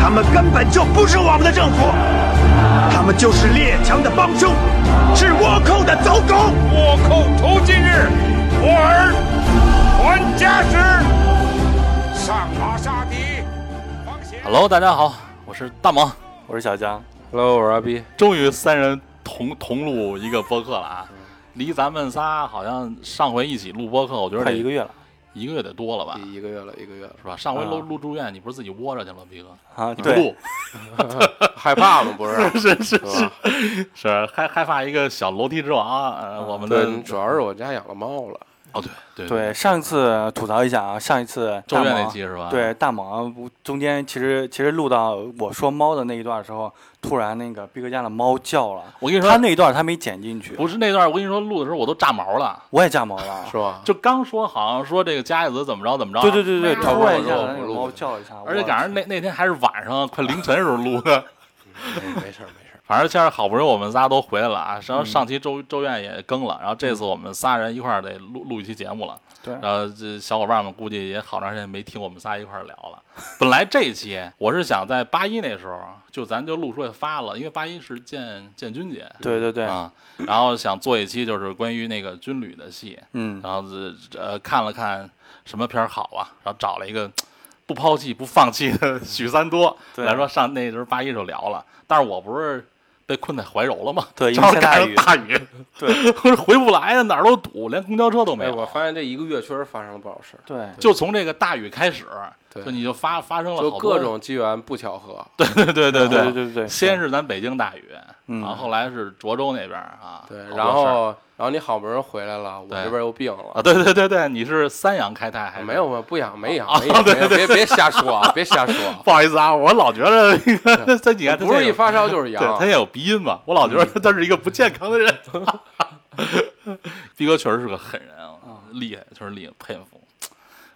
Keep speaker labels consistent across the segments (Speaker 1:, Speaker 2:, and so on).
Speaker 1: 他们根本就不是我们的政府，他们就是列强的帮凶，是倭寇的走狗。
Speaker 2: 倭寇仇今日，我儿还家时。上马杀敌。
Speaker 3: Hello，大家好，我是大萌，
Speaker 4: 我是小江，
Speaker 5: Hello，我是阿 B。
Speaker 3: 终于三人同同录一个播客了啊！离咱们仨好像上回一起录播客，我觉得
Speaker 4: 快
Speaker 3: 得
Speaker 4: 一个月了
Speaker 3: 一个月嗯得多了吧，
Speaker 5: 一一个月了，一个月了，
Speaker 3: 是吧？上回录
Speaker 4: 啊
Speaker 3: 录住院，你不是自己窝着去了，逼哥？
Speaker 4: 啊！
Speaker 3: 你不
Speaker 4: 对，
Speaker 3: 录
Speaker 5: 害怕了不是？
Speaker 3: 是是
Speaker 5: 是吧？
Speaker 3: 是害害怕一个小楼梯之王，呃，我们的
Speaker 5: 对，主要是我家养了猫了，
Speaker 3: 哦对对
Speaker 4: 对，上次吐槽一下啊，上一次
Speaker 3: 周
Speaker 4: 大
Speaker 3: 院那
Speaker 4: 萌
Speaker 3: 期是吧？
Speaker 4: 对大猛不中间其实其实录到我说猫的那一段的时候，突然那个毕哥家的猫叫了，
Speaker 3: 我跟你说
Speaker 4: 他那一段他没剪进去，
Speaker 3: 不是那段，我跟你啊说录的时候我都炸毛了，
Speaker 4: 我也炸毛了
Speaker 5: 是。 吧？
Speaker 3: 就刚说好像说这个家里子怎么着怎么着，
Speaker 4: 对对对对，
Speaker 3: 突
Speaker 4: 突然一下
Speaker 5: 我录
Speaker 4: 那个
Speaker 5: 我录
Speaker 4: 猫叫了一下，
Speaker 3: 而且
Speaker 4: 我
Speaker 3: 赶上那那天还是晚上快凌晨时候录的，
Speaker 5: 没没事儿没事儿，
Speaker 3: 反正现在好不容易我们仨都回来了啊，然后上期周周院也更了，然后这次我们仨人一块儿得录录一期节目了。
Speaker 4: 对
Speaker 3: 然后这小伙伴们估计也好长时间没听我们仨一块儿聊了。 本来这一期我是想在八一那时候啊就咱就录出来发了，因为八一是建建军节。
Speaker 4: 对对对，
Speaker 3: 啊，然后想做一期就是关于那个军旅的戏，
Speaker 4: 嗯，
Speaker 3: 然后这呃看了看什么片儿好啊，然后找了一个不抛弃不放弃的许三多
Speaker 4: 嗯对
Speaker 3: 来说上那时候八一就聊了，但是我不是被困在怀柔了吗？
Speaker 4: 对
Speaker 3: 正
Speaker 4: 因为
Speaker 3: 好
Speaker 4: 下
Speaker 3: 赶
Speaker 4: 大
Speaker 3: 上
Speaker 4: 雨
Speaker 3: 大雨，
Speaker 4: 对，
Speaker 3: 我是回不来了，哪儿都堵，连公交车都没
Speaker 5: 哎，
Speaker 3: 有。
Speaker 5: 我发现这一个月确实发生了不少事儿，
Speaker 4: 对，
Speaker 3: 就从这个大雨开始，
Speaker 5: 对
Speaker 3: 就你就发发生了
Speaker 5: 就
Speaker 3: 好多
Speaker 5: 各，种机缘不巧合，
Speaker 3: 对对对对
Speaker 4: 对对对对
Speaker 3: 先是咱北京大雨，
Speaker 4: 嗯
Speaker 3: 然后后来是涿州那边儿啊，
Speaker 5: 对
Speaker 3: 好，多
Speaker 5: 然
Speaker 3: 事儿
Speaker 5: 后然后你好不容易回来了，我
Speaker 3: 对
Speaker 5: 这边又病
Speaker 3: 啊，
Speaker 5: 了，
Speaker 3: 对对对对，你是三阳开泰还是
Speaker 5: 没有？ 我不养没养
Speaker 3: 啊
Speaker 5: 没养，
Speaker 3: 对
Speaker 5: 没养别别瞎说啊，别 瞎说，
Speaker 3: 不好意思啊，我老觉得那个这几年
Speaker 5: 不是一发烧就是
Speaker 3: 对
Speaker 5: 阳
Speaker 3: 他，也有鼻音嘛，我老觉得他是一个不健康的人。逼哥确实是个狠人啊，厉害，确实厉害，佩服。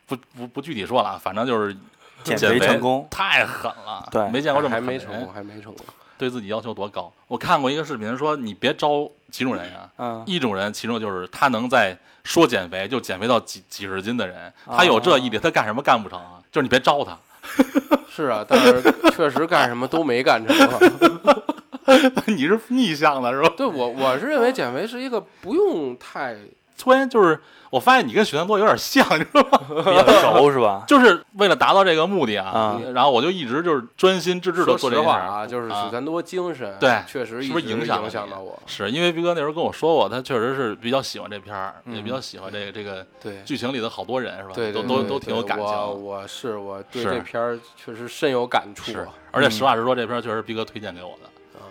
Speaker 3: 不不不具体说了啊，反正就是
Speaker 4: 减
Speaker 3: 肥
Speaker 4: 肥成功，
Speaker 3: 太狠了，
Speaker 4: 对
Speaker 3: 没见过这么
Speaker 5: 还
Speaker 3: 狠的
Speaker 5: 没
Speaker 3: 人
Speaker 5: 成功，还没成功，
Speaker 3: 对自己要求多高。我看过一个视频说，你别招几种人呀、
Speaker 4: 嗯
Speaker 3: 一种人，其中就是他能在说减肥就减肥到几几十斤的人，他有这毅力，他干什么干不成啊？就是你别招他，
Speaker 5: 是啊，但是确实干什么都没干成啊。
Speaker 3: 你是逆向的是吧？
Speaker 5: 对我，我是认为减肥是一个不用太
Speaker 3: 突然就是我发现你跟许三多有点像，你知道吗？
Speaker 4: 比较熟是吧？
Speaker 3: 就是为了达到这个目的啊
Speaker 4: 啊，
Speaker 3: 然后我就一直就是专心致志的
Speaker 5: 说
Speaker 3: 做
Speaker 5: 实
Speaker 3: 这件事
Speaker 5: 话
Speaker 3: 儿。
Speaker 5: 啊，就是
Speaker 3: 啊
Speaker 5: 许三多精神，
Speaker 3: 对
Speaker 5: 确实一
Speaker 3: 是不是
Speaker 5: 直影
Speaker 3: 响了你
Speaker 5: 到我？
Speaker 3: 是因为逼哥那时候跟我说过，他确实是比较喜欢这片儿，也比较喜欢这个这个
Speaker 5: 对
Speaker 3: 剧情里的好多人是吧？
Speaker 5: 对，对
Speaker 3: 都都
Speaker 5: 对
Speaker 3: 都
Speaker 5: 对
Speaker 3: 挺有感情
Speaker 5: 我
Speaker 3: 的。
Speaker 5: 我是我对
Speaker 3: 是
Speaker 5: 这片儿确实深有感触
Speaker 3: 是
Speaker 5: 啊。，
Speaker 3: 而且实话实说，这片儿确实逼哥推荐给我的。
Speaker 5: 嗯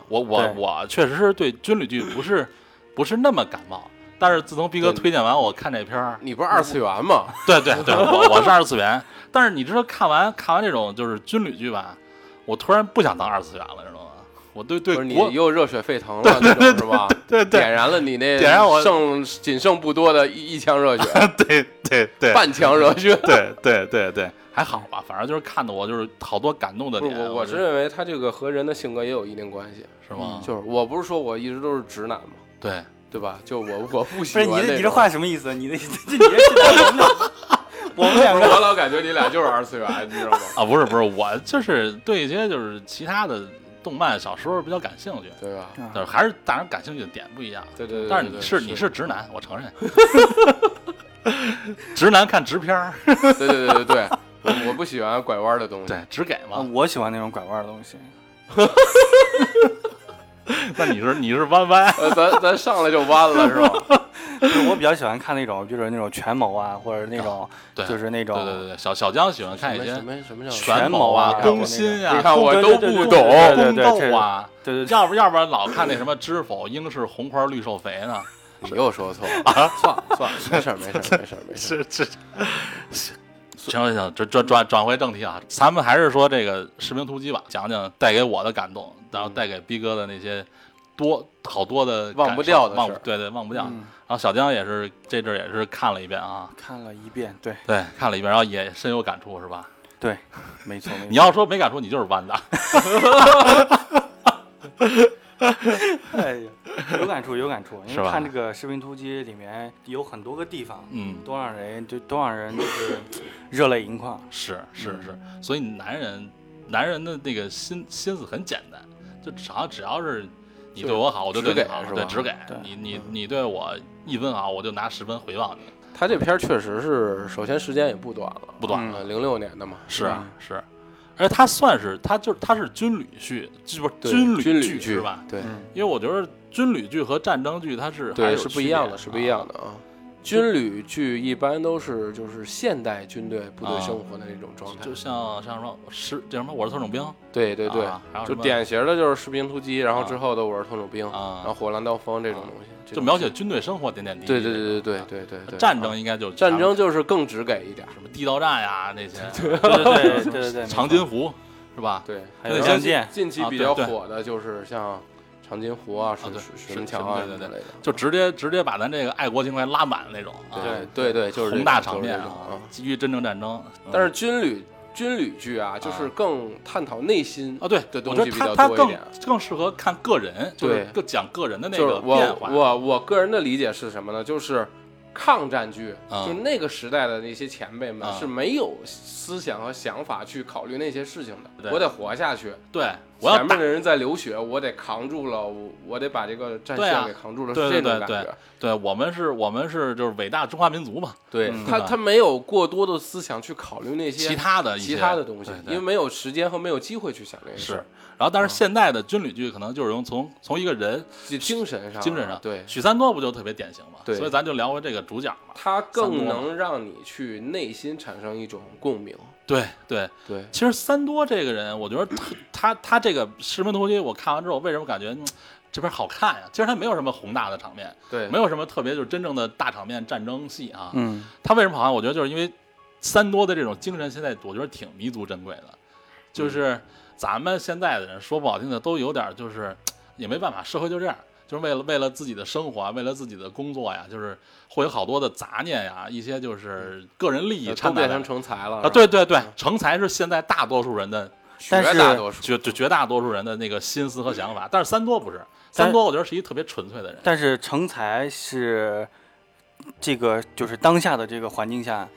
Speaker 3: 我我
Speaker 4: 对
Speaker 3: 我确实是对军旅剧不是不是那么感冒，但是自从逼哥
Speaker 5: 对
Speaker 3: 推荐完我看这片儿，
Speaker 5: 你不是二次元吗？
Speaker 3: 对对对，我我是二次元，但是你知道看完看完这种就是军旅剧吧，我突然不想当二次元了，知道吗？我对 对
Speaker 5: 不是你
Speaker 3: 国
Speaker 5: 又热血沸腾了，那种是吧？
Speaker 3: 对对
Speaker 5: 点燃了你那
Speaker 3: 点燃我
Speaker 5: 剩仅剩不多的一一腔热血，
Speaker 3: 对对对
Speaker 5: 半腔热血。
Speaker 3: 对对对对，还好吧，反正就是看的我就是好多感动的
Speaker 5: 不
Speaker 3: 点
Speaker 5: 是。我，我
Speaker 3: 我嗯
Speaker 5: 是认为他这个和人的性格也有一定关系。
Speaker 3: 是吗？
Speaker 5: 嗯就是我不是说我一直都是直男嘛，
Speaker 3: 对，
Speaker 5: 对吧？就我我不喜
Speaker 4: 不是
Speaker 5: 欢
Speaker 4: 你这
Speaker 5: 这
Speaker 4: 你这
Speaker 5: 种
Speaker 4: 话什么意思？你的 这你这是在我们俩， 我们两
Speaker 5: 不
Speaker 4: 个
Speaker 5: 是我老感觉你俩就是二次元，你知道吗？
Speaker 3: 啊，不是不是，我就是对一些就是其他的动漫小说比较感兴趣，
Speaker 5: 对吧？
Speaker 4: 啊
Speaker 3: 但是还是当然感兴趣的点不一样。
Speaker 5: 对对对，
Speaker 3: 但是
Speaker 5: 对
Speaker 3: 你
Speaker 5: 对
Speaker 3: 是
Speaker 5: 是
Speaker 3: 你是直男，我承 认。直男看直片儿，
Speaker 5: 对对对对对，我我不喜欢拐弯的东西。
Speaker 3: 对，直给
Speaker 4: 啊
Speaker 3: 嘛。
Speaker 4: 我喜欢那种拐弯的东西。
Speaker 3: 那你是你是弯 弯，
Speaker 5: 呃，咱咱上来就弯了是吧？
Speaker 4: 就是我比较喜欢看那种，就是那种权谋啊，或者那种
Speaker 3: 对，
Speaker 4: 就是那种
Speaker 3: 对对对对，小小江喜欢 看一些
Speaker 5: 什么什么叫
Speaker 4: 全
Speaker 3: 权谋
Speaker 4: 权谋啊
Speaker 3: 攻心呀，
Speaker 5: 你看我都不懂，
Speaker 4: 对对
Speaker 3: 宫
Speaker 4: 对
Speaker 3: 斗啊，
Speaker 4: 对对对
Speaker 3: 要不要不然老看那什么知否应是红花绿瘦肥呢？
Speaker 5: 你又 说错了，算
Speaker 3: 啊
Speaker 5: 了算了，没事儿没事儿没事儿没事儿。
Speaker 3: 是是。 行行行，这转转转回正题啊，咱们还是说这个《士兵突击》吧，讲讲带给我的感动，然后带给逼哥的那些多好多的感受
Speaker 5: 忘不掉的
Speaker 3: 忘
Speaker 5: 事儿
Speaker 3: 对对忘不掉。
Speaker 4: 嗯
Speaker 3: 然后小江也是这阵儿也是看了一遍啊，
Speaker 4: 看了一遍，对
Speaker 3: 对，看了一遍，然后也深有感触是吧？
Speaker 4: 对，没错。没
Speaker 5: 嗯
Speaker 4: 错
Speaker 3: 你要说没感触，你就是弯的。
Speaker 4: 哎呀，有感触，有感触，因
Speaker 3: 是
Speaker 4: 为
Speaker 3: 吧
Speaker 4: 看这个《士兵突击》里面有很多个地方，
Speaker 3: 嗯
Speaker 4: 都让人就都让人就是 热泪盈眶。
Speaker 5: 嗯
Speaker 3: 是是是，所以男人男人的那个心心思很简单，就只要只要是你对我好，我就
Speaker 5: 只嗯
Speaker 3: 对你
Speaker 5: 给
Speaker 3: 好，
Speaker 5: 是
Speaker 3: 对，
Speaker 5: 吧
Speaker 3: 只给
Speaker 4: 对
Speaker 3: 你你你对我一分好，我就拿十分回报你，
Speaker 5: 他这片儿确实是，首先时间也不短了，
Speaker 3: 不短了。
Speaker 5: 啊，零六年的嘛，
Speaker 3: 是啊是，而且他算是他就是他是军旅剧，就不是
Speaker 5: 对
Speaker 3: 军
Speaker 5: 军
Speaker 3: 剧
Speaker 5: 旅剧
Speaker 3: 是吧？嗯
Speaker 5: 对
Speaker 3: 因为我觉得军旅剧和战争剧它是还
Speaker 5: 对，
Speaker 3: 有
Speaker 5: 是
Speaker 3: 区
Speaker 5: 不一
Speaker 3: 别
Speaker 5: 样的，是不一
Speaker 3: 啊
Speaker 5: 样的啊。军旅剧一般都是就是现代军队部队生活的那种状态
Speaker 3: 啊就，像像什么是叫什么我是特种兵
Speaker 5: 对对对
Speaker 3: 啊还有，什
Speaker 5: 就
Speaker 3: 么
Speaker 5: 典型的就是士兵突击，然后
Speaker 3: 啊
Speaker 5: 之后的我是特种兵，
Speaker 3: 啊
Speaker 5: 然后火蓝刀锋这种东西，这
Speaker 3: 就
Speaker 5: 种
Speaker 3: 描写军队生活点点滴滴。
Speaker 5: 对对对对对对对，
Speaker 3: 战
Speaker 5: 啊
Speaker 3: 争应该就
Speaker 5: 战
Speaker 3: 咱
Speaker 5: 争
Speaker 3: 们
Speaker 5: 就是更只给一点儿，
Speaker 3: 什么地道战呀 那些，
Speaker 4: 对 对对对对，
Speaker 3: 长津湖是吧？
Speaker 5: 对，
Speaker 4: 还有
Speaker 3: 那
Speaker 4: 亮
Speaker 3: 像
Speaker 4: 剑，
Speaker 5: 近期
Speaker 3: 啊
Speaker 5: 比
Speaker 3: 对
Speaker 5: 较
Speaker 3: 对
Speaker 5: 火的就是像长津湖啊、水
Speaker 3: 对
Speaker 5: 水
Speaker 3: 是
Speaker 5: 水门桥啊
Speaker 3: 对对
Speaker 5: 什么之
Speaker 3: 对
Speaker 5: 类的，
Speaker 3: 就直接直接把咱这个爱国情怀拉满那种啊，
Speaker 5: 对对对，就是这
Speaker 3: 宏大
Speaker 5: 种
Speaker 3: 场
Speaker 5: 就是
Speaker 3: 面
Speaker 5: 这种啊
Speaker 3: 啊，。基于真正战争。嗯
Speaker 5: 但是军旅军旅剧啊，就是更探讨内心
Speaker 3: 啊，对
Speaker 5: 的，
Speaker 3: 我
Speaker 5: 东
Speaker 3: 觉得
Speaker 5: 西比
Speaker 3: 他
Speaker 5: 较
Speaker 3: 他
Speaker 5: 多一
Speaker 3: 更
Speaker 5: 点。
Speaker 3: 更适合看个人，就是
Speaker 5: 对
Speaker 3: 更讲个人的那
Speaker 5: 就是
Speaker 3: 个变
Speaker 5: 我
Speaker 3: 化。
Speaker 5: 我我个人的理解是什么呢？就是抗战剧，
Speaker 3: 嗯
Speaker 5: 就那个时代的那些前辈们
Speaker 3: 嗯
Speaker 5: 是没有思想和想法去考虑那些事情的。
Speaker 3: 对
Speaker 5: 我得活下去，
Speaker 3: 对我要
Speaker 5: 前面的人在流血，我得扛住了，我我得把这个战
Speaker 3: 对啊
Speaker 5: 线给扛住了，
Speaker 3: 对
Speaker 5: 是这
Speaker 3: 对
Speaker 5: 种
Speaker 3: 对
Speaker 5: 感
Speaker 3: 对
Speaker 5: 觉。
Speaker 3: 对，我们是我们是就是伟大中华民族嘛，
Speaker 5: 对
Speaker 4: 嗯
Speaker 5: 他，他没有过多的思想去考虑那些
Speaker 3: 其他的一
Speaker 5: 其
Speaker 3: 些
Speaker 5: 他的东西
Speaker 3: 对，对
Speaker 5: 因为没有时间和没有机会去想这些事
Speaker 3: 是
Speaker 5: 儿。。
Speaker 3: 然后，但是
Speaker 5: 嗯
Speaker 3: 现在的军旅剧可能就是用从从一个人
Speaker 5: 就精神上啊，
Speaker 3: 精神上，
Speaker 5: 对
Speaker 3: 许三多不就特别典型嘛？
Speaker 5: 对
Speaker 3: 所以咱就聊回这个主角嘛。
Speaker 5: 它
Speaker 3: 三
Speaker 5: 更
Speaker 3: 多嘛
Speaker 5: 能让你去内心产生一种共鸣。
Speaker 3: 对对，
Speaker 5: 对，
Speaker 3: 其实三多这个人，我觉得特他他这个《十门突击》，我看完之后，为什么感觉嗯这边好看呀、其实他没有什么宏大的场面，
Speaker 5: 对，
Speaker 3: 没有什么特别就是真正的大场面战争戏啊。
Speaker 4: 嗯，
Speaker 3: 他为什么好看？我觉得就是因为三多的这种精神，现在我觉得挺弥足珍贵的。
Speaker 5: 嗯
Speaker 3: 就是咱们现在的人，说不好听的，都有点就是也没办法，社会就这样，就是为了为了自己的生活啊，为了自己的工作呀，就是会有好多的杂念呀，一些就是个人利益
Speaker 5: 嗯呃都
Speaker 3: 掺杂
Speaker 5: 变
Speaker 3: 在
Speaker 5: 成成才了
Speaker 3: 啊，对，对对，
Speaker 4: 嗯
Speaker 3: 成才是现在大多数人的
Speaker 5: 是吧
Speaker 4: 但
Speaker 5: 绝
Speaker 4: 是
Speaker 5: 大多数
Speaker 3: 绝绝绝大多数人的那个心思和想法，但是三多不是，
Speaker 4: 但
Speaker 3: 三多我觉得是一特别纯粹的人，
Speaker 4: 但是成才是这个就是当下的这个环境下，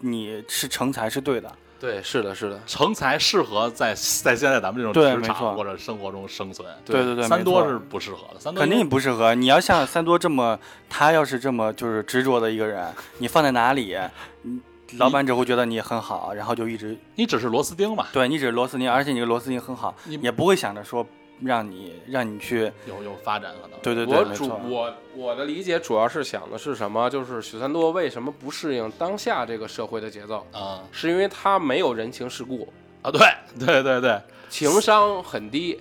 Speaker 4: 你是成才是对的，
Speaker 5: 对，是的，是的，
Speaker 3: 成才适合在在现在咱们这种
Speaker 4: 对
Speaker 3: 职
Speaker 4: 没
Speaker 3: 场
Speaker 4: 错
Speaker 3: 或者生活中生存，
Speaker 4: 对对对，没
Speaker 3: 三多
Speaker 4: 错
Speaker 3: 是不适合的，三多
Speaker 4: 肯
Speaker 3: 因为
Speaker 4: 定不适合。你要像三多这么，他要是这么就是执着的一个人，你放在哪里，嗯老板只会觉得你很好，然后就一直
Speaker 3: 你只是螺丝钉嘛，
Speaker 4: 对你只是螺丝钉，而且你这个螺丝钉很好，
Speaker 3: 你
Speaker 4: 也不会想着说让你让你去，
Speaker 3: 有有发展可能。
Speaker 4: 对对对，
Speaker 5: 我
Speaker 4: 没
Speaker 5: 主
Speaker 4: 错，
Speaker 5: 我我的理解主要是想的是什么？就是许三多为什么不适应当下这个社会的节奏，
Speaker 3: 啊
Speaker 5: 是因为他没有人情世故，
Speaker 3: 啊，对对对对，
Speaker 5: 情商很低。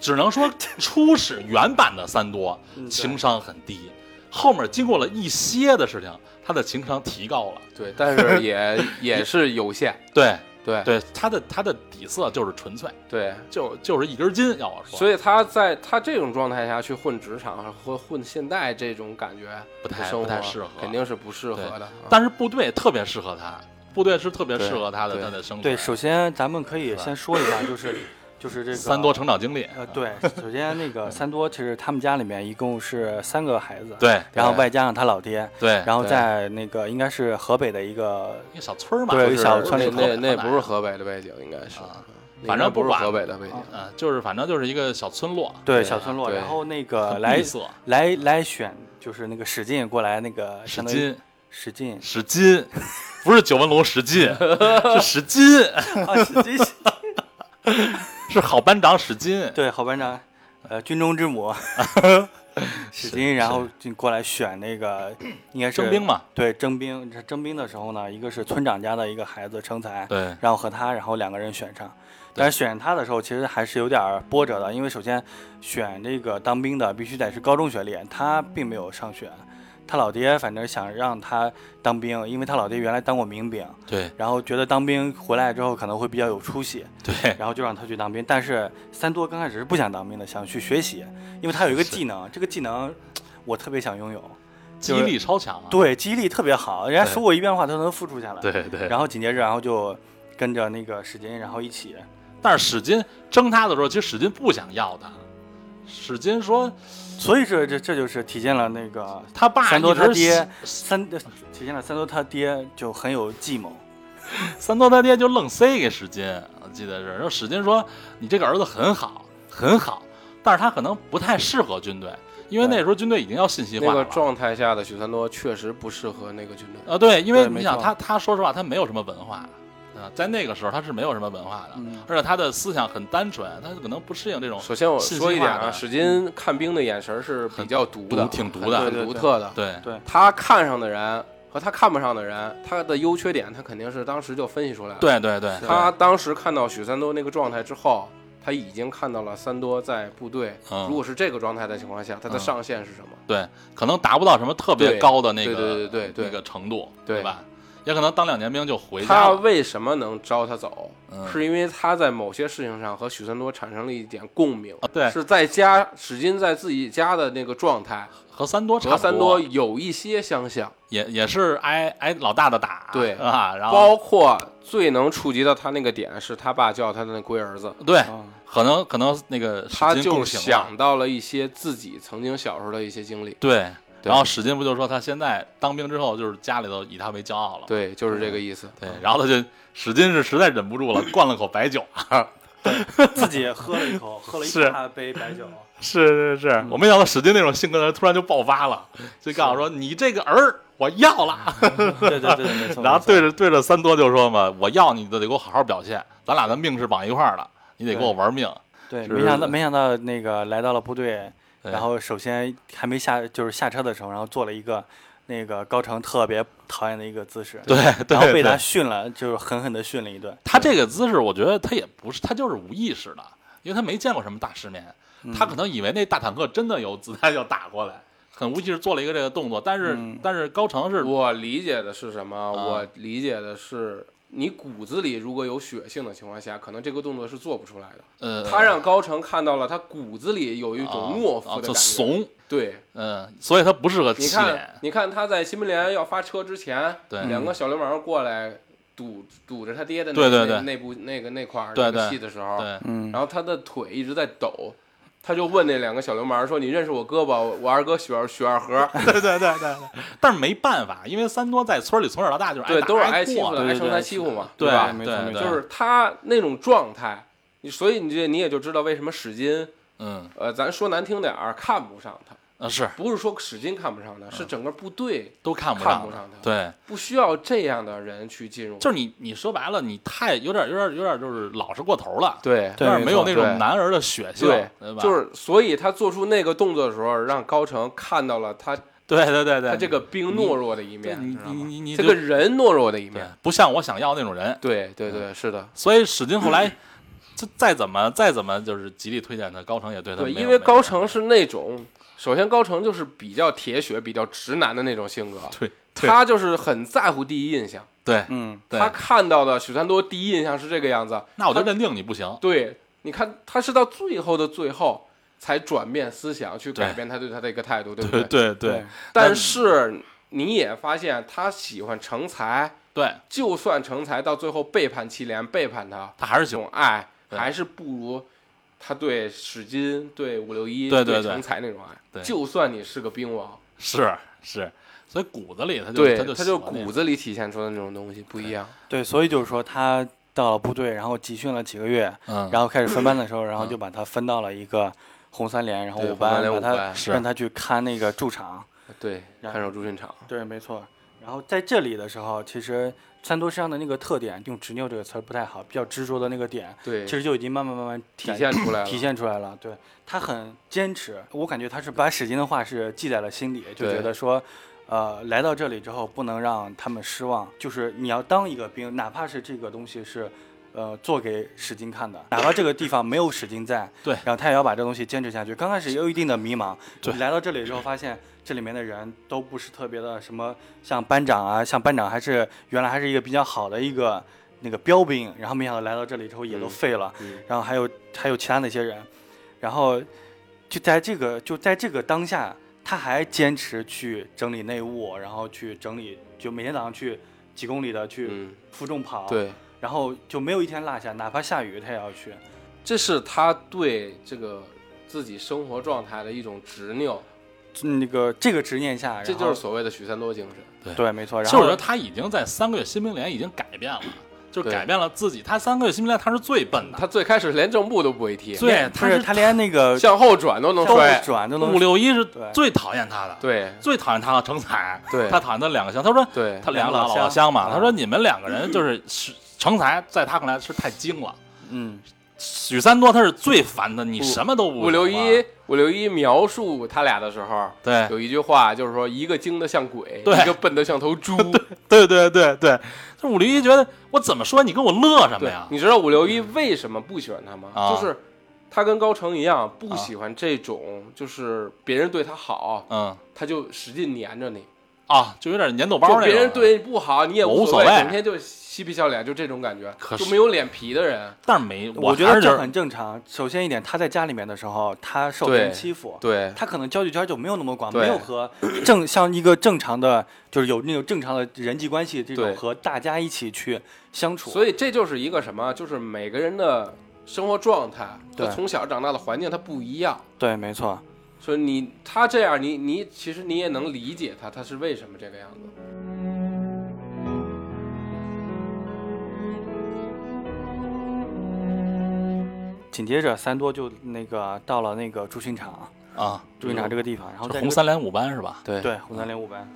Speaker 3: 只能说初始原版的三多
Speaker 4: 嗯
Speaker 3: 情商很低，后面经过了一些的事情，他的情商提高了。
Speaker 5: 对，但是 也也是有限。
Speaker 3: 对
Speaker 5: 对
Speaker 3: 对，他的他的底色就是纯粹，
Speaker 5: 对，
Speaker 3: 就就是一根筋。要我说，
Speaker 5: 所以他在他这种状态下去混职场或混现代这种感觉
Speaker 3: 不太
Speaker 5: 生活
Speaker 3: 不太适合
Speaker 5: 肯定是不适合
Speaker 3: 对
Speaker 5: 的。啊
Speaker 3: 但是部队特别适合他，部队是特别
Speaker 5: 对
Speaker 3: 适合他的
Speaker 5: 对
Speaker 3: 他的生活。
Speaker 4: 对，首先咱们可以
Speaker 3: 吧
Speaker 4: 先说一下，就是就是这个
Speaker 3: 三多成长经历，
Speaker 4: 呃，对，首先那个三多，其实他们家里面一共是三个孩子，，
Speaker 3: 对
Speaker 4: 然后
Speaker 5: 对
Speaker 4: 外加上他老爹，
Speaker 3: 对，
Speaker 4: 然后
Speaker 5: 对
Speaker 4: 在那个应该是河北的一个，
Speaker 3: 一个小村儿嘛，
Speaker 4: 对
Speaker 3: 就
Speaker 4: 一
Speaker 3: 是
Speaker 4: 个小村
Speaker 5: 那
Speaker 4: 里
Speaker 3: 河北
Speaker 5: 那
Speaker 3: 河
Speaker 5: 那
Speaker 3: 南
Speaker 5: 不是河北的背景，应该是
Speaker 3: 啊，
Speaker 5: 那
Speaker 3: 反
Speaker 5: 应该
Speaker 3: 正
Speaker 5: 不
Speaker 3: 不
Speaker 5: 是
Speaker 3: 管
Speaker 5: 河北的背景。
Speaker 3: 啊，就是反正就是一个小村落，
Speaker 4: 对，小村落，
Speaker 5: 对
Speaker 4: 然后那个
Speaker 3: 很
Speaker 4: 来
Speaker 3: 闭塞，
Speaker 4: 来来选，就是那个史进过来那个
Speaker 3: 史
Speaker 4: 相当于
Speaker 3: 金，
Speaker 4: 史进
Speaker 3: 史金，不是九纹龙史进，是史金，
Speaker 4: 啊，史进，
Speaker 3: 是好班长史金。
Speaker 4: 对，郝班长，呃，军中 之母，史进，然后就过来选 那个应该是
Speaker 3: 征兵嘛，
Speaker 4: 对，征兵，这征兵的时候呢，一个是村长家的一个孩子成才，
Speaker 3: 对
Speaker 4: 然后和他，然后两个人选上。但是选他的时候，其实还是有点儿波折的，因为首先选这个当兵的必须得是高中学历，他并没有上学。他老爹反正想让他当兵，因为他老爹原来当过民兵，
Speaker 3: 对
Speaker 4: 然后觉得当兵回来之后可能会比较有出息，
Speaker 3: 对
Speaker 4: 然后就让他去当兵。但是三多刚开始是不想当兵的，想去学习，因为他有一个技能，这个技能我特别想拥有。
Speaker 3: 记忆力超强啊！
Speaker 4: 对，记忆力特别好，人家
Speaker 3: 啊对
Speaker 4: 说过一遍话，他都能复述下来。
Speaker 3: 对对。
Speaker 4: 然后紧接着，然后就跟着那个史金，然后一起，
Speaker 3: 但是史金争他的时候，其实史金不想要他。史金说
Speaker 4: 所以这这这就是体现了那个
Speaker 3: 他爸
Speaker 4: 三多
Speaker 3: 一直
Speaker 4: 他爹
Speaker 3: 死
Speaker 4: 三，体现了三多他爹就很有计谋。
Speaker 3: 三多他爹就愣塞给史金，记得是，然后史进说你这个儿子很好，很好，但是他可能不太适合军队，因为那时候军队已经要信息
Speaker 5: 那
Speaker 3: 化
Speaker 5: 个
Speaker 3: 了。
Speaker 5: 状态下的许三多确实不适合那个军队。
Speaker 3: 啊，对，因为
Speaker 4: 对没
Speaker 3: 你想
Speaker 4: 错
Speaker 3: 他，他说实话，他没有什么文化，啊，在那个时候他是没有什么文化的，
Speaker 4: 嗯
Speaker 3: 而且他的思想很单纯，他可能不适应这种
Speaker 5: 首先我
Speaker 3: 信息
Speaker 5: 说一点
Speaker 3: 化
Speaker 5: 啊，
Speaker 3: 的
Speaker 5: 史金看兵的眼神是比较毒的，
Speaker 3: 很毒挺毒的
Speaker 5: 很
Speaker 4: 对对
Speaker 5: 独
Speaker 4: 对
Speaker 5: 特的。
Speaker 3: 对
Speaker 5: 他看上的人和他看不上的人，他的优缺点，他肯定是当时就分析出来了。，
Speaker 3: 对对对，
Speaker 5: 他当时看到许三多那个状态之后，他已经看到了三多在部队，
Speaker 3: 嗯
Speaker 5: 如果是这个状态的情况下，他的
Speaker 3: 嗯
Speaker 5: 上限是什么？
Speaker 3: 对，可能达不到什么特别
Speaker 5: 对
Speaker 3: 高的那个
Speaker 5: 对对对对对
Speaker 3: 那个程度，
Speaker 5: 对
Speaker 3: 吧？也可能当两年兵就回家
Speaker 5: 他
Speaker 3: 了，
Speaker 5: 为什么能招他走？
Speaker 3: 嗯
Speaker 5: 是因为他在某些事情上和许三多产生了一点共鸣，
Speaker 3: 啊对
Speaker 5: 是在家史金在自己家的那个状态
Speaker 3: 和三多差
Speaker 5: 和
Speaker 3: 不
Speaker 5: 三多有一些相像，
Speaker 3: 也也是挨挨老大的打，
Speaker 5: 对
Speaker 3: 啊，然后
Speaker 5: 包括最能触及到他那个点是他爸叫他的那龟儿子，
Speaker 3: 对
Speaker 4: 嗯，
Speaker 3: 可能可能那个史
Speaker 5: 他
Speaker 3: 进
Speaker 5: 就
Speaker 3: 共情了
Speaker 5: 想到了一些自己曾经小时候的一些经历，
Speaker 3: 对。
Speaker 5: 对
Speaker 3: 然后史进不就说他现在当兵之后，就是家里头以他为骄傲了嘛，
Speaker 5: 对，就是这个意思。
Speaker 3: 对，然后他就史进是实在忍不住了，灌了口白酒。啊
Speaker 4: 自己喝了一口，喝了一
Speaker 3: 是
Speaker 4: 大杯白 酒，
Speaker 3: 是是是，我没想到史进那种性格的人突然就爆发了，就告诉说你这个儿我要了，
Speaker 4: 对对对对，
Speaker 5: 嗯
Speaker 4: 没错。
Speaker 3: 然后
Speaker 4: 没
Speaker 3: 对着对着三多就说嘛，我要你就得给我好好表现，咱俩的命是绑一块儿的，你得给我玩命。
Speaker 4: 错对，
Speaker 3: 是
Speaker 4: 没想到没想到那个来到了部队，
Speaker 3: 对
Speaker 4: 然后首先还没下就是下车的时候，然后做了一个那个高成特别讨厌的一个姿势，
Speaker 3: 对
Speaker 4: 然后被
Speaker 3: 对
Speaker 4: 他
Speaker 3: 对，
Speaker 4: 训了，就是狠狠的训了一顿。
Speaker 3: 他这个姿势，我觉得他也不是，他就是无意识的，因为他没见过什么大世面，
Speaker 5: 嗯
Speaker 3: 他可能以为那大坦克真的有子弹要打过来，很无意识做了一个这个动作，但是但是高成是
Speaker 5: 嗯我理解的是什
Speaker 3: 啊
Speaker 5: 么？我理解的是。你骨子里如果有血性的情况下，可能这个动作是做不出来的。
Speaker 3: 呃，
Speaker 5: 他让高成看到了，他骨子里有一
Speaker 3: 啊
Speaker 5: 种懦夫
Speaker 3: 啊
Speaker 5: 的
Speaker 3: 就
Speaker 5: 感觉。
Speaker 3: 怂，
Speaker 5: 对，
Speaker 3: 嗯，所以他不适合
Speaker 5: 你
Speaker 3: 七
Speaker 5: 看
Speaker 3: 连，，
Speaker 5: 你看他在新民联要发车之前，
Speaker 3: 对
Speaker 5: 两个小流氓过来堵堵着他爹的那
Speaker 3: 对对对
Speaker 5: 那那部那个那块儿
Speaker 3: 对
Speaker 5: 那个
Speaker 3: 对
Speaker 5: 戏的时候，
Speaker 3: 对，
Speaker 4: 嗯，
Speaker 5: 然后他的腿一直在抖，他就问那两个小流氓说：“你认识我哥吧？我我二哥许二许二和，
Speaker 3: 对对对对对，但是没办法，因为三多在村里从小到大就是挨
Speaker 5: 对，
Speaker 3: 打
Speaker 5: 都是
Speaker 3: 挨
Speaker 5: 挨欺负的，
Speaker 3: 过
Speaker 5: 挨
Speaker 4: 对
Speaker 5: 生
Speaker 4: 对
Speaker 5: 挨
Speaker 4: 对
Speaker 5: 欺负嘛，
Speaker 3: 对
Speaker 5: 吧？
Speaker 4: 没
Speaker 3: 对
Speaker 4: 错没
Speaker 3: 对，
Speaker 4: 错
Speaker 5: 就是他那种状态，你所以你这你也就知道为什么史金，
Speaker 3: 嗯
Speaker 5: 呃，咱说难听点儿，看不上他，
Speaker 3: 呃是
Speaker 5: 不是说史金看不上他，是整个部队
Speaker 3: 都看不
Speaker 5: 看
Speaker 3: 上
Speaker 5: 不
Speaker 3: 的
Speaker 5: 上他
Speaker 3: 对，
Speaker 5: 不需要这样的人去进入，
Speaker 3: 就是你你说白了，你太有点有点有点就是老实过头了，
Speaker 5: 对
Speaker 3: 有点没有那种
Speaker 5: 对
Speaker 3: 男儿的血性，
Speaker 5: 对
Speaker 3: 对，吧？
Speaker 5: 就是所以他做出那个动作的时候，让高成看到了他
Speaker 3: 对对对对，
Speaker 5: 他这个兵懦弱的一
Speaker 3: 对
Speaker 5: 面，
Speaker 3: 你
Speaker 5: 知道
Speaker 3: 你
Speaker 5: 吗
Speaker 3: 你你
Speaker 5: 这
Speaker 3: 就
Speaker 5: 个人懦弱的一
Speaker 3: 对
Speaker 5: 面。
Speaker 3: 不像我想要那种人，
Speaker 5: 对对对，是的，
Speaker 3: 所以史进后来这再怎么再怎么就是极力推荐他，高成也对他没
Speaker 5: 对，
Speaker 3: 有
Speaker 5: 因
Speaker 3: 没有
Speaker 5: 为高成是那种，首先高成就是比较铁血、比较直男的那种性格，
Speaker 3: 对对
Speaker 5: 他就是很在乎第一印象。
Speaker 3: 对
Speaker 4: 嗯，
Speaker 3: 对
Speaker 5: 他，看到的许三多第一印象是这个样子，
Speaker 3: 那我就认定你不行，
Speaker 5: 对，你看他是到最后的最后才转变思想，去改
Speaker 3: 对
Speaker 5: 变他对他的一个态度，对不
Speaker 3: 对对
Speaker 4: 对
Speaker 3: 对
Speaker 5: 但是你也发现他喜欢成才，
Speaker 3: 对，
Speaker 5: 就算成才到最后背叛七连，背叛他，
Speaker 3: 他还是
Speaker 5: 这
Speaker 3: 喜欢
Speaker 5: 种爱
Speaker 3: 对
Speaker 5: 还是不如他对史金、对五六一、
Speaker 3: 对对对
Speaker 5: 成才那种爱。
Speaker 3: 对
Speaker 5: 就算你是个兵王，
Speaker 3: 是是，所以骨子里他就
Speaker 5: 对，
Speaker 3: 他
Speaker 5: 他
Speaker 3: 就喜欢那
Speaker 5: 骨
Speaker 3: 种
Speaker 5: 子里体现出的那种东西不一样。
Speaker 4: 对，所以就是说他到了部队，然后集训了几个月，
Speaker 3: 嗯，
Speaker 4: 然后开始分班的时候，然后就把他分到了一个红三连，然后
Speaker 5: 对
Speaker 4: 五
Speaker 5: 红三
Speaker 4: 班，
Speaker 5: 连
Speaker 4: 把
Speaker 5: 五班
Speaker 4: 他
Speaker 3: 是
Speaker 4: 让他去看那个驻场。
Speaker 5: 对，
Speaker 4: 然
Speaker 5: 看守朱训场，
Speaker 4: 对，没错。然后在这里的时候，其实三多身上的那个特点，用“执拗”这个词儿不太好，比较执着的那个点，
Speaker 5: 对，
Speaker 4: 其实就已经慢慢慢慢
Speaker 5: 体现出来了。
Speaker 4: 体现出来了。对他很坚持，我感觉他是把史金的话是记在了心里，就
Speaker 5: 对
Speaker 4: 觉得说，呃，来到这里之后不能让他们失望，就是你要当一个兵，哪怕是这个东西是。呃，做给史金看的，哪怕这个地方没有史金在，
Speaker 3: 对
Speaker 4: 然后他也要把这东西坚持下去。刚开始也有一定的迷茫，
Speaker 3: 对
Speaker 4: 你来到这里之后发现这里面的人都不是特别的什么，像班长啊，像班长还是原来还是一个比较好的一个那个标兵，然后没想到来到这里之后也都
Speaker 5: 嗯
Speaker 4: 废了，
Speaker 5: 嗯
Speaker 4: 然后还有还有其他那些人，然后就在这个就在这个当下，他还坚持去整理内务，然后去整理，就每天早上去几公里的去
Speaker 5: 嗯，
Speaker 4: 负重跑，，
Speaker 5: 对，
Speaker 4: 然后就没有一天落下，哪怕下雨他也要去，
Speaker 5: 这是他对这个自己生活状态的一种执拗，
Speaker 4: 那个这个执念下，
Speaker 5: 这
Speaker 4: 哎然后
Speaker 5: 就是所谓的许三多精神。
Speaker 4: 对，没错，
Speaker 3: 其
Speaker 4: 然
Speaker 3: 实
Speaker 4: 后
Speaker 3: 我觉得他已经在三个月新兵连已经改变了，就
Speaker 5: 对
Speaker 3: 改变了自己。他三个月新兵连他是最笨的，
Speaker 5: 他最开始连正步都不会踢，
Speaker 3: 对，
Speaker 4: 不
Speaker 3: 他
Speaker 4: 是他连那个
Speaker 5: 向后转都能
Speaker 4: 都
Speaker 5: 摔。
Speaker 4: 转都能
Speaker 3: 五六一是
Speaker 4: 对
Speaker 3: 最讨厌他的，
Speaker 5: 对
Speaker 3: 最讨厌他和成才，
Speaker 5: 对
Speaker 3: 他讨厌他两个乡。他说
Speaker 5: 对
Speaker 3: 他两个
Speaker 4: 两
Speaker 3: 老老
Speaker 4: 个老乡
Speaker 3: 乡嗯嘛，
Speaker 4: 啊
Speaker 3: 他说你们两个人就是是成才，在他看来是太精了。
Speaker 4: 嗯，
Speaker 3: 许三多他是最烦的，你什么都不
Speaker 5: 五六
Speaker 3: 行啊
Speaker 5: 一，五六一描述他俩的时候，
Speaker 3: 对
Speaker 5: 有一句话就是说，一个精的像鬼，
Speaker 3: 对
Speaker 5: 一个笨的像头猪。
Speaker 3: 对对对对，这五六一觉得我怎么说你跟我乐什么
Speaker 5: 对
Speaker 3: 呀，？
Speaker 5: 你知道五六一为什么不喜欢他吗？
Speaker 3: 啊
Speaker 5: 就是他跟高成一样，不喜欢这种，就是别人对他好，
Speaker 3: 嗯
Speaker 5: 他就使劲粘着你；
Speaker 3: 啊，就有点粘豆包
Speaker 5: 就
Speaker 3: 那
Speaker 5: 别人
Speaker 3: 种
Speaker 5: 对你不好，你也
Speaker 3: 我无
Speaker 5: 无
Speaker 3: 所
Speaker 5: 谓，
Speaker 3: 谓
Speaker 5: 整天就嬉皮笑脸，就这种感觉
Speaker 3: 可，
Speaker 5: 就是没有脸皮的人。
Speaker 3: 但是没，
Speaker 4: 我觉
Speaker 3: 还
Speaker 4: 得
Speaker 3: 是觉
Speaker 4: 这
Speaker 3: 得
Speaker 4: 很正常。首先一点，他在家里面的时候，他受
Speaker 5: 对
Speaker 4: 人欺负，
Speaker 5: 对
Speaker 4: 他可能交际圈就没有那么广，
Speaker 5: 对
Speaker 4: 没有和 正像一个正常的，就是有那种正常的人际关系，这
Speaker 5: 对
Speaker 4: 种和大家一起去相处。
Speaker 5: 所
Speaker 4: 以
Speaker 5: 以这就是一个什么，就是每个人的生活状态和
Speaker 4: 对
Speaker 5: 从小长大的环境它不一样。
Speaker 4: 对，没错。
Speaker 5: 所以你他这样，你你其实你也能理解他，他是为什么这个样子。
Speaker 4: 紧接着三多就那个到了那个铸训场，
Speaker 3: 啊，
Speaker 4: 铸训场这个地方，然后
Speaker 3: 是
Speaker 4: 在
Speaker 3: 红三连五班是吧？
Speaker 5: 对
Speaker 4: 对红三连五班，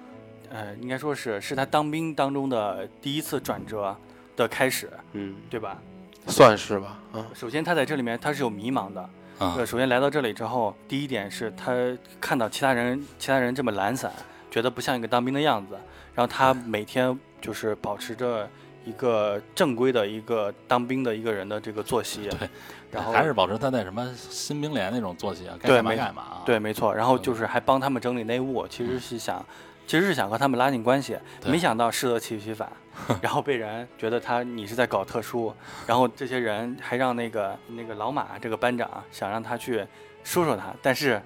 Speaker 4: 呃，应该说是是他当兵当中的第一次转折的开始，
Speaker 5: 嗯，
Speaker 4: 对吧？
Speaker 5: 算是吧，啊，
Speaker 4: 首先他在这里面他是有迷茫的，
Speaker 3: 啊
Speaker 4: 呃，首先来到这里之后，第一点是他看到其他人其他人这么懒散，觉得不像一个当兵的样子，然后他每天就是保持着一个正规的一个当兵的一个人的这个作息，
Speaker 3: 对，
Speaker 4: 然后
Speaker 3: 还是保持他那什么新兵连那种作息啊，该
Speaker 4: 对
Speaker 3: 干嘛
Speaker 4: 没
Speaker 3: 干嘛啊。
Speaker 4: 对，没错，然后就是还帮他们整理内务，其实是想。其实是想和他们拉近关系，
Speaker 3: 嗯对
Speaker 4: 没想到适得其反， 然后被人觉得他你是在搞特殊，然后这些人还让那个那个老马这个班长想让他去说说他，但是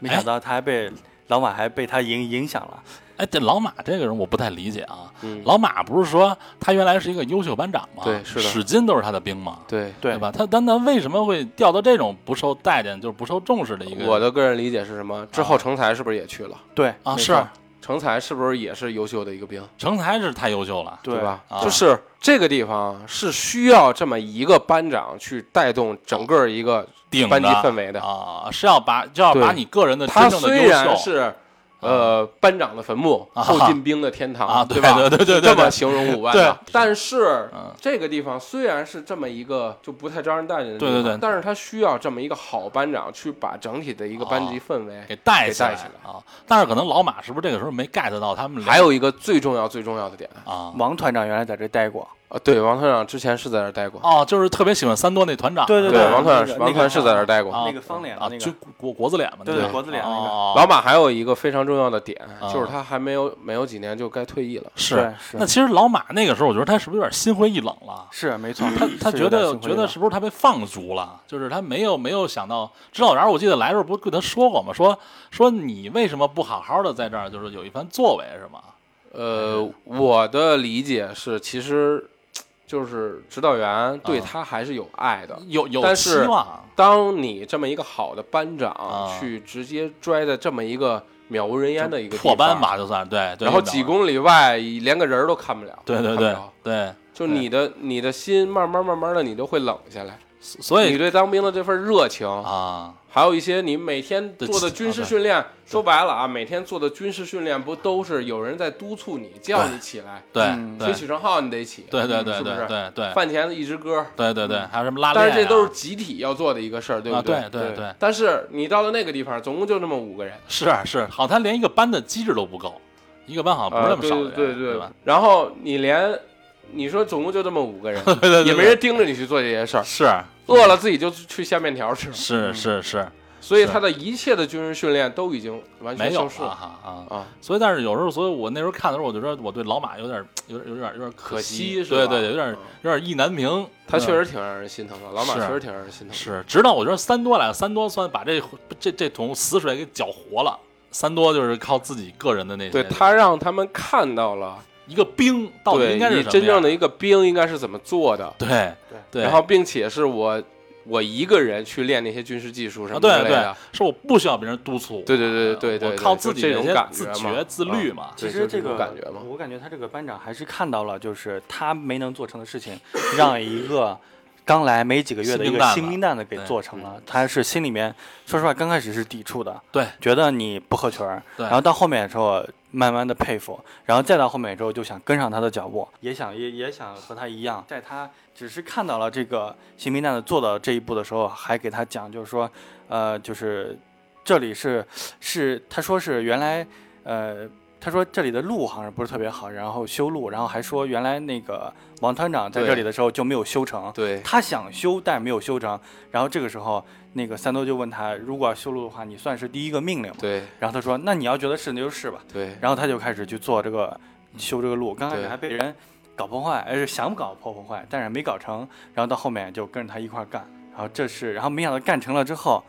Speaker 4: 没
Speaker 3: 哎
Speaker 4: 想到他还被、老马还被他影影响了，
Speaker 3: 哎，这老马这个人我不太理解啊。
Speaker 5: 嗯，
Speaker 3: 老马不是说他原来是一个优秀班长吗？
Speaker 5: 对是的
Speaker 3: 史金都是他的兵嘛，
Speaker 5: 对，
Speaker 4: 对
Speaker 3: 吧？他但他为什么会掉到这种不受待见、就是不受重视的一个？
Speaker 5: 我的个人啊理解是什么？之后成才是不是也去了？
Speaker 4: 对
Speaker 3: 啊
Speaker 4: 没
Speaker 3: 是
Speaker 4: 错
Speaker 5: 成才是不是也是优秀的一个兵，
Speaker 3: 成才是太优秀了，
Speaker 4: 对
Speaker 5: 吧
Speaker 3: 啊？
Speaker 5: 就是这个地方是需要这么一个班长去带动整个一个
Speaker 3: 顶
Speaker 5: 班级
Speaker 3: 着
Speaker 5: 氛围的。
Speaker 3: 啊，是要把就要把
Speaker 5: 对
Speaker 3: 你个人的
Speaker 5: 他
Speaker 3: 呃真正的
Speaker 5: 虽
Speaker 3: 优
Speaker 5: 然
Speaker 3: 秀
Speaker 5: 是呃班长的坟墓，
Speaker 3: 啊
Speaker 5: 后进兵的天堂
Speaker 3: 啊，
Speaker 5: 对
Speaker 3: 对
Speaker 5: 吧？
Speaker 3: 对对对
Speaker 5: 这
Speaker 3: 对
Speaker 5: 么
Speaker 3: 对，
Speaker 5: 形 容五万
Speaker 3: 对
Speaker 5: 的，但是
Speaker 3: 嗯
Speaker 5: 这个地方虽然是这么一个就不太招人待见的地
Speaker 3: 对
Speaker 5: 方，
Speaker 3: 对对
Speaker 5: 但是他需要这么一个好班长去把整体的一个班级氛围。
Speaker 3: 啊给带
Speaker 5: 给
Speaker 3: 起来
Speaker 5: 带起来
Speaker 3: 啊。但是可能老马是不是这个时候没 get 到他们俩
Speaker 5: 还有一个最重要最重要的点
Speaker 3: 啊？
Speaker 4: 王团长原来在这待过，
Speaker 5: 啊，对，王团长之前是在这儿待过，
Speaker 3: 哦，就是特别喜欢三多那团长，
Speaker 4: 对对
Speaker 5: 对，王团
Speaker 4: 那
Speaker 5: 长
Speaker 4: 个
Speaker 5: 王团是在这儿待
Speaker 3: 啊
Speaker 5: 过。
Speaker 4: 那个方脸的
Speaker 3: 啊，
Speaker 4: 那
Speaker 3: 就
Speaker 4: 个，
Speaker 3: 国国字脸嘛，
Speaker 4: 对
Speaker 3: 那
Speaker 4: 对
Speaker 3: 个
Speaker 4: 国字脸那个
Speaker 3: 哦
Speaker 5: 老马还有一个非常重要的点，
Speaker 3: 啊
Speaker 5: 就是他还没有没有几年就该退役了。
Speaker 3: 是
Speaker 4: 对。是
Speaker 3: 那其实老马那个时候，我觉得他是不是有点心灰意冷了？
Speaker 4: 是没错，
Speaker 3: 他他
Speaker 4: 是
Speaker 3: 觉
Speaker 4: 有点
Speaker 3: 得
Speaker 4: 心灰
Speaker 3: 觉
Speaker 4: 意
Speaker 3: 得
Speaker 4: 冷
Speaker 3: 是不是他被放逐了？就是他没有没有想到指导员，我记得来的时候不是跟他说过吗？说说你为什么不好好的在这儿，就是有一番作为是吗？
Speaker 5: 呃，我的理解是，其实就是指导员对他还是有爱的，
Speaker 3: 嗯有有
Speaker 5: 但
Speaker 3: 希
Speaker 5: 是
Speaker 3: 望，
Speaker 5: 当你这么一个好的班长、
Speaker 3: 啊
Speaker 5: 去直接拽在这么一个渺无人烟的一个地
Speaker 3: 破班
Speaker 5: 方，
Speaker 3: 吧就算对，对
Speaker 5: 然后
Speaker 3: 有点
Speaker 5: 几公里外连个人儿都看不了，
Speaker 3: 对对
Speaker 5: 看不
Speaker 3: 对
Speaker 5: 着
Speaker 3: 对，
Speaker 5: 就你的你的心慢慢慢慢的你都会冷下来，
Speaker 3: 所
Speaker 5: 你
Speaker 3: 以
Speaker 5: 对当兵的这份热情，
Speaker 3: 啊，
Speaker 5: 还有一些你每天
Speaker 3: 对
Speaker 5: 做的军事训 练，说白了啊，每天做的军事训练不都是有人在督促你，叫你起来，
Speaker 3: 对
Speaker 4: 嗯
Speaker 3: 对
Speaker 5: 吹起床号你得起，
Speaker 3: 对对对
Speaker 5: 嗯是不
Speaker 3: 对
Speaker 5: 是
Speaker 3: 对对
Speaker 5: 饭前的一支歌，
Speaker 3: 对对对，还有什么拉
Speaker 5: 但
Speaker 3: 练
Speaker 5: 是这都
Speaker 3: 啊
Speaker 5: 是集体要做的一个事儿，对
Speaker 3: 啊
Speaker 5: 不对？
Speaker 3: 对对对
Speaker 5: 但是你到了那个地方，总共就那么五个人，
Speaker 3: 是啊是，好像他连一个班的机制都不够，一个班好哦像不是那么少
Speaker 5: 呃
Speaker 3: 的人，
Speaker 5: 对
Speaker 3: 对
Speaker 5: 对
Speaker 3: 吧？。
Speaker 5: 然后你连你说总共就这么五个 人，也没人盯着你去做这些事儿，
Speaker 3: 是啊
Speaker 5: 饿了自己就去下面条吃。
Speaker 3: 是是是，
Speaker 5: 所以他的一切的军事训练都已经完全
Speaker 3: 没有
Speaker 5: 消失
Speaker 3: 了
Speaker 5: 了
Speaker 3: 哈啊。
Speaker 5: 啊！
Speaker 3: 所以，但是有时候，所以我那时候看的时候，我就说我对老马有点、有点、有点、有点
Speaker 5: 可
Speaker 3: 惜，
Speaker 5: 惜是吧
Speaker 3: 对对，有点
Speaker 5: 嗯、
Speaker 3: 有点意难平。
Speaker 5: 他确
Speaker 3: 嗯
Speaker 5: 实挺让人心疼的，老马
Speaker 3: 是
Speaker 5: 确实挺让人心疼的。
Speaker 3: 是，直到我觉得三多来了，三多算把这这这桶死水给搅活了。三多就是靠自己个人的那些，
Speaker 5: 对他让他们看到了，
Speaker 3: 一个兵到底
Speaker 5: 对
Speaker 3: 应该是
Speaker 5: 你
Speaker 3: 什么
Speaker 5: 真正
Speaker 3: 样
Speaker 5: 的一个兵应该是怎么做的，
Speaker 3: 对对，啊
Speaker 5: 然后并且是我我一个人去练那些军事技术
Speaker 3: 啊，
Speaker 5: 什么
Speaker 3: 对
Speaker 5: 之类
Speaker 3: 对
Speaker 5: 的。，
Speaker 3: 是我不需要别人督促，呃
Speaker 5: 对对对对对对
Speaker 3: 我
Speaker 5: 对，
Speaker 3: 靠
Speaker 5: 就
Speaker 3: 自己
Speaker 5: 这
Speaker 3: 的
Speaker 5: 种
Speaker 3: 一些
Speaker 5: 感
Speaker 3: 自
Speaker 5: 觉啊
Speaker 3: 觉自律嘛
Speaker 5: 对
Speaker 4: 其
Speaker 5: 就
Speaker 4: 实
Speaker 5: 是这
Speaker 4: 这
Speaker 5: 种
Speaker 4: 个
Speaker 5: 感觉嘛，
Speaker 4: 我感觉他这个班长还是看到了，就是他没能做成的事情，让一个刚来没几个月的一
Speaker 3: 新兵
Speaker 4: 个
Speaker 3: 蛋子
Speaker 4: 新兵蛋子给
Speaker 3: 对
Speaker 5: 嗯
Speaker 4: 做成了。他是心里面，说实话，刚开始是抵触的，
Speaker 3: 对，
Speaker 4: 觉得你不合群儿，
Speaker 3: 对
Speaker 4: 然后到后面的时候，慢慢的佩服，然后再到后面之后就想跟上他的脚步，也想也也想和他一样，在他只是看到了这个新兵蛋子做到这一步的时候，还给他讲，就是说，呃，就是这里是是他说是原来呃。他说这里的路好像不是特别好，然后修路，然后还说原来那个王团长在
Speaker 5: 对
Speaker 4: 这里的时候就没有修成，
Speaker 5: 对
Speaker 4: 他想修但没有修成。然后这个时候，那个三多就问他，如果要修路的话，你算是第一个命令吗？
Speaker 5: 对
Speaker 4: 然后他说：“那你要觉得是，那就是吧。
Speaker 5: 对”
Speaker 4: 然后他就开始去做这个修这个路，刚开始
Speaker 5: 对
Speaker 4: 还被人搞破坏，呃，想搞破破坏，但是没搞成。然后到后面就跟着他一块儿干，然后这是，然后没想到干成了之后，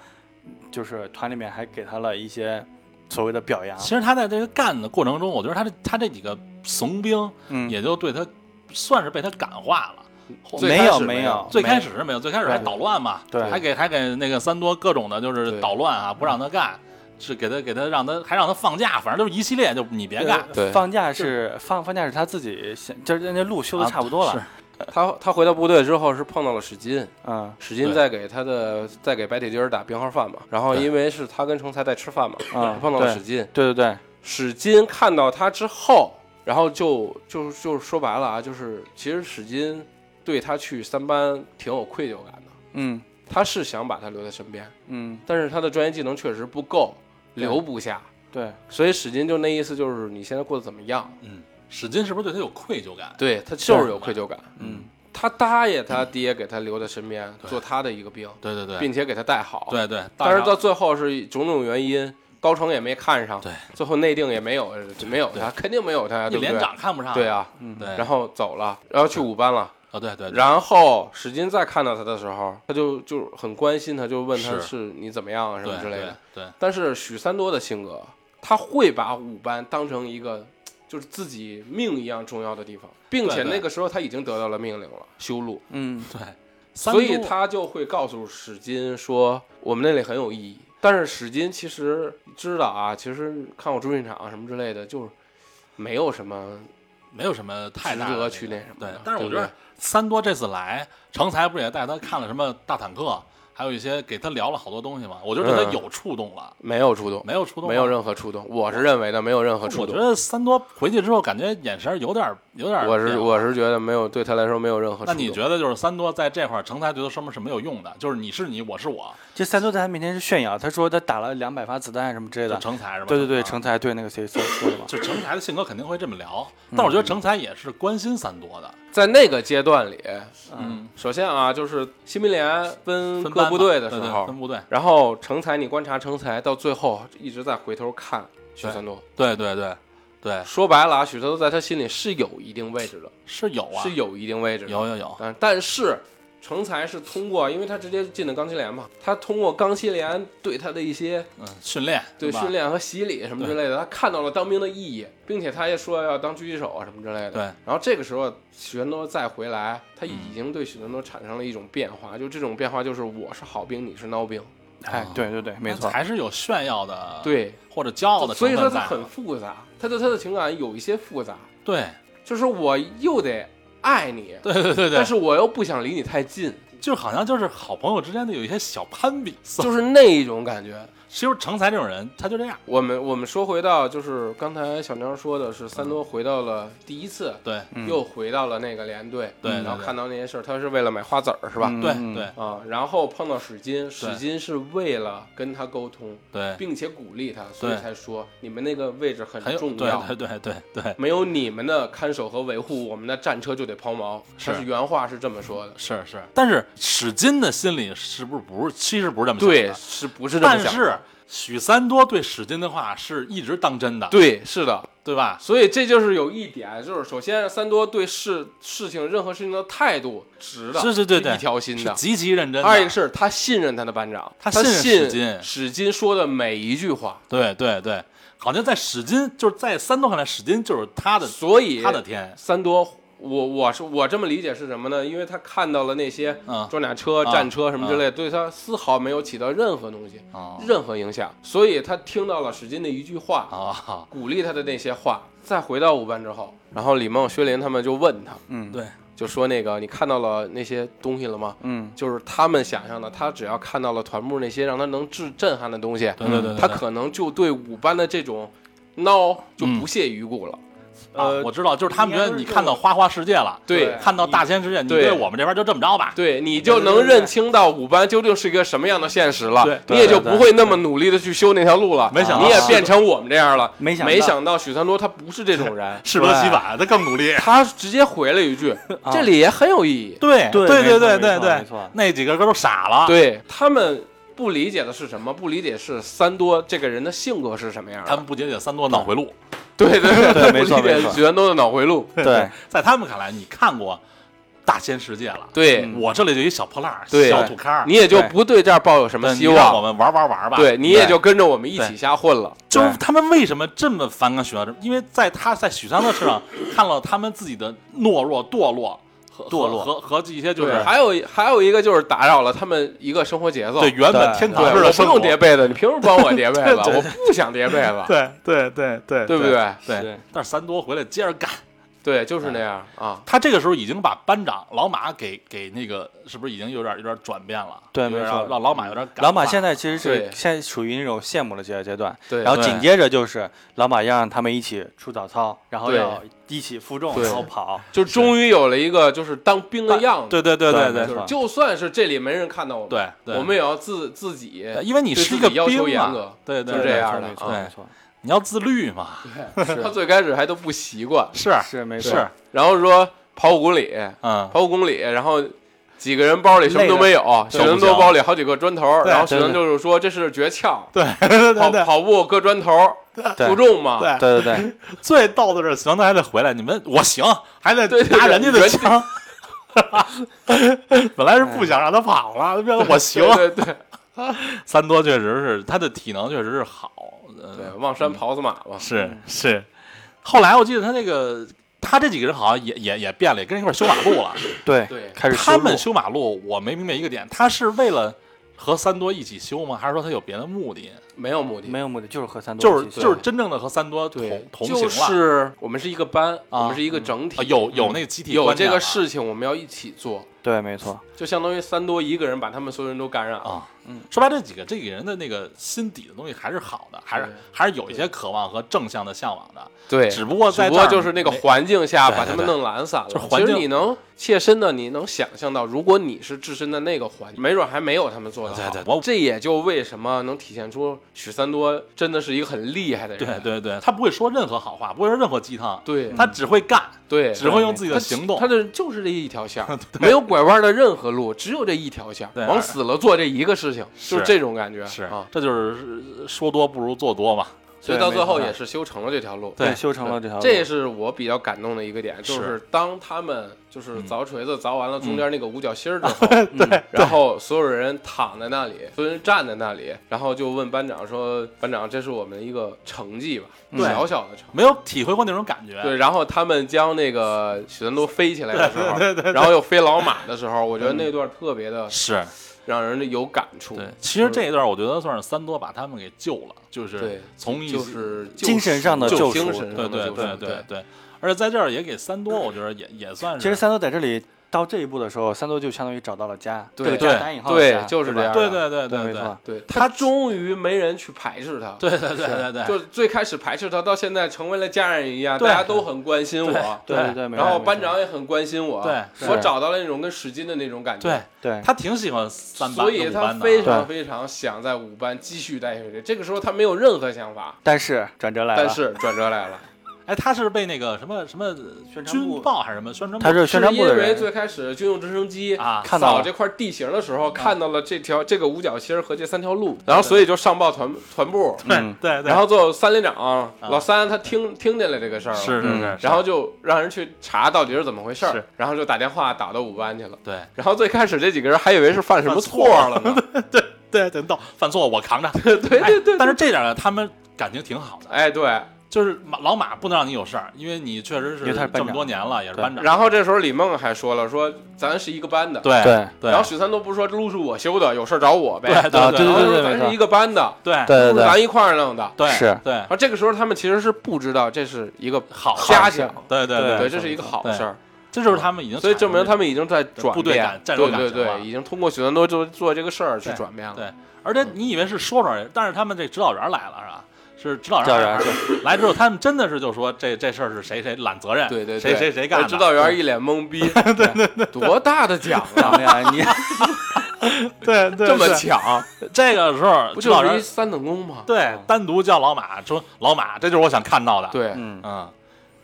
Speaker 4: 就是团里面还给他了一些所谓的表扬。
Speaker 3: 其实他在这个干的过程中，我觉得他这他这几个怂兵
Speaker 4: 嗯，
Speaker 3: 也就对他算是被他感化了。后
Speaker 5: 最
Speaker 4: 没
Speaker 5: 开
Speaker 4: 有
Speaker 5: 始
Speaker 4: 没
Speaker 5: 嗯没
Speaker 4: 有
Speaker 5: 有，
Speaker 3: 最开始是没有，最开始还
Speaker 4: 对
Speaker 3: 捣乱嘛，
Speaker 4: 对
Speaker 3: 还给还给那个三多各种的就是
Speaker 5: 对嗯
Speaker 3: 捣乱啊，不让他干，是给他给他让他还让他放假，反正就是一系列，就你别干。
Speaker 5: 对，
Speaker 4: 放假是放放假是他自己先，就是人家路修的
Speaker 3: 啊
Speaker 4: 差不多了，
Speaker 3: 是
Speaker 5: 他他回到部队之后是碰到了史金，
Speaker 4: 嗯
Speaker 5: 史金
Speaker 3: 对
Speaker 5: 在给他的在给白铁军儿打病号饭嘛，然后因为是他跟成才在吃饭嘛，
Speaker 4: 嗯
Speaker 3: 啊
Speaker 5: 他碰到了
Speaker 4: 对
Speaker 5: 史金，
Speaker 4: 对对对，
Speaker 5: 史金看到他之后，然后就就就说白了啊，就是其实史金对他去三班挺有愧疚感的，
Speaker 4: 嗯
Speaker 5: 他是想把他留在身边，
Speaker 4: 嗯
Speaker 5: 但是他的专业技能确实不够，
Speaker 4: 对
Speaker 5: 留不下，
Speaker 4: 对，
Speaker 5: 所以史金就那意思就是你现在过得怎么样？
Speaker 3: 嗯，史金是不是对他有愧疚感？
Speaker 5: 对他就是有愧疚感，
Speaker 4: 嗯
Speaker 5: 他答应他爹给他留在身边做他的一个兵，
Speaker 3: 对对对
Speaker 5: 并且给他带好，
Speaker 3: 对对，
Speaker 5: 但是
Speaker 3: 上
Speaker 5: 到最后是种种原因，高成也没看上，
Speaker 3: 对，
Speaker 5: 最后内定也没有，就没有他，肯定没有他呀，
Speaker 3: 你
Speaker 5: 对不对
Speaker 3: 连长看不上，
Speaker 5: 对啊，
Speaker 3: 对，
Speaker 5: 然后走了，然后去五班了，
Speaker 3: 啊对对，对
Speaker 5: 然后史金再看到他的时候，他就就很关心他，就问他
Speaker 3: 是
Speaker 5: 是你怎么样啊什么
Speaker 3: 对
Speaker 5: 之类
Speaker 3: 对
Speaker 5: 的。
Speaker 3: 对，
Speaker 5: 但是许三多的性格，他会把五班当成一个。就是自己命一样重要的地方，并
Speaker 3: 对
Speaker 5: 且
Speaker 3: 对
Speaker 5: 那个时候他已经得到了命令了，修路，
Speaker 4: 嗯
Speaker 3: 三
Speaker 5: 所以
Speaker 3: 多
Speaker 5: 他就会告诉史金说，我们那里很有意义。但是史金其实知道啊，其实看我朱训场啊什么之类的，就是没有什么
Speaker 3: 没有什么太大
Speaker 5: 值
Speaker 3: 的
Speaker 5: 得
Speaker 3: 那
Speaker 5: 去
Speaker 3: 个
Speaker 5: 那什么
Speaker 3: 对
Speaker 5: 的，
Speaker 3: 但是我觉
Speaker 5: 对不
Speaker 3: 得三多这次来，成才不是也带他看了什么大坦克，还有一些给他聊了好多东西嘛，我觉得对他
Speaker 5: 嗯
Speaker 3: 有触动了，
Speaker 5: 没有触动，
Speaker 3: 没有触动，
Speaker 5: 没有任何触动。我是认为的，没有任何触
Speaker 3: 我觉
Speaker 5: 动。
Speaker 3: 得三多回去之后，感觉眼神有点儿有点儿
Speaker 5: 我是
Speaker 3: 变化
Speaker 5: 我是觉得没有对他来说没有任何触
Speaker 3: 那
Speaker 5: 动。
Speaker 3: 你觉得就是三多在这块儿，成才觉得什么是没有用的？就是你是你，我是我，
Speaker 4: 这三多在他面前是炫耀，他说他打了两百发子弹什么之类
Speaker 3: 就
Speaker 4: 的。
Speaker 3: 成才是吧？
Speaker 4: 对对对，
Speaker 3: 啊
Speaker 4: 成才对那个谁说说的嘛？
Speaker 3: 就成才的性格肯定会这么聊，但我觉得
Speaker 5: 嗯
Speaker 3: 成才也是关心三多的，
Speaker 5: 在那个阶段里，
Speaker 3: 嗯，
Speaker 5: 首先啊，就是新兵连分
Speaker 3: 分班
Speaker 5: 各
Speaker 3: 嘛
Speaker 5: 部队的时
Speaker 3: 对对
Speaker 5: 候
Speaker 3: 分，部队，
Speaker 5: 然后成才，你观察成才到最后一直在回头看许三多。
Speaker 3: 对对对对，
Speaker 5: 说白了啊，许三多在他心里是有一定位置的。
Speaker 3: 是有啊，
Speaker 5: 是有一定位置的。
Speaker 3: 有有有，
Speaker 5: 但但是成才是通过，因为他直接进的钢七连嘛，他通过钢七连对他的一些
Speaker 3: 嗯，训练
Speaker 5: 对
Speaker 3: 吧
Speaker 5: 训，练和洗礼什么之类的，他看到了当兵的意义，并且他也说要当狙击手啊什么之类的。
Speaker 3: 对嗯
Speaker 5: 然后这个时候许三多再回来，他已经对许三多产生了一种变化，就这种变化就是我是好兵，你是孬兵。
Speaker 4: 哎，对对对，没
Speaker 3: 那
Speaker 4: 错。
Speaker 3: 还是有炫耀的，，
Speaker 5: 对，
Speaker 3: 或者骄傲的
Speaker 5: 所以
Speaker 3: 成
Speaker 5: 说
Speaker 3: 分
Speaker 5: 他
Speaker 3: 在，
Speaker 5: 很复杂，他对他的情感有一些复杂，
Speaker 3: 对
Speaker 5: 就是我又得爱你，
Speaker 3: 对对对
Speaker 5: 但
Speaker 3: 对，
Speaker 5: 是我又不想离你太近，
Speaker 3: 就好像就是好朋友之间的有一些小攀比，
Speaker 5: 就是那一种感觉。
Speaker 3: 其实成才这种人他就这样，
Speaker 5: 我们我们说回到就是刚才小张说的是
Speaker 3: 嗯
Speaker 5: 三多回到了第一次，
Speaker 3: 对
Speaker 5: 又回到了那个连队，
Speaker 3: 嗯对对
Speaker 5: 然后
Speaker 3: 对
Speaker 5: 看到那些事儿，他是为了买花籽儿是吧？
Speaker 3: 对
Speaker 4: 嗯
Speaker 3: 对
Speaker 5: 啊，然后碰到史金，史金是为了跟他沟通，
Speaker 3: 对，
Speaker 5: 并且鼓励他，所以
Speaker 3: 对
Speaker 5: 才说你们那个位置很
Speaker 3: 很有
Speaker 5: 重
Speaker 3: 对
Speaker 5: 要，嗯
Speaker 3: 对对对对
Speaker 5: 没有你们的看守和维护，我们的战车就得抛锚。
Speaker 3: 是
Speaker 5: 他是原话是这么说的，
Speaker 3: 是是，但是史金的心里是不是不是其实不是这么想的
Speaker 5: 对，是不是这么
Speaker 3: 但
Speaker 5: 想的？
Speaker 3: 是许三多对史金的话是一直当真的，
Speaker 5: 对，是的，
Speaker 3: 对吧？
Speaker 5: 所以这就是有一点，就是首先三多对事事情任何事情的态度直的，
Speaker 3: 是是对对，
Speaker 5: 一条心
Speaker 3: 是
Speaker 5: 的。
Speaker 3: 极其认真的。
Speaker 5: 二一个是他信任他的班长，
Speaker 3: 他
Speaker 5: 信
Speaker 3: 信任史金
Speaker 5: 史金说的每一句话，
Speaker 3: 对对对，好像在史金就是在三多看来，史金就是他的
Speaker 5: 所以
Speaker 3: 他的天，
Speaker 5: 三多我我是我这么理解是什么呢？因为他看到了那些
Speaker 3: 嗯
Speaker 5: 装甲车、
Speaker 3: 啊
Speaker 5: 战车什么之类的，对他丝毫没有起到任何东西、
Speaker 3: 哦
Speaker 5: 任何影响，所以他听到了史金的一句话，
Speaker 3: 啊，
Speaker 5: 鼓励他的那些话。再回到五班之后，然后李梦、薛林他们就问他，
Speaker 4: 嗯，
Speaker 3: 对，
Speaker 5: 就说那个你看到了那些东西了吗？
Speaker 4: 嗯，
Speaker 5: 就是他们想象的，他只要看到了团木那些让他能震震撼的东西，
Speaker 3: 对对对对
Speaker 5: 他可能就对五班的这种孬就
Speaker 3: 嗯
Speaker 5: 不屑一顾了。
Speaker 3: 啊
Speaker 4: 呃，
Speaker 3: 我知道，就是他们觉得你看到花花世界了，
Speaker 5: 对
Speaker 3: 看到大千世界，你
Speaker 5: 对
Speaker 3: 对我们这边就这么着吧，
Speaker 5: 对你就能认清到五班究竟是一个什么样的现实了，
Speaker 3: 对
Speaker 5: 你也就不会那么努力的去修那条路了。啊
Speaker 3: 没想到
Speaker 5: 你也变成我们这样了。
Speaker 4: 没想到
Speaker 5: 没想到许三多他不是这种人，
Speaker 3: 适得其反，他更努力。
Speaker 5: 他直接回了一句：“这里也很有意义。
Speaker 3: 对对对
Speaker 4: 对没错
Speaker 3: 对
Speaker 4: 没
Speaker 3: 对
Speaker 4: 错
Speaker 3: 对
Speaker 4: 没错
Speaker 3: 那几个哥都傻了，
Speaker 5: 对啊他们不理解的是什么？不理解是三多这个人的性格是什么样
Speaker 3: 他
Speaker 5: 的。
Speaker 3: 们不解解三多脑回路，
Speaker 5: 对对对
Speaker 4: 对
Speaker 5: 他
Speaker 4: 没错
Speaker 5: 不理解
Speaker 4: 没错
Speaker 5: 许三多的脑回路。
Speaker 4: 对，
Speaker 3: 在他们看来，你看过大千世界了，
Speaker 5: 对
Speaker 3: 我这里就一小破烂儿
Speaker 5: 对，
Speaker 3: 小土坑儿，
Speaker 5: 你也就不对这儿抱有什么
Speaker 3: 对你
Speaker 5: 希
Speaker 3: 让我
Speaker 5: 望。
Speaker 3: 们玩玩玩吧。
Speaker 5: 对，你也就跟着我们一
Speaker 3: 对
Speaker 5: 起瞎混了。
Speaker 3: 就
Speaker 4: 对
Speaker 3: 他们为什么这么反感许三多？因为在他在许三多身上看到他们自己的懦弱、堕落和
Speaker 4: 堕落
Speaker 3: 和和和一些就
Speaker 5: 对，
Speaker 3: 是
Speaker 5: 还有一还有一个就是打扰了他们一个生活节奏。
Speaker 3: 对原本
Speaker 4: 对
Speaker 3: 天
Speaker 5: 对，
Speaker 3: 堂式
Speaker 5: 我
Speaker 3: 的
Speaker 5: 不
Speaker 3: 生活
Speaker 5: 用。叠被子，你凭什么 帮我叠被
Speaker 3: 对
Speaker 5: 子？
Speaker 3: 对
Speaker 5: 我不想叠被 子，
Speaker 1: 对对对对
Speaker 5: 对不对？
Speaker 3: 对
Speaker 4: 是，
Speaker 3: 但是三多回来接着干，
Speaker 5: 对，就是那样啊。
Speaker 3: 他这个时候已经把班长老马给给那个是不是已经有点有点转变了？
Speaker 4: 对
Speaker 3: 有点
Speaker 4: 没错
Speaker 3: 让让老马有点感化。
Speaker 4: 老马现在其实
Speaker 5: 对
Speaker 4: 是现在属于那种羡慕的阶段阶段，
Speaker 5: 对
Speaker 4: 然后
Speaker 3: 对
Speaker 4: 紧接着就是老马要让他们一起出早操，然后
Speaker 5: 对
Speaker 4: 要一起负重，
Speaker 5: 对
Speaker 4: 然后跑，
Speaker 5: 就终于有了一个就是当兵的样子。
Speaker 3: 对对对
Speaker 4: 对
Speaker 3: 对
Speaker 4: 没
Speaker 3: 对
Speaker 4: 错
Speaker 5: 就算是这里没人看到我们，
Speaker 3: 对对
Speaker 5: 我们也要自自己，
Speaker 3: 对，因为你
Speaker 5: 对
Speaker 3: 是
Speaker 5: 自
Speaker 3: 一个
Speaker 5: 己要求
Speaker 3: 兵
Speaker 5: 严
Speaker 3: 嘛
Speaker 5: 格，
Speaker 3: 对对
Speaker 5: 就
Speaker 3: 对
Speaker 5: 这样的
Speaker 4: 没
Speaker 5: 啊
Speaker 4: 错没错，
Speaker 3: 你要自律嘛，
Speaker 5: 他最开始还都不习惯，
Speaker 3: 是
Speaker 4: 是没错，
Speaker 3: 是，
Speaker 5: 然后说跑五公里，
Speaker 1: 啊
Speaker 3: 嗯，
Speaker 5: 跑五公里，然后几个人包里什么都没有，许
Speaker 3: 对
Speaker 5: 能多包里好几个砖头，
Speaker 1: 对
Speaker 5: 然后许
Speaker 4: 对
Speaker 5: 能
Speaker 4: 对
Speaker 5: 就是说这是诀窍，
Speaker 1: 对对
Speaker 5: 跑
Speaker 1: 对对
Speaker 5: 跑步搁砖头，
Speaker 4: 对
Speaker 5: 负重嘛，
Speaker 1: 对
Speaker 4: 对对对，
Speaker 3: 最逗的是，许光德还得回来，你们我行，还得
Speaker 5: 对对
Speaker 3: 拿人家的
Speaker 5: 人家
Speaker 3: 枪。 本来是不想让他跑了，变成我行。
Speaker 5: 对对对
Speaker 3: 三多确实是他的体能确实是好，
Speaker 5: 对，
Speaker 3: 呃，
Speaker 5: 望山跑死马嘛，
Speaker 3: 是是。嗯后来我记得他那个他这几个人好像也也也变了，也跟人一块儿修马路 了。
Speaker 4: 对
Speaker 5: 对
Speaker 4: 开始
Speaker 3: 他
Speaker 4: 修路
Speaker 3: 们修马路，我没明白一个点，他是为了和三多一起修吗？还是说他有别的目的？
Speaker 5: 没有目的，
Speaker 4: 没有目的，就是和三多
Speaker 3: 就
Speaker 4: 一
Speaker 3: 是
Speaker 4: 起
Speaker 3: 就是真正的和三多同
Speaker 5: 对，
Speaker 3: 同行
Speaker 5: 就
Speaker 3: 了，
Speaker 5: 是我们是一个班，
Speaker 3: 啊
Speaker 5: 我们是一个整体
Speaker 3: 啊，有有那个集体
Speaker 5: 有
Speaker 3: 观
Speaker 5: 这
Speaker 3: 念
Speaker 5: 个
Speaker 3: 了
Speaker 5: 事情我们要一起做，
Speaker 4: 对没错，
Speaker 5: 就相当于三多一个人把他们所有人都感染了。
Speaker 3: 啊，嗯，说白了，这几个这几个人的那个心底的东西还是好的，还是
Speaker 5: 对
Speaker 3: 还是有一些渴望和正向的向往的，
Speaker 5: 对
Speaker 3: 只不过
Speaker 5: 只
Speaker 3: 在
Speaker 5: 不
Speaker 3: 这儿
Speaker 5: 过就是那个
Speaker 3: 没
Speaker 5: 环境下
Speaker 3: 对对
Speaker 5: 把他们弄懒散了。
Speaker 3: 就是环境
Speaker 5: 其实你能切身的，你能想象到，如果你是置身在那个环境，没准还没有他们做的好。
Speaker 3: 对对对
Speaker 5: 这也就为什么能体现出许三多真的是一个很厉害的人。
Speaker 3: 对对对，他不会说任何好话，不会说任何鸡汤，
Speaker 5: 对嗯
Speaker 3: 他只会干，
Speaker 5: 对，
Speaker 3: 只会用自己的
Speaker 5: 他
Speaker 3: 行动
Speaker 5: 他，的就是这一条 线儿，没有拐弯的任何路，只有这一条线儿，
Speaker 3: 对
Speaker 5: 往死了做这一个事情，就是
Speaker 3: 是
Speaker 5: 这种感觉。
Speaker 3: 是
Speaker 5: 啊，，
Speaker 3: 这就是呃说多不如做多嘛，
Speaker 5: 所以到
Speaker 4: 对
Speaker 5: 最后
Speaker 4: 没错
Speaker 5: 也是修成了这条路。
Speaker 3: 对
Speaker 4: 修成了这条路，
Speaker 5: 这也是我比较感动的一个点，就是
Speaker 3: 是
Speaker 5: 当他们就是凿锤子凿完了中间那个五角星儿之后，对，然后所有人躺在那里，所有人站在那里，然后就问班长说：“班长，这是我们一个成绩吧？
Speaker 3: 对
Speaker 5: 小小的成绩。”
Speaker 3: 没有体会过那种感觉，
Speaker 5: 对，然后他们将那个许三多飞起来的时候，然后又飞老马的时候，我觉得那段特别的
Speaker 3: 是
Speaker 5: 让人有感触。
Speaker 3: 对。其实这一段我觉得算是三多把他们给救了，就
Speaker 5: 嗯对
Speaker 3: 是从一
Speaker 5: 就是
Speaker 4: 精神上的
Speaker 5: 救
Speaker 4: 救赎
Speaker 5: 精神上
Speaker 3: 对
Speaker 5: 的
Speaker 3: 对
Speaker 5: 救赎
Speaker 3: 对对对，而且在这儿也给三多，我觉得也也算是
Speaker 4: 其实三多在这里到这一步的时候，三多就相当于找到了家，
Speaker 5: 对
Speaker 4: 这个家
Speaker 3: 对
Speaker 4: 打引号的家
Speaker 5: 对，就是这
Speaker 4: 吧
Speaker 5: 样的。
Speaker 3: 对对对
Speaker 4: 对
Speaker 3: 对
Speaker 4: 没错，
Speaker 5: 对，他终于没人去排斥他。
Speaker 3: 对对对对对，
Speaker 5: 就最开始排斥他，到现在成为了家人一样，大
Speaker 3: 对
Speaker 5: 家都很关心我。
Speaker 4: 对对对，没
Speaker 5: 然后
Speaker 4: 错
Speaker 5: 班长也很关心我，
Speaker 3: 对
Speaker 5: 我
Speaker 4: 是
Speaker 5: 找到了那种跟史金的那种感觉，
Speaker 3: 对，
Speaker 4: 对
Speaker 3: 他挺喜欢三班
Speaker 5: 所以
Speaker 3: 跟五
Speaker 5: 他
Speaker 3: 班的
Speaker 5: 非
Speaker 3: 啊，
Speaker 5: 常非常想在五班继续待下去。这个时候他没有任何想法，
Speaker 4: 但是转折来了，
Speaker 5: 但是转折来了，
Speaker 3: 哎，他是被那个什么什么
Speaker 4: 宣传部
Speaker 3: 军报还是什么宣传部？
Speaker 4: 他是 宣传部的
Speaker 5: 是因为
Speaker 4: 人
Speaker 5: 最开始军用直升机
Speaker 3: 啊
Speaker 4: 看到
Speaker 5: 扫
Speaker 4: 了
Speaker 5: 这块地形的时候，看到了这条这个五角星儿和这三条路，然后所以就上报团团部，
Speaker 3: 对对对，
Speaker 5: 嗯然后最后三连长老三他听听见了这个事儿了，
Speaker 3: 是是啊是
Speaker 4: 嗯，
Speaker 5: 然后就让人去查到底是怎么回事儿
Speaker 3: 是，
Speaker 5: 然后就打电话打到五班去了。
Speaker 3: 对
Speaker 5: 然后最开始这几个人还以为是犯什么
Speaker 3: 犯
Speaker 5: 错
Speaker 3: 错
Speaker 5: 了 呢，
Speaker 1: 对，等到
Speaker 3: 犯错我扛着，
Speaker 5: 对对对
Speaker 3: 哎哎但是这点呢，他们感情挺好的，
Speaker 5: 哎对，
Speaker 3: 就是马老马不能让你有事儿，因为你确实是
Speaker 4: 因为他是班
Speaker 3: 这么
Speaker 4: 长
Speaker 3: 多年了，也是
Speaker 4: 对
Speaker 3: 班长。
Speaker 5: 然后这时候李梦还说了，说咱是一个班的，
Speaker 3: 对
Speaker 4: 对
Speaker 3: 对，
Speaker 5: 然后许三多不是说这路是我修的，有事儿找我呗，
Speaker 3: 对
Speaker 4: 啊
Speaker 3: 对
Speaker 4: 对
Speaker 5: 然后
Speaker 4: 对
Speaker 5: 说
Speaker 4: 对
Speaker 5: 咱
Speaker 4: 没
Speaker 5: 是
Speaker 4: 错
Speaker 5: 一个班的，
Speaker 3: 对对
Speaker 4: 对
Speaker 5: 不是
Speaker 4: 对
Speaker 5: 咱一块儿弄的。
Speaker 3: 对
Speaker 4: 是
Speaker 3: 对
Speaker 5: 然后这个时候他们其实是不知道这是一个好
Speaker 3: 好
Speaker 5: 嘉
Speaker 3: 事
Speaker 5: 奖，
Speaker 3: 对对
Speaker 4: 对
Speaker 5: 对，这是一个好事儿，
Speaker 3: 这就是他们已经
Speaker 5: 所以证明他
Speaker 3: 们。
Speaker 5: 们已经在转
Speaker 3: 部队
Speaker 5: 变
Speaker 3: 感战斗感
Speaker 5: 对对
Speaker 3: 强化
Speaker 5: 对，已经通过许三多做做这个事儿去
Speaker 3: 对
Speaker 5: 转变了。
Speaker 3: 对，而且你以为是说说而已，但是他们这指导员来了是吧？是指导
Speaker 4: 教员
Speaker 3: 员来之后，他们真的是就说这这事儿是谁谁揽责任，
Speaker 5: 对对，
Speaker 3: 谁
Speaker 5: 对
Speaker 3: 谁谁干的，
Speaker 5: 指导
Speaker 4: 嗯
Speaker 5: 员一脸懵 逼，对对对， 多大的奖啊，
Speaker 4: 哎呀，你对 对
Speaker 5: 这么 抢，
Speaker 3: 这个时候
Speaker 5: 不
Speaker 3: 指导
Speaker 5: 就是一
Speaker 3: 员
Speaker 5: 三等功吗？
Speaker 3: 对单独叫老马说老马，这就是我想看到的。，
Speaker 5: 对，
Speaker 4: 嗯，
Speaker 3: 嗯，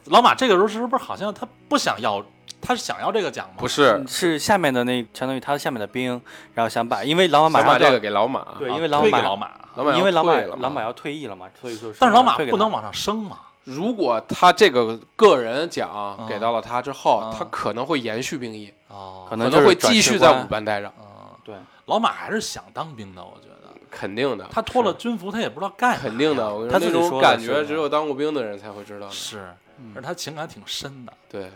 Speaker 3: 老马这个时候是不是好像他不想要，他是想要这个奖吗？
Speaker 5: 不是，
Speaker 4: 是下面的那相当于他下面的兵，然后想把，因为老马
Speaker 5: 想
Speaker 4: 马
Speaker 5: 把
Speaker 4: 上
Speaker 5: 这
Speaker 4: 就
Speaker 5: 个给老马，
Speaker 4: 对，
Speaker 3: 啊
Speaker 4: 因为
Speaker 3: 推给
Speaker 4: 马
Speaker 3: 老马，
Speaker 5: 老马
Speaker 4: 因为老马
Speaker 5: 退了嘛
Speaker 4: 老马要退役了嘛，所以说
Speaker 3: 但是老马
Speaker 4: 退给
Speaker 3: 不能往上升嘛。
Speaker 5: 如果他这个个人
Speaker 4: 嗯
Speaker 5: 奖给到了他之后
Speaker 3: 嗯，
Speaker 5: 他可能会延续兵役，
Speaker 3: 哦，
Speaker 4: 可
Speaker 5: 可
Speaker 4: 能
Speaker 5: 能
Speaker 4: 就
Speaker 5: 会
Speaker 4: 是转
Speaker 5: 继
Speaker 4: 士
Speaker 5: 续在
Speaker 4: 官
Speaker 5: 五班待着，
Speaker 3: 嗯，
Speaker 4: 对，
Speaker 3: 老马还是想当兵的，我觉得
Speaker 5: 肯定的，
Speaker 3: 他脱了军服，他也不知道干啥呀
Speaker 5: 肯定的，我跟你
Speaker 4: 哎他
Speaker 5: 说
Speaker 4: 自己
Speaker 5: 那
Speaker 4: 说
Speaker 5: 种
Speaker 4: 的
Speaker 5: 感
Speaker 4: 是
Speaker 5: 觉
Speaker 4: 吗
Speaker 5: 只有当过兵的人才会知道的，
Speaker 3: 是，
Speaker 4: 嗯
Speaker 3: 而他情感挺深的。
Speaker 5: 对，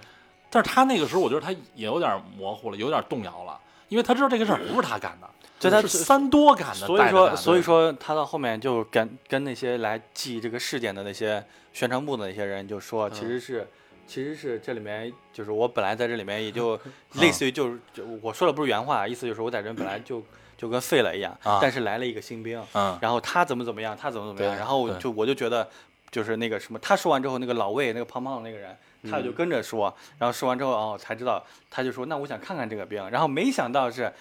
Speaker 3: 但是他那个时候，我觉得他也有点模糊了，有点动摇了，因为他知道这个事儿不是他干的，
Speaker 4: 就他
Speaker 3: 是三多干的。
Speaker 4: 所
Speaker 3: 带着干
Speaker 4: 以说，
Speaker 3: 的
Speaker 4: 所以说他到后面就跟跟那些来记这个事件的那些宣传部的那些人就说，
Speaker 3: 嗯
Speaker 4: 其实是、其实是这里面就是我本来在这里面 也就
Speaker 3: 嗯
Speaker 4: 类似于就是、就我说的不是原话，意思就是我在这本来就就跟废了一样，
Speaker 3: 啊
Speaker 4: 但是来了一个新兵，
Speaker 3: 嗯
Speaker 4: 然后他怎么怎么样，他怎么怎么样，
Speaker 5: 对
Speaker 4: 然后我
Speaker 3: 对
Speaker 4: 就我就觉得就是那个什么，他说完之后，那个老魏那个胖胖的那个人，他
Speaker 3: 嗯
Speaker 4: 就跟着说，然后说完之后哦，才知道他就说那我想看看这个兵，然后没想到是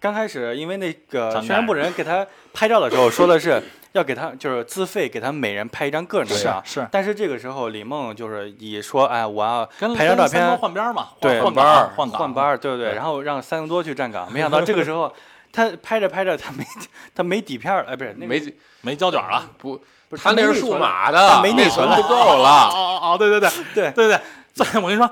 Speaker 4: 刚开始因为那个
Speaker 3: 张
Speaker 4: 宣传部人给他拍照的时候说的是。要给他就是自费给他每人拍一张个人的
Speaker 3: 是
Speaker 4: 照，
Speaker 3: 是
Speaker 4: 但是这个时候李梦就是以说，哎，我要
Speaker 3: 跟
Speaker 4: 拍张照
Speaker 3: 跟三多
Speaker 4: 片，
Speaker 3: 换边儿嘛，换
Speaker 4: 对
Speaker 3: 换
Speaker 4: 班
Speaker 3: 班
Speaker 4: 换
Speaker 3: 换岗
Speaker 4: 班儿，对不对？然后让三更多去站岗，没想到这个时 候他拍着拍着他没他没底片儿，哎，不是那个
Speaker 5: 没
Speaker 3: 没胶卷了。
Speaker 5: 不，
Speaker 4: 不是
Speaker 5: 他
Speaker 4: 他
Speaker 5: 那
Speaker 4: 没
Speaker 5: 是
Speaker 4: 内
Speaker 5: 数
Speaker 4: 存
Speaker 5: 码
Speaker 4: 他
Speaker 5: 的，
Speaker 4: 没内存
Speaker 5: 不够
Speaker 3: 哦
Speaker 5: 了，
Speaker 3: 哦哦，对 对对
Speaker 4: 对
Speaker 3: 对对，所以我跟你说，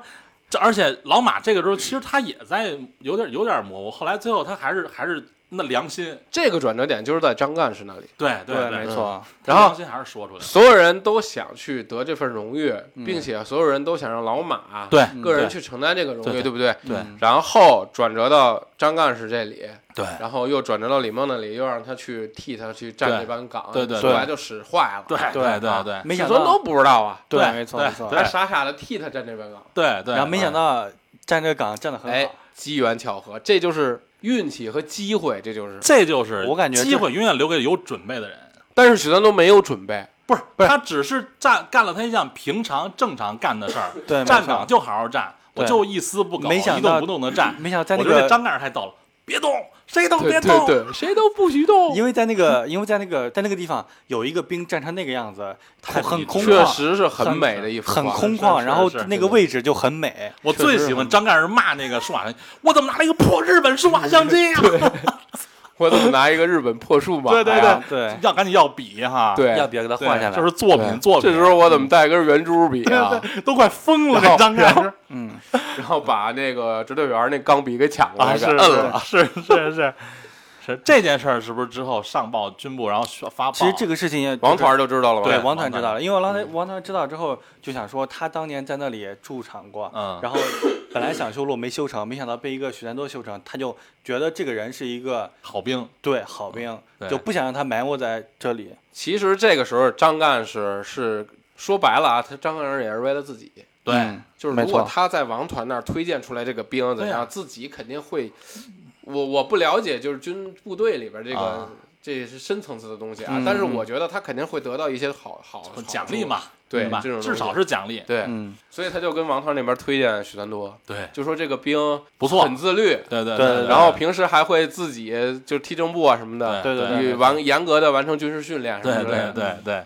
Speaker 3: 这而且老马这个时候其实他也在有点有点模糊，后来最后他还是还是那良心，
Speaker 5: 这个转折点就是在张干事那里，
Speaker 3: 对对，
Speaker 4: 没
Speaker 3: 嗯
Speaker 4: 错，
Speaker 5: 然后
Speaker 3: 良心还是说出来了，
Speaker 5: 所有人都想去得这份荣誉，
Speaker 4: 嗯
Speaker 5: 并且所有人都想让老马
Speaker 3: 对
Speaker 5: 个人
Speaker 3: 嗯对
Speaker 5: 去承担这个荣
Speaker 3: 对
Speaker 5: 誉，对不对？
Speaker 3: 对
Speaker 4: 嗯
Speaker 5: 然后转折到张干事这里，
Speaker 3: 对
Speaker 5: 然后又转折到李梦那里，又让他去替他去站
Speaker 3: 对
Speaker 5: 这班岗，
Speaker 3: 对对
Speaker 5: 后
Speaker 3: 对
Speaker 5: 来就使坏了，
Speaker 3: 对对对对
Speaker 4: 没
Speaker 5: 许
Speaker 4: 想
Speaker 5: 尊
Speaker 4: 到
Speaker 5: 都不知道啊，
Speaker 3: 对
Speaker 4: 没错
Speaker 3: 对
Speaker 4: 没错
Speaker 3: 对。
Speaker 5: 他傻傻的替他站这班岗，
Speaker 3: 对对，
Speaker 4: 然后没想到站这个岗站得很
Speaker 5: 哎
Speaker 4: 好，，
Speaker 5: 机缘巧合，这就是运气和机会，这就是。
Speaker 3: 嗯这就是
Speaker 4: 我感觉
Speaker 3: 机
Speaker 4: 这，
Speaker 3: 会永远留给有准备的人。
Speaker 5: 但是许三多没有准备，
Speaker 3: 不是，他只是站干了他一项平常正常干的事儿
Speaker 4: 对没
Speaker 3: 站
Speaker 4: 错
Speaker 3: 岗就好好站，我
Speaker 4: 对
Speaker 3: 就一丝不苟，
Speaker 4: 没想
Speaker 3: 一
Speaker 4: 到
Speaker 3: 动不动的 站。
Speaker 4: 没想到在那
Speaker 3: 我觉得这
Speaker 4: 个，
Speaker 3: 张盖儿太逗了，别动，谁都别
Speaker 5: 对
Speaker 3: 动
Speaker 5: 对，对，谁都不许动，
Speaker 4: 因为在那个，因为在那个，在那个地方有一个兵站成那个样子，
Speaker 3: 太
Speaker 4: 很
Speaker 3: 逼
Speaker 4: 空
Speaker 3: 真
Speaker 5: 确
Speaker 4: 旷，
Speaker 5: 实是
Speaker 4: 很
Speaker 5: 美的一幅画，
Speaker 4: 很空
Speaker 3: 是
Speaker 4: 旷，
Speaker 3: 是
Speaker 4: 然后
Speaker 3: 是
Speaker 4: 那个
Speaker 3: 是
Speaker 4: 位置就很美。
Speaker 3: 我最喜欢张盖儿骂那个数码相机，我怎么拿了一个破日本数码相机呀？
Speaker 5: 我怎么拿一个日本破数码呀？
Speaker 3: 对对
Speaker 4: 啊对，
Speaker 3: 要赶紧要笔哈，
Speaker 5: 对，
Speaker 4: 要不要给他
Speaker 3: 对，
Speaker 4: 换下来？
Speaker 3: 就是作品作品。
Speaker 5: 这时候我怎么带根圆珠笔 啊？
Speaker 3: 都快疯了，
Speaker 5: 然
Speaker 3: 这
Speaker 5: 后
Speaker 3: 张盖儿
Speaker 4: 嗯，
Speaker 5: 然后把那个指导员那钢笔给抢过
Speaker 3: 啊
Speaker 5: 来，给
Speaker 3: 是
Speaker 5: 摁了。
Speaker 3: 是是是是是这件事儿是不是之后上报军部，然后宣发报？
Speaker 4: 其实这个事情也
Speaker 5: 王团就知道了吧？
Speaker 4: 对
Speaker 3: 王
Speaker 4: 王团
Speaker 3: 团
Speaker 4: 知道了，因为王团王团知道之后就想说他当年在那里驻场过，
Speaker 3: 嗯
Speaker 4: 然后本来想修路没修成，没想到被一个许三多修成，他就觉得这个人是一个
Speaker 3: 好兵，
Speaker 4: 对好兵，
Speaker 3: 对
Speaker 4: 就不想让他埋没在这里。
Speaker 5: 其实这个时候张干事是说白了啊，他张干事也是为了自己。
Speaker 3: 对，
Speaker 5: 就是
Speaker 4: 没
Speaker 5: 如果
Speaker 4: 错
Speaker 5: 他在王团那儿推荐出来这个兵怎
Speaker 3: 对啊
Speaker 5: 样，自己肯定会。我我不了解，就是军部队里边这个
Speaker 3: 啊
Speaker 5: 这是深层次的东西啊
Speaker 4: 嗯，
Speaker 5: 但是我觉得他肯定会得到一些好好
Speaker 3: 就奖励。
Speaker 5: 好
Speaker 3: 嘛，
Speaker 5: 对
Speaker 3: 吧？
Speaker 5: 这种东西
Speaker 3: 至少是奖励
Speaker 5: 处，对，
Speaker 4: 嗯，
Speaker 5: 所以他就跟王团那边推荐许三多，
Speaker 3: 对
Speaker 5: 就说这个兵
Speaker 3: 不错
Speaker 5: 很自律，
Speaker 3: 对对
Speaker 4: 对对
Speaker 5: 然后平时还会自己就踢正步啊什么的，
Speaker 3: 对
Speaker 4: 对对
Speaker 5: 与完严格的完成军事训练什么
Speaker 3: 对
Speaker 5: 之类
Speaker 3: 对
Speaker 5: 的。
Speaker 3: 对对，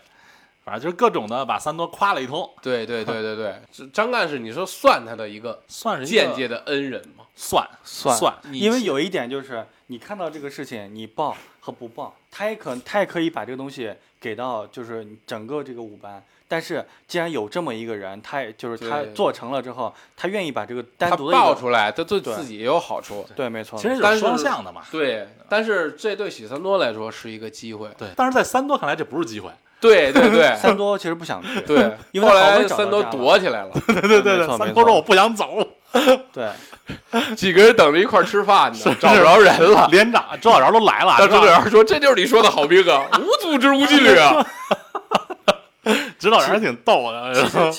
Speaker 3: 反正就是各种的把三多夸了一通，
Speaker 5: 对对对对对这张干事，你说算他的一个
Speaker 3: 算是一个
Speaker 5: 间接的恩人吗？
Speaker 3: 算
Speaker 4: 算
Speaker 3: 算，你
Speaker 4: 因为有一点就是，你看到这个事情，你报和不报，他也可他也可以把这个东西给到就是整个这个五班。但是既然有这么一个人，他也就是他
Speaker 5: 对
Speaker 4: 做成了之后，他愿意把这个单
Speaker 5: 他
Speaker 4: 独的一个
Speaker 5: 爆出来，他对
Speaker 4: 对
Speaker 5: 自己也有好处。
Speaker 4: 对，没错，
Speaker 3: 其实
Speaker 5: 但
Speaker 3: 有
Speaker 5: 是
Speaker 3: 双向的嘛，
Speaker 5: 对，但是这对许三多来说是一个机会。
Speaker 3: 对。但是在三多看来这不是机会，
Speaker 5: 对对 对
Speaker 4: 三多其实不想去，
Speaker 5: 对，
Speaker 4: 因为
Speaker 5: 后
Speaker 4: 他好
Speaker 5: 来
Speaker 4: 不容易找到
Speaker 5: 三多
Speaker 4: 家了
Speaker 5: 躲起来了，
Speaker 4: 对
Speaker 3: 对
Speaker 4: 没
Speaker 3: 对，
Speaker 4: 错没
Speaker 3: 三
Speaker 4: 错
Speaker 3: 多说我不想 走，
Speaker 4: 对，
Speaker 5: 几个人等着一块儿吃饭呢，找不着人了。
Speaker 3: 连长周小饶都来 了，
Speaker 5: 大
Speaker 3: 周
Speaker 5: 周远说：“这就是你说的好兵啊，无组织无纪律 啊！
Speaker 3: 指导员还挺逗的，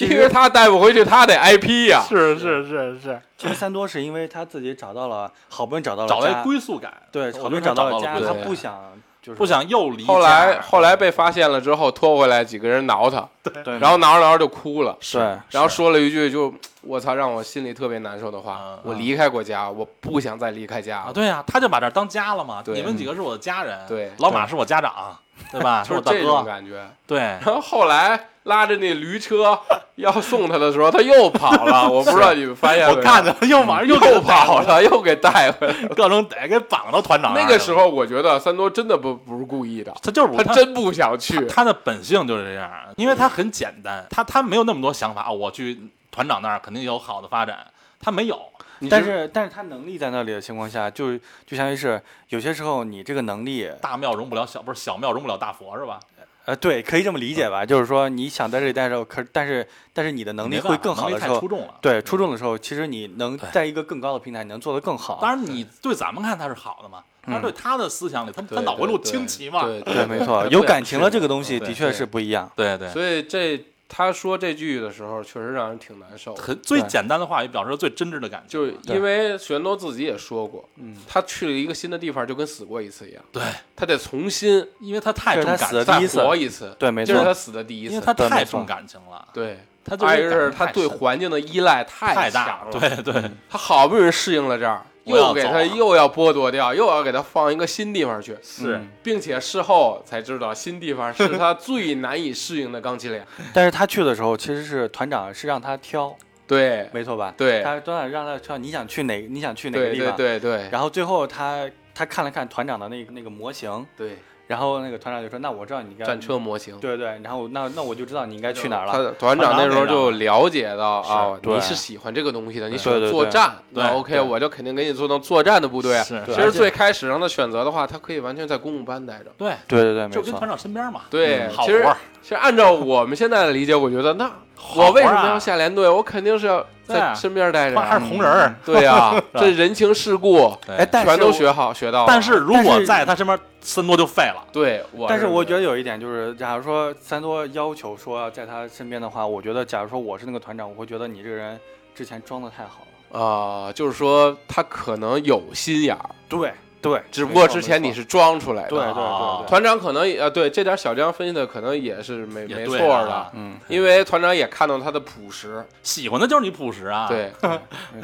Speaker 5: 因为他带不回去，他得挨批
Speaker 1: 啊
Speaker 5: 呀。
Speaker 3: 是是是是，
Speaker 4: 其实三多是因为他自己找到了，好不容易找到了
Speaker 3: 找到
Speaker 4: 家
Speaker 3: 一归宿感，
Speaker 4: 对，
Speaker 3: 我
Speaker 4: 好不
Speaker 3: 觉
Speaker 4: 容
Speaker 3: 得他
Speaker 4: 易
Speaker 3: 找
Speaker 4: 到
Speaker 3: 到
Speaker 4: 家，
Speaker 3: 了归
Speaker 4: 他
Speaker 3: 宿
Speaker 4: 不
Speaker 3: 感
Speaker 4: 想就是
Speaker 3: 不想又离家。
Speaker 5: 后来后来被发现了之后，拖回来几个人挠他，
Speaker 4: 对，
Speaker 3: 嗯
Speaker 5: 然后挠着挠着就哭了，
Speaker 4: 对
Speaker 5: 然后说了一句就我操，让我心里特别难受的话
Speaker 3: 啊：
Speaker 5: 我离开国家，我不想再离开家
Speaker 3: 啊，。对呀、他就把这儿当家了嘛。
Speaker 5: 对
Speaker 3: 你们几个是我的家人，
Speaker 5: 对
Speaker 3: 老马是我家长，对吧？
Speaker 5: 就是是
Speaker 3: 我大
Speaker 5: 这种
Speaker 3: 哥，
Speaker 5: 感觉。
Speaker 3: 对，
Speaker 5: 然后后来拉着那驴车要送他的时候，他又跑 了。我不知道你们发现没有？
Speaker 3: 我看见了，又马上又
Speaker 5: 哎
Speaker 3: 给
Speaker 5: 又
Speaker 3: 他逮
Speaker 5: 跑
Speaker 3: 回来，
Speaker 5: 了，又给带回来了。
Speaker 3: 各种逮给绑到团长那儿啊
Speaker 5: 那
Speaker 3: 了
Speaker 5: 个时候，我觉得三多真的不不是故意的，
Speaker 3: 他就是不
Speaker 5: 他真不想去。
Speaker 3: 他的本性就是这样，因为他很简单，他他没有那么多想法。啊我去团长那儿肯定有好的发展，他没有。
Speaker 5: 你
Speaker 4: 但
Speaker 5: 知
Speaker 4: 是但是他能力在那里的情况下，就是就相当于是有些时候你这个能力，
Speaker 3: 大庙容不了小，不是小庙容不了大佛是吧？
Speaker 4: 呃，对，可以这么理解吧，就是说你想在这里待着，可但是但是你的能力
Speaker 3: 没办
Speaker 4: 会
Speaker 3: 法
Speaker 4: 更好
Speaker 3: 能
Speaker 4: 的
Speaker 3: 力
Speaker 4: 时
Speaker 3: 太
Speaker 4: 候
Speaker 3: 出，众了。
Speaker 4: 对，出众的时候，其实你能在一个更高的平台，你能做得更好。
Speaker 3: 当然你对咱们看他是好的嘛，但
Speaker 4: 嗯
Speaker 3: 是对他的思想里，他他
Speaker 5: 对
Speaker 3: 脑回路
Speaker 5: 对
Speaker 3: 清奇嘛。
Speaker 5: 对
Speaker 4: 对，没 错，有感情了这个东西
Speaker 3: 对
Speaker 4: 的确
Speaker 5: 对
Speaker 4: 是不一样。
Speaker 3: 对对，
Speaker 5: 所以这他说这句的时候，确实让人挺难受的。
Speaker 3: 很最
Speaker 4: 对
Speaker 3: 简单的话语表示了最真挚的感情。
Speaker 5: 就是因为玄都自己也说过，嗯，他去了一个新的地方，就跟死过一次一样，
Speaker 3: 对，
Speaker 5: 他得重新
Speaker 3: 因为他太重
Speaker 4: 这是他
Speaker 3: 感
Speaker 4: 死的
Speaker 3: 情，
Speaker 5: 再
Speaker 4: 第一次
Speaker 5: 活一次。
Speaker 4: 对没错
Speaker 5: 这是他死的第一次。
Speaker 3: 因为他
Speaker 4: 对
Speaker 3: 太
Speaker 4: 没错
Speaker 3: 重感情了，
Speaker 5: 对
Speaker 3: 他就是
Speaker 5: 还
Speaker 3: 感
Speaker 5: 是
Speaker 3: 情
Speaker 5: 他
Speaker 3: 太
Speaker 5: 对
Speaker 3: 深
Speaker 5: 环境的依赖太
Speaker 3: 太
Speaker 5: 强
Speaker 3: 大
Speaker 5: 了。嗯
Speaker 3: 对对，
Speaker 5: 他好不容易适应了这儿，
Speaker 3: 我要
Speaker 5: 又给
Speaker 3: 走
Speaker 5: 他
Speaker 3: 了
Speaker 5: 又要剥夺掉，又要给他放一个新地方去，
Speaker 3: 是
Speaker 5: 并且事后才知道新地方是他最难以适应的钢 琴脸。
Speaker 4: 但是他去的时候，其实是团长是让他挑，
Speaker 5: 对
Speaker 4: 没错吧？
Speaker 5: 对
Speaker 4: 他团长让他挑，你想去哪？你想去哪个
Speaker 5: 对
Speaker 4: 地
Speaker 5: 对
Speaker 4: 方？
Speaker 5: 对对
Speaker 4: 然后最后他他看了看团长的那个那个模型，
Speaker 5: 对，
Speaker 4: 然后那个团长就说：“那我知道你应该
Speaker 5: 战车模型。
Speaker 4: 对对，然后那那我就知道你应该去哪儿
Speaker 5: 他
Speaker 4: 了。
Speaker 5: 的团长
Speaker 3: 团长
Speaker 5: 那时候
Speaker 3: 那个
Speaker 5: 就了解到啊，
Speaker 4: 对
Speaker 5: 你是喜欢这个东西的，你喜
Speaker 4: 对
Speaker 5: 欢
Speaker 4: 对
Speaker 5: 作
Speaker 4: 对
Speaker 5: 战，那
Speaker 3: 对
Speaker 5: OK，
Speaker 4: 对
Speaker 5: 我就肯定给你做成作战的部队。啊
Speaker 3: 是
Speaker 5: 其
Speaker 3: 对
Speaker 5: 实
Speaker 4: 而且
Speaker 5: 最开始让他选择的话，他可以完全在公务班待着。
Speaker 3: 对，
Speaker 4: 对对对，
Speaker 3: 就
Speaker 4: 没
Speaker 3: 跟团
Speaker 4: 错。
Speaker 3: 长身边嘛。
Speaker 5: 对，
Speaker 3: 嗯好
Speaker 5: 其实
Speaker 3: 活儿
Speaker 5: 其实按照我们现在的理解，我觉得那
Speaker 3: 好
Speaker 5: 我为
Speaker 3: 活
Speaker 5: 什
Speaker 3: 儿啊
Speaker 5: 么要下连队？我肯定是要
Speaker 3: 对
Speaker 5: 在
Speaker 3: 啊
Speaker 5: 身边待着
Speaker 3: 他还
Speaker 5: 呀。
Speaker 3: 是红人儿。
Speaker 5: 对呀，这人情世故
Speaker 4: 哎，但是
Speaker 5: 全都
Speaker 4: 我
Speaker 5: 学好学到了。
Speaker 3: 但是如
Speaker 4: 但
Speaker 3: 果
Speaker 4: 是
Speaker 3: 在他身边，森多就废了。
Speaker 5: 对我，
Speaker 4: 但是我觉得有一点就是，假如说三多要求说要在他身边的话，我觉得假如说我是那个团长，我会觉得你这个人之前装的太好了。
Speaker 5: 啊，就是说他可能有心眼儿，
Speaker 4: 对对，
Speaker 5: 只不过
Speaker 4: 没错
Speaker 5: 之前你
Speaker 4: 没错
Speaker 5: 是装出来
Speaker 4: 对对
Speaker 5: 的。啊
Speaker 3: 啊
Speaker 4: 对对，
Speaker 5: 团长可能也呃，对这点小张分析的可能也是没
Speaker 3: 也
Speaker 5: 没错
Speaker 3: 对
Speaker 5: 的
Speaker 3: 啊，
Speaker 4: 嗯，
Speaker 5: 因为团长也看到他的朴实，
Speaker 3: 喜欢的就是你朴实啊。，
Speaker 5: 对，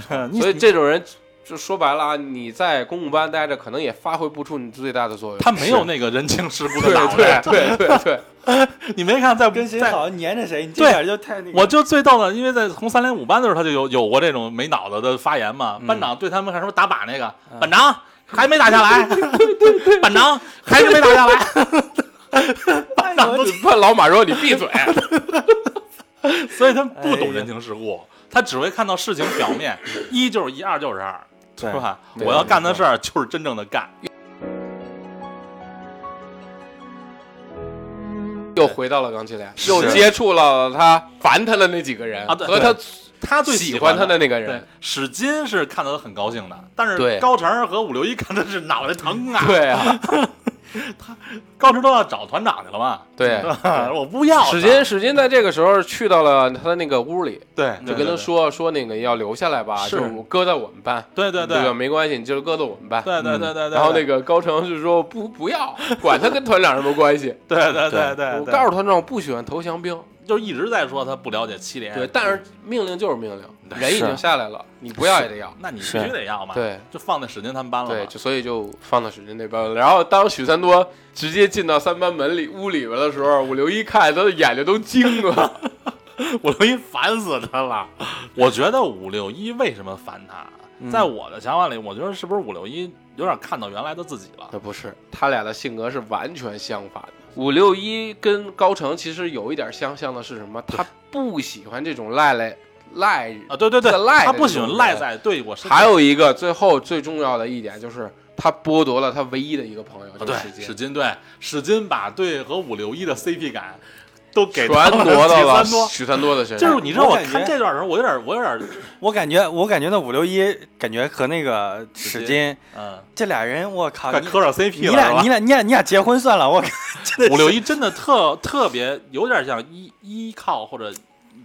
Speaker 5: 嗯
Speaker 3: 你
Speaker 5: 所以这种人就说白了啊，你在公务班待着，可能也发挥不出你最大的作用。
Speaker 3: 他没有那个人情世故
Speaker 5: 对
Speaker 3: 的脑袋。
Speaker 5: 对对对 对，
Speaker 3: 你没看在
Speaker 4: 跟谁
Speaker 3: 在
Speaker 4: 好粘着哦谁，你这
Speaker 3: 对
Speaker 4: 点就太那个。
Speaker 3: 我就最逗的，因为在红三连五班的时候，他就有有过这种没脑子的发言嘛。班长对他们还说打靶那个，班长还没打下 来，班长还是没打 下来。班
Speaker 4: 哎
Speaker 3: 长都，
Speaker 5: 怕老马说你 闭嘴，
Speaker 3: 所以他们不懂人情世故，他只会看到事情表面，一就是一，二就是二，是
Speaker 4: 对
Speaker 3: 吧？
Speaker 5: 对
Speaker 3: 我要干的事儿就是真正的干。
Speaker 5: 又回到了钢琴脸，又接触了他烦他的那几个人
Speaker 3: 啊对
Speaker 5: 和他
Speaker 3: 他最
Speaker 5: 喜
Speaker 3: 欢
Speaker 5: 欢他的那个
Speaker 3: 对
Speaker 5: 人，，
Speaker 3: 史金是看到他很高兴的，但
Speaker 5: 对
Speaker 3: 是高成儿和五六一看的是脑袋疼啊。
Speaker 5: 对啊，
Speaker 3: 高成都要找团长去了嘛。
Speaker 5: 对。
Speaker 3: 我不要他。
Speaker 5: 史金，史金在这个时候去到了他的那个屋里，
Speaker 4: 对
Speaker 5: 就跟他说说那个要留下来吧，
Speaker 3: 是
Speaker 5: 就搁在我们班，
Speaker 3: 对对
Speaker 5: 对吧？没关系，你就搁在我们班。
Speaker 3: 对对对对对。
Speaker 5: 嗯然后那个高成就说不不要，管他跟团长什么关系。
Speaker 3: 对对对对，
Speaker 5: 我告诉团长，我不喜欢投降兵。
Speaker 3: 就一直在说他不了解七连，
Speaker 5: 对，但是命令就是命令，
Speaker 3: 哎对
Speaker 5: 人已经
Speaker 4: 是
Speaker 5: 下来了，你不要也得要。
Speaker 3: 那你必
Speaker 4: 是
Speaker 3: 须得要嘛。
Speaker 5: 对，
Speaker 3: 就放在史金他们班了嘛。
Speaker 5: 对，就所以就放到史金那边了。然后当许三多直接进到三班门里屋里边的时候，我刘一看他的眼睛都惊了。
Speaker 3: 五六一烦死他了。我觉得五六一为什么烦他？
Speaker 5: 嗯
Speaker 3: 在我的想法里，我觉得是不是五六一有点看到原来的自己了？
Speaker 5: 那不是，他俩的性格是完全相反的。五六一跟高成其实有一点相像的是什么？他不喜欢这种赖赖赖人
Speaker 3: 啊，对对对
Speaker 5: 在赖，的
Speaker 3: 他不喜
Speaker 5: 这
Speaker 3: 欢
Speaker 5: 种
Speaker 3: 赖
Speaker 5: 人
Speaker 3: 在对我身上
Speaker 5: 还有一个最后最重要的一点就是，他剥夺了他唯一的一个朋友，就
Speaker 3: 对
Speaker 5: 是史，金，
Speaker 3: 史金对史金把队和五六一的 CP 感都给
Speaker 5: 全
Speaker 3: 到了
Speaker 5: 挪到了
Speaker 3: 三多，
Speaker 5: 许三多的身上。
Speaker 3: 就是你让我
Speaker 4: 我感觉
Speaker 3: 看这段的时候，我有点我有点
Speaker 4: 我感觉我感觉那五六一感觉和那个
Speaker 3: 史
Speaker 4: 史金
Speaker 3: 嗯，
Speaker 4: 这俩人，我靠，
Speaker 3: 快
Speaker 4: 你
Speaker 3: 磕上 CP
Speaker 4: 你
Speaker 3: 了是吧
Speaker 4: 俩你俩你俩你俩结婚算了，我靠，真的
Speaker 3: 五六一真的特特别，有点像依依靠或者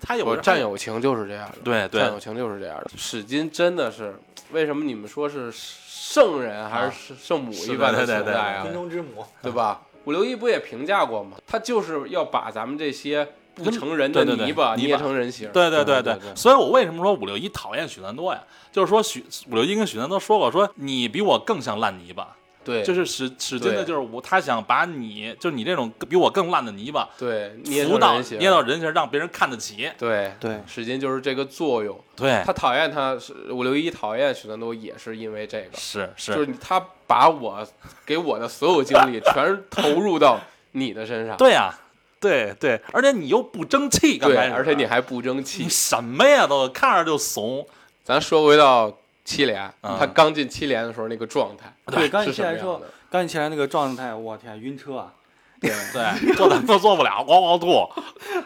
Speaker 3: 他有
Speaker 5: 我
Speaker 3: 时候
Speaker 5: 战友情就是这样的，
Speaker 3: 对对
Speaker 5: 战友情就是这样的。史金真的是，为什么你们说是圣人还是圣母
Speaker 3: 啊是
Speaker 5: 一般的
Speaker 3: 对对
Speaker 5: 存
Speaker 3: 对
Speaker 5: 在啊？
Speaker 4: 中之母，
Speaker 5: 对吧？五六一不也评价过吗？他就是要把咱们这些不成人的
Speaker 3: 对对对
Speaker 5: 泥巴
Speaker 3: 泥巴
Speaker 5: 捏成人形。
Speaker 3: 对对对
Speaker 5: 对
Speaker 3: 对，所以我为什么说五六一讨厌许三多呀？就是说许五六一跟许三多说过，说你比我更像烂泥巴，
Speaker 5: 对，
Speaker 3: 就是使使劲的，
Speaker 5: 对
Speaker 3: 就是我他想把你，就是你这种比我更烂的泥巴
Speaker 5: 对捏
Speaker 3: 扶
Speaker 5: 成
Speaker 3: 到
Speaker 5: 人形，
Speaker 3: 捏到人形，让别人看得起。
Speaker 5: 对
Speaker 4: 对
Speaker 5: 史金就是这个作用。
Speaker 3: 对，
Speaker 5: 他讨厌他是五六一讨厌许三多，也是因为这个，
Speaker 3: 是，
Speaker 5: 就是是他把我给我的所有精力全投入到你的身上，
Speaker 3: 对呀、对对，而且你又不争气，刚
Speaker 5: 对，
Speaker 3: 开始
Speaker 5: 而且你还不争气
Speaker 3: 你。什么呀都看着就怂，
Speaker 5: 咱说回到七连，
Speaker 3: 嗯
Speaker 5: 他刚进七连的时候那个状态，
Speaker 4: 对，刚
Speaker 5: 是
Speaker 4: 一起
Speaker 5: 什么
Speaker 4: 来
Speaker 5: 样
Speaker 4: 说
Speaker 5: 的？，
Speaker 4: 刚一起来那个状态，我天，晕车啊！
Speaker 3: 对，坐咱都坐不了，咣咣吐，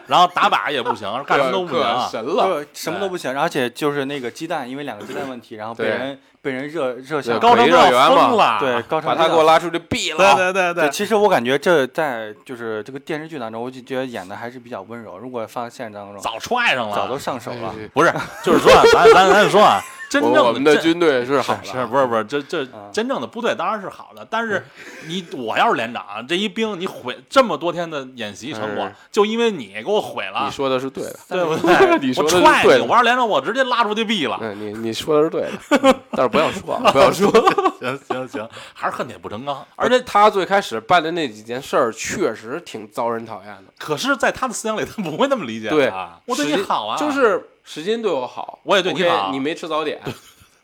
Speaker 3: 然后打靶也不行， 干什么都不
Speaker 5: 可可
Speaker 3: 行，啊
Speaker 5: 神了，
Speaker 4: 就是什么都不行，而且就是那个鸡蛋，因为两个鸡蛋问题，然后被
Speaker 5: 对
Speaker 4: 人被人热
Speaker 5: 对
Speaker 4: 热醒，
Speaker 3: 高成都要
Speaker 5: 鬼热源
Speaker 3: 疯了
Speaker 5: 嘛，
Speaker 4: 对高潮
Speaker 5: 把他给我拉出去毙了。
Speaker 3: 对对对
Speaker 1: 啊
Speaker 4: 对，其实我感觉这在就是这个电视剧当中，我就觉得演的还是比较温柔。如果放现实当中，
Speaker 3: 早踹上了，
Speaker 4: 早都上手了。
Speaker 5: 哎
Speaker 3: 不是，就是说啊，咱咱咱说 啊，真正
Speaker 5: 我我们的
Speaker 3: 真
Speaker 5: 军队是好
Speaker 3: 是
Speaker 5: 了，嗯
Speaker 3: 是不是不是这这
Speaker 4: 啊
Speaker 3: 真正的部队当然是好的，但是你我要是连长，这一兵你毁这么多天的演习成果
Speaker 5: 哎，
Speaker 3: 就因为你给我毁
Speaker 5: 你
Speaker 3: 了，
Speaker 5: 说的是对的，
Speaker 3: 啊对不对？
Speaker 5: 你
Speaker 3: 我
Speaker 5: 说的是
Speaker 3: 踹
Speaker 5: 对
Speaker 3: 你，
Speaker 5: 的
Speaker 3: 我要是连长，我直接拉出去毙了。
Speaker 5: 嗯，你你说的是对的，嗯但是不要说啊，不要说。
Speaker 3: 行行行，还是恨铁不成钢。而
Speaker 5: 而
Speaker 3: 且，
Speaker 5: 且他最开始办的那几件事儿，确实挺遭人讨厌的。
Speaker 3: 可是，在他的思想里，他不会那么理解
Speaker 5: 对
Speaker 3: 啊。我对
Speaker 5: 史
Speaker 3: 你
Speaker 5: 金
Speaker 3: 好啊，
Speaker 5: 就是史金对我好，
Speaker 3: 我也对你
Speaker 5: OK，
Speaker 3: 好啊
Speaker 5: 你没吃早 点，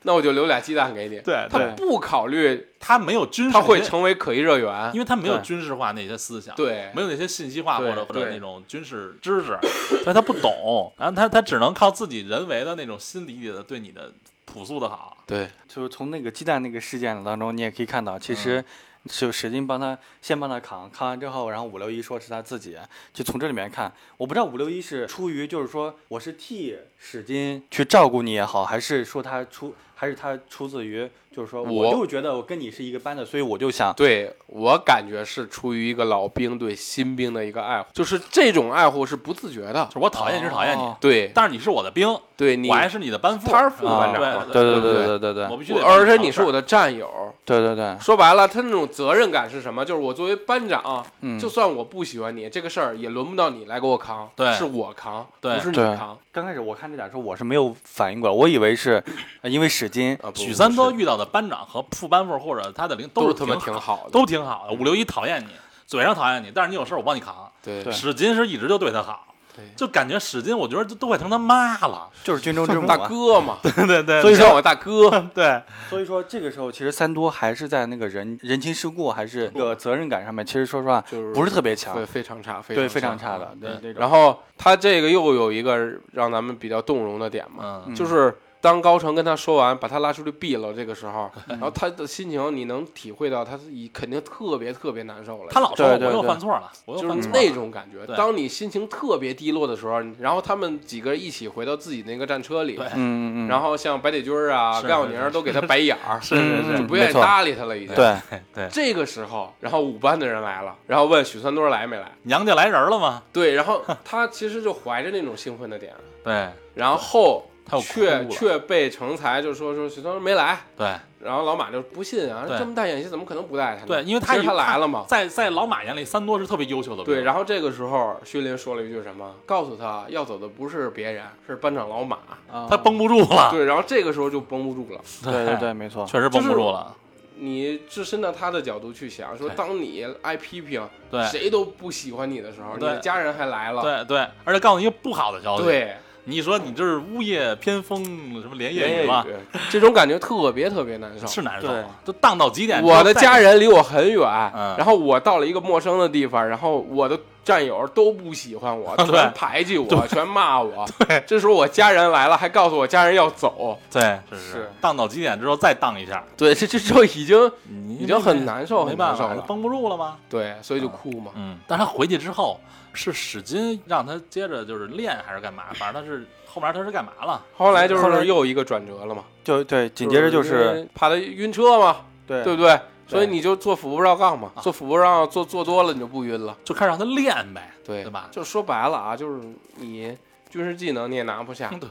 Speaker 5: 那我就留俩鸡蛋给你。
Speaker 3: 对
Speaker 5: 他
Speaker 3: 对
Speaker 5: 不考虑
Speaker 3: 他没有军事，
Speaker 5: 他会，成为可疑热源
Speaker 3: 因，为他没有
Speaker 4: 对
Speaker 3: 军事化那些思想，
Speaker 5: 对
Speaker 3: 没有那些信息化或
Speaker 5: 哎对
Speaker 3: 者或者
Speaker 5: 对
Speaker 3: 那种军事知识， 所以他不懂，然后他他只能靠自己人为的那种心理解的对你的朴素的好。
Speaker 5: 对
Speaker 4: 就是从那个鸡蛋那个事件当中，你也可以看到，
Speaker 3: 嗯
Speaker 4: 其实就史金帮他先帮他扛，扛完之后，然后五六一说是他自己，就从这里面看，我不知道五六一是出于就是说我是替史金去照顾你也好，还是说他出还是他出自于就是说
Speaker 5: 我
Speaker 4: 我就觉得我跟你是一个班的，所以我就想
Speaker 5: 对，我感觉是出于一个老兵对新兵的一个爱护，就是这种爱护是不自觉的
Speaker 3: 就。是我讨厌你是讨厌你
Speaker 4: 哦，
Speaker 5: 对
Speaker 3: 但是你是我的兵，
Speaker 5: 对，你
Speaker 3: 我还是你的班副，
Speaker 5: 班副
Speaker 3: 啊
Speaker 5: 班长哦
Speaker 3: 对
Speaker 5: 对
Speaker 4: 对对对对
Speaker 3: 我
Speaker 4: 对
Speaker 3: 必须得。
Speaker 5: 而且你是我，的战友，
Speaker 4: 对对对，
Speaker 5: 说白了，他那种责任感是什么？就是我作为班长，
Speaker 4: 嗯
Speaker 5: 就算我不喜欢你，这个事儿也轮不到你来给我扛，
Speaker 3: 对
Speaker 5: 是我扛，
Speaker 3: 对
Speaker 5: 不是你
Speaker 4: 对
Speaker 5: 扛。
Speaker 4: 刚开始我看这点时候，我是没有反应过来，我以为是呃因为史金
Speaker 5: 啊，不
Speaker 3: 许三多
Speaker 5: 不
Speaker 3: 遇到的班长和副班副或者他的领
Speaker 5: 是都
Speaker 3: 是
Speaker 5: 他妈挺
Speaker 3: 好
Speaker 5: 好的，
Speaker 3: 都挺好的。五六一讨厌你，嘴上讨厌你，但是你有事儿我帮你扛。
Speaker 5: 对
Speaker 4: 对
Speaker 3: 史金是一直就对他好，
Speaker 5: 对
Speaker 3: 就感觉史金，我觉得都都快成他妈了。
Speaker 4: 就是军中之 母、啊
Speaker 5: 大哥嘛，
Speaker 3: 啊对对对
Speaker 5: 所以叫我大哥。
Speaker 3: 对，
Speaker 4: 所以说，这个时候其实三多还是在那个人人情世故还是这个责任感上面，其实说实话
Speaker 5: 就是
Speaker 4: 不是特别强，
Speaker 5: 对，非常啊差，
Speaker 4: 对，
Speaker 5: 非
Speaker 4: 非常差的。对，那种
Speaker 5: 然后他这个又有一个让咱们比较动容的点嘛，
Speaker 3: 嗯，
Speaker 5: 就是当高成跟他说完把他拉出去毙了这个时候，然后他的心情你能体会到，他是已肯定特别特别难受了。
Speaker 3: 他老说我
Speaker 4: 对对
Speaker 3: 又
Speaker 4: 对
Speaker 3: 犯错了，我又
Speaker 5: 就
Speaker 3: 犯
Speaker 5: 是
Speaker 3: 错
Speaker 5: 那
Speaker 3: 了。
Speaker 5: 种感觉。
Speaker 3: 对
Speaker 5: 当你心情特别低落的时候，然后他们几个一起回到自己那个战车里
Speaker 3: 对，
Speaker 4: 嗯嗯嗯，
Speaker 5: 然后像白铁军儿啊、
Speaker 3: 是
Speaker 5: 甘小
Speaker 3: 是
Speaker 5: 宁
Speaker 3: 是
Speaker 5: 儿都给他白眼 儿，
Speaker 3: 是是
Speaker 4: 嗯
Speaker 3: 是
Speaker 5: 就不愿
Speaker 4: 没
Speaker 5: 意
Speaker 4: 错
Speaker 5: 搭理他了，已经。。
Speaker 4: 对
Speaker 3: 哎，对，
Speaker 5: 这个时候，然后五班的人来了，然后问许三多来没来？
Speaker 3: 娘家来人了吗？
Speaker 5: 对，然后他其实就怀着那种兴奋的点，
Speaker 3: 对
Speaker 5: 然后
Speaker 3: 他又哭
Speaker 5: 却
Speaker 3: 了
Speaker 5: 却被成才就说说许三多没来，
Speaker 3: 对
Speaker 5: 然后老马就不信啊，
Speaker 3: 对
Speaker 5: 这么大演习怎么可能不带他呢？
Speaker 3: 对，因为
Speaker 5: 其实
Speaker 3: 他
Speaker 5: 他来了嘛。
Speaker 3: 在在老马眼里，三多是特别优秀的兵。
Speaker 5: 对，然后这个时候薛林说了一句什么？告诉他要走的不是别人，是班长老马。
Speaker 4: 后
Speaker 3: 他绷不住了，
Speaker 5: 对，然后这个时候就绷不住了。
Speaker 4: 哦对对对，没错，
Speaker 3: 确实绷不
Speaker 5: 就是
Speaker 3: 住了。
Speaker 5: 你置身到他的角度去想，说
Speaker 3: 对
Speaker 5: 当你挨批评，
Speaker 3: 对
Speaker 5: 谁都不喜欢你的时候，你
Speaker 3: 对
Speaker 5: 的家人还来了，
Speaker 3: 对对，而且告诉你一个不好的消息，，
Speaker 5: 对，
Speaker 3: 你说你这是屋夜偏风什么连
Speaker 5: 言
Speaker 3: 夜雨吧，
Speaker 5: 语，这种感觉特别特别难受。
Speaker 3: 是难受
Speaker 4: 对，
Speaker 3: 都荡到极点。
Speaker 5: 我的
Speaker 3: 再
Speaker 5: 家人离我很远，
Speaker 3: 嗯
Speaker 5: 然后我到了一个陌生的地方，然后我的战友都不喜欢我，
Speaker 4: 对
Speaker 5: 全排挤我，全骂我。这时候我家人来了，还告诉我家人要走。
Speaker 3: 对，这
Speaker 5: 是
Speaker 3: 荡到极点之后再荡一下，
Speaker 5: 对，这这时候已经
Speaker 3: 你
Speaker 5: 已经很难受
Speaker 3: 没
Speaker 5: 很
Speaker 3: 办
Speaker 5: 难受
Speaker 3: 法，
Speaker 5: 了
Speaker 3: 绷不住了吗？
Speaker 5: 对，所以就哭嘛。
Speaker 3: 嗯，但是他回去之后是使劲让他接着就是练还是干嘛？反正他是后面他是干嘛了？
Speaker 5: 后来就
Speaker 4: 后来
Speaker 5: 是又一个转折了嘛，
Speaker 4: 就对，紧接着就
Speaker 5: 因
Speaker 4: 是
Speaker 5: 为怕他晕车嘛，
Speaker 4: 对
Speaker 5: 对不对？所以你就做俯卧绕杠嘛，做俯卧绕做做多了你就不晕了。
Speaker 3: 就开始让他练呗，
Speaker 5: 对
Speaker 3: 对吧？
Speaker 5: 就说白了啊，就是你军事技能你也拿不下，
Speaker 3: 嗯对，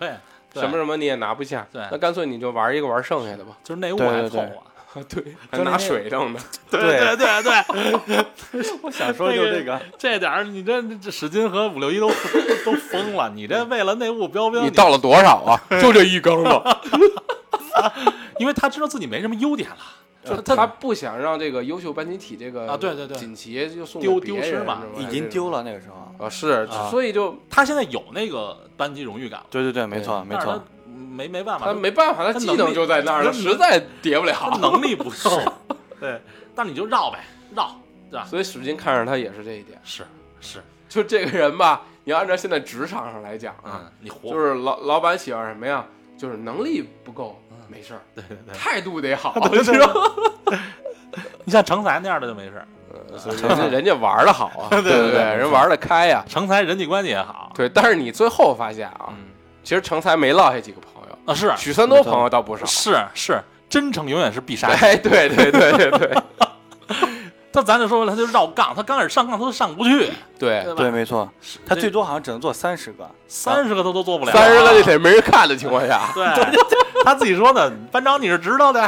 Speaker 3: 对
Speaker 5: 什么什么你也拿不下，
Speaker 3: 对
Speaker 5: 那干脆你就玩一个玩剩下的吧。
Speaker 3: 就是内务
Speaker 4: 对
Speaker 3: 还啊
Speaker 4: 对
Speaker 3: 凑
Speaker 4: 对
Speaker 3: 合。
Speaker 5: 对， 还拿水扔的，
Speaker 3: 对
Speaker 4: 对
Speaker 3: 对对，
Speaker 4: 我想 说就这个，
Speaker 3: 这点儿你这这史金和五六一都都疯了，你这为了内务标标，
Speaker 5: 倒了多少 啊？ 就这一缸吧。
Speaker 3: 因为他知道自己没什么优点了，
Speaker 5: 就他不想让这个优秀班集体这个
Speaker 3: 啊对对对
Speaker 5: 锦旗就送
Speaker 3: 丢
Speaker 5: 给别
Speaker 3: 丢失
Speaker 5: 人
Speaker 3: 嘛
Speaker 5: 是吧
Speaker 4: 已经丢了那个时候。
Speaker 5: 啊是
Speaker 3: 啊，
Speaker 5: 所以就
Speaker 3: 他现在有那个班级荣誉感了，
Speaker 4: 对对对，没错没
Speaker 3: 但是
Speaker 4: 错
Speaker 3: 他，没没办法，
Speaker 5: 他没办法，
Speaker 3: 他
Speaker 5: 他技
Speaker 3: 能力
Speaker 5: 能就在那儿
Speaker 3: 他
Speaker 5: 了，实在叠不
Speaker 3: 他
Speaker 5: 了。
Speaker 3: 能力不够，对，但你就绕呗，绕，对吧？
Speaker 5: 所以史金看上他也是这一点，
Speaker 3: 是是，
Speaker 5: 就这个人吧，你要按照现在职场上来讲啊，
Speaker 3: 嗯，你活
Speaker 5: 就是老老板喜欢什么呀？就是能力不够没事儿，
Speaker 3: 嗯对对对，
Speaker 5: 态度得好，
Speaker 3: 对
Speaker 5: 知道吗？
Speaker 3: 你像成才那样的就没事儿，
Speaker 5: 所以人家人家玩的好啊，对
Speaker 3: 对
Speaker 5: 对，人玩的开呀、
Speaker 3: 成才人际关系也好，
Speaker 5: 对，但是你最后发现啊，
Speaker 3: 啊嗯
Speaker 5: 其实成才没落下几个朋友，
Speaker 3: 啊是
Speaker 5: 许三多朋友倒不少。
Speaker 3: 是是，真诚永远是必杀技。
Speaker 5: 哎，对对对对对
Speaker 3: 他咱就说了，他就绕杠，他刚开始上杠他都上不去，
Speaker 5: 对，
Speaker 3: 对
Speaker 4: 对
Speaker 3: 吧？
Speaker 4: 没错，他最多好像只能做三十个，
Speaker 3: 三十个他都做不了，，
Speaker 5: 三十个就得没人看的情况下
Speaker 3: 对，他自己说的，班长你是知道的，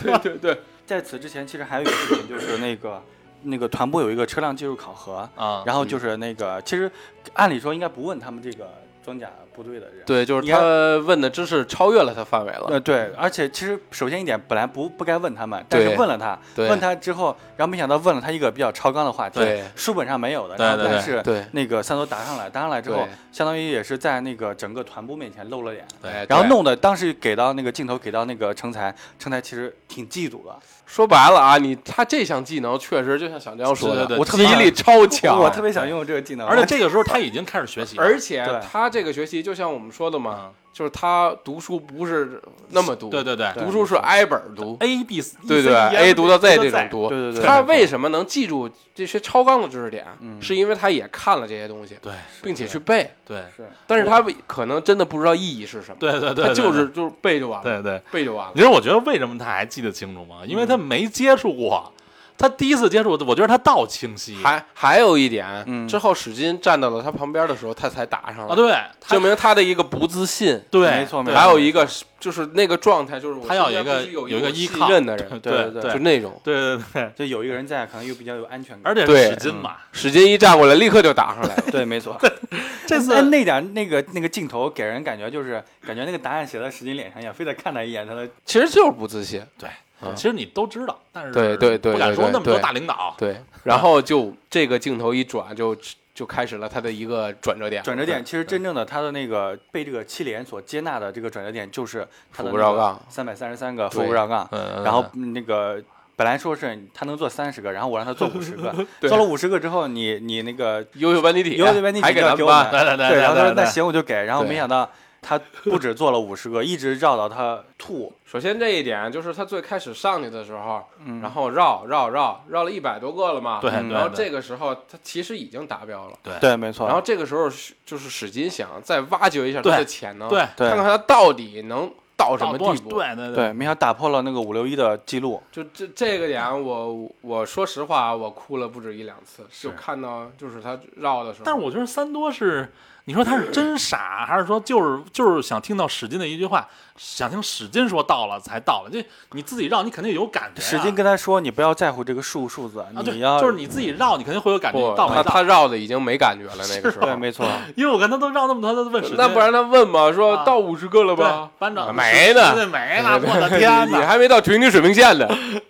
Speaker 5: 对对对，
Speaker 4: 在此之前，其实还有一个事情，就是 那个那个团部有一个车辆技术考核，
Speaker 3: 啊
Speaker 5: 嗯
Speaker 4: 然后就是那个，其实按理说应该不问他们这个装甲部队的人。，
Speaker 5: 对，就是他问的知识超越了他范围了。
Speaker 4: 呃对，而且其实首先一点，本来不不该问他们，但是
Speaker 5: 对
Speaker 4: 问了他，
Speaker 5: 对
Speaker 4: 问他之后，然后没想到问了他一个比较超纲的话题
Speaker 5: 对，
Speaker 4: 书本上没有的，
Speaker 3: 对
Speaker 4: 然后
Speaker 3: 对对
Speaker 4: 但是
Speaker 5: 对
Speaker 4: 那个三多答上来，答上来之后
Speaker 5: 对，
Speaker 4: 相当于也是在那个整个团部面前露了脸。
Speaker 5: 哎
Speaker 4: 然后
Speaker 5: 对
Speaker 4: 弄得当时给到那个镜头给到那个成才，成才其实挺嫉妒的，
Speaker 5: 说白了啊，你他这项技能确实就像小娇说
Speaker 3: 对
Speaker 5: 的，
Speaker 3: 对对
Speaker 4: 我特
Speaker 5: 记
Speaker 4: 别
Speaker 5: 忆力超强，
Speaker 4: 我特别想拥有这个技能，
Speaker 3: 啊而且这个时候他已经开始学习了，
Speaker 5: 而且
Speaker 4: 对
Speaker 5: 他这个学习就像我们说的嘛
Speaker 3: 嗯，
Speaker 5: 就是他读书不是那么读，
Speaker 3: 对对对
Speaker 5: 读书是挨本儿读，
Speaker 3: ，A B C
Speaker 5: 对
Speaker 3: E C
Speaker 5: 对
Speaker 3: E
Speaker 5: ，A
Speaker 3: F
Speaker 5: 读到 Z 这种
Speaker 3: 在
Speaker 5: 读，
Speaker 4: 对对对
Speaker 5: 他
Speaker 4: 没错
Speaker 5: 为什么能记住这些超纲的知识点？
Speaker 3: 嗯
Speaker 5: 是因为他也看了这些东西，
Speaker 3: 对
Speaker 5: 并且去背，
Speaker 3: 对
Speaker 4: 是
Speaker 5: 但是他可能真的不知道意义是什么，
Speaker 3: 对对对，对
Speaker 5: 他就是就是背就完了，
Speaker 3: 对对。
Speaker 5: 背就完了
Speaker 3: 你。知道我觉得为什么他还记得清楚吗？因为他没接触过，他第一次接触，我觉得他倒清晰啊，
Speaker 5: 还还有一点，
Speaker 4: 嗯
Speaker 5: 之后史金站到了他旁边的时候，他才答上了，
Speaker 3: 啊对，他
Speaker 5: 证明他的一个不自信。
Speaker 3: 对，
Speaker 4: 没错没错
Speaker 5: 还有一个是就是那个状态，就是我
Speaker 3: 他要有
Speaker 5: 身
Speaker 3: 一
Speaker 5: 边
Speaker 3: 个
Speaker 5: 必须有
Speaker 3: 一个依
Speaker 5: 信
Speaker 3: 靠
Speaker 5: 任的人，
Speaker 3: 对
Speaker 4: 对
Speaker 3: 对
Speaker 5: 就那种。
Speaker 3: 对对对，
Speaker 4: 就有一个人在，可能又比较有安全感。。
Speaker 3: 而且
Speaker 5: 对
Speaker 3: 是使劲嘛，
Speaker 5: 史金一站过来，立刻就打上来了
Speaker 4: 对，没错。
Speaker 3: 这次
Speaker 4: 那那点儿那个那个镜头给人感觉就是感觉那个答案写在史金脸上一样，非得看他一眼，他的
Speaker 5: 其实就是不自信，
Speaker 3: 对
Speaker 5: 嗯，
Speaker 3: 其实你都知道，但是
Speaker 5: 对对对
Speaker 3: 不敢说
Speaker 5: 对对
Speaker 3: 那么多
Speaker 5: 对
Speaker 3: 大领导，
Speaker 5: 对，然后就这个镜头一转就，就开始了他的一个转折点。嗯
Speaker 4: 转折点。其实真正的他的那个被这个七连所接纳的这个转折点就是他的
Speaker 5: 俯卧绕杠
Speaker 4: 三百三十三个
Speaker 5: 对
Speaker 4: 腹部绕杠，
Speaker 3: 嗯
Speaker 4: 然后那个。本来说是他能做三十个，然后我让他做五十个，
Speaker 5: 对
Speaker 4: 做了五十个之后，你你那个
Speaker 5: 优秀班集体，
Speaker 4: 优秀班集体
Speaker 5: 还给他
Speaker 4: 就给我
Speaker 5: 办，
Speaker 4: 们
Speaker 3: 对对
Speaker 4: 对，然后他说
Speaker 3: 对
Speaker 4: 那
Speaker 3: 对
Speaker 4: 行我就给，然后
Speaker 5: 对
Speaker 4: 没想到他不止做了五十个，一直绕到他吐，
Speaker 5: 首先这一点就是他最开始上去的时候，
Speaker 4: 嗯
Speaker 5: 然后绕绕绕绕了一百多个了嘛，
Speaker 3: 对对
Speaker 5: 然后
Speaker 3: 对
Speaker 5: 这个时候他其实已经达标了。
Speaker 4: 对，没错。
Speaker 5: 然后这个时候是就是史金想再挖掘一下
Speaker 3: 对
Speaker 5: 他的潜能，
Speaker 3: 对
Speaker 4: 对
Speaker 5: 看看他到底能到什
Speaker 3: 嗯到
Speaker 5: 么
Speaker 3: 多
Speaker 5: 地
Speaker 3: 少
Speaker 5: 步。，
Speaker 3: 对对，
Speaker 4: 对，没想到打破了那个五六一的记录，
Speaker 5: 就这这个点我，我说实话，我哭了不止一两次，就看到就是他绕的时候。
Speaker 3: 但是我觉得三多是，你说他是真傻，还是说就是就是想听到史金的一句话，想听史金说到了才到了？这你自己绕，你肯定有感觉、啊。
Speaker 4: 史金跟他说：“你不要在乎这个数数字，
Speaker 3: 啊，
Speaker 4: 你
Speaker 3: 对，
Speaker 4: 要
Speaker 3: 就是你自己绕，你肯定会有感觉，
Speaker 5: 不，
Speaker 3: 你到没
Speaker 5: 哦他
Speaker 3: 到
Speaker 5: 他？绕的已经没感觉了，那个时候。
Speaker 4: 对，没错，
Speaker 3: 因为我看他都绕那么多，他都问史金，
Speaker 5: 那不然他问嘛，说
Speaker 3: 啊
Speaker 5: 到五十个了吧
Speaker 3: 对？班长
Speaker 5: 没呢
Speaker 3: 对，没了，我的
Speaker 5: 你
Speaker 3: 天
Speaker 5: 你
Speaker 3: 哪！
Speaker 5: 还没到平均水平线呢。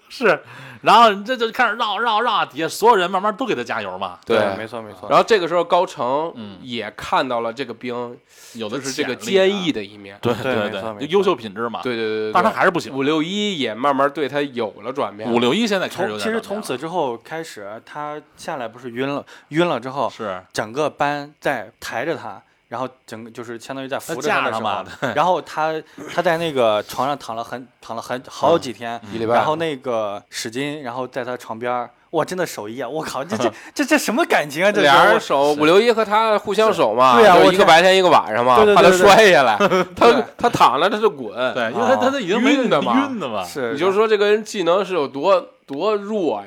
Speaker 3: 是，然后这就开始绕绕绕，底下所有人慢慢都给他加油嘛，
Speaker 5: 对
Speaker 4: 没错没错。
Speaker 5: 然后这个时候，高成
Speaker 3: 嗯
Speaker 5: 也看到了这个兵
Speaker 3: 有的
Speaker 5: 就是这个
Speaker 3: 潜力啊
Speaker 5: 坚毅，的一面。
Speaker 3: 对
Speaker 4: 对没错
Speaker 3: 对，
Speaker 4: 没
Speaker 3: 就
Speaker 4: 错
Speaker 3: 优秀品质嘛，
Speaker 5: 对对对对，
Speaker 3: 但是他还是不行。
Speaker 5: 五六一也慢慢对他有了转变。
Speaker 3: 五六一现在开始有点
Speaker 4: 从其
Speaker 3: 转
Speaker 4: 实
Speaker 3: 变
Speaker 4: 从
Speaker 3: 了
Speaker 4: 此之后开始，他下来不是晕了，晕了之后，
Speaker 3: 是
Speaker 4: 整个班在抬着他，然后整个就是相当于在扶着
Speaker 3: 架
Speaker 4: 的
Speaker 3: 着
Speaker 4: 时
Speaker 3: 嘛
Speaker 4: 候，然后他他在那个床上躺了很躺了很好几天，
Speaker 3: 嗯
Speaker 5: 一礼拜
Speaker 4: 然后那个史金，然后在他床边儿，哇，真的手艺啊，我靠， 这这这这什么感情啊，这
Speaker 5: 俩人
Speaker 4: 是
Speaker 5: 守五六一和他互相守嘛，
Speaker 4: 是对呀啊
Speaker 5: 就
Speaker 4: 我
Speaker 5: 一个
Speaker 4: 天
Speaker 5: 白天一个晚上嘛，
Speaker 4: 对对
Speaker 5: 怕
Speaker 4: 对
Speaker 5: 他
Speaker 4: 对
Speaker 5: 摔下 来，他
Speaker 4: 对
Speaker 5: 他躺着他就滚。
Speaker 3: 对，因为他他他已经没
Speaker 5: 啊晕的嘛
Speaker 3: 晕的 嘛，
Speaker 4: 是，
Speaker 5: 你就说这个人技能是有多多弱呀？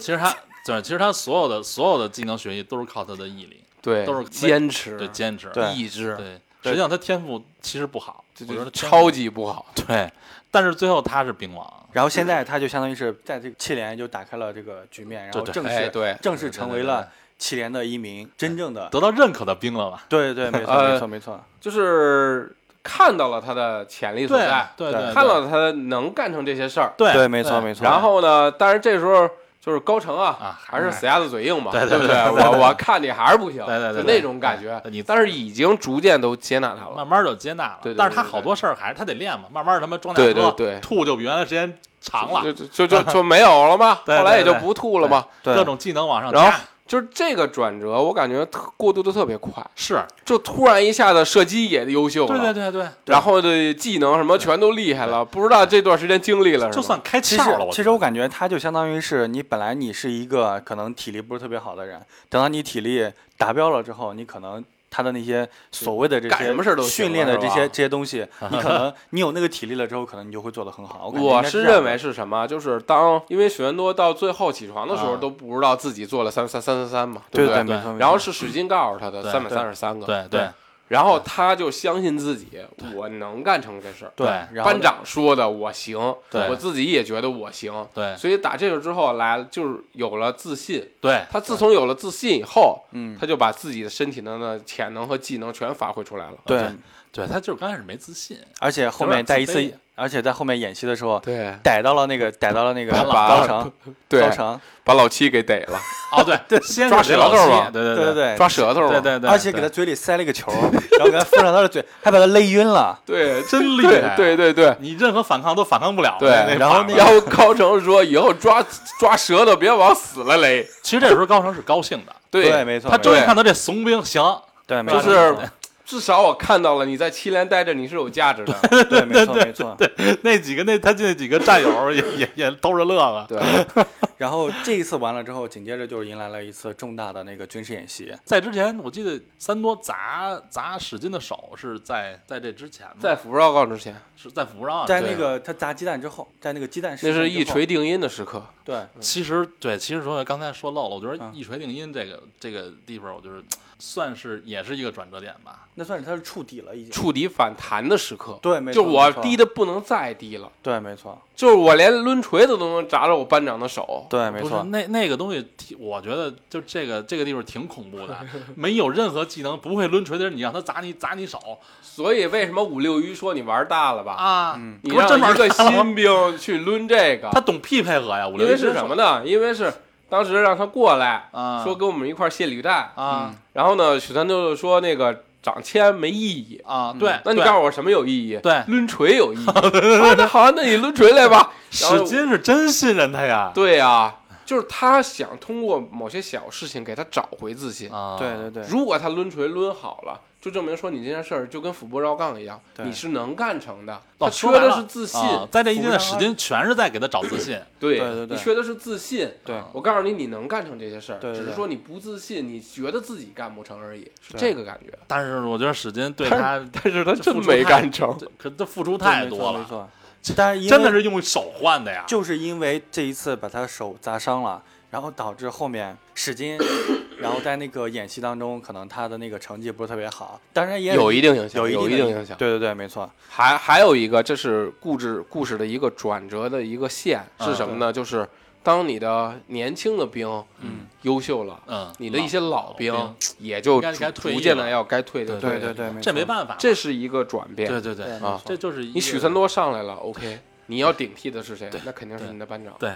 Speaker 3: 其实他对，其实他所有的所有的技能学习都是靠他的毅力，
Speaker 5: 对
Speaker 3: 都是
Speaker 5: 坚持，
Speaker 3: 对坚持，
Speaker 4: 对
Speaker 5: 意志，
Speaker 3: 对，实际上他天赋其实不好，
Speaker 5: 啊这
Speaker 3: 我觉
Speaker 5: 就
Speaker 3: 得
Speaker 5: 超级不好。
Speaker 3: 对，但是最后他是兵王，
Speaker 4: 然后现在他就相当于是在这个七连就打开了这个局面，然后
Speaker 3: 对对
Speaker 4: 正式
Speaker 5: 哎对
Speaker 4: 正式
Speaker 3: 对对
Speaker 4: 成
Speaker 3: 对
Speaker 4: 为
Speaker 3: 对
Speaker 4: 了七连的一名真正的
Speaker 3: 得到认可的兵了嘛，
Speaker 4: 对对，没错
Speaker 5: 呃
Speaker 4: 没错没错，
Speaker 5: 就是看到了他的潜力所
Speaker 3: 对
Speaker 5: 在，
Speaker 3: 对
Speaker 4: 对
Speaker 3: 对，
Speaker 5: 看到他能干成这些事儿。
Speaker 3: 对
Speaker 4: 对没错没错
Speaker 5: 然后呢，但是这时候就是高成啊，
Speaker 3: 啊
Speaker 5: 还是死鸭子嘴硬嘛，
Speaker 3: 对
Speaker 5: 对
Speaker 3: 对
Speaker 5: 不
Speaker 3: 对对
Speaker 5: 我我看你还是不行，
Speaker 3: 对对对
Speaker 5: 就
Speaker 3: 对
Speaker 5: 那种感觉
Speaker 3: 对。你
Speaker 5: 但是已经逐渐都接纳他了。
Speaker 3: 慢慢就接纳了。
Speaker 5: 对对对
Speaker 3: 但是他
Speaker 5: 对对
Speaker 3: 好多事儿还是他得练嘛，慢慢他妈装大
Speaker 5: 对
Speaker 3: 哥，
Speaker 5: 对对
Speaker 3: 吐就比原来时间长了
Speaker 5: 就，就就就没有了嘛，
Speaker 3: 对对
Speaker 5: 后来也就不吐了嘛。
Speaker 4: 对
Speaker 3: 各种技能往上
Speaker 5: 然后
Speaker 3: 加，
Speaker 5: 就是这个转折，我感觉特过渡的特别快，
Speaker 3: 是，
Speaker 5: 就突然一下子射击也优秀了，
Speaker 3: 对对对对，
Speaker 5: 然后的技能什么全都厉害了，不知道这段时间经历了什么，
Speaker 3: 就算开
Speaker 4: 其
Speaker 3: 窍
Speaker 4: 实
Speaker 3: 了，
Speaker 4: 其实我感觉他就相当于是你本来你是一个可能体力不是特别好的人，等到你体力达标了之后，你可能。他的那些所谓的这
Speaker 5: 干什么事儿都
Speaker 4: 些
Speaker 5: 行
Speaker 4: 训练的
Speaker 5: 了是
Speaker 4: 这
Speaker 5: 吧
Speaker 4: 些这些 东西，你可能你有那个体力了之后，可能你就会做得很好。我感觉应
Speaker 5: 我
Speaker 4: 该
Speaker 5: 是
Speaker 4: 是这样
Speaker 5: 认为是什么？就是当因为许愿多到最后起床的时候
Speaker 3: 啊
Speaker 5: 都不知道自己做了三三三三三嘛，
Speaker 4: 对
Speaker 5: 不对？
Speaker 4: 没错。没错
Speaker 5: 然后是史金告诉他的
Speaker 3: 对
Speaker 5: 三百三十三个，
Speaker 3: 对对
Speaker 5: 然后他就相信自己，我能干成这事儿。
Speaker 4: 对，
Speaker 3: 对
Speaker 4: 然后
Speaker 5: 班长说的我行，
Speaker 3: 对
Speaker 5: 我自己也觉得我行，
Speaker 3: 对
Speaker 5: 所以打这个之后来了就是有了自信。
Speaker 3: 对
Speaker 5: 他自从有了自信以后，嗯，他就把自己的身体能的潜能和技能全发挥出来了。
Speaker 4: 对，
Speaker 3: 对，他就是刚开始没自信，
Speaker 4: 而且后
Speaker 3: 有点
Speaker 4: 面在一
Speaker 3: 自
Speaker 4: 次
Speaker 3: 卑，
Speaker 4: 而且在后面演戏的时候，
Speaker 5: 对
Speaker 4: 逮到了那个逮到了那个
Speaker 5: 把
Speaker 4: 高成，
Speaker 5: 对
Speaker 4: 高成，
Speaker 5: 把老七给逮了，
Speaker 3: 哦对，先
Speaker 5: 抓
Speaker 3: 是
Speaker 5: 舌头
Speaker 3: 老七
Speaker 5: 嘛
Speaker 3: 对对
Speaker 4: 对
Speaker 3: 对
Speaker 4: 对，
Speaker 5: 抓舌头了，
Speaker 3: 对对对，
Speaker 4: 而且给他嘴里塞了一个球，然后给他附上他的嘴，还把他勒晕了。
Speaker 5: 对，
Speaker 3: 真厉
Speaker 5: 对
Speaker 3: 害啊嗯
Speaker 5: 对对对。
Speaker 3: 你任何反抗都反抗不了，
Speaker 5: 对
Speaker 3: 那
Speaker 4: 然后
Speaker 3: 把
Speaker 4: 那
Speaker 5: 然后高成说：“以后抓抓舌头，别往死了勒。
Speaker 3: 其实这时候高成是高兴的，
Speaker 5: 对”
Speaker 4: 没错，
Speaker 3: 他
Speaker 4: 没
Speaker 3: 终于
Speaker 5: 对
Speaker 3: 看到这怂兵行，
Speaker 4: 对，没
Speaker 5: 就
Speaker 4: 错，
Speaker 5: 是 至少我看到了你在七连待着，你是有价值 的。
Speaker 4: 对，没错，没错。
Speaker 3: 那几个那他那几个战友也也也都是乐了。
Speaker 5: 对，
Speaker 4: 然后这一次完了之后，紧接着就是迎来了一次重大的那个军事演习。
Speaker 3: 在之前，我记得三多砸砸史金的手是在在这之前吗？
Speaker 5: 在福报告之前，
Speaker 3: 是在服上，啊
Speaker 4: 在那个他砸鸡蛋之后，在那个鸡蛋事
Speaker 5: 那
Speaker 4: 件
Speaker 5: 是
Speaker 4: 之
Speaker 5: 一
Speaker 4: 后
Speaker 5: 锤定音的时刻。
Speaker 4: 对
Speaker 5: 嗯
Speaker 3: 其实对，其实说刚才说漏了，我觉得
Speaker 4: 嗯
Speaker 3: 一锤定音这个这个地方，我觉得算是也是一个转折点吧。
Speaker 4: 那算是他的触底了已经。
Speaker 5: 触底反弹的时刻。
Speaker 4: 对没错
Speaker 5: 就我
Speaker 4: 没错
Speaker 5: 低的不能再低了，
Speaker 4: 对，没错，
Speaker 5: 就是我连抡锤子都能砸着我班长的手。
Speaker 4: 对，没
Speaker 3: 不是
Speaker 4: 错，
Speaker 3: 那那个东西挺，我觉得就这个这个地方挺恐怖 的，没有任何技能，不会抡锤的人，你让他砸你砸你手
Speaker 5: 所以为什么五六一说你玩大了吧？，
Speaker 3: 啊！
Speaker 5: 你
Speaker 3: 不是真
Speaker 5: 让
Speaker 3: 玩
Speaker 5: 一个
Speaker 3: 大了吗
Speaker 5: 新兵去抡这个，
Speaker 3: 他懂屁配合呀，五
Speaker 5: 因
Speaker 3: 六
Speaker 5: 为
Speaker 3: 一
Speaker 5: 是什么呢？因为是当时让他过来，
Speaker 3: 啊
Speaker 5: 说跟我们一块儿卸履带，
Speaker 3: 啊
Speaker 5: 然后呢，许三就说那个长签没意义。
Speaker 3: 啊？对，
Speaker 5: 嗯那你
Speaker 3: 对
Speaker 5: 告诉我什么有意义？
Speaker 3: 对
Speaker 5: 抡锤有 意义。啊那好，那你抡锤来吧。然后
Speaker 3: 史金是真信任他呀，
Speaker 5: 对呀、啊，就是他想通过某些小事情给他找回自信。
Speaker 3: 啊，
Speaker 4: 对对对，
Speaker 5: 如果他抡锤抡好了，就证明说你这件事儿就跟俯卧绕杠一样，
Speaker 4: 对
Speaker 5: 你是能干成的。
Speaker 3: 老
Speaker 5: 他
Speaker 3: 哦说
Speaker 5: 缺
Speaker 3: 白
Speaker 5: 的
Speaker 3: 了
Speaker 5: 是自信，
Speaker 3: 啊在这一阶段，
Speaker 4: 服
Speaker 3: 史
Speaker 4: 务上
Speaker 3: 金全是在给他找自 信，
Speaker 5: 对
Speaker 4: 对对对
Speaker 5: 你缺的是自信。
Speaker 4: 对
Speaker 5: 我告诉你，你能干成这些事儿，
Speaker 4: 对对对
Speaker 5: 只是说你不自信，你觉得自己干不成而已，是这个感觉。
Speaker 3: 但是我觉得史金对他，
Speaker 5: 但是他
Speaker 3: 这
Speaker 5: 真
Speaker 3: 付出
Speaker 5: 没
Speaker 3: 太
Speaker 5: 干成，
Speaker 3: 这可这付出
Speaker 4: 对
Speaker 3: 太
Speaker 4: 没
Speaker 3: 多
Speaker 4: 错没
Speaker 3: 了，
Speaker 4: 错。但是因
Speaker 3: 真的
Speaker 4: 为
Speaker 3: 是用手换的呀，
Speaker 4: 就是因为这一次把他手砸伤了，然后导致后面史金，然后在那个演戏当中，可能他的那个成绩不是特别好，当然也
Speaker 5: 有一定影响，
Speaker 4: 有
Speaker 5: 有
Speaker 4: 一
Speaker 5: 一
Speaker 4: 定
Speaker 5: 定
Speaker 4: 的
Speaker 5: 影响。
Speaker 4: 对对对，没错，
Speaker 5: 还还有一个，这是故事故事的一个转折的一个线是什么呢？就是当你的年轻的兵，嗯，优秀了，
Speaker 3: 嗯
Speaker 5: 你的一些老
Speaker 3: 老
Speaker 5: 兵
Speaker 3: 兵
Speaker 5: 也就
Speaker 3: 应该该
Speaker 5: 逐
Speaker 3: 退役
Speaker 5: 逐渐的
Speaker 3: 了
Speaker 5: 要该退就
Speaker 4: 对
Speaker 5: 对
Speaker 4: 对，
Speaker 3: 这没
Speaker 4: 错
Speaker 3: 办法，
Speaker 5: 这是一个转变。
Speaker 3: 对对对
Speaker 4: 对
Speaker 5: 啊
Speaker 3: 这就是一
Speaker 5: 你
Speaker 3: 个
Speaker 5: 许三多上来了，OK，你要顶替的是谁？那肯定是你的班长。
Speaker 3: 对，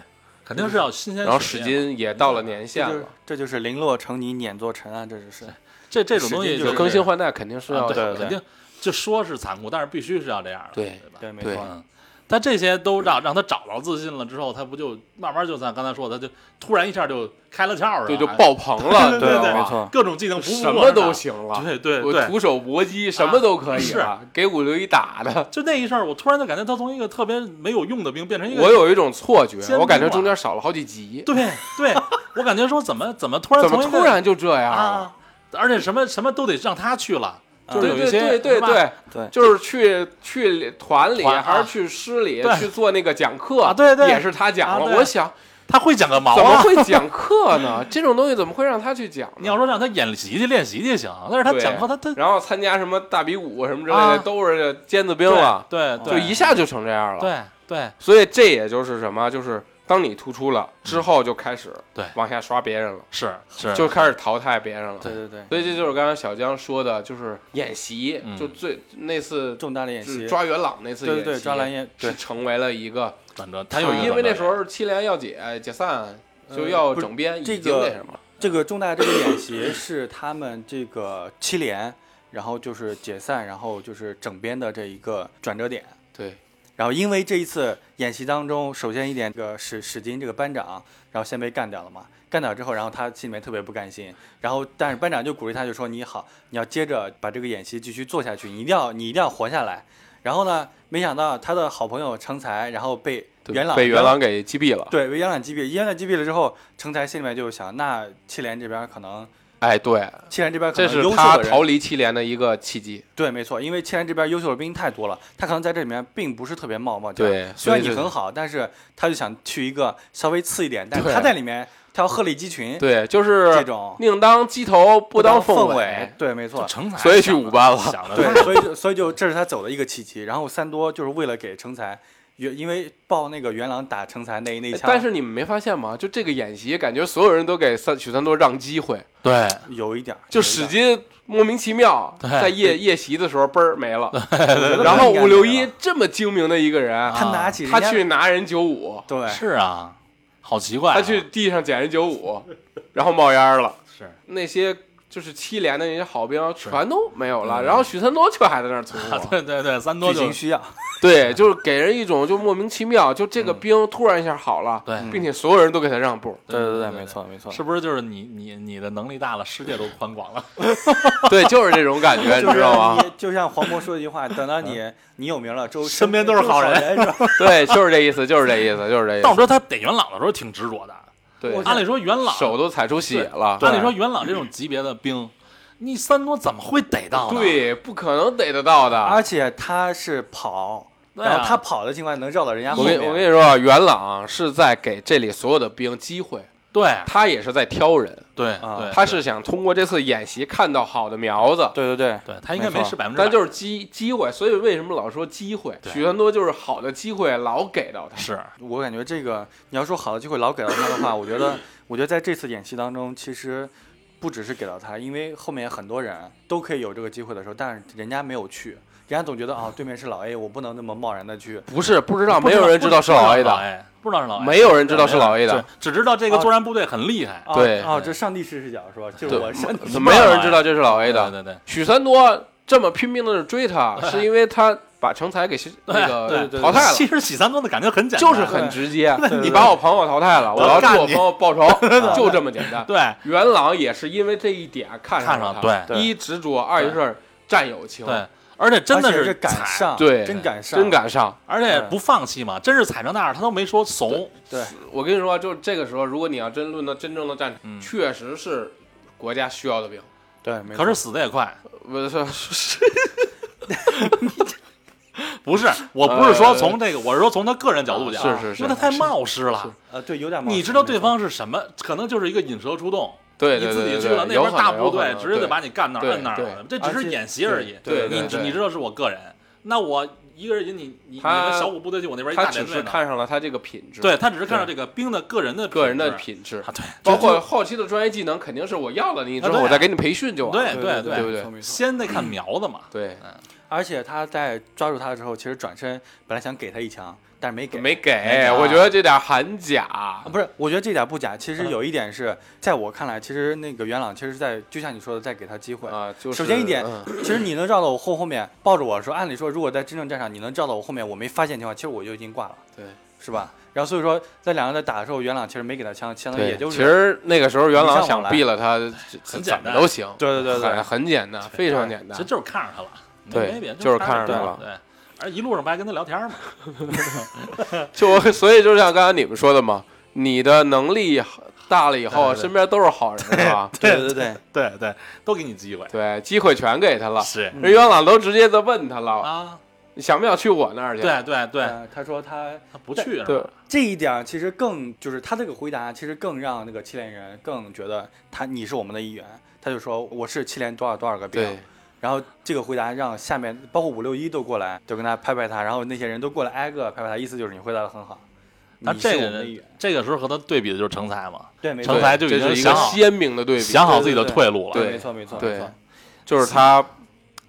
Speaker 3: 肯定是要新鲜。
Speaker 5: 然后史，金
Speaker 3: 嗯
Speaker 5: 也到了年限
Speaker 4: 这就是
Speaker 5: 了，
Speaker 4: 这就是零落成泥碾作尘啊，这就是
Speaker 3: 这这种东西
Speaker 4: 使劲
Speaker 3: 是
Speaker 4: 就
Speaker 5: 更新换代肯定是
Speaker 3: 啊
Speaker 5: 要
Speaker 3: 对
Speaker 5: 的。
Speaker 4: 对对
Speaker 3: 肯定就说是残酷，但是必须是要这样的，
Speaker 5: 对
Speaker 3: 吧？
Speaker 4: 对，没
Speaker 5: 对
Speaker 4: 错。
Speaker 3: 嗯，但这些都让让他找到自信了之后，他不就慢慢就像刚才说的，他就突然一下就开了窍了，
Speaker 5: 对，就爆棚了，
Speaker 4: 对
Speaker 5: 知道
Speaker 4: 对没
Speaker 5: 吧？
Speaker 4: 错
Speaker 3: 各种技能不
Speaker 5: 什么都。行了，
Speaker 3: 对对
Speaker 5: 我
Speaker 3: 对啊
Speaker 5: 徒手搏击什么都可以
Speaker 3: 是
Speaker 5: 了，给五六一打的。
Speaker 3: 就那一下，我突然就感觉他从一个特别没有用的兵变成一个，
Speaker 5: 我有一种错觉
Speaker 3: 监，督
Speaker 5: 我感觉
Speaker 3: 啊
Speaker 5: 中间少了好几集，
Speaker 3: 对对，我感觉说怎么怎么突然
Speaker 5: 怎
Speaker 3: 从
Speaker 5: 么
Speaker 3: 一
Speaker 5: 突
Speaker 3: 个
Speaker 5: 然就这样了？
Speaker 3: 啊，而且什么什么都得让他去了，就是
Speaker 5: 对
Speaker 3: 有一
Speaker 5: 嗯对
Speaker 3: 些
Speaker 5: 对对
Speaker 3: 是吧
Speaker 5: 对
Speaker 4: 对
Speaker 5: 就是去去团里
Speaker 3: 团啊
Speaker 5: 还是去师里
Speaker 3: 对
Speaker 5: 去做那个讲课
Speaker 3: 啊对对
Speaker 5: 也是他
Speaker 3: 啊
Speaker 5: 讲了。
Speaker 3: 对
Speaker 5: 我想
Speaker 3: 他会讲个毛
Speaker 5: 怎么
Speaker 3: 啊！
Speaker 5: 会讲课呢？这种东西怎么会让他去讲呢？
Speaker 3: 你要说让他演习去练习去行，但是他
Speaker 5: 对
Speaker 3: 讲课他 他
Speaker 5: 然后参加什么大比武什么之类
Speaker 3: 啊
Speaker 5: 的，都是尖子兵了，
Speaker 3: 对
Speaker 5: 啊就
Speaker 3: 对
Speaker 5: 一下就成这样了。
Speaker 3: 对对
Speaker 5: 所以这也就是什么，就是当你突出了之后，就开始
Speaker 3: 对
Speaker 5: 往下刷别人了，
Speaker 3: 是是
Speaker 5: 就开始淘汰别人了。
Speaker 4: 对对对，
Speaker 5: 所以这就是刚刚小江说的，就是演习，
Speaker 3: 嗯
Speaker 5: 就最那次
Speaker 4: 重大的演习
Speaker 5: 是，抓元朗那次
Speaker 4: 对
Speaker 5: 演
Speaker 4: 对
Speaker 5: 习，
Speaker 4: 对抓蓝眼
Speaker 5: 是成为了一个，
Speaker 3: 转折，他有一个
Speaker 5: 因为那
Speaker 3: 转折
Speaker 5: 时候七连要解解散，
Speaker 4: 呃
Speaker 5: 就要
Speaker 4: 不是
Speaker 5: 整编，已
Speaker 4: 这
Speaker 5: 经
Speaker 4: 个
Speaker 5: 那什么了，
Speaker 4: 这个重大这个演习是他们这个七连，然后就是解散，然后就是整编的这一个转折点。
Speaker 5: 对，
Speaker 4: 然后因为这一次演习当中，首先一点，这个史史金这个班长，然后先被干掉了嘛。干掉之后，然后他心里面特别不甘心，然后但是班长就鼓励他，就说你好，你要接着把这个演习继续做下去，你一定要你一定要活下来。然后呢，没想到他的好朋友成才，然后被
Speaker 5: 对
Speaker 4: 元朗
Speaker 5: 被元朗给击毙了。
Speaker 4: 对被元朗击毙，元朗击毙了之后，成才心里面就想，那七连这边可能
Speaker 5: 哎，对，
Speaker 4: 七连这边可
Speaker 5: 这
Speaker 4: 能
Speaker 5: 是
Speaker 4: 优秀
Speaker 5: 他
Speaker 4: 的人
Speaker 5: 逃离七连的一个契机。
Speaker 4: 对，没错，因为千人这边优秀的兵太多了，他可能在这里面并不是特别冒冒尖儿。
Speaker 5: 对
Speaker 4: 虽然你
Speaker 5: 所以这
Speaker 4: 很好，但是他就想去一个稍微次一点，但是
Speaker 5: 对
Speaker 4: 他在里面他要鹤立鸡群，
Speaker 5: 对，就是
Speaker 4: 这种
Speaker 5: 宁当鸡头不当
Speaker 4: 凤
Speaker 5: 凤
Speaker 4: 尾，，哎对，没错。
Speaker 3: 成才
Speaker 5: 所以去
Speaker 3: 想
Speaker 5: 五班了
Speaker 3: 想的
Speaker 4: 对，所以就所以就这是他走的一个契机。然后三多就是为了给成才，原因为报那个元朗打成才那那一
Speaker 5: 哎
Speaker 4: 枪，
Speaker 5: 但是你们没发现吗？就这个演习，感觉所有人都给三许三多让机会，
Speaker 3: 对
Speaker 4: 有一点儿
Speaker 5: 就
Speaker 4: 有一点
Speaker 5: 史
Speaker 4: 儿
Speaker 5: 金莫名其妙
Speaker 3: 对
Speaker 5: 在夜 夜袭的时候嘣儿没 了，
Speaker 4: 我觉得
Speaker 5: 然
Speaker 4: 他
Speaker 5: 后
Speaker 4: 应该
Speaker 5: 五六
Speaker 4: 没
Speaker 5: 一
Speaker 4: 了啊
Speaker 5: 这么精明的一个人，
Speaker 4: 他拿起人
Speaker 5: 他
Speaker 4: 家
Speaker 5: 去拿人九 五，
Speaker 4: 对
Speaker 3: 是啊，好奇怪啊，
Speaker 5: 他去地上捡人九五，然后冒烟了，
Speaker 3: 是
Speaker 5: 那些。就是七连的那些好兵全都没有
Speaker 4: 嗯
Speaker 5: 了，然后许三多却还在那儿存
Speaker 3: 啊，
Speaker 5: 活，
Speaker 3: 对对对，三多
Speaker 4: 剧
Speaker 3: 就
Speaker 4: 情需要，
Speaker 5: 对，就是给人一种就莫名其妙，就这个兵突然一下好了，
Speaker 3: 对
Speaker 5: 并且所有人都给他让步，
Speaker 4: 对
Speaker 3: 对
Speaker 4: 对
Speaker 3: 对对
Speaker 4: 没错没错，
Speaker 3: 是不是就是你你你的能力大了，世界都宽广了？
Speaker 5: 对， 就是这种感觉，你
Speaker 4: 就是
Speaker 5: 知道吗？
Speaker 4: 你 就像黄渤说的一句话，等到你你有名了，周
Speaker 3: 身边都是好
Speaker 4: 好
Speaker 3: 人
Speaker 4: 人，是吧？
Speaker 5: 对，就是这意思，就是这意思，就是这意
Speaker 3: 但我
Speaker 5: 思。
Speaker 3: 说他逮元朗的时候挺执着的，
Speaker 5: 对，
Speaker 3: 按理说元朗
Speaker 5: 手都踩出血了。
Speaker 3: 按理说元朗这种级别的兵，你三多怎么会逮到呢？
Speaker 5: 对，不可能逮得到的。
Speaker 4: 而且他是跑，
Speaker 3: 对
Speaker 4: 然
Speaker 3: 啊
Speaker 4: 后他跑的情况下能绕到人家后
Speaker 5: 我跟
Speaker 4: 面。
Speaker 5: 我跟你说啊，元朗是在给这里所有的兵机会，
Speaker 3: 对
Speaker 5: 他也是在挑人，
Speaker 3: 对
Speaker 4: 啊
Speaker 3: 对，
Speaker 5: 他是想通过这次演习看到好的苗子，
Speaker 4: 对对对，
Speaker 3: 对他应该没
Speaker 4: 没
Speaker 3: 是
Speaker 4: 错
Speaker 3: 百分之百，
Speaker 5: 但就是机机会。所以为什么老说机会？许三多就是好的机会老给到他。
Speaker 3: 是
Speaker 4: 我感觉这个你要说好的机会老给到他的话，我觉得我觉得在这次演习当中，其实不只是给到他，因为后面很多人都可以有这个机会的时候，但是人家没有去，人家总觉得啊、对面是老 A，我不能那么贸然的去。
Speaker 5: 不是不知道，
Speaker 3: 不
Speaker 5: 没有人知道是老
Speaker 3: 不
Speaker 5: A
Speaker 3: 知道
Speaker 5: 的，
Speaker 3: 不知道是老 A，
Speaker 5: 没有人知道是老
Speaker 3: 对
Speaker 5: A 的，，啊
Speaker 3: 只知道这个作战部队很厉害，
Speaker 4: 啊
Speaker 5: 对
Speaker 4: 啊，这上帝视视角是吧？就是
Speaker 5: 对
Speaker 4: 我上帝视角
Speaker 5: 没有人知道这是老 A 的。
Speaker 3: 对对对，
Speaker 5: 许三多这么拼命的追 他，是因为他把成才给牺那个
Speaker 3: 对
Speaker 4: 对
Speaker 5: 淘汰了
Speaker 3: 其，实洗三多的感觉很简单，
Speaker 5: 就是很直接
Speaker 4: 对。
Speaker 5: 你把我朋友淘汰了，我要替我朋友 报仇，就这么简单。
Speaker 3: 对
Speaker 5: 元朗也是因为这一点看
Speaker 3: 看
Speaker 5: 上
Speaker 3: 上
Speaker 5: 了
Speaker 3: 对
Speaker 5: 他，一执着，二就是战友情，
Speaker 3: 对，而且真的
Speaker 4: 而且
Speaker 3: 是
Speaker 4: 是敢
Speaker 3: 踩，
Speaker 4: 上，
Speaker 5: 对
Speaker 4: 真敢上，
Speaker 5: 真敢上。
Speaker 3: 而且不放弃嘛，真是踩成那样他都没说怂，
Speaker 4: 对。
Speaker 5: 我跟你说，就这个时候，如果你要真论到真正的战
Speaker 3: 嗯
Speaker 5: 场，确实是国家需要 的兵。
Speaker 4: 对，没
Speaker 3: 可
Speaker 4: 错
Speaker 3: 是死的也快，
Speaker 5: 不是啊是
Speaker 3: 不是，我不是说从这个，我是说从他个人角度讲，
Speaker 5: 呃是是是
Speaker 3: 因为他太冒失了。
Speaker 4: 呃，对，有点冒
Speaker 3: 你
Speaker 4: 失
Speaker 3: 知道对
Speaker 4: 没错
Speaker 3: 方是什么？可能就是一个引蛇出洞，
Speaker 5: 对
Speaker 3: 你
Speaker 5: 对
Speaker 3: 自
Speaker 5: 对
Speaker 3: 己去
Speaker 5: 对
Speaker 3: 了，那
Speaker 5: 有
Speaker 3: 边
Speaker 5: 可
Speaker 3: 大
Speaker 5: 能
Speaker 3: 部
Speaker 5: 有可
Speaker 3: 队
Speaker 5: 能
Speaker 3: 直接就
Speaker 5: 对
Speaker 3: 把你干那儿
Speaker 5: 对
Speaker 3: 摁那儿了，这只
Speaker 4: 而
Speaker 3: 是
Speaker 4: 且
Speaker 3: 演习而已。
Speaker 5: 对对
Speaker 3: 你
Speaker 5: 对对
Speaker 3: 你知道是我个人，那我一个人引你，你你
Speaker 5: 他
Speaker 3: 们小股部队去我那边一
Speaker 5: 他
Speaker 3: 大
Speaker 5: 只
Speaker 3: 连
Speaker 5: 是
Speaker 3: 队呢，
Speaker 5: 看上了他这个品质，
Speaker 3: 对他只是看到这个兵的个人的
Speaker 5: 个人的
Speaker 3: 质
Speaker 5: 品质
Speaker 3: 啊，，对，
Speaker 5: 包括后期的专业技能，肯定是我要了你之
Speaker 3: 啊对
Speaker 5: 后，
Speaker 3: 啊
Speaker 5: 我再给你培训就完了。
Speaker 3: 对对
Speaker 5: 对不对
Speaker 3: 先得看苗子嘛。
Speaker 5: 对，
Speaker 4: 而且他在抓住他的时候，其实转身本来想给他一枪，但是没给，
Speaker 5: 没
Speaker 4: 没
Speaker 5: 给，
Speaker 4: 拿
Speaker 5: 我觉得这点很假
Speaker 4: 啊，。不是，我觉得这点不假。
Speaker 3: 嗯
Speaker 4: 其实有一点是在我看来，其实那个元朗其实是在就像你说的，在给他机
Speaker 3: 嗯
Speaker 4: 会
Speaker 5: 啊就是
Speaker 4: 首先一点，
Speaker 5: 嗯
Speaker 4: 其实你能绕到我后后面抱着我说，按理说如果在真正战场你能绕到我后面，我没发现情况，其实我就已经挂了，
Speaker 5: 对，
Speaker 4: 是吧？然后所以说，在两个人在打的时候，元朗其实没给他枪，相当于
Speaker 5: 对
Speaker 4: 也，就是
Speaker 5: 其实那个时候元朗
Speaker 4: 你上
Speaker 5: 想
Speaker 4: 我来
Speaker 5: 毙了他，这
Speaker 3: 很
Speaker 5: 怎
Speaker 3: 简
Speaker 5: 么
Speaker 3: 单
Speaker 5: 都行。
Speaker 4: 对对对
Speaker 5: 很
Speaker 4: 对，
Speaker 5: 很简单，非常简
Speaker 3: 其
Speaker 5: 单
Speaker 3: 实。就是看上他了，没
Speaker 5: 对
Speaker 3: 没别的，
Speaker 5: 就是
Speaker 3: 看
Speaker 5: 看上他了
Speaker 3: 对，而一路上不还跟他聊天嘛，
Speaker 5: 就我，所以就像刚才你们说的嘛，你的能力大了以
Speaker 3: 对
Speaker 5: 后，
Speaker 3: 对对
Speaker 5: 身边都是好人，是吧？
Speaker 4: 对对对
Speaker 3: 对对，都给你机会，
Speaker 5: 对，机会全给他了。
Speaker 3: 是
Speaker 5: 人元朗都直接就问他了，
Speaker 3: 啊，
Speaker 5: 你想不想去我那儿去？
Speaker 3: 对对对，
Speaker 4: 呃他说他
Speaker 3: 他不去是吧
Speaker 5: 对，
Speaker 4: 这一点其实更就是他这个回答，其实更让那个七连人更觉得他你是我们的一员。他就说我是七连多少多少个兵，
Speaker 5: 对
Speaker 4: 然后这个回答让下面包括五六一都过来，都跟他拍拍他，然后那些人都过来挨个拍拍他，意思就是你回答的很好。
Speaker 3: 他
Speaker 4: 你是
Speaker 3: 这
Speaker 4: 我
Speaker 3: 个
Speaker 4: 们的一
Speaker 3: 人
Speaker 4: 员，
Speaker 3: 这个时候和他对比的就是成才嘛，
Speaker 4: 对，没错
Speaker 3: 成，才就已
Speaker 5: 这
Speaker 3: 经
Speaker 5: 是一
Speaker 3: 想
Speaker 5: 个
Speaker 3: 好
Speaker 5: 鲜明的对比，
Speaker 3: 想好自己的退路了，
Speaker 5: 对
Speaker 4: 没错没错
Speaker 5: 对
Speaker 4: 没错，
Speaker 5: 就是他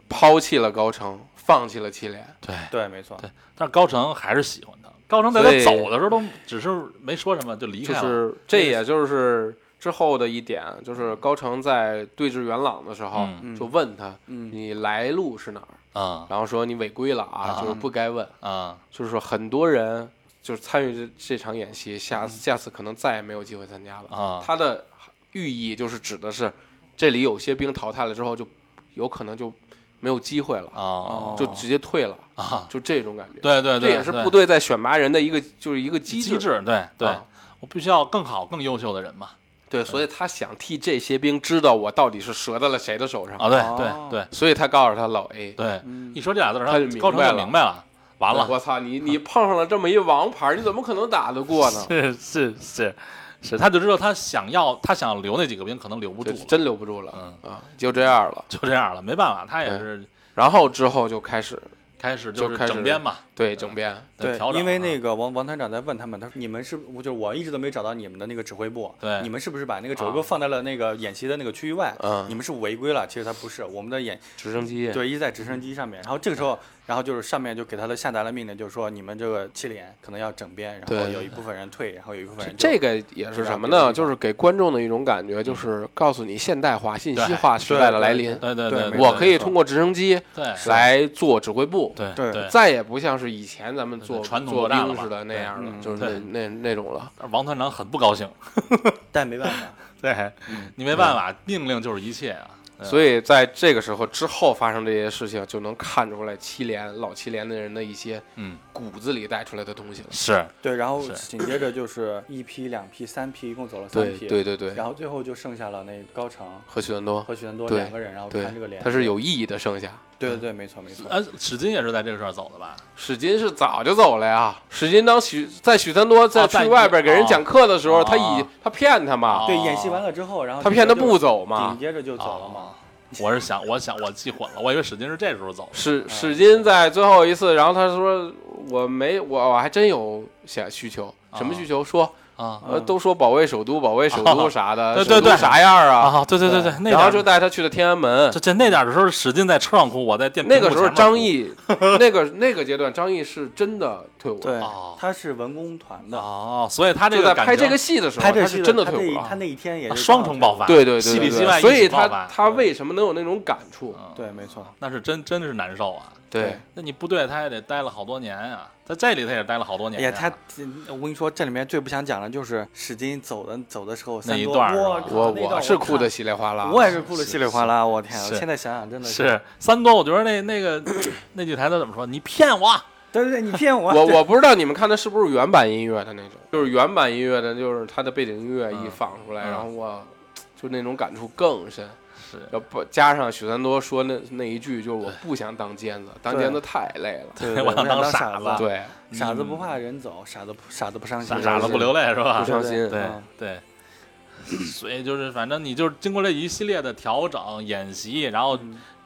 Speaker 5: 抛弃了高城，放弃了祁连。
Speaker 3: 对。
Speaker 4: 对没错
Speaker 3: 对，但是高成还是喜欢他。高成在他走的时候都只是没说什么就离
Speaker 5: 就
Speaker 3: 开了，
Speaker 5: 是这也就是之后的一点，就是高城在对峙元朗的时候，
Speaker 4: 嗯
Speaker 5: 就问他、
Speaker 4: 嗯
Speaker 5: 你来路是哪儿，
Speaker 3: 啊
Speaker 5: 然后说你违规了
Speaker 3: 啊
Speaker 5: 啊，就是不该问，
Speaker 3: 啊
Speaker 5: 就是说很多人就是参与这这场演习，下次下次可能再也没有机会参加了。
Speaker 3: 嗯啊！
Speaker 5: 它的寓意就是指的是这里有些兵淘汰了之后就有可能就没有机会了，
Speaker 3: 哦
Speaker 5: 就直接退了，
Speaker 3: 啊！
Speaker 5: 就这种感觉。
Speaker 3: 对对
Speaker 5: 这
Speaker 3: 对，
Speaker 5: 也是部
Speaker 3: 对
Speaker 5: 队在选拔人的一个就是一个机
Speaker 3: 机制，对对
Speaker 5: 啊，
Speaker 3: 我必须要更好、更优秀的人嘛。
Speaker 5: 对，所以他想替这些兵知道我到底是折在了谁的手上，
Speaker 3: 啊，对
Speaker 4: 哦
Speaker 3: 对对
Speaker 5: 所以他告诉他老 A，
Speaker 3: 对，一说这俩字儿，
Speaker 5: 嗯他就明
Speaker 3: 高成
Speaker 5: 白
Speaker 3: 就
Speaker 5: 了
Speaker 3: 明白了，完了，
Speaker 5: 我操你你碰上了这么一王牌，你怎么可能打得过呢？
Speaker 3: 是是是是，他就知道他想要他想留那几个兵可能留不住
Speaker 5: 就
Speaker 3: 了，嗯
Speaker 5: 真留不住了，啊，就这样了。
Speaker 3: 就这样了，没办法，他也是
Speaker 5: 然后之后就开始
Speaker 3: 开始
Speaker 5: 就是开始
Speaker 3: 整编嘛，
Speaker 5: 对整编，
Speaker 4: 对
Speaker 3: 调，整
Speaker 4: 因为
Speaker 3: 啊
Speaker 4: 那个王王团长在问他们，他说你们是不就是我一直都没找到你们的那个指挥部，
Speaker 3: 对啊
Speaker 4: 你们是不是把那个指挥部放在了那个演习的那个区域外？
Speaker 5: 嗯
Speaker 4: 你们是违规了，其实他不是，我们的演
Speaker 5: 直升机，
Speaker 4: 对，一直在直升机上面。然后这个时候，然后就是上面就给他的下达了命令，就是说你们这个七连可能要整编，然后
Speaker 5: 对
Speaker 4: 有一部分人退，然后有一部分人
Speaker 5: 这
Speaker 4: 就
Speaker 5: 个也是什么
Speaker 4: 就让别
Speaker 5: 呢？
Speaker 4: 人
Speaker 5: 就是给观众的一种感觉，就是告诉你现代化、信息化时代的来临。
Speaker 3: 嗯对对
Speaker 4: 对没错
Speaker 5: 我可以通过直升机
Speaker 3: 对
Speaker 5: 来做指挥部，
Speaker 3: 对
Speaker 4: 对
Speaker 3: 对，
Speaker 5: 再也不像是以前咱们做
Speaker 3: 对传统
Speaker 5: 做
Speaker 3: 作战了
Speaker 5: 兵
Speaker 3: 嘛
Speaker 5: 似的那样了，
Speaker 4: 对
Speaker 5: 就是
Speaker 3: 嗯
Speaker 5: 那那那种了。
Speaker 3: 但是王团长很不高 兴，
Speaker 4: 但没办法，
Speaker 3: 对，你没办
Speaker 5: 嗯
Speaker 3: 法，命令就是一切啊。
Speaker 5: 所以在这个时候之后发生这些事情，就能看出来七连老七连的人的一些
Speaker 3: 嗯，
Speaker 5: 骨子里带出来的东西了。
Speaker 3: 是
Speaker 4: 对，然后
Speaker 3: 是
Speaker 4: 紧接着就是一批、两批、三批，一共走了三
Speaker 5: 对
Speaker 4: 批，
Speaker 5: 对对对，
Speaker 4: 然后最后就剩下了那高成
Speaker 5: 和许文多
Speaker 4: 和，许文多
Speaker 5: 对
Speaker 4: 两个人，然后
Speaker 5: 对
Speaker 4: 看这个，连，
Speaker 5: 他是有意义的剩下。
Speaker 4: 对对对，没错没错，
Speaker 3: 呃，史金也是在这个事儿走的吧？
Speaker 5: 史金是早就走了呀。史金当许在许三多在
Speaker 3: 哦在
Speaker 5: 去外边给人
Speaker 3: 哦
Speaker 5: 讲课的时候，
Speaker 3: 哦
Speaker 5: 他以他骗他嘛，
Speaker 3: 哦
Speaker 4: 对，演习完了之后，然后
Speaker 5: 他
Speaker 4: 紧
Speaker 5: 骗他
Speaker 4: 接着
Speaker 5: 不
Speaker 4: 啊就
Speaker 5: 走
Speaker 4: 紧
Speaker 5: 嘛。
Speaker 4: 接着就走了
Speaker 3: 哦
Speaker 4: 嘛，
Speaker 3: 我是想，我想我记混了，我以为史金是这时候走的。
Speaker 5: 史史金在最后一次，然后他说我没我我还真有想需求，什么需求？说
Speaker 3: 啊
Speaker 5: 呃都说保卫首都，保卫首都
Speaker 3: 哦
Speaker 5: 啥的，
Speaker 3: 对对对
Speaker 5: 首都啥样啊？，
Speaker 3: 对对对对，那
Speaker 5: 然后
Speaker 3: 点
Speaker 5: 就
Speaker 3: 就
Speaker 5: 带他去了天安门
Speaker 3: 这。这那点的时候，史金在车上哭，我在电
Speaker 5: 那个时候张
Speaker 3: 毅
Speaker 5: 毅， 那个那个阶段张毅是真的退伍了，
Speaker 4: 对
Speaker 3: 哦，
Speaker 4: 他是文工团的，
Speaker 3: 哦，所以他这
Speaker 5: 就
Speaker 3: 个
Speaker 5: 在
Speaker 3: 感
Speaker 5: 拍这
Speaker 3: 情
Speaker 5: 个戏的时候，
Speaker 4: 拍这
Speaker 5: 他
Speaker 4: 个
Speaker 5: 是
Speaker 4: 戏
Speaker 5: 真的
Speaker 4: 他
Speaker 5: 退伍
Speaker 4: 那
Speaker 5: 了
Speaker 4: 他。那一天也
Speaker 3: 啊
Speaker 4: 是
Speaker 3: 双重爆发，
Speaker 5: 对对对，
Speaker 3: 戏里
Speaker 5: 对
Speaker 3: 戏外一
Speaker 5: 所以
Speaker 3: 起
Speaker 5: 他
Speaker 3: 爆发，嗯
Speaker 5: 他为什么能有那种感触？
Speaker 4: 对，没错，
Speaker 3: 那是真真是难受啊。
Speaker 5: 对，
Speaker 3: 那你部队他也得待了好多年啊，在这里他也待了好多
Speaker 4: 哎
Speaker 3: 年啊。
Speaker 4: 呀，他我跟你说，这里面最不想讲的就是史金走的走的时候
Speaker 3: 那一
Speaker 4: 三多
Speaker 3: 段儿
Speaker 4: 我
Speaker 3: 是吧
Speaker 4: 靠
Speaker 5: 我
Speaker 4: 那段
Speaker 5: 我是哭的
Speaker 4: 看，
Speaker 5: 稀里哗啦，
Speaker 4: 我也是哭的稀里哗啦，我天啊！
Speaker 3: 是
Speaker 4: 我现在想想真的，
Speaker 3: 是三多，我觉得那那个 那句台词怎么说？你骗我，
Speaker 4: 对对对，你骗我，
Speaker 5: 我
Speaker 4: 对
Speaker 5: 我不知道你们看的是不是原版音乐的那种，就是原版音乐的，就是它的背景音乐一放出来，
Speaker 3: 嗯
Speaker 5: 然后我就那种感触更深。
Speaker 3: 是
Speaker 5: 要不加上许三多说那那一句，就是我不想当尖子，当尖子太累了。
Speaker 4: 对，
Speaker 3: 我
Speaker 4: 我
Speaker 3: 想
Speaker 4: 想
Speaker 3: 当傻
Speaker 4: 傻
Speaker 3: 子
Speaker 4: 子，
Speaker 5: 对，
Speaker 4: 傻子不怕人走，傻子不傻子不伤心，
Speaker 3: 傻子不流泪是吧？
Speaker 5: 不伤啊心。
Speaker 3: 对
Speaker 4: 嗯
Speaker 3: 对， 所以就是反正你就是经过这一系列的调整、演习，然
Speaker 4: 嗯
Speaker 3: 后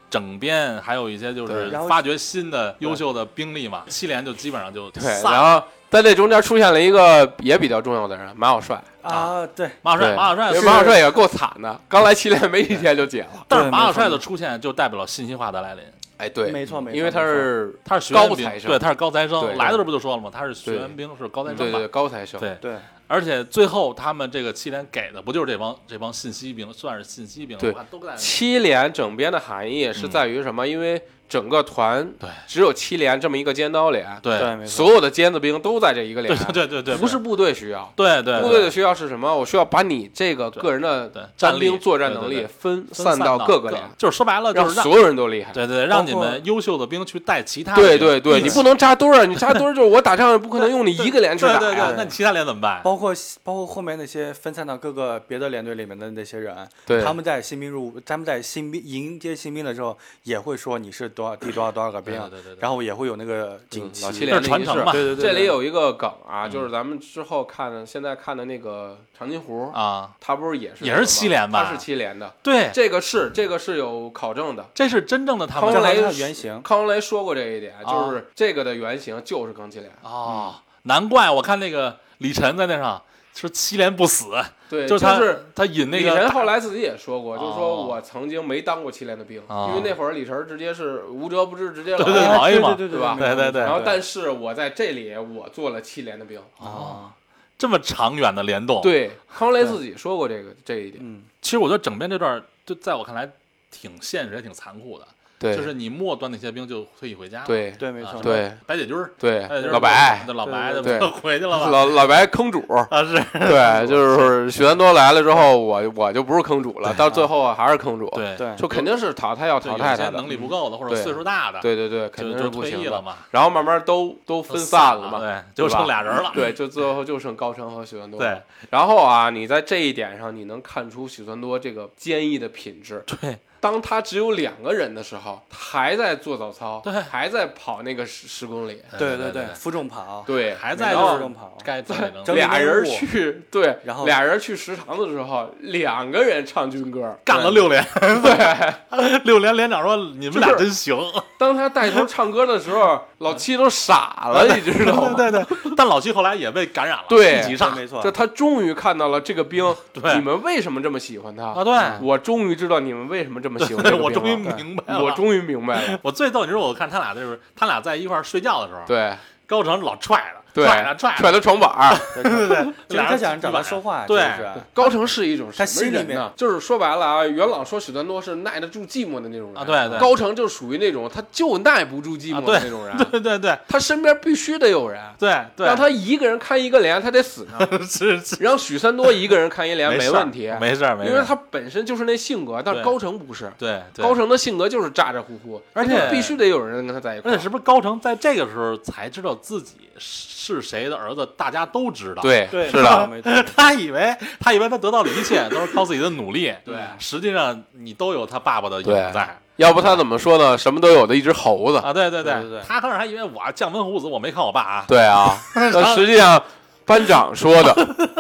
Speaker 3: 整编，还有一些就是
Speaker 4: 对然后
Speaker 3: 发掘新的优秀的兵力嘛。七连就基本上就
Speaker 5: 对，
Speaker 3: 散
Speaker 5: 然
Speaker 3: 了。
Speaker 5: 后在这中间出现了一个也比较重要的人，马小帅。
Speaker 4: 啊，对，
Speaker 3: 马小帅，
Speaker 5: 对
Speaker 3: 马小帅
Speaker 5: 因为
Speaker 3: 是，
Speaker 5: 马小帅也够惨的，刚来祁连没几天就解了。
Speaker 3: 但是
Speaker 4: 对
Speaker 3: 马
Speaker 4: 没
Speaker 3: 小帅的
Speaker 4: 错
Speaker 3: 出现就代表了信息化的来临。
Speaker 5: 哎，对，
Speaker 4: 没错没错
Speaker 5: 因为他是
Speaker 3: 他是学
Speaker 5: 高
Speaker 3: 员兵
Speaker 5: 材生，
Speaker 3: 对，他是高材
Speaker 5: 对
Speaker 3: 生。来的时候不就说了吗？他是学
Speaker 5: 对
Speaker 3: 员兵，是高材
Speaker 5: 对
Speaker 3: 生
Speaker 5: 对
Speaker 3: 吧？
Speaker 5: 高材生，
Speaker 3: 对，
Speaker 4: 对，
Speaker 3: 而且最后他们这个七连给的不就是这帮这帮信息兵，算是信息兵了，
Speaker 5: 对
Speaker 3: 我看都在
Speaker 5: 七连整编的含义是在于什么？因为整个团
Speaker 3: 嗯对
Speaker 5: 只有七连这么一个尖刀连，
Speaker 4: 对，
Speaker 3: 对
Speaker 4: 没错，
Speaker 5: 所有的尖子兵都在这一个连，
Speaker 3: 对对对对，
Speaker 5: 不是部队需要，
Speaker 3: 对对
Speaker 5: 部队的需要是什么？我需要把你这个个人
Speaker 3: 对
Speaker 5: 的
Speaker 3: 战
Speaker 5: 战
Speaker 3: 力
Speaker 5: 兵作战能
Speaker 3: 对对
Speaker 5: 力
Speaker 3: 对
Speaker 5: 分
Speaker 3: 分
Speaker 5: 散到各个连，
Speaker 3: 就是说白了
Speaker 5: 让
Speaker 3: 就是让
Speaker 5: 所有人都厉害。
Speaker 3: 对对对，让你
Speaker 4: 包括
Speaker 3: 们优秀的兵去带其他
Speaker 5: 对
Speaker 3: 兵
Speaker 5: 对对，
Speaker 3: 一
Speaker 5: 你
Speaker 3: 起
Speaker 5: 不能扎堆儿，你扎 堆儿就是我打仗也不可能用你一个连去
Speaker 3: 对
Speaker 5: 打
Speaker 3: 对
Speaker 5: 呀
Speaker 3: 对，。那你其他连怎么办？
Speaker 4: 包括包括后面那些分散到各个别的连队里面的那些人，
Speaker 5: 对
Speaker 4: 他们在新兵入，他们在新兵迎接新兵的时候，也会说你是多少第多少多少个兵，
Speaker 3: 对对对对
Speaker 4: 然后也会有那个锦
Speaker 5: 嗯
Speaker 4: 旗，
Speaker 5: 老七
Speaker 3: 这
Speaker 5: 连
Speaker 3: 是
Speaker 5: 的
Speaker 3: 传
Speaker 5: 仪
Speaker 3: 承
Speaker 5: 式
Speaker 3: 嘛嗯
Speaker 4: 对对对
Speaker 5: 这里有一个梗啊，就是咱们之后看的，现在看的那个长津湖，
Speaker 3: 啊，
Speaker 5: 它不是也是
Speaker 3: 也
Speaker 5: 那个
Speaker 3: 是七
Speaker 5: 吗
Speaker 3: 连吧
Speaker 5: 它是七连的，
Speaker 3: 对，
Speaker 5: 这个是这个是有考证的。
Speaker 3: 这是真正的他们啊
Speaker 5: 康
Speaker 4: 这
Speaker 5: 来
Speaker 4: 还是它的原型，
Speaker 5: 康文雷说过这一点，就是这个的原型就是钢七连，
Speaker 3: 哦，难怪我看那个李晨在那上说七连不死，
Speaker 5: 对，
Speaker 3: 就是他他引那
Speaker 5: 李
Speaker 3: 个
Speaker 5: 晨
Speaker 3: 大
Speaker 5: 后来自己也说过，就是说
Speaker 3: 哦
Speaker 5: 我曾经没当过七连的兵，
Speaker 3: 哦
Speaker 5: 因为那会儿李晨直接是无辙不治，直接
Speaker 3: 对对
Speaker 5: 来
Speaker 3: 老一嘛
Speaker 4: 对
Speaker 5: 对吧
Speaker 4: 没错
Speaker 3: 对对对
Speaker 5: 然后，但是我在这里我做了七连的兵。
Speaker 3: 哦，这么长远的联动。，
Speaker 5: 对，康雷自己说过这个这一点。
Speaker 4: 嗯，
Speaker 3: 其实我觉得整编这段儿就在我看来挺现实也挺残酷的，
Speaker 5: 对
Speaker 3: 就是你末端那些兵就退役回家了，
Speaker 5: 对
Speaker 4: 对，没
Speaker 3: 啊
Speaker 4: 错，
Speaker 3: 是吧
Speaker 5: 对
Speaker 3: 白姐军儿，
Speaker 5: 对
Speaker 3: 白姐军儿
Speaker 5: 老白
Speaker 3: 对老白
Speaker 4: 对
Speaker 3: 的
Speaker 5: 对
Speaker 3: 不就回去了吧？
Speaker 5: 老老白坑主，
Speaker 3: 啊 是，
Speaker 5: 对，就是许三多来了之后，我我就不是坑主了，到最后啊还是坑主。，
Speaker 3: 对
Speaker 4: 对
Speaker 5: 就肯定是淘汰要
Speaker 3: 对
Speaker 5: 淘
Speaker 3: 有
Speaker 5: 汰
Speaker 3: 些
Speaker 5: 他的嗯
Speaker 3: 能。力不够的或者
Speaker 5: 对
Speaker 3: 岁数大的，
Speaker 5: 对对对，肯
Speaker 3: 就
Speaker 5: 定
Speaker 3: 就是
Speaker 5: 不
Speaker 3: 退
Speaker 5: 行
Speaker 3: 役
Speaker 5: 的
Speaker 3: 了嘛，
Speaker 5: 然后慢慢都都
Speaker 3: 都
Speaker 5: 分散了
Speaker 3: 了
Speaker 5: 嘛，
Speaker 3: 对，就剩俩人了，
Speaker 5: 对，就最后就剩高成和许三多。
Speaker 3: 对，
Speaker 5: 然后啊，你在这一点上，你能看出许三多这个坚毅的品质。
Speaker 3: 对，
Speaker 5: 当他只有两个人的时候，他还在做早操，
Speaker 3: 对
Speaker 5: 还在跑那个十十公里，
Speaker 4: 对
Speaker 3: 对
Speaker 4: 对
Speaker 3: 对，
Speaker 4: 负重跑，
Speaker 5: 对，
Speaker 3: 还在
Speaker 5: 然
Speaker 3: 就
Speaker 5: 后
Speaker 4: 没
Speaker 3: 是
Speaker 4: 弄跑
Speaker 3: 该自己扔
Speaker 4: 整理
Speaker 5: 俩人
Speaker 4: 任务
Speaker 5: 去，对，
Speaker 4: 然后
Speaker 5: 俩人去食堂的时候，两个人唱军歌，
Speaker 3: 干了六连，对，六连连长说你们俩真行，
Speaker 5: 当他带头唱歌的时 候，老七都傻了，你知道吗？
Speaker 3: 对对对，但老七后来也被感染了，
Speaker 5: 对
Speaker 3: 一起
Speaker 4: 对
Speaker 3: 上
Speaker 4: 没错
Speaker 5: 就，他终于看到了这个兵，
Speaker 3: 对
Speaker 5: 你们为什么这么喜欢他
Speaker 3: 啊，？对，
Speaker 5: 我终于知道你们为什么这么喜欢这
Speaker 3: 对
Speaker 5: 个兵
Speaker 3: 我
Speaker 5: 了
Speaker 3: 终于明白了，
Speaker 5: 我终于明白了，
Speaker 3: 我最逗，你说我看他俩就是他俩在一块儿睡觉的时候，
Speaker 5: 对
Speaker 3: 高成老踹他，
Speaker 5: 对，
Speaker 3: 踹他踹他，
Speaker 5: 踹他床板儿。
Speaker 4: 对对对，其实
Speaker 3: 俩人
Speaker 4: 他想找他说话，
Speaker 3: 对
Speaker 4: 其实是啊
Speaker 5: 高成是一种什
Speaker 4: 他
Speaker 5: 么
Speaker 4: 心里
Speaker 5: 人
Speaker 4: 面
Speaker 5: 呢？就是说白了啊，元朗说许三多是耐得住寂寞的那种人
Speaker 3: 啊对对
Speaker 5: 高成就属于那种他就耐不住寂
Speaker 3: 啊
Speaker 5: 寞
Speaker 3: 对
Speaker 5: 的那种人，
Speaker 3: 对对对
Speaker 5: 他身边必须得有人，
Speaker 3: 对 对，
Speaker 5: 让他一个人看一个连，他得死 呢。
Speaker 3: 是是
Speaker 5: 让许三多一个人看一连
Speaker 3: 事儿
Speaker 5: 问题，
Speaker 3: 没事儿没事儿，
Speaker 5: 因为他本身就是那性格，但是
Speaker 3: 对
Speaker 5: 高成不是，
Speaker 3: 对对
Speaker 5: 高。成的性格就是咋咋呼呼，
Speaker 3: 而且
Speaker 5: 他必须得有人跟他在一块
Speaker 3: 而
Speaker 5: 儿
Speaker 3: 且。是不是高成在这个时候才知道自己是谁的儿子？大家都知道。，
Speaker 5: 对
Speaker 4: 对
Speaker 5: 是 的，
Speaker 4: 没错
Speaker 3: 他以为他以为他得到的一切都是靠自己的努力。
Speaker 5: 对
Speaker 3: 实际上你都有他爸爸的影
Speaker 5: 对
Speaker 3: 子在
Speaker 5: 要不他怎么说呢？什么都有的一只猴子。
Speaker 3: 啊！对对
Speaker 4: 对对对
Speaker 3: 他刚始还以为我啊降温虎子，我没看我爸啊。
Speaker 5: 对啊， 那实际上班长说的，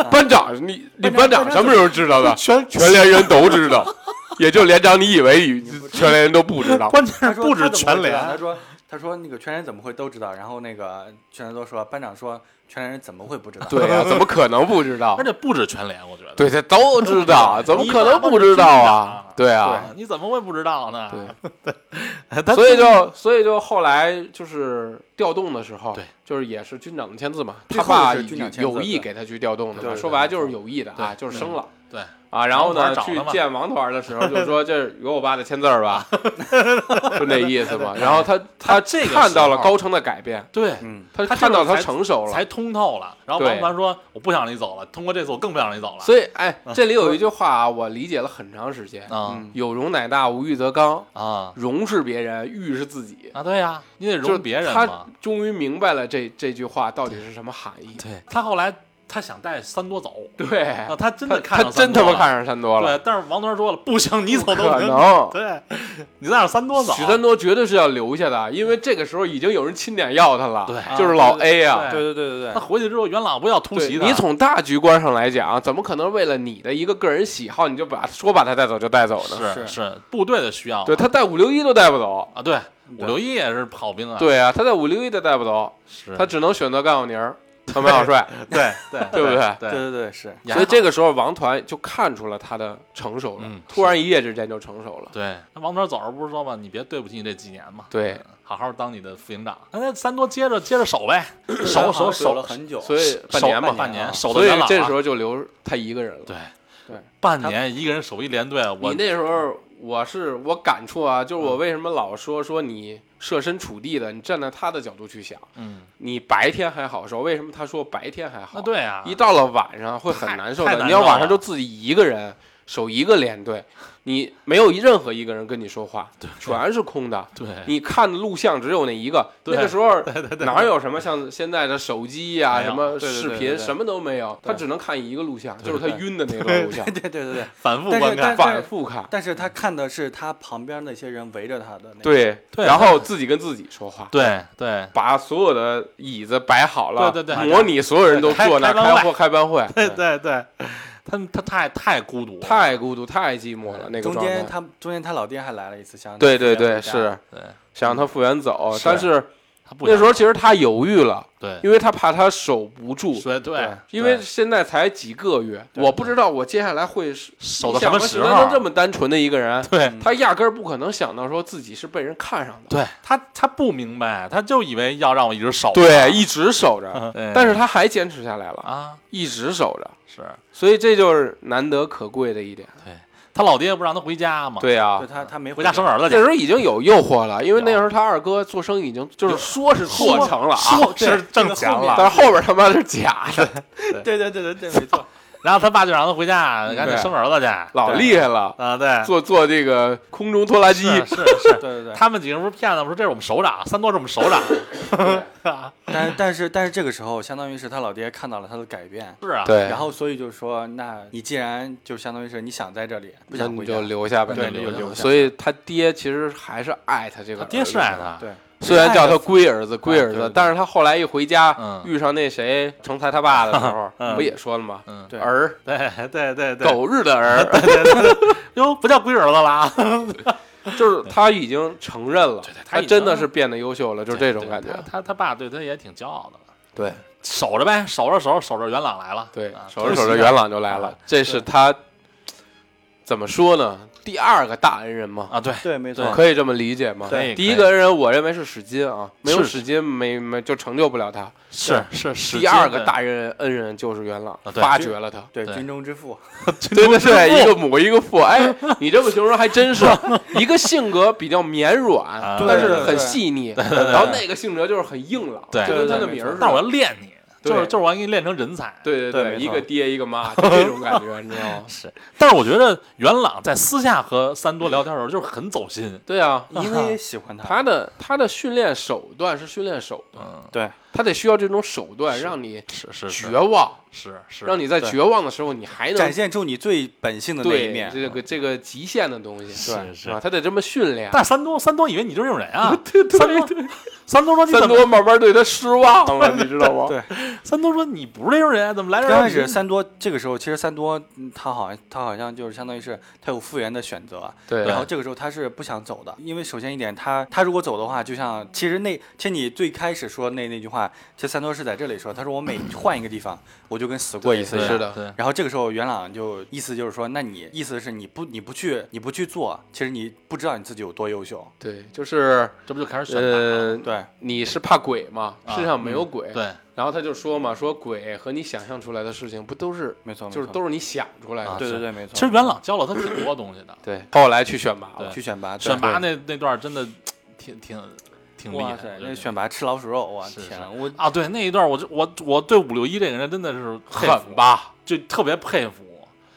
Speaker 5: 班长你你班长什么时候知 道的？全全连人都知道，也就连长你以为你全连人都不知道。
Speaker 3: 关键
Speaker 4: 他
Speaker 3: 是
Speaker 4: 说
Speaker 3: 不止
Speaker 4: 他怎么
Speaker 3: 全
Speaker 4: 会知道他
Speaker 3: 连，
Speaker 4: 说他说那个全连怎么会都知道？然后那个全连都说班长说全连人怎么会不知道？
Speaker 5: 对啊，怎么可能不知 道
Speaker 3: 而？且不止全连，我觉得。
Speaker 5: 对，他都知 道，怎么可能不知道啊？对啊，
Speaker 3: 对，你怎么会不知道呢？
Speaker 5: 对
Speaker 3: 他
Speaker 5: 所以就所以就后来就是调动的时候，
Speaker 3: 对，
Speaker 5: 就是也是军长的签字嘛，
Speaker 4: 最
Speaker 5: 他
Speaker 4: 后
Speaker 5: 爸
Speaker 4: 是军长签字
Speaker 5: 有意
Speaker 4: 对
Speaker 5: 给他去调动的
Speaker 4: 对
Speaker 5: 嘛，
Speaker 4: 对
Speaker 5: 说白了就是有意的啊，就是升了。
Speaker 3: 嗯对，
Speaker 5: 啊，然后
Speaker 3: 王团
Speaker 5: 呢，
Speaker 3: 找
Speaker 5: 去
Speaker 3: 他嘛
Speaker 5: 见王团的时候就说这有我爸的签字儿吧， 就那意思嘛。然后他
Speaker 3: 他
Speaker 5: 他
Speaker 3: 这个
Speaker 5: 看到了
Speaker 3: 时候
Speaker 5: 高成的改变，
Speaker 3: 对，
Speaker 4: 嗯，
Speaker 5: 他
Speaker 3: 他这
Speaker 5: 看到
Speaker 3: 种
Speaker 5: 他
Speaker 3: 才
Speaker 5: 成熟了
Speaker 3: 才，通透了。然后
Speaker 5: 对
Speaker 3: 王凡说：“我不想让你走了，通过这次我更不想让你走了。”
Speaker 5: 所以哎，
Speaker 3: 嗯
Speaker 5: 这里有一句话啊，我理解了很长时间：
Speaker 3: 啊
Speaker 5: 有容乃大，无欲则刚。
Speaker 3: 啊
Speaker 5: 容是别人，欲是自己。
Speaker 3: 啊！对呀，你得
Speaker 5: 就
Speaker 3: 容
Speaker 5: 是
Speaker 3: 别人
Speaker 5: 他
Speaker 3: 嘛。
Speaker 5: 终于明白了这这句话到底是什么含义。
Speaker 3: 对他后来他想带三多走，
Speaker 5: 对，
Speaker 3: 啊，他真
Speaker 5: 哎他
Speaker 3: 的看
Speaker 5: 他
Speaker 3: 上
Speaker 5: 真
Speaker 3: 三
Speaker 5: 他
Speaker 3: 多
Speaker 5: 妈
Speaker 3: 了
Speaker 5: 看上山多了，
Speaker 3: 对，但是王团说了，不行，你走
Speaker 5: 不
Speaker 3: 都
Speaker 5: 可
Speaker 3: 行。
Speaker 5: 能。
Speaker 3: 对，你再让三多走，
Speaker 5: 许三多绝对是要留下的，因为这个时候已经有人亲点要他了，
Speaker 3: 对
Speaker 5: 就是老 A 啊。
Speaker 4: 对对对对
Speaker 3: 他
Speaker 4: 对，
Speaker 3: 回去之后，元朗不要突
Speaker 5: 对
Speaker 3: 袭他，
Speaker 5: 你从大局观上来讲，怎么可能为了你的一个个人喜好，你就把说把他带走就带走呢？
Speaker 3: 是是部队的需要嘛，
Speaker 5: 对他带五六一都带不走，
Speaker 3: 啊，对，五六一也是好兵啊，
Speaker 5: 对啊，他带五六一都带不走，
Speaker 3: 是
Speaker 5: 他只能选择干小宁儿。藤本小帅，
Speaker 4: 对对
Speaker 5: 对不对？
Speaker 4: 对对对，是
Speaker 5: 所以这个时候王团就看出了他的成熟了，
Speaker 3: 嗯
Speaker 5: 突然一夜之间就成熟了。
Speaker 3: 对，那王团走着不是说吗？你别对不起你这几年嘛，
Speaker 5: 对
Speaker 3: 嗯，好好当你的副营长。那那三多接着接着守 呗，守守
Speaker 4: 守
Speaker 3: 守
Speaker 4: 了很久，
Speaker 5: 所以半年嘛，
Speaker 3: 守半年，守的
Speaker 5: 所以
Speaker 3: 元老
Speaker 5: 这时
Speaker 3: 啊
Speaker 5: 候就留他一个人了。
Speaker 3: 对
Speaker 5: 对，
Speaker 3: 半
Speaker 5: 他
Speaker 3: 年一个人守一连队，我
Speaker 5: 你那时候我是我感触啊，就是我为什么老说说你设身处地的，你站在他的角度去想，
Speaker 3: 嗯，
Speaker 5: 你白天还好受，为什么他说白天还好？
Speaker 3: 那对啊，
Speaker 5: 一到了晚上会很难受
Speaker 3: 太
Speaker 5: 的。
Speaker 3: 太难
Speaker 5: 你要晚上
Speaker 3: 受
Speaker 5: 就
Speaker 3: 了
Speaker 5: 自己一个人守一个连队，你没有任何一个人跟你说话，全是空的。
Speaker 3: 对
Speaker 5: 你看的录像只有那一个，那
Speaker 3: 哎对哎
Speaker 5: 个时候哪有什么像现在的手机呀、
Speaker 3: 没有
Speaker 5: 什么
Speaker 4: 对对
Speaker 5: 视
Speaker 4: 对
Speaker 5: 频
Speaker 4: 对对
Speaker 5: 什么都没有，他
Speaker 4: 对
Speaker 5: 只能看一个录像，就是他
Speaker 4: 对
Speaker 5: 晕的那段 录像，
Speaker 4: 对对对对。
Speaker 3: 反复
Speaker 4: 但是
Speaker 3: 观
Speaker 4: 但
Speaker 3: 看
Speaker 4: 是，
Speaker 5: 反 复看。
Speaker 4: 但是他看的是他旁边那些人围着他的那个，
Speaker 5: 对，
Speaker 3: 对
Speaker 5: 然后自己跟自己说话，
Speaker 3: 对对
Speaker 5: 把所有的椅子摆好了，
Speaker 3: 对对对
Speaker 5: 模拟所有人都
Speaker 3: 开
Speaker 5: 坐那儿
Speaker 3: 开班
Speaker 5: 开
Speaker 3: 会
Speaker 5: 会开班会，
Speaker 3: 对 对对，他他太太孤独了，
Speaker 5: 太孤独，太寂寞了那个
Speaker 4: 中
Speaker 5: 状态
Speaker 4: 间。他中间他老爹还来了一次，想让他
Speaker 5: 对对
Speaker 4: 直
Speaker 5: 对，
Speaker 4: 接回家
Speaker 5: 是
Speaker 3: 对
Speaker 5: 想让他复原走，
Speaker 3: 是
Speaker 5: 但是
Speaker 3: 他不
Speaker 5: 那时
Speaker 3: 想
Speaker 5: 候其实他犹豫了，
Speaker 3: 对，
Speaker 5: 因为他怕他守不住，
Speaker 3: 所以对，
Speaker 5: 因为
Speaker 3: 对
Speaker 5: 现在才几个月，我不知道我接下来会是
Speaker 3: 守到
Speaker 5: 像
Speaker 3: 什么
Speaker 5: 他
Speaker 3: 时
Speaker 5: 石头
Speaker 3: 候啊嗯
Speaker 5: 这么单纯的一个人，
Speaker 3: 对
Speaker 5: 他压根儿不可能想到说自己是被人看上的，
Speaker 3: 对他他不明白，他就以为要让我一直守
Speaker 5: 对，一直守着
Speaker 3: 嗯，对
Speaker 5: 但是他还坚持下来了，
Speaker 3: 啊
Speaker 5: 一直守着，
Speaker 3: 是
Speaker 5: 所以这就是难得可贵的一点。
Speaker 3: 对他老爹不让他回家嘛，，
Speaker 5: 对啊
Speaker 4: 对，他他没
Speaker 3: 回家生
Speaker 4: 儿，
Speaker 3: 儿子
Speaker 5: 那
Speaker 3: 去，
Speaker 5: 时候已经有诱惑了，因为那时候他二哥做生意已经就是说是做成了啊
Speaker 3: 说，是挣钱
Speaker 4: 这个后面
Speaker 3: 了，
Speaker 5: 但是后边他妈是假 的。
Speaker 4: 对对对对对，没错，
Speaker 3: 然后他爸就让他回家，赶紧
Speaker 5: 对
Speaker 3: 生儿子去，
Speaker 5: 老
Speaker 4: 对
Speaker 5: 厉害了，
Speaker 3: 啊，对，
Speaker 5: 做做这个空中拖拉机，
Speaker 3: 是是是，
Speaker 4: 对对对。
Speaker 3: 他们几个人不是骗他们说这是我们首长，三多是我们首长，
Speaker 4: 但但是但是这个时候，相当于是他老爹看到了他的改变，
Speaker 3: 是啊，
Speaker 5: 对
Speaker 4: 然后所以就说，那你既然就相当于是你想在这里，
Speaker 5: 那
Speaker 4: 不想回
Speaker 5: 你
Speaker 4: 家，
Speaker 5: 嗯就留下呗，
Speaker 3: 对
Speaker 5: 那你
Speaker 3: 留
Speaker 5: 就
Speaker 3: 下
Speaker 5: 留下。所以他爹其实还是爱他这个，
Speaker 3: 他爹是爱，他，啊
Speaker 4: 对，
Speaker 5: 虽然叫他龟儿子，龟儿
Speaker 4: 对对
Speaker 5: 子
Speaker 4: 对，
Speaker 5: 但是他后来一回家
Speaker 3: 嗯，
Speaker 5: 遇上那谁成才他爸的时候，
Speaker 3: 嗯
Speaker 5: 不也说了吗？
Speaker 3: 嗯，
Speaker 4: 对
Speaker 5: 儿，
Speaker 3: 对对对对，
Speaker 5: 狗日的儿，
Speaker 3: 哟不叫龟儿子了啊，
Speaker 5: 就是他已经承认了，
Speaker 3: 他
Speaker 5: 他
Speaker 3: 已经
Speaker 5: 真的是变得优秀了，就是这种
Speaker 3: 对
Speaker 5: 感觉
Speaker 3: 他。他他爸对他也挺骄傲的，
Speaker 5: 对
Speaker 3: 守着呗，守着守着守着元朗来了，
Speaker 5: 对
Speaker 3: 啊，
Speaker 5: 守着守着元朗就来了
Speaker 3: 啊，
Speaker 5: 这是他怎么说呢？第二个大恩人嘛，
Speaker 3: 啊，对
Speaker 4: 对，没错
Speaker 3: 对，
Speaker 5: 可以这么理解吗？
Speaker 3: 可以
Speaker 5: 第一个人我认为是史金啊，没有史金没没就成就不了他。
Speaker 3: 是是是，
Speaker 5: 第二个大人恩人就是元朗，
Speaker 3: 啊对
Speaker 5: 发掘 了他，
Speaker 4: 对，
Speaker 3: 对
Speaker 4: 军中 之父，
Speaker 5: 真的是一个母一个父。 哎，你这么形容还真是，一个性格比较绵软
Speaker 3: 啊，
Speaker 5: 但是
Speaker 4: 对对
Speaker 5: 很
Speaker 4: 对
Speaker 5: 细腻，然后那个性格就是很硬朗，
Speaker 3: 对
Speaker 5: 就跟他
Speaker 4: 对
Speaker 5: 的
Speaker 4: 对
Speaker 5: 名
Speaker 4: 没
Speaker 5: 儿
Speaker 4: 错
Speaker 5: 似
Speaker 3: 但我
Speaker 5: 的。
Speaker 3: 要练你，
Speaker 5: 对
Speaker 3: 就是就是我要给你练成人才，
Speaker 5: 对对
Speaker 4: 对没错
Speaker 5: 一个爹一个妈，就这种感觉，你知道吗？
Speaker 3: 是，但是我觉得元朗在私下和三多聊天的时候就是很走心，
Speaker 5: 对啊，
Speaker 4: 因为喜 欢
Speaker 5: 他的他的训练手段是训练手段，
Speaker 3: 嗯，
Speaker 4: 对
Speaker 5: 他得需要这种手段让你
Speaker 3: 是是
Speaker 5: 绝
Speaker 3: 是
Speaker 5: 望，
Speaker 3: 是是，
Speaker 5: 让
Speaker 3: 你
Speaker 5: 你在
Speaker 4: 对
Speaker 5: 绝望的时候你还能
Speaker 4: 展现出你最本性的那一
Speaker 5: 对
Speaker 4: 面，
Speaker 5: 这个这个极限的东西，
Speaker 3: 是是
Speaker 5: 啊，他得这么训练。
Speaker 3: 但是三多三多以为你就是这种人 啊，对对对， 三多说你
Speaker 5: 三
Speaker 3: 怎么
Speaker 5: 多慢慢对他失望了，你知道吗？
Speaker 4: 对
Speaker 3: 三多说你不是这种人，怎么来这儿
Speaker 4: 刚
Speaker 3: 让
Speaker 4: 开
Speaker 3: 你？
Speaker 4: 始三多这个时候，其实三多嗯他好像他好像就是相当于是他有复原的选择，
Speaker 5: 对
Speaker 4: 然后这个时候他是不想走的，因为首先一点，他他如果走的话，就像其实那其实你最开始说那那句话，其实三多是在这里说，他说我每换一个地方，我就跟死过一次
Speaker 5: 对
Speaker 4: 一
Speaker 5: 是
Speaker 4: 样。
Speaker 5: 的
Speaker 3: 对
Speaker 4: 然后这个时候，元朗就意思就是说，那你意思是你不你不去你不去做，其实你不知道你自己有多优秀。
Speaker 5: 对，就是
Speaker 3: 这不就开始选了？
Speaker 5: 呃，
Speaker 4: 对
Speaker 5: 你是怕鬼嘛？
Speaker 3: 啊
Speaker 5: 世上没有鬼。
Speaker 3: 对，
Speaker 5: 然后他就说嘛，说鬼和你想象出来的事情不都是，
Speaker 4: 没错，
Speaker 5: 就是
Speaker 4: 没错
Speaker 5: 都是你想出来
Speaker 3: 啊
Speaker 5: 的。
Speaker 4: 对对对，没错。
Speaker 3: 其实元朗教了他挺多东西的，
Speaker 5: 对，后来去选拔了
Speaker 3: 对。
Speaker 4: 去选拔，对
Speaker 3: 选拔那那段真的挺挺挺厉害
Speaker 4: 哇
Speaker 3: 的，
Speaker 4: 塞，
Speaker 3: 我觉
Speaker 4: 那
Speaker 3: 得
Speaker 4: 选拔吃老鼠肉，我
Speaker 3: 是
Speaker 4: 天
Speaker 3: 是
Speaker 4: 啊，我
Speaker 3: 啊，对那一段我就我我对五六一这个人真的是佩服
Speaker 5: 狠吧，
Speaker 3: 就特别佩服，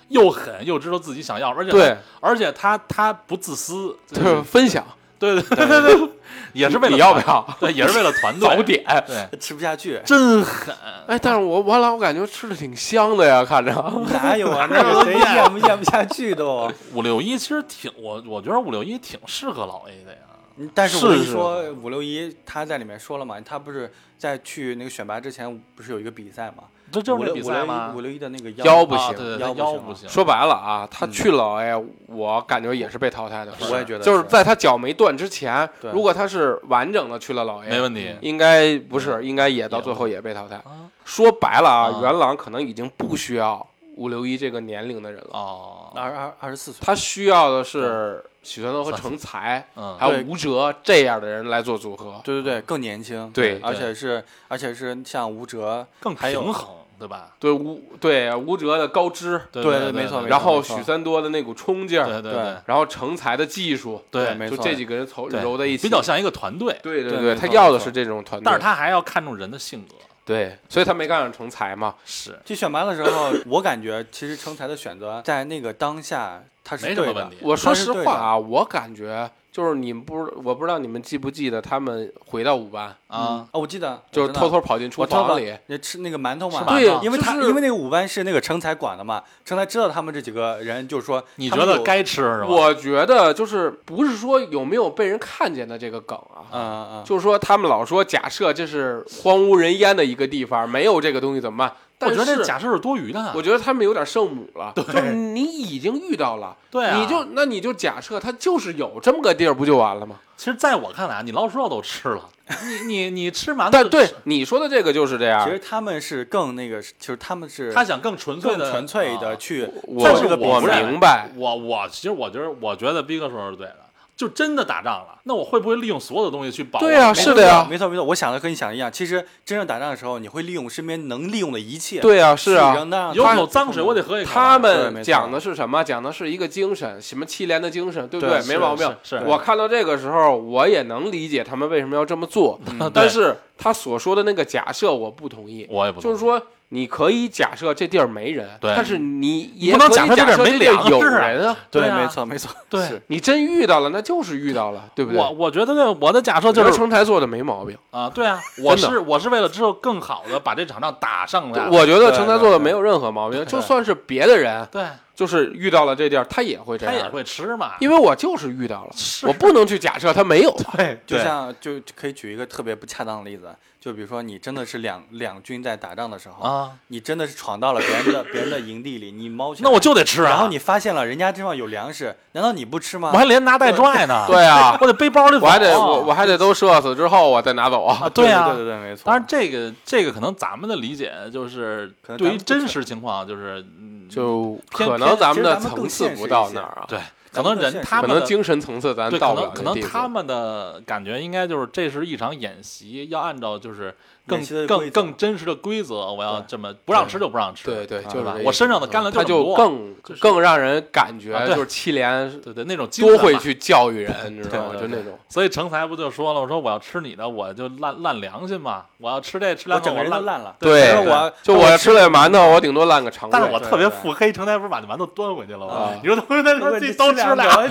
Speaker 3: 又狠又知道自己想要，而且
Speaker 5: 对，
Speaker 3: 而且他他不自私，
Speaker 5: 就
Speaker 3: 就是是
Speaker 5: 分享，
Speaker 3: 对对对对对，也是为了
Speaker 5: 你要不
Speaker 3: 团
Speaker 5: 要？
Speaker 3: 对，也是为了团队
Speaker 5: 早，点。
Speaker 3: 对，，
Speaker 4: 吃不下去
Speaker 3: 真狠，
Speaker 5: 哎，但是我我老感觉吃的挺香的呀，看 着。
Speaker 4: 哪有 啊？那有谁咽不咽不下 去都？
Speaker 3: 五六一其实挺我我觉得五六一挺适合老 A 的呀，
Speaker 4: 嗯但是我跟你
Speaker 3: 是
Speaker 4: 说，五六一他在里面说了嘛，他不是在去那个选拔之前，不是有一个比赛嘛？
Speaker 3: 这就是那比赛吗？
Speaker 4: 五六一的那个
Speaker 5: 腰
Speaker 4: 腰
Speaker 5: 不行
Speaker 3: 啊对对
Speaker 4: 腰
Speaker 3: 对
Speaker 4: 不
Speaker 3: 腰
Speaker 4: 行
Speaker 3: 不行，
Speaker 5: 说白了啊，他去老哎，我感觉也是被淘汰的。
Speaker 4: 我也觉得
Speaker 5: 就是
Speaker 4: 是
Speaker 5: 在他脚没断之前，
Speaker 4: 对
Speaker 5: 如果他是完整的去了老 A，
Speaker 4: 嗯
Speaker 3: 没问题
Speaker 5: 应该不是，应该也到最后也被淘汰。说白了啊
Speaker 3: 啊，
Speaker 5: 元朗可能已经不需要五六一这个年龄的人了，
Speaker 3: 哦，
Speaker 4: 二二二十四岁，
Speaker 5: 他需要的是许传德和成才，
Speaker 3: 嗯
Speaker 5: 还有
Speaker 4: 对
Speaker 5: 吴哲这样的人来做组合。
Speaker 4: 对对对，更年轻，
Speaker 5: 对
Speaker 4: 而且是而且是像吴哲，
Speaker 3: 更
Speaker 4: 还有
Speaker 3: 平衡，对吧？
Speaker 5: 对吴对吴哲的高知，
Speaker 3: 对
Speaker 4: 对
Speaker 3: 对，
Speaker 4: 没错
Speaker 3: 对
Speaker 4: 没错
Speaker 5: 然后许三多的那股冲劲
Speaker 3: 对
Speaker 5: 儿，
Speaker 3: 对
Speaker 4: 对
Speaker 3: 对
Speaker 5: 然后成才的技术，
Speaker 3: 对
Speaker 4: 没
Speaker 5: 就
Speaker 4: 错，
Speaker 5: 这几个人凑
Speaker 3: 对，
Speaker 5: 揉在一起，
Speaker 3: 比较像一个团队，
Speaker 5: 对对
Speaker 4: 对
Speaker 5: 对，
Speaker 4: 没
Speaker 5: 他
Speaker 4: 错
Speaker 5: 要
Speaker 4: 没
Speaker 5: 的
Speaker 4: 错
Speaker 5: 是这种团队，
Speaker 3: 但是他还要看重人的性格，
Speaker 5: 对，所以他没干上成才嘛，
Speaker 3: 是
Speaker 4: 就选拔的时候，我感觉其实成才的选择在那个当下他是
Speaker 3: 没什
Speaker 4: 对
Speaker 3: 么
Speaker 4: 的
Speaker 3: 问题，。
Speaker 5: 我说
Speaker 4: 但是
Speaker 5: 实
Speaker 4: 对
Speaker 5: 话
Speaker 4: 的
Speaker 5: 啊，我感觉就是你们不，我不知道你们记不记得他们回到五班，
Speaker 3: 啊，
Speaker 4: 啊，我记得
Speaker 5: 就是偷偷跑进厨
Speaker 4: 我知道
Speaker 5: 房
Speaker 4: 吧
Speaker 5: 里，
Speaker 4: 也吃那个馒头
Speaker 3: 吃
Speaker 4: 嘛，
Speaker 3: 馒头
Speaker 4: 因为他
Speaker 5: 就是
Speaker 4: 因为那个五班是那个成才管的嘛，成才知道他们这几个人，就是说
Speaker 3: 你
Speaker 4: 他
Speaker 3: 觉
Speaker 4: 们
Speaker 3: 得
Speaker 4: 有嗯
Speaker 3: 该吃是吧？
Speaker 5: 我觉得就是不是说有没有被人看见的这个梗啊，
Speaker 4: 嗯嗯嗯，
Speaker 5: 就是说他们老说假设这是荒无人烟的一个地方，没有这个东西怎么办？但
Speaker 3: 我觉得这
Speaker 5: 是
Speaker 3: 假设是多余的，
Speaker 5: 我觉得他们有点圣母了，就是你已经遇到了，
Speaker 3: 对啊
Speaker 5: 你就那你就假设他就是有这么个地儿，不就完了吗？
Speaker 3: 其实在我看来啊，你老鼠药都吃了， 你你你吃馒头，
Speaker 5: 但对，你说的这个就是这样
Speaker 4: 其，实他们是更那个，其实他们是
Speaker 3: 他想更纯粹
Speaker 4: 更
Speaker 3: 的
Speaker 4: 纯粹
Speaker 3: 啊
Speaker 4: 的去
Speaker 5: 我
Speaker 4: 在这个比
Speaker 5: 我
Speaker 4: 赛
Speaker 5: 明白，
Speaker 3: 我我其实我觉得，我觉得逼哥说的是对的，就真的打仗了，那我会不会利用所有的东西去保？
Speaker 5: 对啊
Speaker 3: 我
Speaker 5: 是的呀
Speaker 4: 没错没错，我想的和你想的一样。其实真正打仗的时候，你会利用身边能利用的一切。
Speaker 5: 对啊，是啊
Speaker 4: 去，让那
Speaker 3: 有口脏水我得喝一口。啊
Speaker 5: 他
Speaker 4: 对
Speaker 5: 们
Speaker 4: 没错
Speaker 5: 讲的是什么？讲的是一个精神，什么七连的精神，对不
Speaker 4: 对
Speaker 5: 没毛病。
Speaker 3: 是是
Speaker 5: 我看到这个时候，我也能理解他们为什么要这么做，
Speaker 3: 嗯对
Speaker 5: 但是他所说的那个假设我不同意，
Speaker 3: 我也不
Speaker 5: 就是说。你可以假设这地儿没人，
Speaker 3: 对
Speaker 5: 但是你也
Speaker 3: 不
Speaker 5: 可
Speaker 3: 能
Speaker 5: 以
Speaker 3: 假
Speaker 5: 假
Speaker 3: 设这地儿没
Speaker 5: 设这地儿
Speaker 3: 粮
Speaker 5: 有
Speaker 3: 食啊
Speaker 5: 人啊。
Speaker 4: 对
Speaker 3: 对啊
Speaker 4: 没错没错，
Speaker 3: 对
Speaker 4: 是，
Speaker 5: 你真遇到了，那就是遇到了，对不对？
Speaker 3: 我我觉得我的假设
Speaker 5: 我
Speaker 3: 就是
Speaker 5: 成才做的没毛病，
Speaker 3: 啊，对 啊，我
Speaker 5: 真的
Speaker 3: 是我是为了之后更好的把这场仗打上来。
Speaker 5: 我觉得
Speaker 4: 对
Speaker 5: 成才
Speaker 4: 对
Speaker 5: 做的
Speaker 4: 对
Speaker 5: 没有任何毛病。就算是别的人，
Speaker 3: 对，
Speaker 5: 就是遇到了这地儿，他也会这
Speaker 3: 他
Speaker 5: 样，
Speaker 3: 也会吃嘛，
Speaker 5: 因为我就是遇到了，
Speaker 3: 是
Speaker 5: 我不能去假设他没有。
Speaker 3: 对，
Speaker 4: 就像就可以举一个特别不恰当的例子，就比如说你真的是两两军在打仗的时候，
Speaker 3: 啊，
Speaker 4: 你真的是闯到了别人的 别人的营地里，你猫起来
Speaker 3: 那我就得吃啊。
Speaker 4: 然后你发现了人家地方有粮食，难道你不吃吗？
Speaker 3: 我还连拿带拽呢，
Speaker 5: 对啊
Speaker 3: 我得背包里走
Speaker 5: 我
Speaker 3: 啊，
Speaker 5: 还得我我还得都射死之后我再拿走啊。
Speaker 3: 啊，对
Speaker 4: 对
Speaker 3: 啊
Speaker 4: 对。对，没错。
Speaker 3: 当然，这个这个可能咱们的理解就是
Speaker 4: 可能咱
Speaker 3: 对
Speaker 4: 们
Speaker 3: 于
Speaker 4: 不
Speaker 3: 真
Speaker 4: 是
Speaker 3: 实情况就是嗯
Speaker 5: 就
Speaker 3: 偏
Speaker 5: 可能咱们的
Speaker 4: 其实咱们
Speaker 5: 层
Speaker 4: 更
Speaker 5: 次
Speaker 4: 现实
Speaker 5: 不
Speaker 4: 一
Speaker 5: 到
Speaker 4: 些
Speaker 5: 那儿啊，
Speaker 3: 对，可
Speaker 4: 咱
Speaker 3: 能
Speaker 4: 们的
Speaker 3: 人
Speaker 4: 现实
Speaker 3: 他
Speaker 5: 可
Speaker 3: 们
Speaker 5: 能
Speaker 3: 的
Speaker 5: 精神层次咱
Speaker 3: 对，可
Speaker 5: 到不了
Speaker 3: 能可
Speaker 5: 那
Speaker 3: 能
Speaker 5: 地
Speaker 3: 他
Speaker 5: 步。
Speaker 3: 们的感觉应该就是这是一场演习，要按照就是更
Speaker 4: 演习的
Speaker 3: 更
Speaker 4: 规则
Speaker 3: 更真实的规则，我要
Speaker 4: 对
Speaker 3: 这么不让吃就不让吃，
Speaker 5: 对对，
Speaker 4: 啊
Speaker 5: 就
Speaker 3: 对
Speaker 5: 是
Speaker 3: 吧
Speaker 5: 这意？思
Speaker 3: 我身上的干粮
Speaker 5: 他
Speaker 3: 这么
Speaker 5: 就
Speaker 3: 多，
Speaker 5: 更
Speaker 3: 就是
Speaker 5: 更让人感
Speaker 3: 啊
Speaker 5: 觉
Speaker 3: 对
Speaker 5: 就是七连
Speaker 3: 对对那种精神
Speaker 5: 多
Speaker 3: 嘛
Speaker 5: 会。去教育人，你知道吗？
Speaker 4: 对
Speaker 5: 就
Speaker 4: 对对
Speaker 5: 那种
Speaker 3: 所以成才不就说了，我说我要吃你的，我就烂烂良心嘛，我要吃这吃
Speaker 4: 我
Speaker 3: 两口
Speaker 4: 整个
Speaker 3: 我
Speaker 4: 人都
Speaker 3: 烂。
Speaker 4: 烂了。
Speaker 5: 对
Speaker 4: 但是我
Speaker 5: 就我吃了馒头，我顶多烂个肠
Speaker 3: 但是我
Speaker 5: 胃。
Speaker 3: 特别
Speaker 4: 对对
Speaker 3: 腹黑，成才不是把那馒头端回去了吗
Speaker 5: 啊？
Speaker 3: 你说他们
Speaker 4: 我
Speaker 3: 他自己都 吃俩，
Speaker 4: 两个，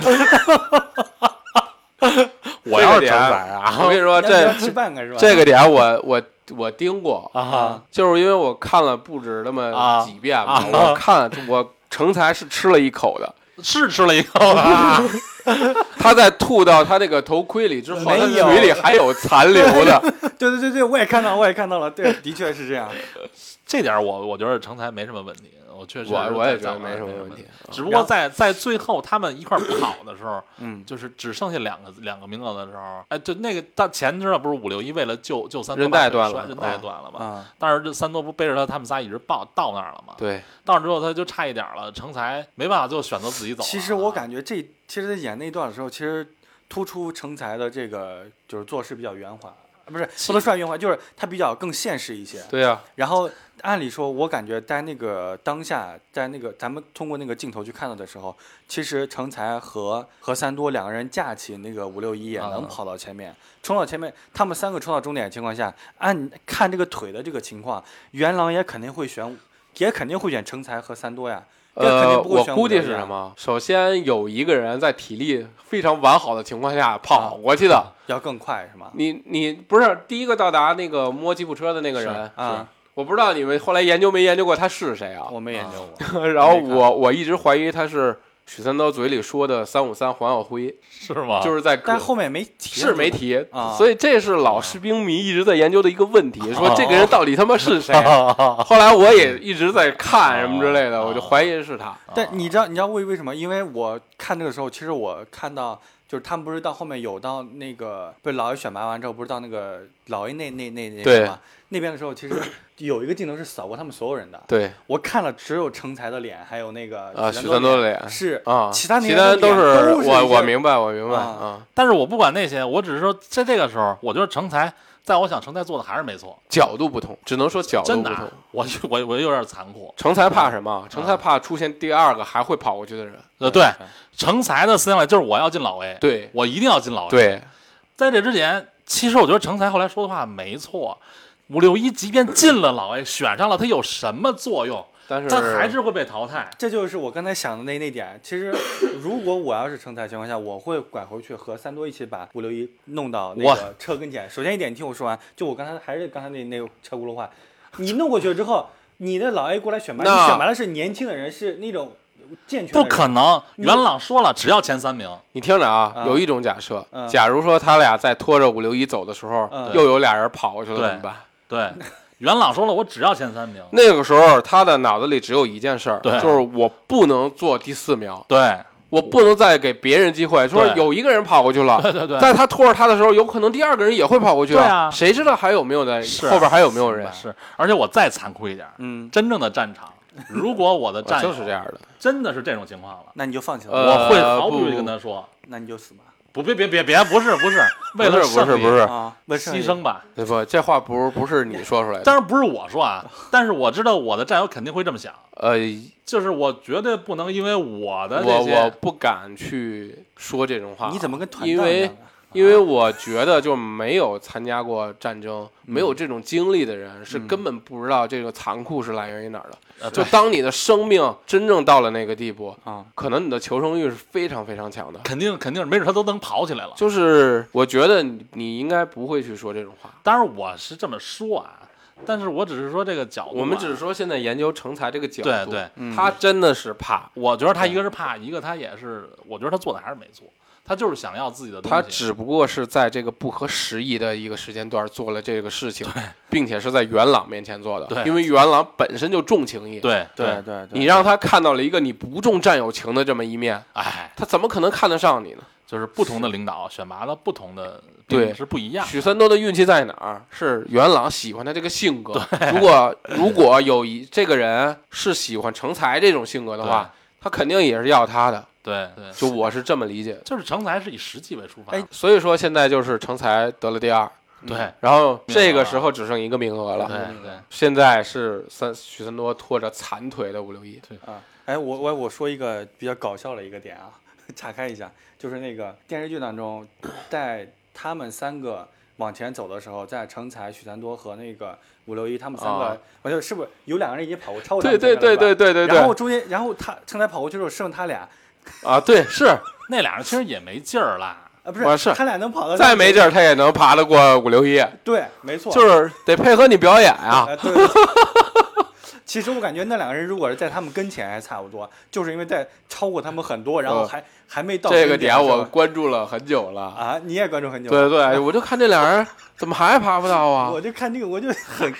Speaker 5: 我要
Speaker 3: 这
Speaker 5: 是
Speaker 3: 个
Speaker 5: 成
Speaker 3: 点
Speaker 5: 才啊， 我跟 你说
Speaker 4: 要
Speaker 5: 这
Speaker 4: 要吃半个是吧？
Speaker 5: 这个点我我我盯过，
Speaker 3: 啊，
Speaker 5: 就是因为我看了不止那么
Speaker 3: 啊
Speaker 5: 几遍嘛，
Speaker 3: 啊
Speaker 5: 我看我成才是吃了一口的，
Speaker 3: 是吃了一口 啊，
Speaker 5: 他在吐到他那个头盔里之后，
Speaker 4: 没
Speaker 5: 他
Speaker 4: 有
Speaker 5: 嘴里还有残留的。
Speaker 4: 对对对对，我也看到，我也看到了，对，的确是这样。
Speaker 3: 这点儿我我觉得成才没什么问题，我确实
Speaker 5: 我我也觉
Speaker 3: 在
Speaker 5: 得
Speaker 3: 想
Speaker 5: 没什么
Speaker 3: 没
Speaker 5: 问题。
Speaker 3: 只不过在在最后他们一块儿跑的时候，
Speaker 4: 嗯，
Speaker 3: 就是只剩下两个两个名额的时候，哎，就那个到前知道不是五六一为了救救三多
Speaker 5: 韧带
Speaker 3: 把腿
Speaker 5: 断
Speaker 3: 摔
Speaker 5: 了
Speaker 3: 韧带
Speaker 5: 啊
Speaker 3: 断了嘛。
Speaker 4: 啊，
Speaker 3: 但是这三多不背着他，他们仨一直抱到那儿了嘛。
Speaker 5: 对，
Speaker 3: 到那儿之后他就差一点儿了，成才没办法，最后选择自己走了啊。
Speaker 4: 其实我感觉这，其实在演那段的时候，其实突出成才的这个就是做事比较圆滑，啊不是不能算圆滑，就是他比较更现实一些。
Speaker 5: 对啊呀、
Speaker 4: 然后按理说，我感觉在那个当下，在那个咱们通过那个镜头去看到的时候，其实成才和和三多两个人架起那个五六一也能
Speaker 3: 啊
Speaker 4: 跑到前面，冲到前面，他们三个冲到终点的情况下，按看这个腿的这个情况，元朗也肯定会选，也肯定会选成才和三多呀。也肯定
Speaker 5: 呃，
Speaker 4: 不会
Speaker 5: 我
Speaker 4: 选
Speaker 5: 估计
Speaker 4: 五
Speaker 5: 是
Speaker 4: 六一啊
Speaker 5: 什？么？首先有一个人在体力非常完好的情况下跑过去的，
Speaker 4: 要更快是吗？
Speaker 5: 你你不是第一个到达那个摸吉普车的那个人，
Speaker 4: 啊，
Speaker 5: 我不知道你们后来研究没研究过他是谁啊？
Speaker 4: 我没研究 过。
Speaker 5: 然后
Speaker 4: 没看
Speaker 5: 我我一直怀疑他是许三刀嘴里说的三五三黄晓辉，
Speaker 3: 是吗？
Speaker 5: 就是在
Speaker 4: 但
Speaker 5: 隔
Speaker 4: 后面没提，
Speaker 5: 是没。提
Speaker 4: 啊
Speaker 5: 所以这是老士兵迷一直在研究的一个问题，说这个人到底他妈是 谁？
Speaker 3: 啊
Speaker 5: 后来我也一直在看什么之类的，
Speaker 3: 啊
Speaker 5: 我就怀疑是他。
Speaker 4: 但你知道，你知道为为什么？因为我看这个时候，其实我看到就是他们不是到后面有到那个，不是老爷选拔完之后，不是到那个老 A 那那那那
Speaker 5: 对
Speaker 4: 什么那边的时候，其实有一个镜头是扫过他们所有人的。
Speaker 5: 对，
Speaker 4: 我看了只有成才的脸，还有那个
Speaker 5: 啊
Speaker 4: 许
Speaker 5: 许三多
Speaker 4: 的
Speaker 5: 的脸
Speaker 4: 是
Speaker 5: 啊，
Speaker 4: 其他那
Speaker 5: 其
Speaker 4: 些
Speaker 5: 他人
Speaker 4: 都
Speaker 5: 都
Speaker 4: 是
Speaker 5: 我我
Speaker 4: 白
Speaker 5: 明白我明白
Speaker 4: 啊
Speaker 5: 啊，
Speaker 3: 但是我不管那些，我只是说，在这个时候，我觉得成才，在我想成才做的还是没错，
Speaker 5: 角度不同，只能说角度
Speaker 3: 真
Speaker 5: 不
Speaker 3: 的
Speaker 5: 同
Speaker 3: 啊。，我我我有点残酷。
Speaker 5: 成才怕什么？成才怕出现第二个还会跑过去的人。
Speaker 3: 呃，对，成才的思想里就是我要进老 A，
Speaker 5: 嗯对
Speaker 3: 我一定要进老 A。，
Speaker 5: 对，
Speaker 3: 在这之前，其实我觉得成才后来说的话没错，五六一即便进了 老 A，选上了，他有什么作用？
Speaker 5: 但是
Speaker 3: 他还是会被淘汰。
Speaker 4: 这就是我刚才想的那那点。其实，如果我要是成才的情况下，我会拐回去和三多一起把五六一弄到那
Speaker 3: 我
Speaker 4: 个车跟前。首先一点，你听我说完，就我刚才还是刚才那那个车轱辘话，你弄过去之后，你的老 A 过来选拔，你
Speaker 5: 那
Speaker 4: 选拔的是年轻的人，是那种健全的
Speaker 3: 不
Speaker 4: 人，
Speaker 3: 可能，元朗说了，只要前三名，
Speaker 5: 你听着啊
Speaker 4: 啊，
Speaker 5: 有一种假设
Speaker 4: 嗯，
Speaker 5: 假如说他俩在拖着五六一走的时候
Speaker 4: 嗯，
Speaker 5: 又有俩人跑过去了，
Speaker 3: 对
Speaker 5: 怎么办？
Speaker 3: 对，元朗说了，我只要前三名，
Speaker 5: 那个时候他的脑子里只有一件事儿，
Speaker 3: 对
Speaker 5: 就是我不能做第四名，
Speaker 3: 对，
Speaker 5: 我不能再给别人机会。说
Speaker 3: 对
Speaker 5: 有一个人跑过去了，
Speaker 3: 对对对
Speaker 5: 在他拖着他的时候，有可能第二个人也会跑过去
Speaker 3: 对啊
Speaker 5: 谁知道还有没有在
Speaker 3: 是啊
Speaker 5: 后边还有没有人？
Speaker 3: 是。而且我再残酷一点，
Speaker 4: 嗯，
Speaker 3: 真正的战场，如果我的
Speaker 5: 我
Speaker 3: 战友
Speaker 5: 就是这样的，
Speaker 3: 真的是这种情况了，
Speaker 4: 那你就放弃了，
Speaker 5: 呃
Speaker 3: 我会毫不
Speaker 5: 不
Speaker 3: 犹豫地跟他说，
Speaker 4: 那你就死吧
Speaker 3: 不，别别别别，不是不是，为了
Speaker 5: 不是不是
Speaker 3: 胜利
Speaker 5: 不是，
Speaker 4: 啊，为胜利
Speaker 3: 牺牲吧。
Speaker 5: 对不，这话不是不是你 说出来的，
Speaker 3: 当然不是我说啊，但是我知道我的战友肯定会这么想，
Speaker 5: 呃，
Speaker 3: 就是我绝对不能因为我的这
Speaker 5: 我
Speaker 3: 些
Speaker 5: 我不敢去说这种话。
Speaker 4: 你怎么跟团
Speaker 5: 啊因
Speaker 4: 战一
Speaker 5: 为
Speaker 4: 样啊
Speaker 5: 因为我觉得就没有参加过战争、
Speaker 3: 嗯
Speaker 5: 没有这种经历的人，是根本不知道这个残酷是来源于哪儿的。
Speaker 3: 呃
Speaker 5: 就
Speaker 3: 嗯对，
Speaker 5: 当你的生命真正到了那个地步，
Speaker 4: 啊，
Speaker 5: 可能你的求生欲是非常非常强的。
Speaker 3: 肯定肯定，没准他都能跑起来了。
Speaker 5: 就是我觉得你你应该不会去说这种话。
Speaker 3: 当然我是这么说啊，但是我只是说这个角度啊、
Speaker 5: 我们只是说现在研究成才这个角
Speaker 3: 对
Speaker 5: 度，
Speaker 3: 对嗯
Speaker 4: 嗯
Speaker 5: 他真的是怕，
Speaker 3: 我觉得他一个是怕，一个他也是，我觉得他做的还是没错，他就是想要自己的东西。
Speaker 5: 他只不过是在这个不合时宜的一个时间段做了这个事情，并且是在元朗面前做的。
Speaker 3: 对
Speaker 5: 因为元朗本身就重情义，，
Speaker 3: 对
Speaker 4: 对，对对，
Speaker 5: 你让他看到了一个你不重战友情的这么一面，
Speaker 3: 哎，
Speaker 5: 他怎么可能看得上你呢？
Speaker 3: 就是不同的领导选拔了不同的
Speaker 5: 对
Speaker 3: 兵是不一样的。
Speaker 5: 许三多的运气在哪儿？是元朗喜欢他这个性 格。如果如果有一这个人是喜欢成才这种性格的话，他肯定也是要他的。
Speaker 3: 对对，
Speaker 5: 就我是这么理解的。
Speaker 3: 就是成才是以实际为出发。
Speaker 4: 哎
Speaker 5: 所以说现在就是成才得了第二，嗯
Speaker 3: 对
Speaker 5: 然后这个时候只剩一个名额
Speaker 3: 对
Speaker 5: 了。
Speaker 3: 对，
Speaker 5: 现在是三许三多拖着残腿的五六一，
Speaker 4: 啊，哎，我我我说一个比较搞笑的一个点啊， 岔开一下，就是那个电视剧当中，在他们三个往前走的时候，在成才、许三多和那个五六一他们三
Speaker 5: 啊
Speaker 4: 个，我就是不是有两个人已经跑过超过他
Speaker 5: 对
Speaker 4: 们
Speaker 5: 对
Speaker 4: 三个
Speaker 5: 对
Speaker 4: 了
Speaker 5: 对
Speaker 4: 是
Speaker 5: 对
Speaker 4: 吧
Speaker 5: 对
Speaker 4: 然后
Speaker 5: 对
Speaker 4: 中间，然后他成才跑过去之后，剩他俩
Speaker 5: 啊！对，是
Speaker 3: 那俩人其实也没劲儿啦。
Speaker 4: 啊，不
Speaker 5: 我
Speaker 4: 是
Speaker 5: 是
Speaker 4: 他俩能跑到
Speaker 5: 再没劲儿他也能爬得过五六一，
Speaker 4: 对，没错，
Speaker 5: 就是是得配合你表演啊。
Speaker 4: 啊，对。对 对其实我感觉那两个人如果是在他们跟前还差不多，就是因为在超过他们很多，然后
Speaker 5: 嗯
Speaker 4: 还还没到
Speaker 5: 这个
Speaker 4: 跟前
Speaker 5: 点
Speaker 4: 的时候
Speaker 5: 我关注了很久了。
Speaker 4: 啊，你也关注很久，
Speaker 5: 对对，我就看这俩人怎么还爬不到啊
Speaker 4: 我？就看这个，我就很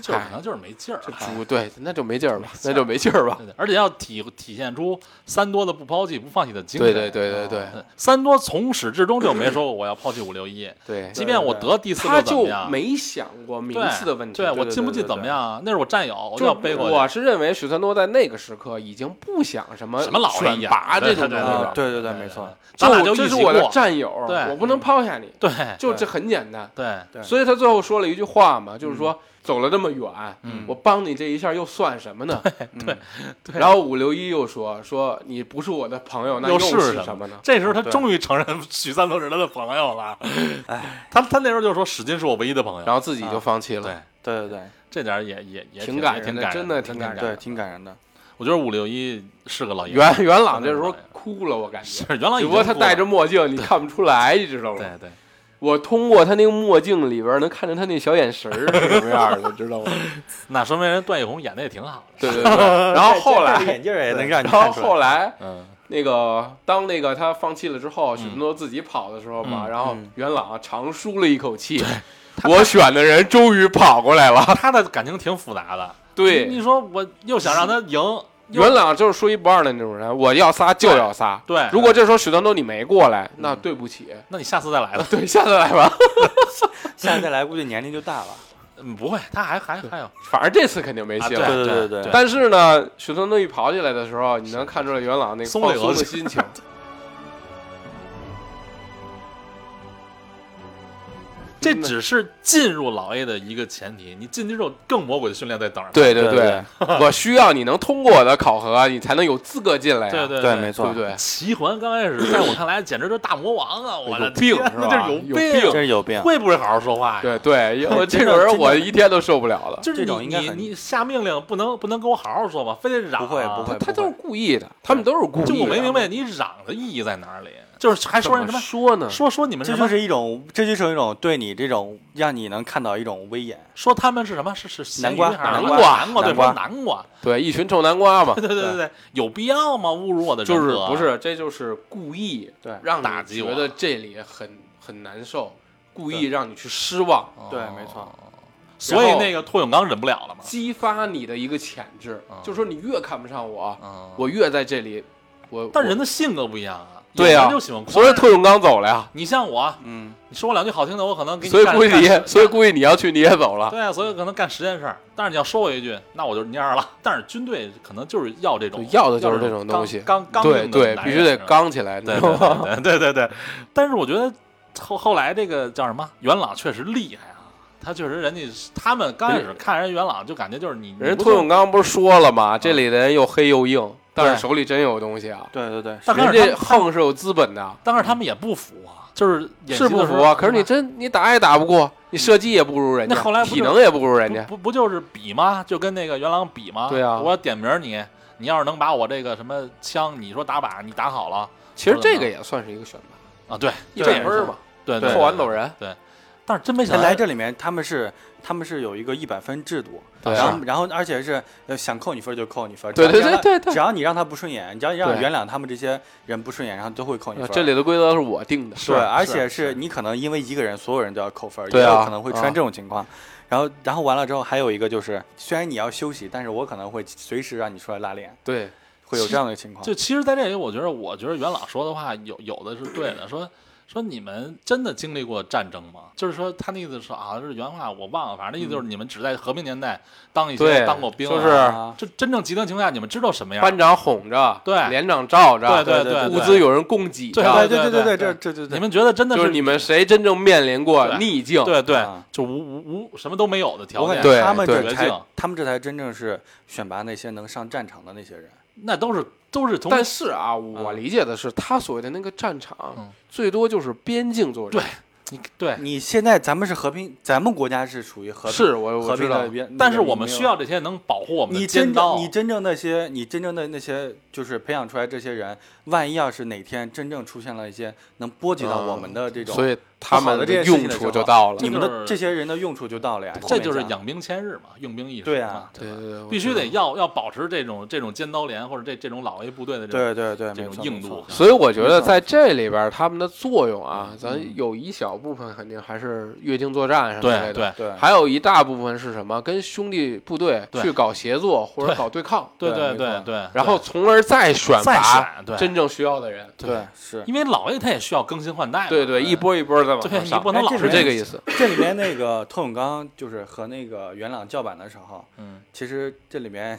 Speaker 3: 就是
Speaker 5: 哎
Speaker 3: 可能就是没劲儿，
Speaker 5: 主哎对，那就没劲儿吧，那就没劲儿吧
Speaker 3: 对。对而且要体体现出三多的不抛弃、不放弃的精神。
Speaker 5: 对对对对对哎
Speaker 3: 对，三多从始至终就没说过我要抛弃五六一，
Speaker 5: 对，
Speaker 3: 即便我得第四
Speaker 5: 他
Speaker 3: 又怎
Speaker 5: 就
Speaker 3: 么样？
Speaker 5: 没想过名次的问题。
Speaker 3: 对我进不进怎么？样啊？那是我战友，我就
Speaker 5: 对对
Speaker 3: 要
Speaker 5: 对对
Speaker 3: 背
Speaker 5: 就
Speaker 3: 过
Speaker 5: 是
Speaker 3: 去。
Speaker 5: 我是认为许三多在那个时刻已经不想什么
Speaker 3: 什么老人
Speaker 5: 选
Speaker 3: 一样
Speaker 5: 拔这种
Speaker 3: 对
Speaker 5: 东西
Speaker 4: 啊
Speaker 5: 了，
Speaker 4: 对对对，没错，
Speaker 3: 咱俩就
Speaker 5: 这
Speaker 3: 一
Speaker 5: 是
Speaker 3: 起
Speaker 5: 我的
Speaker 3: 过。
Speaker 5: 战友，
Speaker 3: 对
Speaker 5: 我不能抛下你，
Speaker 3: 对
Speaker 5: 就这很简单。
Speaker 3: 对
Speaker 4: 对
Speaker 5: 所以他最后说了一句话嘛，就是说走了这么远，我帮你这一下又算什么呢？
Speaker 4: 嗯
Speaker 3: 对对
Speaker 5: 然后五六一又说说你不是我的朋友，那
Speaker 3: 又
Speaker 5: 是
Speaker 3: 是什
Speaker 5: 么呢？
Speaker 3: 这时候他
Speaker 4: 对
Speaker 3: 终于承认许三多是他的朋友了。他他那时候就说史金是我唯一的朋
Speaker 5: 然
Speaker 3: 友。
Speaker 5: 后自己就放弃
Speaker 3: 对
Speaker 5: 了。，
Speaker 4: 对对
Speaker 5: 哎
Speaker 4: 对
Speaker 3: 这点儿也也也
Speaker 5: 挺
Speaker 3: 挺
Speaker 5: 感
Speaker 3: 也
Speaker 5: 人
Speaker 3: 挺
Speaker 5: 的
Speaker 3: 感
Speaker 5: 真的
Speaker 3: 的，
Speaker 5: 挺
Speaker 3: 挺
Speaker 5: 感人
Speaker 4: 对，
Speaker 3: 人。
Speaker 4: 挺感人的。
Speaker 3: 我觉得五六一是个老爷
Speaker 5: 元
Speaker 3: 们儿
Speaker 5: 元朗这时候哭了，我感觉
Speaker 3: 是。元朗已
Speaker 5: 只
Speaker 3: 经
Speaker 5: 不过他
Speaker 3: 过了
Speaker 5: 戴着墨镜，你看不出来，你知道吗？
Speaker 3: 对对，
Speaker 5: 我通过他那个墨镜里边能看见他那小眼神儿是什么样的，知道吗？
Speaker 3: 那说明人段奕宏演的也挺好的。
Speaker 5: 对对对。然后后
Speaker 4: 戴着
Speaker 5: 来，
Speaker 4: 眼镜儿也能让你
Speaker 5: 然后
Speaker 4: 看出
Speaker 5: 后
Speaker 4: 来。
Speaker 5: 来，
Speaker 3: 嗯，
Speaker 5: 那个当那个他放弃了之后，许多自己跑的时候嘛，
Speaker 3: 嗯
Speaker 5: 然后元朗长舒了一口气，我选的人终于跑过来了。
Speaker 3: 他的感情挺复杂的。
Speaker 5: 对
Speaker 3: 你你说我又想让他赢，
Speaker 5: 元朗就是说一不二的那种人，我要仨就要仨。
Speaker 3: 对嗯对
Speaker 5: 如果这时候许三多你没过来，那对不起，
Speaker 3: 那你下次再来吧。
Speaker 5: 对，下次 来吧。
Speaker 4: 下次再来估计年龄就大了。
Speaker 3: 嗯，不会，他还还还有，
Speaker 5: 反正这次肯定没
Speaker 3: 啊
Speaker 5: 戏
Speaker 3: 对
Speaker 5: 了。
Speaker 4: 对对
Speaker 3: 对
Speaker 4: 对对
Speaker 5: 但是呢，许三多一跑起来的时候，你能看出来元朗那个
Speaker 3: 松
Speaker 5: 放
Speaker 3: 了
Speaker 5: 松
Speaker 3: 口
Speaker 5: 的
Speaker 3: 气
Speaker 5: 心情。
Speaker 3: 这只是进入老 A 的一个前提，你进去之后更魔鬼的训练在等着。
Speaker 5: 对
Speaker 4: 对
Speaker 5: 对，我需要你能通过我的考核，你才能有资格进来呀。
Speaker 3: 对
Speaker 5: 对，
Speaker 3: 对，
Speaker 4: 没。错，
Speaker 5: 不对？
Speaker 3: 齐桓刚开始，在我看来简直就是大魔王啊！我的
Speaker 5: 病
Speaker 3: 天
Speaker 5: 是吧
Speaker 3: 那就是
Speaker 5: 有
Speaker 4: 这
Speaker 3: 病，
Speaker 4: 是有病。
Speaker 3: 会不会好好说话呀？
Speaker 5: 对对， 我这种
Speaker 4: 真的
Speaker 5: 人我一天都受不了了。
Speaker 3: 就是
Speaker 4: 这种
Speaker 3: 你
Speaker 4: 应该
Speaker 3: 你
Speaker 4: 很
Speaker 3: 你下命令不能不能跟我好好说吗？非得嚷啊、
Speaker 4: 不会不会，
Speaker 5: 他
Speaker 4: 不
Speaker 5: 都
Speaker 4: 会
Speaker 5: 是故意的，哎他们都是故意的。
Speaker 3: 就我没明白你嚷的意义在哪里？就是还
Speaker 5: 怎
Speaker 3: 说
Speaker 5: 么
Speaker 3: 人什么
Speaker 5: 说呢？
Speaker 3: 说说你们
Speaker 4: 这
Speaker 3: 什
Speaker 4: 就
Speaker 3: 么？
Speaker 4: 是一种，这就是一种对你这种让你能看到一种威严。
Speaker 3: 说他们是什么？是是咸
Speaker 4: 南
Speaker 3: 鱼
Speaker 4: 瓜
Speaker 3: 还是
Speaker 5: 南
Speaker 3: 南
Speaker 5: 瓜
Speaker 3: 南瓜对，
Speaker 4: 南瓜
Speaker 3: 说南瓜。
Speaker 5: 对，一群臭南瓜嘛
Speaker 3: 对，对对对对，有必要吗？侮辱我的人
Speaker 5: 就是
Speaker 3: 格啊
Speaker 5: 不是，这就是故意
Speaker 4: 对
Speaker 5: 让
Speaker 3: 打
Speaker 5: 你
Speaker 3: 击
Speaker 5: 觉
Speaker 3: 我
Speaker 5: 得这里很很难受，故意让你去失望，
Speaker 4: 对，没错。
Speaker 3: 嗯所以
Speaker 5: 然后
Speaker 3: 那个拓永刚忍不了了嘛。
Speaker 5: 激发你的一个潜质，就说你越看不上我，
Speaker 3: 嗯，
Speaker 5: 我越在这里，我
Speaker 3: 但
Speaker 5: 我
Speaker 3: 人的性格不一样啊。
Speaker 5: 对
Speaker 3: 呀、
Speaker 5: 呀
Speaker 3: 就喜欢
Speaker 5: 所以特永刚走了呀，
Speaker 3: 你像我，啊
Speaker 4: 嗯，
Speaker 3: 你说我两句好听的，我可能给你
Speaker 5: 所以
Speaker 3: 干
Speaker 5: 故意
Speaker 3: 干
Speaker 5: 你
Speaker 3: 十
Speaker 5: 也，所以故意你要去你也走了，
Speaker 3: 对啊，所以可能干十件事儿，但是你要说我一句，那我就蔫儿了。但是军队可能就是要这种
Speaker 5: 对，要的就是
Speaker 3: 这
Speaker 5: 这种东西
Speaker 3: 刚刚
Speaker 5: 对对，必须得
Speaker 3: 刚。
Speaker 5: 刚起来，你
Speaker 3: 对
Speaker 5: 知道
Speaker 3: 对
Speaker 5: 吗？
Speaker 3: 对对对对。但是我觉得后后来这个叫什么元朗确实厉害啊，他确实人家他们刚开始看人元朗就感觉就是你
Speaker 5: 人
Speaker 3: 你不
Speaker 5: 涂
Speaker 3: 就
Speaker 5: 永刚不是说了吗？这里的人又黑又硬，但是手里真有东西啊，
Speaker 4: 对对对，
Speaker 3: 但
Speaker 5: 人
Speaker 3: 是他
Speaker 5: 家
Speaker 3: 们
Speaker 5: 横是有资本的。
Speaker 3: 但是他们也不服啊，就是演
Speaker 5: 是
Speaker 3: 习
Speaker 5: 不
Speaker 3: 的时
Speaker 5: 服
Speaker 3: 候
Speaker 5: 啊，可是你真你打也打不过，你射击也不如人家，
Speaker 3: 那后来不就
Speaker 5: 体能也不如人家，
Speaker 3: 不不不就是比吗？就跟那个元朗比吗？
Speaker 5: 对啊
Speaker 3: 我点名你，你要是能把我这个什么枪，你说打靶你打好了
Speaker 5: 其实这个也算是一个选拔，
Speaker 3: 啊，对，
Speaker 5: 一
Speaker 3: 这
Speaker 5: 百
Speaker 3: 也
Speaker 5: 分
Speaker 3: 是
Speaker 5: 儿嘛，
Speaker 3: 对对，
Speaker 5: 扣完走人。
Speaker 3: 但是真没想
Speaker 4: 哎
Speaker 3: 到
Speaker 4: 来这里面他们是他们是有一个一百分制度，
Speaker 5: 对
Speaker 4: 然
Speaker 5: 啊
Speaker 4: 后然后而且是呃想扣你分儿就扣你分儿，
Speaker 5: 对
Speaker 4: 只
Speaker 5: 对
Speaker 4: 要你让
Speaker 5: 对
Speaker 4: 他
Speaker 5: 对对
Speaker 4: 只要你让他不顺眼，只要你让
Speaker 5: 对
Speaker 4: 袁朗他们这些人不顺眼，然后都会扣你
Speaker 5: 呃
Speaker 4: 分儿。
Speaker 5: 这里的规则是我定的，
Speaker 4: 对，而且
Speaker 3: 是啊
Speaker 4: 是你可能因为一个人，所有人都要扣分儿，
Speaker 5: 对啊
Speaker 4: 也有可能会出
Speaker 3: 嗯
Speaker 4: 现
Speaker 5: 啊
Speaker 4: 这种情况。然后，然后完了之后，还有一个就是，虽然你要休息，但是我可能会随时让你出来拉练，
Speaker 5: 对，
Speaker 4: 会有这样的情况。
Speaker 3: 就其实，在这里，我觉得，我觉得元老说的话有有的是对的，说说你们真的经历过战争吗？就是说，他那意思是啊，这是原话我忘了，反正那意思就是你们只在和平年代当一
Speaker 5: 嗯对
Speaker 3: 些当过兵啊，
Speaker 5: 就是
Speaker 4: 啊
Speaker 3: 就真正极端情况下，你们知道什么样？
Speaker 5: 班长哄着，
Speaker 3: 对
Speaker 5: 连长罩着，
Speaker 3: 对对
Speaker 4: 对
Speaker 3: 对，
Speaker 5: 物
Speaker 3: 对
Speaker 5: 资，有人供给
Speaker 3: 对
Speaker 5: 着
Speaker 3: 对
Speaker 4: 对，对
Speaker 3: 对
Speaker 4: 对这这这
Speaker 3: 你
Speaker 4: 这，
Speaker 3: 们觉得真的
Speaker 5: 就是你们谁真正面临过
Speaker 3: 对
Speaker 5: 逆境？
Speaker 3: 对对
Speaker 4: 啊，
Speaker 3: 就无无无什么都没有的
Speaker 4: 我
Speaker 3: 条件，
Speaker 4: 感觉
Speaker 5: 对
Speaker 4: 他们
Speaker 5: 对
Speaker 4: 这
Speaker 3: 绝
Speaker 4: 才
Speaker 3: 境，
Speaker 4: 他们这才真正是选拔那些能上战场的那些人。
Speaker 3: 那都是都是从
Speaker 5: 但是啊，我理解的是，他所谓的那个战场
Speaker 3: 嗯，
Speaker 5: 最多就是边境作战。
Speaker 3: 你对。
Speaker 4: 你现在咱们是和平，咱们国家是处于和平
Speaker 5: 是我我
Speaker 4: 和
Speaker 5: 知
Speaker 4: 平
Speaker 5: 道
Speaker 4: 的，边，
Speaker 3: 但是
Speaker 4: 那个
Speaker 3: 我们
Speaker 4: 没有
Speaker 3: 需要这些能保护我们
Speaker 4: 你
Speaker 3: 的
Speaker 4: 真
Speaker 3: 尖
Speaker 4: 正
Speaker 3: 刀，
Speaker 4: 你真正那些你真正的那些就是培养出来这些人，万一要是哪天真正出现了一些能波及到我们的这种，
Speaker 5: 所以他们
Speaker 4: 的这些事
Speaker 5: 用
Speaker 4: 情的时
Speaker 5: 处
Speaker 4: 候
Speaker 5: 就到了
Speaker 4: 你。
Speaker 3: 嗯
Speaker 4: 们
Speaker 3: 这就
Speaker 4: 的
Speaker 3: 是
Speaker 4: 这些人的用处就到了呀。后
Speaker 3: 这
Speaker 4: 面
Speaker 3: 就是
Speaker 4: 讲
Speaker 3: 养兵千日嘛，用兵一时
Speaker 4: 对啊
Speaker 3: 嘛，
Speaker 5: 对
Speaker 3: 吧
Speaker 5: 对对，我
Speaker 3: 必须
Speaker 5: 知道
Speaker 3: 得要要保持这种这种尖刀连或者这这种老 A 部队的这种
Speaker 4: 对对
Speaker 3: 这
Speaker 4: 对，没
Speaker 3: 种
Speaker 4: 错
Speaker 3: 硬
Speaker 4: 没
Speaker 3: 度
Speaker 4: 错。
Speaker 5: 所以我觉得在这里边儿他们的作用
Speaker 3: 嗯
Speaker 5: 啊，咱有一小部分肯定还是越境作战什么之类
Speaker 3: 对
Speaker 5: 的，
Speaker 3: 对
Speaker 4: 对，
Speaker 5: 还有一大部分是什么？跟兄弟部队
Speaker 3: 对
Speaker 5: 去搞协作或者搞对抗，
Speaker 3: 对
Speaker 4: 对
Speaker 3: 对
Speaker 4: 没
Speaker 3: 对
Speaker 4: 错
Speaker 3: 对，
Speaker 5: 然后从而再选
Speaker 3: 再
Speaker 5: 拔
Speaker 3: 选对
Speaker 5: 真正需要的人。
Speaker 4: 对是。
Speaker 3: 因为老 A 他也需要更新换代嘛，
Speaker 5: 对对，一波一波再
Speaker 3: 对
Speaker 5: 往
Speaker 3: 你
Speaker 5: 上
Speaker 3: 不，能
Speaker 4: 哎
Speaker 3: 老
Speaker 4: 这
Speaker 5: 是
Speaker 4: 人
Speaker 5: 这个意思。
Speaker 4: 这里面那个 托永刚就是和那个元朗叫板的时候，
Speaker 3: 嗯
Speaker 4: 其实这里面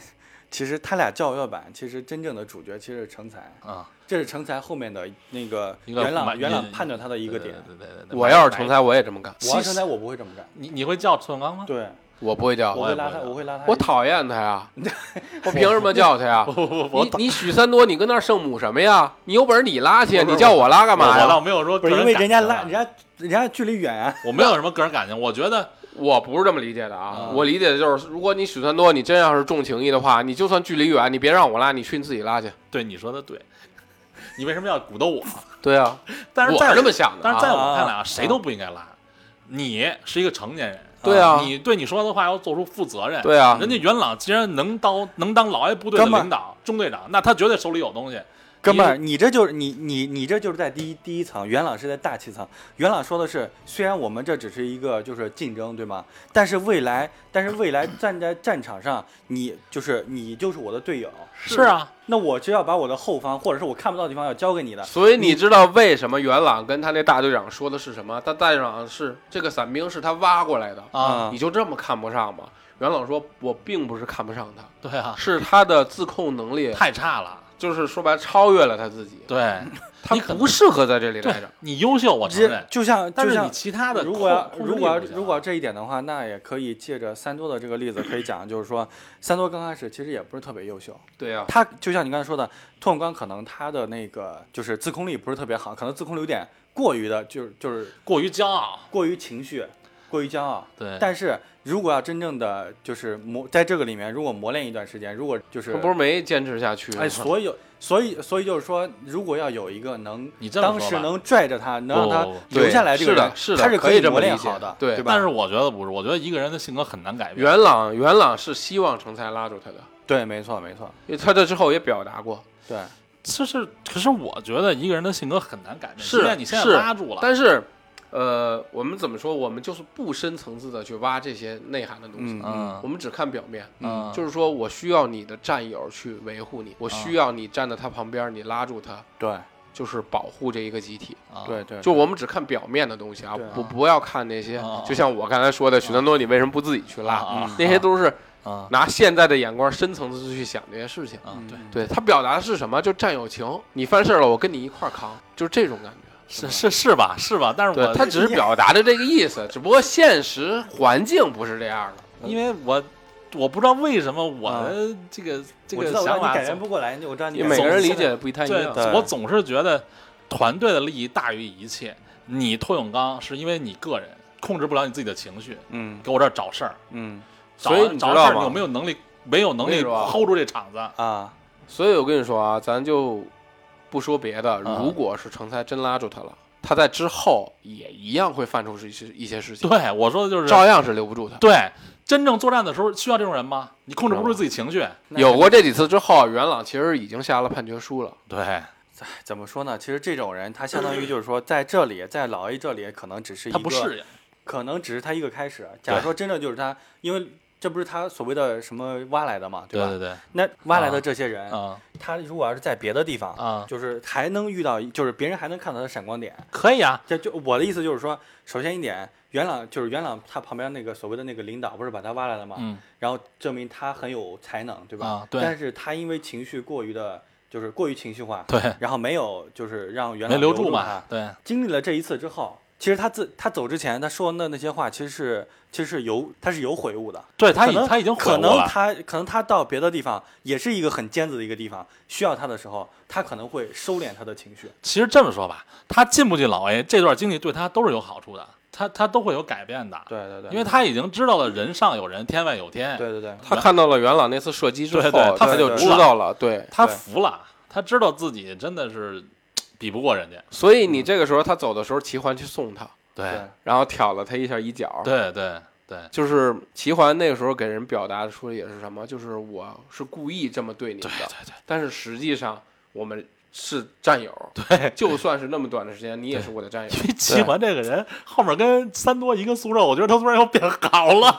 Speaker 4: 其实他俩叫叫板，其实真正的主角其实是成才，
Speaker 3: 啊，
Speaker 4: 这是成才后面的那个
Speaker 3: 一个
Speaker 4: 元朗
Speaker 3: 满
Speaker 4: 元朗
Speaker 3: 一
Speaker 4: 判断他的一
Speaker 3: 一
Speaker 4: 个点。
Speaker 3: 对对对对，
Speaker 5: 我要是成才，我也这么干，
Speaker 4: 我要成才我不会这么干，
Speaker 3: 你你会叫崔永刚吗？
Speaker 4: 对，
Speaker 5: 我不会叫，
Speaker 4: 啊我
Speaker 3: 我
Speaker 4: 会
Speaker 3: 也
Speaker 4: 拉
Speaker 3: 不
Speaker 4: 他，
Speaker 3: 会
Speaker 4: 我会拉他一。
Speaker 5: 我讨厌他呀！我凭什么叫他呀？你你许三多，你跟那儿圣母什么呀？你有本事你拉去，
Speaker 3: 不是
Speaker 5: 你叫我拉干嘛
Speaker 3: 我倒
Speaker 5: 呀？
Speaker 3: 没有说个
Speaker 4: 不是因为人家
Speaker 3: 感情
Speaker 4: 拉
Speaker 3: 啊
Speaker 4: 人家人家距离远啊，
Speaker 3: 我没有什么个人感情，我觉得
Speaker 5: 我不是这么理解的啊，我理解的就是，如果你许三多，你真要是重情义的话，你就算距离远，你别让我拉，你去你自己拉去。
Speaker 3: 对你说的对，你为什么要鼓捣我？
Speaker 5: 对啊，
Speaker 3: 但是
Speaker 5: 我
Speaker 3: 在
Speaker 5: 是这么想的
Speaker 3: 但
Speaker 5: 啊
Speaker 3: 是在我看来啊，谁都不应该拉。你是一个成年人，
Speaker 5: 对啊
Speaker 3: 你对你说的话要做出负责任。
Speaker 5: 对啊
Speaker 3: 人家元朗既然能当能当老 A 部队的
Speaker 4: 哥们儿
Speaker 3: 领导、中队长，那他绝对手里有东西。
Speaker 4: 哥们儿，你这就是你你你这就是在第一第一层，元朗是在大气层。元朗说的是，虽然我们这只是一个就是竞争，对吗？但是未来，但是未来站在战场上，你就是你就是我的队友。
Speaker 3: 是啊，
Speaker 4: 那我就要把我的后方，或者是我看不到的地方，要交给你的。
Speaker 5: 所以你知道为什么元朗跟他那大队长说的是什么？他大队长是这个伞兵是他挖过来的
Speaker 4: 嗯
Speaker 3: 啊
Speaker 5: 你就这么看不上吗？元朗说：“我并不是看不上他，
Speaker 3: 对啊，
Speaker 5: 是他的自控能力，
Speaker 3: 太差了。
Speaker 5: 就是说白了超越了他自己，
Speaker 3: 对
Speaker 5: 他
Speaker 3: 你可
Speaker 5: 不适合在这里待着。
Speaker 3: 你优秀，我承
Speaker 4: 直
Speaker 3: 认，
Speaker 4: 就像
Speaker 3: 但
Speaker 4: 就是像
Speaker 3: 你其他的
Speaker 4: 如
Speaker 3: 控
Speaker 4: 果要
Speaker 3: 控制
Speaker 4: 如
Speaker 3: 力
Speaker 4: 果要
Speaker 3: 不行啊
Speaker 4: 如果这一点的话，那也可以借着三多的这个例子可以讲，就是说三多刚开始其实也不是特别优秀，”
Speaker 5: 对呀、
Speaker 4: 他就像你刚才说的，拓永刚可能他的那个就是自控力不是特别好，可能自控力有点过于的，就是就是
Speaker 3: 过于骄傲，
Speaker 4: 过于情绪，过于骄傲。
Speaker 3: 对，
Speaker 4: 但是如果要真正的就是磨在这个里面，如果磨练一段时间，如果就是
Speaker 5: 他不是没坚持下去吗。
Speaker 4: 哎，所以所以所以就是说，如果要有一个能
Speaker 3: 你这么说
Speaker 4: 当时
Speaker 3: 吧
Speaker 4: 能拽着他，能
Speaker 3: 不
Speaker 4: 让他
Speaker 3: 不不
Speaker 4: 留下来这个
Speaker 5: 哦对是的
Speaker 4: 人，
Speaker 5: 是的
Speaker 4: 他是
Speaker 5: 可以
Speaker 4: 以
Speaker 5: 这么
Speaker 4: 磨练
Speaker 5: 理解
Speaker 4: 好的，
Speaker 5: 对
Speaker 4: 对吧？
Speaker 3: 但是我觉得不是，我觉得一个人的性格很难改变。
Speaker 5: 元朗元朗是希望成才拉住他的，
Speaker 4: 对，没错没错，
Speaker 5: 因为他这之后也表达过，
Speaker 4: 对，
Speaker 3: 就是，可是我觉得一个人的性格很难改变。
Speaker 5: 是
Speaker 3: 即便你现在
Speaker 5: 是
Speaker 3: 拉住了，
Speaker 5: 但是，呃，我们怎么说？我们就是不深层次的去挖这些内涵的东西，啊
Speaker 4: 嗯
Speaker 5: 我们只看表面。
Speaker 3: 啊嗯，
Speaker 5: 就是说我需要你的战友去维护你，我需要你站在他旁边，你拉住他，
Speaker 4: 对
Speaker 5: 就是保护这一个集体。
Speaker 3: 啊
Speaker 4: 对对，
Speaker 5: 啊就我们只看表面的东西啊
Speaker 4: 对，
Speaker 5: 不不要看那些
Speaker 3: 啊。
Speaker 5: 就像我刚才说的，许三多，你为什么不自己
Speaker 3: 啊
Speaker 5: 去
Speaker 4: 嗯
Speaker 5: 拉？
Speaker 3: 啊
Speaker 5: 那些都是
Speaker 3: 啊
Speaker 5: 拿现在的眼光深层次去想这些事情。
Speaker 3: 啊，
Speaker 4: 嗯
Speaker 3: 对，
Speaker 5: 对他表达的是什么？就战友情，你犯事儿了，我跟你一块儿扛，就是这种感觉。
Speaker 3: 是是是吧？是吧？但是
Speaker 5: 对
Speaker 3: 我
Speaker 5: 他只是表达的这个意思，只不过现实环境不是这样的。
Speaker 3: 因为我我不知道为什么我
Speaker 4: 啊
Speaker 3: 的这个这
Speaker 4: 我
Speaker 3: 个
Speaker 4: 知道我知道
Speaker 3: 想
Speaker 4: 你
Speaker 3: 法
Speaker 4: 改变
Speaker 3: 总，
Speaker 4: 不过来，你我知道你
Speaker 5: 每个人理
Speaker 4: 解。
Speaker 5: 解不太一
Speaker 3: 对
Speaker 5: 样。
Speaker 4: 对
Speaker 3: 我总是觉得团队的利益大于一切。你托永刚是因为你个人控制不了你自己的情绪，
Speaker 4: 嗯
Speaker 3: 给我这儿找事儿，
Speaker 4: 嗯
Speaker 3: 找
Speaker 5: 所以你知
Speaker 3: 找事儿
Speaker 5: 道
Speaker 3: 你有
Speaker 5: 吗
Speaker 3: 没？有能力？没有能力
Speaker 5: 那个
Speaker 3: hold 住这场子，
Speaker 4: 啊，
Speaker 5: 所以我跟你说啊，咱就不说别的，
Speaker 3: 嗯
Speaker 5: 如果是成才真拉住他了，他在之后也一样会犯出一些一些事情，
Speaker 3: 对我说的就是
Speaker 5: 照样是留不住他。
Speaker 3: 对，真正作战的时候需要这种人吗？你控制不住自己情绪，
Speaker 4: 那
Speaker 5: 有过这几次之后，啊元朗其实已经下了判决书了。
Speaker 3: 对
Speaker 4: 怎么说呢？其实这种人，他相当于就是说，在这里，在老 A 这里，可能只是一
Speaker 3: 他
Speaker 4: 个，
Speaker 3: 不适应，
Speaker 4: 可能只是他一个开始。假如说真的就是他，因为这不是他所谓的什么挖来的嘛，
Speaker 3: 对
Speaker 4: 吧？哎
Speaker 3: 对对，
Speaker 4: 那挖来的这些人，
Speaker 3: 啊
Speaker 4: 他如果要是在别的地方，
Speaker 3: 啊，
Speaker 4: 就是还能遇到，就是别人还能看到他的闪光点。
Speaker 3: 可以啊，
Speaker 4: 这就我的意思就是说，首先一点，元朗就是元朗他旁边那个所谓的那个领导，不是把他挖来了嘛？
Speaker 3: 嗯
Speaker 4: 然后证明他很有才能，对吧？
Speaker 3: 啊对
Speaker 4: 但是他因为情绪过于的，就是过于情绪化，
Speaker 3: 对，
Speaker 4: 然后没有就是让元
Speaker 3: 没
Speaker 4: 朗
Speaker 3: 留
Speaker 4: 住
Speaker 3: 住嘛
Speaker 4: 他，。
Speaker 3: 对，
Speaker 4: 经历了这一次之后，其实他自他走之前他说的那些话，其实是其实是有他是有悔悟的。
Speaker 3: 对他
Speaker 4: 可
Speaker 3: 已
Speaker 4: 能
Speaker 3: 他已经
Speaker 4: 可
Speaker 3: 悔悟
Speaker 4: 能
Speaker 3: 了，
Speaker 4: 他可能他到别的地方也是一个很尖子的一个地方，需要他的时候，他可能会收敛他的情绪。
Speaker 3: 其实这么说吧，他进不进老 A 这段经历对他都是有好处的，他他都会有改变的，
Speaker 4: 对对对，
Speaker 3: 因为他已经知道了人上有人，天外有天，
Speaker 4: 对对对
Speaker 5: 他看到了元朗那次射击之后，
Speaker 3: 对对他
Speaker 5: 他就
Speaker 4: 服
Speaker 5: 知
Speaker 3: 了
Speaker 5: 道了。对，
Speaker 3: 他服了，他知道自己真的是比不过人家，
Speaker 5: 所以你这个时候他走的时候，齐桓去送他，
Speaker 3: 对
Speaker 5: 然后挑了他一下衣角。
Speaker 3: 对对对，
Speaker 5: 就是齐桓那个时候给人表达出的也是什么，就是我是故意这么对你的，但是实际上我们是战友，对，就算是那么短的时间，你也是我的战友
Speaker 3: 因。为齐桓这个人后面跟三多一个宿舍，我觉得他突然又变好了，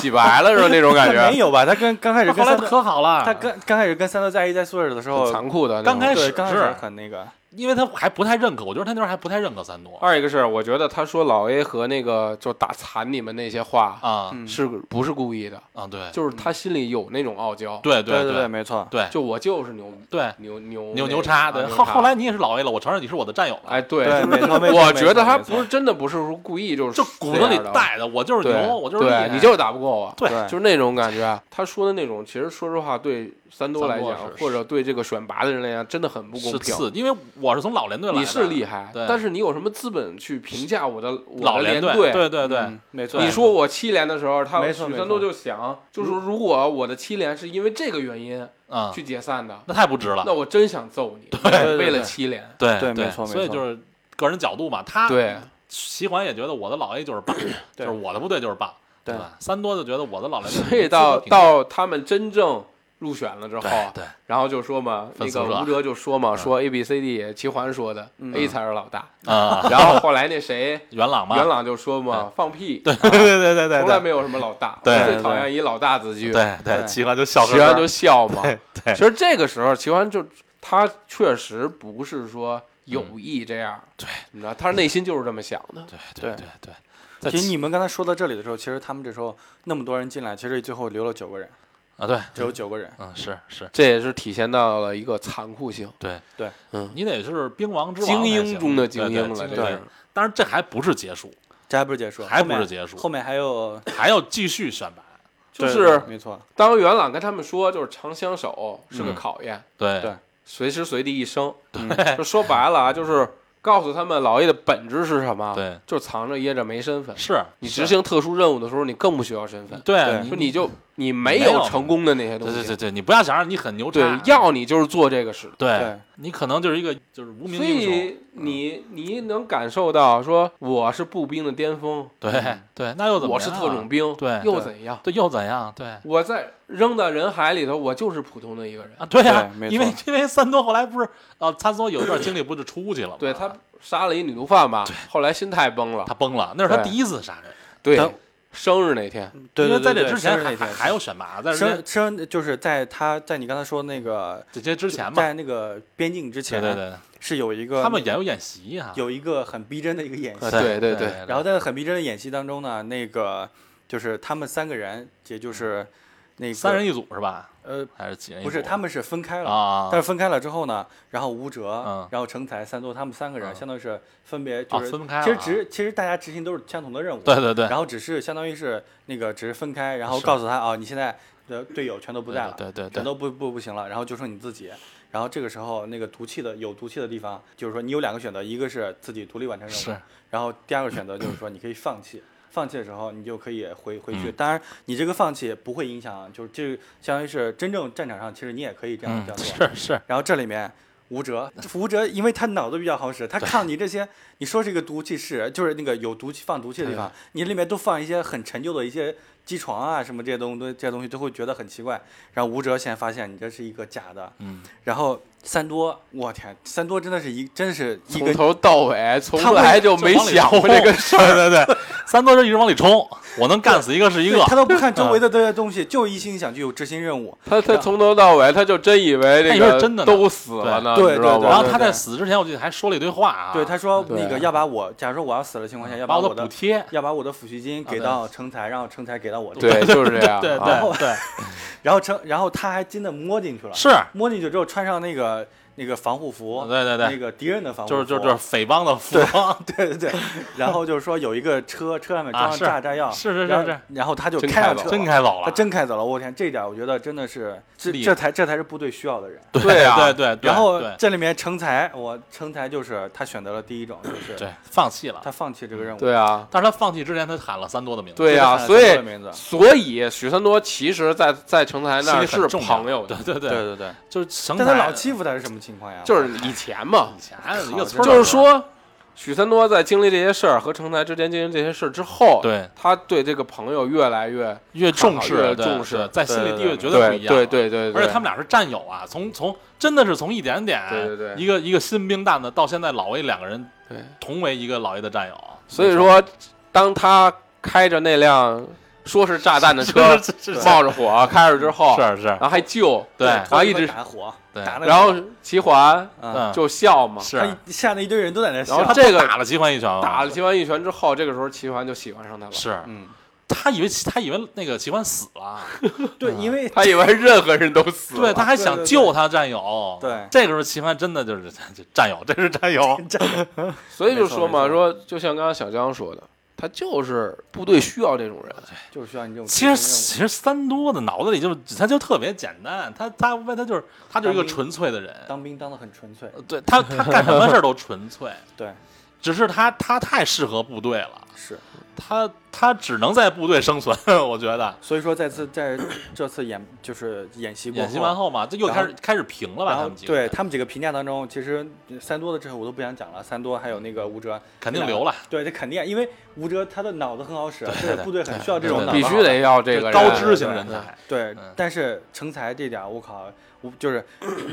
Speaker 5: 洗白了是吧？那种感
Speaker 4: 他没
Speaker 5: 觉，
Speaker 4: 有吧？他跟刚开始
Speaker 3: 后
Speaker 4: 跟
Speaker 3: 来
Speaker 4: 三德，
Speaker 3: 可好了。
Speaker 4: 他跟刚开始跟三德在一在宿舍的时
Speaker 5: 很
Speaker 4: 候，
Speaker 5: 残酷的。
Speaker 3: 刚开始
Speaker 4: 对，刚开
Speaker 3: 是
Speaker 4: 始很那个，
Speaker 3: 因为他还不太认可，我觉得他那时候还不太认可三多
Speaker 5: 二一个是，我觉得他说老 A 和那个就打残你们那些话，
Speaker 3: 啊
Speaker 4: 嗯
Speaker 5: 是不是故意的？
Speaker 3: 啊，对，
Speaker 5: 就是他心里有那种傲娇，，
Speaker 3: 对
Speaker 4: 对
Speaker 3: 对
Speaker 4: 对，没错，
Speaker 3: 对
Speaker 5: 就我就是牛
Speaker 3: 对
Speaker 5: 牛牛
Speaker 3: 哎牛牛
Speaker 5: 叉
Speaker 3: 叉，对后后来你也是老 A 了，我承认你是我的战友了，
Speaker 5: 哎，对，
Speaker 4: 对没错没错
Speaker 5: 我觉得他
Speaker 4: 没错
Speaker 5: 不是真的不是说故意，就是
Speaker 3: 就骨子里
Speaker 5: 这样的
Speaker 3: 带的，我就是
Speaker 5: 对，
Speaker 3: 牛，我就是厉害哎
Speaker 5: 对，你就是打不过我，
Speaker 3: 对
Speaker 4: 对
Speaker 5: 就是那种感觉。啊他说的那种，其实说实话，对三多来
Speaker 3: 三
Speaker 5: 讲
Speaker 3: 多，是
Speaker 5: 或者对这个选拔的人来讲，真的很不公
Speaker 3: 是
Speaker 5: 平。
Speaker 3: 次，因为我是从老连队来的，
Speaker 5: 你是厉害，
Speaker 3: 对
Speaker 5: 但是你有什么资本去评价我的我的
Speaker 3: 老
Speaker 5: 连
Speaker 3: 队，
Speaker 5: 队？
Speaker 3: 对对对
Speaker 4: 嗯，没错。
Speaker 5: 你说我七连的时候，他
Speaker 4: 没
Speaker 5: 许
Speaker 4: 错没
Speaker 5: 三多
Speaker 4: 错
Speaker 5: 就想，就是如果我的七连是因为这个原因
Speaker 3: 啊，
Speaker 5: 去解散的，
Speaker 3: 那太不值了
Speaker 5: 嗯那，我真想揍你。
Speaker 4: 对对
Speaker 5: 为了
Speaker 4: 对
Speaker 5: 七连，
Speaker 3: 对
Speaker 4: 对没错没错
Speaker 3: 所以就是个人角度嘛，他
Speaker 5: 对，
Speaker 3: 齐桓也觉得我的老 A 就是 棒，就是我的部队就是棒，对
Speaker 4: 对
Speaker 3: 吧？三多就觉得我的老连队，
Speaker 5: 所以到到他们真正入选了之后，
Speaker 3: 对对
Speaker 5: 然后就说嘛，
Speaker 3: 分
Speaker 5: 那
Speaker 3: 宿舍
Speaker 5: 个吴哲就说
Speaker 4: 嗯
Speaker 5: 嘛，说 A B C D 齐桓说的、A
Speaker 3: 嗯
Speaker 5: 才是老 大，
Speaker 3: 啊，
Speaker 5: 然后后来那谁
Speaker 3: 元朗嘛，
Speaker 5: 元朗就说嘛，放屁，啊
Speaker 4: 对
Speaker 3: 啊
Speaker 4: 对对对
Speaker 5: 从来
Speaker 4: 对，
Speaker 5: 没有什么老大，
Speaker 3: 对
Speaker 5: 我
Speaker 3: 对
Speaker 5: 最讨厌以老大自居，
Speaker 3: 对对，
Speaker 4: 对
Speaker 3: 齐桓就笑呵
Speaker 5: 齐桓
Speaker 3: 呵，
Speaker 5: 就笑嘛。
Speaker 3: 对
Speaker 5: 其实这个时候齐桓就他确实不是说有
Speaker 4: 嗯
Speaker 5: 意这样，
Speaker 3: 对，
Speaker 5: 你知道，他内心就是这么想的。
Speaker 3: 对对对对，在
Speaker 4: 其实
Speaker 3: 齐
Speaker 4: 你们刚才说到这里的时候，其实他们这时候那么多人进来，其实最后留了九个人，
Speaker 3: 啊对，
Speaker 4: 只有九个人。
Speaker 3: 嗯是是，
Speaker 5: 这也是体现到了一个残酷性，
Speaker 3: 对
Speaker 4: 对，
Speaker 5: 嗯，
Speaker 3: 你得是兵王之王
Speaker 5: 精
Speaker 3: 才行
Speaker 5: 英中的精
Speaker 3: 对对
Speaker 5: 英了，
Speaker 3: 精
Speaker 5: 这是
Speaker 3: 对。当然这还不是结束，
Speaker 4: 这还不是结束，
Speaker 3: 还不
Speaker 4: 后
Speaker 3: 是
Speaker 4: 面
Speaker 3: 结束
Speaker 4: 后面还有，
Speaker 3: 还要继续选拔，
Speaker 5: 就
Speaker 4: 对
Speaker 5: 是
Speaker 4: 没错，
Speaker 5: 当元朗跟他们说，就是长相守
Speaker 3: 嗯
Speaker 5: 是个考验，
Speaker 3: 对
Speaker 4: 对
Speaker 5: 随时随地一生。 就说白了啊，就是告诉他们老爷的本质是
Speaker 4: 啊
Speaker 5: 什么，
Speaker 3: 对，
Speaker 5: 就是藏着掖着没身份。
Speaker 3: 是
Speaker 5: 你执行特殊任务的时候，你更不需要身份，
Speaker 3: 对
Speaker 4: 对
Speaker 5: 说你就你没
Speaker 3: 没有
Speaker 5: 有成功的那些东
Speaker 3: 对
Speaker 5: 西，
Speaker 3: 对对对，你不要想让你很牛
Speaker 5: 对
Speaker 3: 叉，
Speaker 5: 要你就是做这个事。
Speaker 3: 对
Speaker 4: 对
Speaker 3: 你可能就是一个就是无名
Speaker 5: 所
Speaker 3: 英雄，
Speaker 5: 以你你能感受到，说我是步兵的巅峰，
Speaker 3: 对
Speaker 4: 嗯
Speaker 3: 对，那又怎么样？啊
Speaker 5: 我是特种，兵，
Speaker 3: 对
Speaker 5: 又怎样？
Speaker 3: 对又怎样？对
Speaker 5: 我在扔到人海里头，我就是普通的一个人。
Speaker 3: 啊，对呀
Speaker 4: 对，没
Speaker 3: 因为
Speaker 4: 错
Speaker 3: 因为三多后来不是呃，三多有一段经历不就出去了吗？
Speaker 5: 对他杀了一女毒贩吧，后来心态崩了
Speaker 3: 他。崩了，那是他
Speaker 5: 对
Speaker 3: 第一次杀人，
Speaker 5: 对
Speaker 4: 他，
Speaker 5: 生日那天，
Speaker 4: 对
Speaker 3: 因为
Speaker 4: 对
Speaker 3: 在
Speaker 4: 对
Speaker 3: 这
Speaker 4: 对，
Speaker 3: 之前
Speaker 4: 生日
Speaker 3: 还
Speaker 4: 那
Speaker 3: 还
Speaker 4: 天
Speaker 3: 还有选拔，但是
Speaker 4: 生
Speaker 3: 人
Speaker 4: 生就是在他在你刚才说那个
Speaker 3: 这些之前嘛，
Speaker 4: 在那个边境之
Speaker 3: 对
Speaker 4: 前，
Speaker 3: 对对，
Speaker 4: 是有一个
Speaker 3: 他们也有演习哈，
Speaker 4: 有一个很逼真的一个演戏，
Speaker 3: 呃
Speaker 5: 对对对
Speaker 3: 对，
Speaker 4: 然后在很逼真的演戏当中呢，那个就是他们三个人，也就是那个
Speaker 3: 三人一组是吧？
Speaker 4: 呃
Speaker 3: 还是几人一组？
Speaker 4: 不是他们是分开了。
Speaker 3: 啊，
Speaker 4: 但是分开了之后呢，然后吴哲，
Speaker 3: 嗯
Speaker 4: 然后成才、三多他们三个人，
Speaker 3: 嗯
Speaker 4: 相当于是分别就是、
Speaker 3: 啊分开了
Speaker 4: 其实执其实大家执行都是相同的任务，
Speaker 3: 对对对，
Speaker 4: 然后只是相当于是那个只是分开，然后
Speaker 3: 是
Speaker 4: 告诉他啊，你现在的队友全都不在了，
Speaker 3: 对对对对
Speaker 4: 全都不不不行了，然后就剩你自己。然后这个时候那个毒气的有毒气的地方，就是说你有两个选择，一个是自己独立完成任务
Speaker 3: 是，
Speaker 4: 然后第二个选择就是说你可以放弃。放弃的时候，你就可以回回
Speaker 3: 嗯
Speaker 4: 去。当然，你这个放弃不会影响，就是这个相当于是真正战场上，其实你也可以这样这
Speaker 3: 嗯，
Speaker 4: 样做。
Speaker 3: 是是，
Speaker 4: 然后这里面吴哲，吴哲因为他脑子比较好使，他看你这些，你说这个毒气室就是那个有毒气放毒气的地方，你里面都放一些很陈旧的一些机床啊什么这些东西，这些东西都会觉得很奇怪。然后吴哲现在发现你这是一个假的，
Speaker 3: 嗯，
Speaker 4: 然后三多，我天，三多真的是一真的是一
Speaker 5: 从
Speaker 4: 个。
Speaker 5: 头到尾从
Speaker 4: 他们
Speaker 5: 来就没想过 这个事
Speaker 3: 事儿，对对对，三多就一直往里冲，我能干死一个是一
Speaker 4: 对
Speaker 3: 个，
Speaker 4: 他都不看周围的这些东西，就一心想去有执行任务。
Speaker 5: 他他从头到尾，他就真以为
Speaker 3: 他
Speaker 5: 这
Speaker 3: 以为是
Speaker 5: 个
Speaker 3: 真的呢
Speaker 5: 都死了呢，
Speaker 4: 对
Speaker 5: 你知道
Speaker 4: 对
Speaker 5: 吗？
Speaker 4: 对
Speaker 3: 然后
Speaker 4: 对
Speaker 3: 他在死之前，我记得还说了一堆话啊，
Speaker 4: 对，他说
Speaker 5: 对
Speaker 4: 那个要把我，假如说我要死的啊情况下，要
Speaker 3: 把
Speaker 4: 我
Speaker 3: 我的补贴，
Speaker 4: 要把我的抚恤金给到成才，让成才给到 我。
Speaker 5: 对，就是这样。
Speaker 3: 对
Speaker 5: 啊
Speaker 3: 对 对，
Speaker 4: 然后成，然后他还真的摸进去了，
Speaker 3: 是，
Speaker 4: 摸进去之后穿上那个那个防护服，
Speaker 3: 哦对对对
Speaker 4: 那个敌人的防护
Speaker 3: 就
Speaker 4: 服，
Speaker 3: 是就是就是匪帮的服 装，
Speaker 4: 对对对， 然后就是说有一个车，车上面装
Speaker 3: 啊
Speaker 4: 上
Speaker 3: 是
Speaker 4: 炸弹药，
Speaker 3: 是是是
Speaker 4: 然后
Speaker 3: 是，
Speaker 4: 然后他就
Speaker 5: 真开
Speaker 4: 开上
Speaker 5: 走
Speaker 4: 车，
Speaker 3: 真开走了，
Speaker 4: 他真开走了，我天，这点我觉得真的是这
Speaker 3: 厉害
Speaker 4: 这才这才是部队需要的人。
Speaker 3: 对
Speaker 5: 对啊
Speaker 3: 对对，对
Speaker 4: 然后
Speaker 3: 对
Speaker 4: 这里面成才，我成才就是他选择了第一种，就是
Speaker 3: 对放弃了
Speaker 4: 他，放弃这个任务，
Speaker 5: 对啊，
Speaker 3: 但是他放弃之前，他喊了三多的名字，
Speaker 5: 对啊，
Speaker 4: 这
Speaker 5: 所
Speaker 4: 个
Speaker 5: 以
Speaker 4: 很有名字
Speaker 5: 所以许三多其实在，在成才那
Speaker 3: 心
Speaker 5: 儿
Speaker 3: 里
Speaker 5: 是
Speaker 3: 很重要
Speaker 5: 朋友的
Speaker 3: 对，对对
Speaker 4: 对对对，
Speaker 3: 就是成才
Speaker 4: 但他老欺负他是什么情况呀？
Speaker 5: 就是以前 嘛，
Speaker 3: 以前一个村儿的时候，
Speaker 5: 就是说，许三多在经历这些事儿和成才之间经历这些事儿之后，
Speaker 3: 对
Speaker 5: 他对这个朋友越来越
Speaker 3: 越重视
Speaker 5: 越
Speaker 3: 对
Speaker 5: 重视
Speaker 3: 对在心理
Speaker 4: 对
Speaker 3: 地
Speaker 4: 对
Speaker 3: 位绝不
Speaker 5: 对
Speaker 3: 一样，
Speaker 5: 对对对对
Speaker 3: 而且他们俩是战友啊，从从真的是从一点点，
Speaker 5: 对对对
Speaker 3: 一个一个新兵蛋子到现在老魏两个人
Speaker 5: 对，哦
Speaker 3: 同为一个老爷的战友，
Speaker 5: 所以说，当他开着那辆说是炸弹 的车
Speaker 3: 是是是
Speaker 5: 冒着火开着之后，
Speaker 3: 是是
Speaker 5: 然后还救，
Speaker 3: 对
Speaker 5: 然后一直，
Speaker 4: 打火，
Speaker 3: 对
Speaker 4: 打那个
Speaker 5: 然后齐桓
Speaker 4: 嗯
Speaker 3: 嗯
Speaker 5: 就笑嘛，
Speaker 3: 是
Speaker 4: 他一下那一堆人都在那笑
Speaker 5: 然后
Speaker 3: 他
Speaker 5: 这个
Speaker 3: 打了齐桓一拳啊，
Speaker 5: 打了齐桓一拳之后，这个时候齐桓就喜欢上他了，
Speaker 3: 是
Speaker 4: 嗯，
Speaker 3: 他以为他以为那个齐桓死了，
Speaker 4: 对，
Speaker 3: 嗯
Speaker 4: 因为
Speaker 5: 他以为任何人都死
Speaker 3: 对，
Speaker 5: 了，
Speaker 3: 他还想
Speaker 4: 对对
Speaker 3: 救他战友，
Speaker 4: 对
Speaker 3: 这个时候齐桓真的就是就战 友，这是战友，
Speaker 5: 所以就说嘛，
Speaker 4: 没
Speaker 5: 说就像刚刚小江说的，他就是部队需要这种人，
Speaker 4: 就是需要你这种
Speaker 3: 其实
Speaker 4: 执行任务
Speaker 3: 其实三多的脑子里就他就特别简单，他他他就是他就是一个
Speaker 4: 当兵
Speaker 3: 纯粹的人，
Speaker 4: 当兵当的很纯粹，
Speaker 3: 对他他干什么事儿都纯粹，
Speaker 4: 对，
Speaker 3: 只是他他太适合部队了。
Speaker 4: 是
Speaker 3: 他他只能在部队生存， 我觉得。
Speaker 4: 所以说在次在这次演就是演习过
Speaker 3: 演习完后嘛，这又开始开始平了吧？
Speaker 4: 然
Speaker 3: 他
Speaker 4: 后
Speaker 3: 们几个
Speaker 4: 对他们几个评价当中，其实三多的这后我都不想讲了，三多还有那个吴哲
Speaker 3: 肯定留了。
Speaker 4: 对，这肯定，啊因为吴哲他的脑子很好使，啊
Speaker 3: 对
Speaker 4: 这个部队很需要这种
Speaker 3: 对
Speaker 4: 脑
Speaker 5: 必
Speaker 4: 子。
Speaker 5: 须得要这个人
Speaker 3: 高知型人才，
Speaker 4: 对
Speaker 3: 嗯，
Speaker 4: 但是成才这点儿，我靠，我就是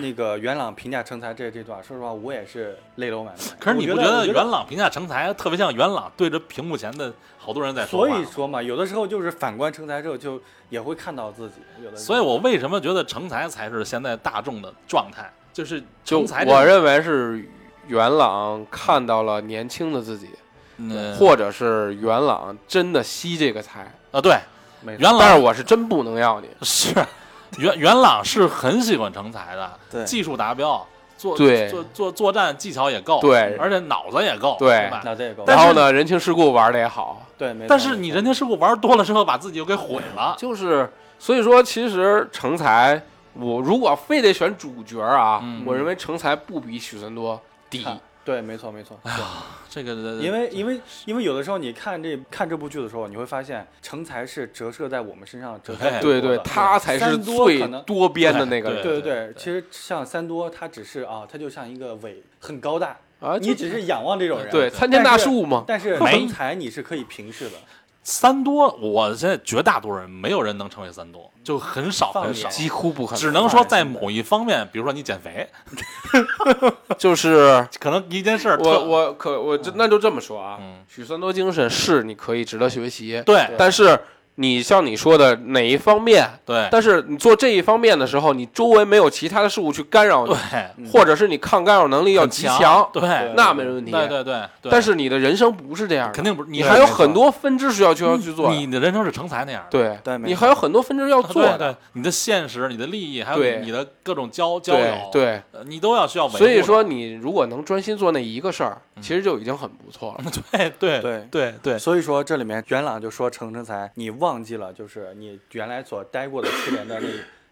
Speaker 4: 那个元朗评价成才这这段，说实话，我也是泪流满面。
Speaker 3: 可是你
Speaker 4: 我
Speaker 3: 不
Speaker 4: 觉我
Speaker 3: 得
Speaker 4: 觉
Speaker 3: 元朗评价成才特别像元朗对着屏幕前的好多人在说
Speaker 4: 所
Speaker 3: 话？
Speaker 4: 以说嘛，有的时候就是反观成才之后，就也会看到自己。有的时候，
Speaker 3: 所以我为什么觉得成才才是现在大众的状态？就是
Speaker 5: 就
Speaker 3: 成才这，
Speaker 5: 我认为是元朗看到了年轻的自己，
Speaker 3: 嗯
Speaker 5: 或者是元朗真的惜这个才。
Speaker 3: 啊，对，
Speaker 4: 没
Speaker 3: 元
Speaker 5: 但
Speaker 3: 朗
Speaker 5: 是我是真不能要你。
Speaker 3: 是元元朗是很喜欢成才的，
Speaker 4: 对
Speaker 3: 技术达标，作
Speaker 5: 对
Speaker 3: 作作作战技巧也
Speaker 4: 哦
Speaker 3: 够，
Speaker 4: 嗯
Speaker 5: 对
Speaker 3: 而且脑子也够，
Speaker 5: 对
Speaker 3: 吧？
Speaker 4: 脑子也够。
Speaker 3: 但
Speaker 5: 然
Speaker 3: 是
Speaker 5: 后呢，人情世故玩的也好，
Speaker 4: 啊对，没错
Speaker 3: 但是
Speaker 4: 没
Speaker 3: 你
Speaker 4: 错
Speaker 3: 人家事故玩多了之后，把自己又给毁
Speaker 4: 啊
Speaker 3: 了。
Speaker 5: 就是所以说，其实成才，我如果非得选主角啊，
Speaker 3: 嗯
Speaker 5: 我认为成才不比许三多低。
Speaker 4: 看对，没错没错。
Speaker 5: 啊
Speaker 3: 这个
Speaker 4: 因为因为因为有的时候你看这看这部剧的时候，你会发现成才是折射在我们身上，折射在
Speaker 5: 哎对
Speaker 4: 我们
Speaker 5: 对，
Speaker 4: 的
Speaker 5: 他才是
Speaker 4: 嗯三多可
Speaker 5: 最
Speaker 4: 能
Speaker 5: 多边的那个人。
Speaker 4: 对对
Speaker 3: 对
Speaker 4: 对，其实像三多，他只是啊，他就像一个伟，很高大
Speaker 5: 啊
Speaker 4: 你
Speaker 5: 就
Speaker 4: 只是仰望这种人。
Speaker 5: 对参天大树嘛
Speaker 4: 但是
Speaker 3: 没
Speaker 4: 成才你是可以平视的，
Speaker 3: 三多，我现在绝大多数人没有人能成为三多，就很少
Speaker 4: 放
Speaker 3: 很
Speaker 4: 眼
Speaker 3: 少，
Speaker 5: 几乎不可能，
Speaker 3: 只能说在某一方面，比如说你减肥，
Speaker 5: 就是
Speaker 3: 可能一件事儿特，
Speaker 5: 我我可我就那就这么说啊
Speaker 3: 嗯，
Speaker 5: 许三多精神是你可以值得学习，
Speaker 3: 对
Speaker 5: 但是你像你说的哪一方面，
Speaker 3: 对
Speaker 5: 但是你做这一方面的时候，你周围没有其他的事物去干扰你，
Speaker 3: 对，
Speaker 5: 或者是你抗干扰能力要
Speaker 3: 很
Speaker 5: 极
Speaker 3: 强，对
Speaker 5: 那没问题。
Speaker 3: 对对对对，
Speaker 5: 但是你的人生不是这样的，
Speaker 3: 肯定不是，你
Speaker 5: 你还有
Speaker 4: 没错
Speaker 5: 很多分支需要去要去做的。
Speaker 3: 嗯你的人生是成才那样的，
Speaker 5: 对
Speaker 4: 对没
Speaker 5: 你
Speaker 4: 错
Speaker 5: 还有很多分支 要
Speaker 3: 对
Speaker 5: 做的。
Speaker 3: 对，你的现实、你的利益，还有
Speaker 5: 对
Speaker 3: 你的各种交交
Speaker 5: 对
Speaker 3: 友，
Speaker 5: 对，
Speaker 3: 呃，你都要需要维护的。嗯
Speaker 5: 所以说你如果能专心做那一个事儿，其实就已经很不错了。
Speaker 3: 对对
Speaker 4: 对
Speaker 3: 对对，
Speaker 4: 所以说这里面元朗就说成成才，你忘记了就是你原来所待过的七 年的那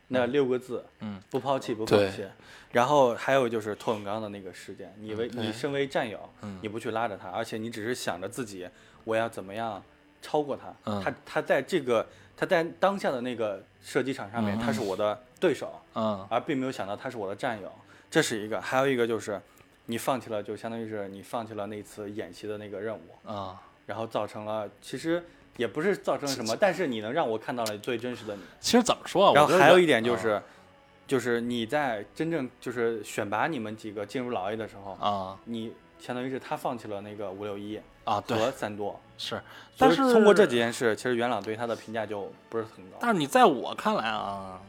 Speaker 4: 那六个字，
Speaker 3: 嗯，
Speaker 4: 不抛弃不放
Speaker 5: 对
Speaker 4: 弃。然后还有就是托永刚的那个事件，
Speaker 3: 嗯
Speaker 4: 你为你身为战友，你不去拉着他，而且你只是想着自己我要怎么样超过他，
Speaker 3: 嗯
Speaker 4: 他他在这个他在当下的那个射击场上面，他是我的对手，
Speaker 3: 嗯，
Speaker 4: 而并没有想到他是我的战友，这是一个。还有一个就是你放弃了，就相当于是你放弃了那次演习的那个任务。
Speaker 3: 啊，
Speaker 4: 然后造成了，其实也不是造成了什么，但是你能让我看到了最真实的你。
Speaker 3: 其实怎么说啊，
Speaker 4: 然
Speaker 3: 我觉
Speaker 4: 后
Speaker 3: 得
Speaker 4: 还有
Speaker 3: 人
Speaker 4: 一点就是，就是你在真正就是选拔你们几个进入老 A 的时候，
Speaker 3: 啊
Speaker 4: 你相当于是他放弃了那个五六一
Speaker 3: 啊，对，
Speaker 4: 和三多，
Speaker 3: 是，
Speaker 4: 所
Speaker 3: 但
Speaker 4: 以
Speaker 3: 是
Speaker 4: 通过这几件事，其实元朗对他的评价就不是很高。
Speaker 3: 但是你在我看来啊，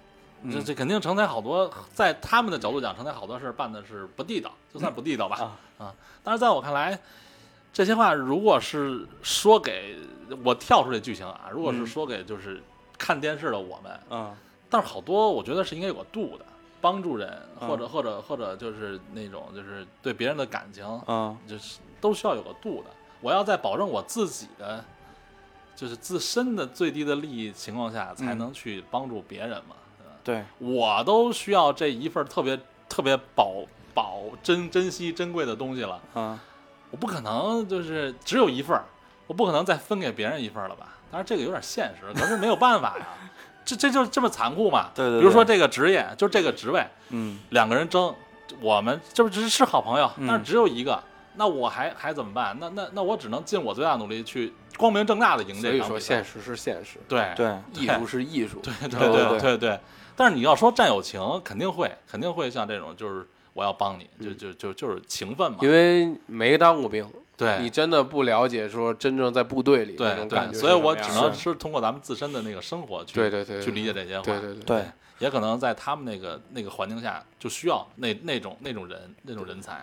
Speaker 3: 这
Speaker 4: 嗯
Speaker 3: 这肯定成才好多，在他们的角度讲，成才好多事儿办的是不地道，就算不地道吧
Speaker 4: 啊、
Speaker 3: 啊。但是在我看来，这些话如果是说给我跳出这剧情啊，如果是说给就是看电视的我们，
Speaker 4: 嗯，
Speaker 3: 但是好多我觉得是应该有个度的，帮助人
Speaker 4: 嗯
Speaker 3: 或者、或者或者就是那种就是对别人的感情，
Speaker 4: 嗯
Speaker 3: 就是都需要有个度的。我要在保证我自己的，就是自身的最低的利益情况下，才能去帮助别人嘛。对吧
Speaker 4: 对，
Speaker 3: 我都需要这一份特别特别宝宝珍珍惜珍贵的东西了，
Speaker 4: 嗯，
Speaker 3: 我不可能就是只有一份儿，我不可能再分给别人一份儿了吧？当然这个有点现实，可是没有办法呀，这这就这么残酷嘛。
Speaker 4: 对对对
Speaker 3: 比如说这个职业，就这个职位，
Speaker 4: 嗯，
Speaker 3: 两个人争，我们这不只是好朋友，
Speaker 4: 嗯
Speaker 3: 但是只有一个，那我还还怎么办？那那那我只能尽我最大努力去光嗯明正大的赢
Speaker 5: 所
Speaker 3: 这
Speaker 5: 以
Speaker 3: 场
Speaker 5: 说，
Speaker 3: 比赛
Speaker 5: 现。实是现实，
Speaker 3: 对
Speaker 4: 对，
Speaker 5: 艺术是艺术。
Speaker 3: 对对
Speaker 5: 对
Speaker 3: 对对对。但是你要说战友情，肯定会肯定会像这种，就是我要帮你，就就就就是情分嘛。
Speaker 5: 因为没当过兵，
Speaker 3: 对
Speaker 5: 你真的不了解说真正在部队里那
Speaker 3: 哎对
Speaker 5: 种感
Speaker 3: 对，
Speaker 5: 觉是
Speaker 3: 所
Speaker 5: 什么
Speaker 3: 以
Speaker 5: 样
Speaker 3: 我
Speaker 5: 的，
Speaker 3: 只能是通过咱们自身的那个生活去
Speaker 5: 对对对对
Speaker 3: 去理解这些话。
Speaker 5: 对对对，
Speaker 4: 对，
Speaker 3: 也可能在他们那个那个环境下，就需要那那种那种人那种人才。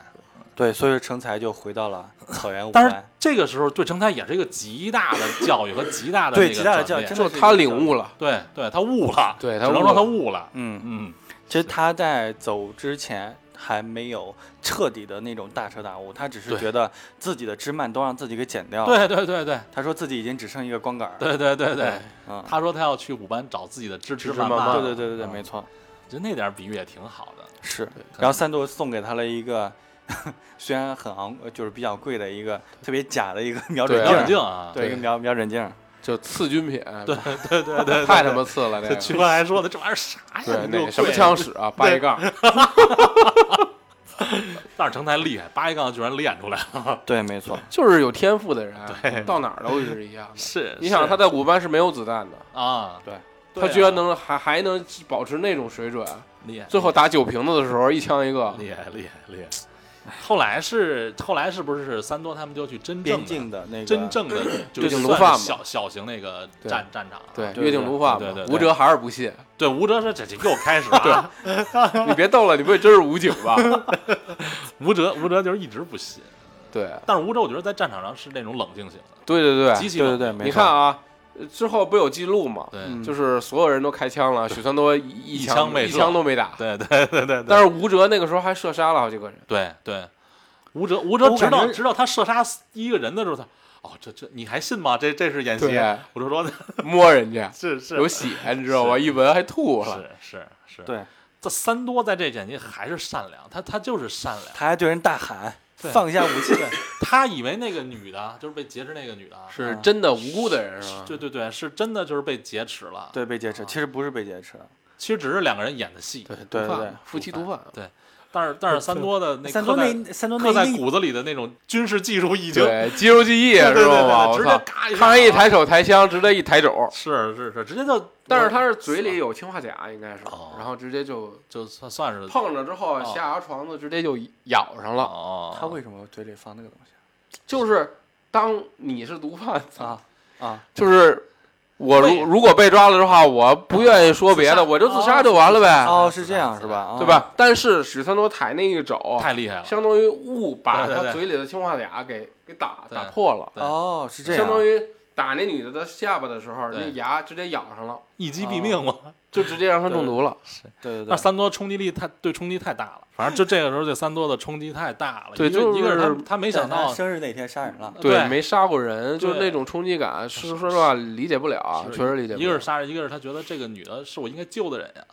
Speaker 4: 对，所以说成才就回到了草原舞
Speaker 3: 但是
Speaker 4: 台，
Speaker 3: 这个时候对成才也是一个极大的教育和极大的
Speaker 4: 对
Speaker 3: 那个
Speaker 4: 极大的
Speaker 3: 转
Speaker 4: 教育
Speaker 3: 变
Speaker 4: 真的
Speaker 5: 就是他领悟了，
Speaker 3: 对对，他悟了，
Speaker 5: 对
Speaker 3: 只
Speaker 5: 他
Speaker 3: 能
Speaker 5: 悟
Speaker 3: 说他
Speaker 5: 了
Speaker 3: 悟了。
Speaker 4: 嗯。
Speaker 3: 嗯，
Speaker 4: 其实他在走之前还没有彻底的那种大彻大悟，他只是
Speaker 3: 对
Speaker 4: 觉得自己的枝蔓都让自己给剪掉了。，
Speaker 3: 对对对对
Speaker 4: 他说自己已经只剩一个光杆儿。
Speaker 3: 对对对
Speaker 5: 哎
Speaker 3: 对。
Speaker 4: 嗯，
Speaker 3: 他说他要去五班找自己的支持
Speaker 5: 支
Speaker 3: 妈
Speaker 5: 妈妈
Speaker 3: 妈，
Speaker 4: 对对对对对，
Speaker 3: 嗯
Speaker 4: 没错，
Speaker 3: 就那点儿比喻也挺好的。
Speaker 4: 是。然后三多送给他了一个虽然很昂，呃就是比较贵的一个特别假的一个瞄
Speaker 5: 对
Speaker 4: 准
Speaker 5: 啊
Speaker 3: 瞄准
Speaker 4: 镜
Speaker 3: 镜
Speaker 4: 儿，
Speaker 3: 啊，
Speaker 4: 对一个瞄瞄准镜儿，
Speaker 5: 就次军品，对
Speaker 3: 对对对，
Speaker 5: 太他妈次了，这
Speaker 3: 这
Speaker 5: 个
Speaker 3: 曲哥还说呢，这玩意儿啥呀？
Speaker 5: 对
Speaker 3: 那
Speaker 5: 那什么枪使 啊，八一杠，
Speaker 3: 但是成才厉害，八一杠居然练出来了。
Speaker 4: 对，没错，
Speaker 5: 就是有天赋的人，啊到哪儿都是一样 的。
Speaker 3: 是
Speaker 5: 你想
Speaker 3: 是
Speaker 5: 他在五班是没有子弹的，
Speaker 3: 啊，
Speaker 4: 对，
Speaker 3: 对
Speaker 5: 他
Speaker 3: 啊
Speaker 5: 居然能还还能保持那种水准，
Speaker 3: 厉害，
Speaker 5: 最后打酒瓶子的时候一枪一个，
Speaker 3: 厉害厉害厉害。 后来是后来是不是三多他们就去真正
Speaker 4: 边
Speaker 3: 的
Speaker 4: 境的那个
Speaker 3: 真正的就
Speaker 5: 越境
Speaker 3: 算
Speaker 5: 毒贩嘛
Speaker 3: 小小型那个
Speaker 5: 对
Speaker 3: 战战场了？
Speaker 5: 对，
Speaker 4: 对
Speaker 5: 越境毒贩
Speaker 3: 对
Speaker 5: 嘛
Speaker 3: 对，对
Speaker 5: 吴哲还是不信，
Speaker 3: 对，吴哲说这这又开始了。啊
Speaker 5: 你别逗了，你不会真是武警吧？
Speaker 3: 吴哲吴哲就是一直不信，
Speaker 5: 对
Speaker 3: 但是吴哲我觉得在战场上是那种冷静型的，
Speaker 5: 对对
Speaker 3: 极
Speaker 5: 对，
Speaker 3: 其
Speaker 4: 对对
Speaker 3: 冷
Speaker 4: 对，
Speaker 3: 静。
Speaker 4: 没
Speaker 5: 你
Speaker 4: 错
Speaker 5: 看啊，呃之后不有记录吗？
Speaker 3: 对
Speaker 4: 嗯
Speaker 5: 就是所有人都开枪了，许三多一
Speaker 3: 一枪
Speaker 5: 枪
Speaker 3: 没
Speaker 5: 一
Speaker 3: 中
Speaker 5: 枪都没打，
Speaker 3: 对对对对对
Speaker 5: 但是吴哲那个时候还射杀了好几个人，
Speaker 3: 对对。吴哲吴
Speaker 4: 我
Speaker 3: 哲
Speaker 4: 感
Speaker 3: 直到
Speaker 4: 觉
Speaker 3: 直到他射杀第一个人的时候，他哦这这你还信吗？这这是演戏
Speaker 5: 对？
Speaker 3: 吴哲说
Speaker 5: 摸人家
Speaker 3: 是 是
Speaker 5: 有血，你知道吗？
Speaker 3: 是
Speaker 5: 一闻还吐了。
Speaker 3: 是是是，
Speaker 4: 对，
Speaker 3: 这三多在这点你还是善良，他他就是善良，
Speaker 4: 他还对人大喊
Speaker 3: 对
Speaker 4: 放下武器，
Speaker 3: 他以为那个女的就是被劫持那个女的啊，
Speaker 5: 是真的无辜的人啊是吧？
Speaker 3: 对对对，是真的就是被劫持了，，
Speaker 4: 对，被劫持，其实不是被劫持，
Speaker 3: 其实只是两个人演的戏，对，
Speaker 4: 对
Speaker 5: 毒
Speaker 4: 对对
Speaker 5: 贩，夫妻毒贩，
Speaker 3: 对，但是但是三多的那
Speaker 4: 三
Speaker 3: 刻
Speaker 4: 多
Speaker 3: 在
Speaker 4: 那三多
Speaker 3: 刻
Speaker 4: 那
Speaker 3: 在
Speaker 4: 一
Speaker 3: 骨子里的那种军事技术已经
Speaker 5: 对，肌肉记忆
Speaker 3: 对对
Speaker 5: 知道吗？
Speaker 3: 对对
Speaker 5: 我
Speaker 3: 直接
Speaker 5: 操，
Speaker 3: 嘎一下
Speaker 5: 看人一抬手抬枪，直接一抬肘。
Speaker 3: 是是是，直接就，
Speaker 5: 但是他是嘴里有氰化钾，应该是
Speaker 3: 哦，
Speaker 5: 然后直接就
Speaker 3: 就算算是
Speaker 5: 碰着之后
Speaker 3: 哦
Speaker 5: 下牙床子直接就咬上了。
Speaker 3: 哦，
Speaker 4: 他为什么嘴里放那个东西
Speaker 5: 就是当你是毒贩子，
Speaker 4: 啊啊？
Speaker 5: 就是我如
Speaker 3: 对
Speaker 5: 如果被抓了的话，我不愿意说别的，
Speaker 3: 自杀
Speaker 5: 我就自杀就完哎了呗，
Speaker 4: 哦，
Speaker 3: 是
Speaker 4: 是
Speaker 3: 的
Speaker 4: 这样
Speaker 3: 是
Speaker 4: 是
Speaker 3: 的
Speaker 4: 吧？
Speaker 5: 对吧？但是许三多抬那一肘，
Speaker 3: 哦太厉害了，
Speaker 5: 相当于误把
Speaker 3: 对对对
Speaker 5: 他嘴里的氰化钾给给打
Speaker 3: 对
Speaker 5: 打破了，
Speaker 3: 对
Speaker 4: 啊？哦，是这样，
Speaker 5: 相当于打那女的的下巴的时候，
Speaker 3: 对
Speaker 5: 那牙直接咬上了，
Speaker 3: 一击毙命嘛。
Speaker 5: 就直接让他中毒了。
Speaker 4: 对对
Speaker 3: 但
Speaker 4: 对
Speaker 3: 是，三多冲击力太对冲击太大了，反正就这个时候对三多的冲击太大了。
Speaker 5: 对
Speaker 3: 一个
Speaker 5: 就是
Speaker 3: 一个是他他没
Speaker 4: 没
Speaker 3: 想到，
Speaker 4: 生日那天杀人 了。
Speaker 3: 对
Speaker 5: 没杀过
Speaker 3: 对
Speaker 5: 人，就是那种冲击感，是说实话理解不了啊，
Speaker 3: 是
Speaker 5: 确实理解不
Speaker 3: 一个
Speaker 5: 了
Speaker 3: 是。杀人，一个是他觉得这个女的是我应该救的人呀，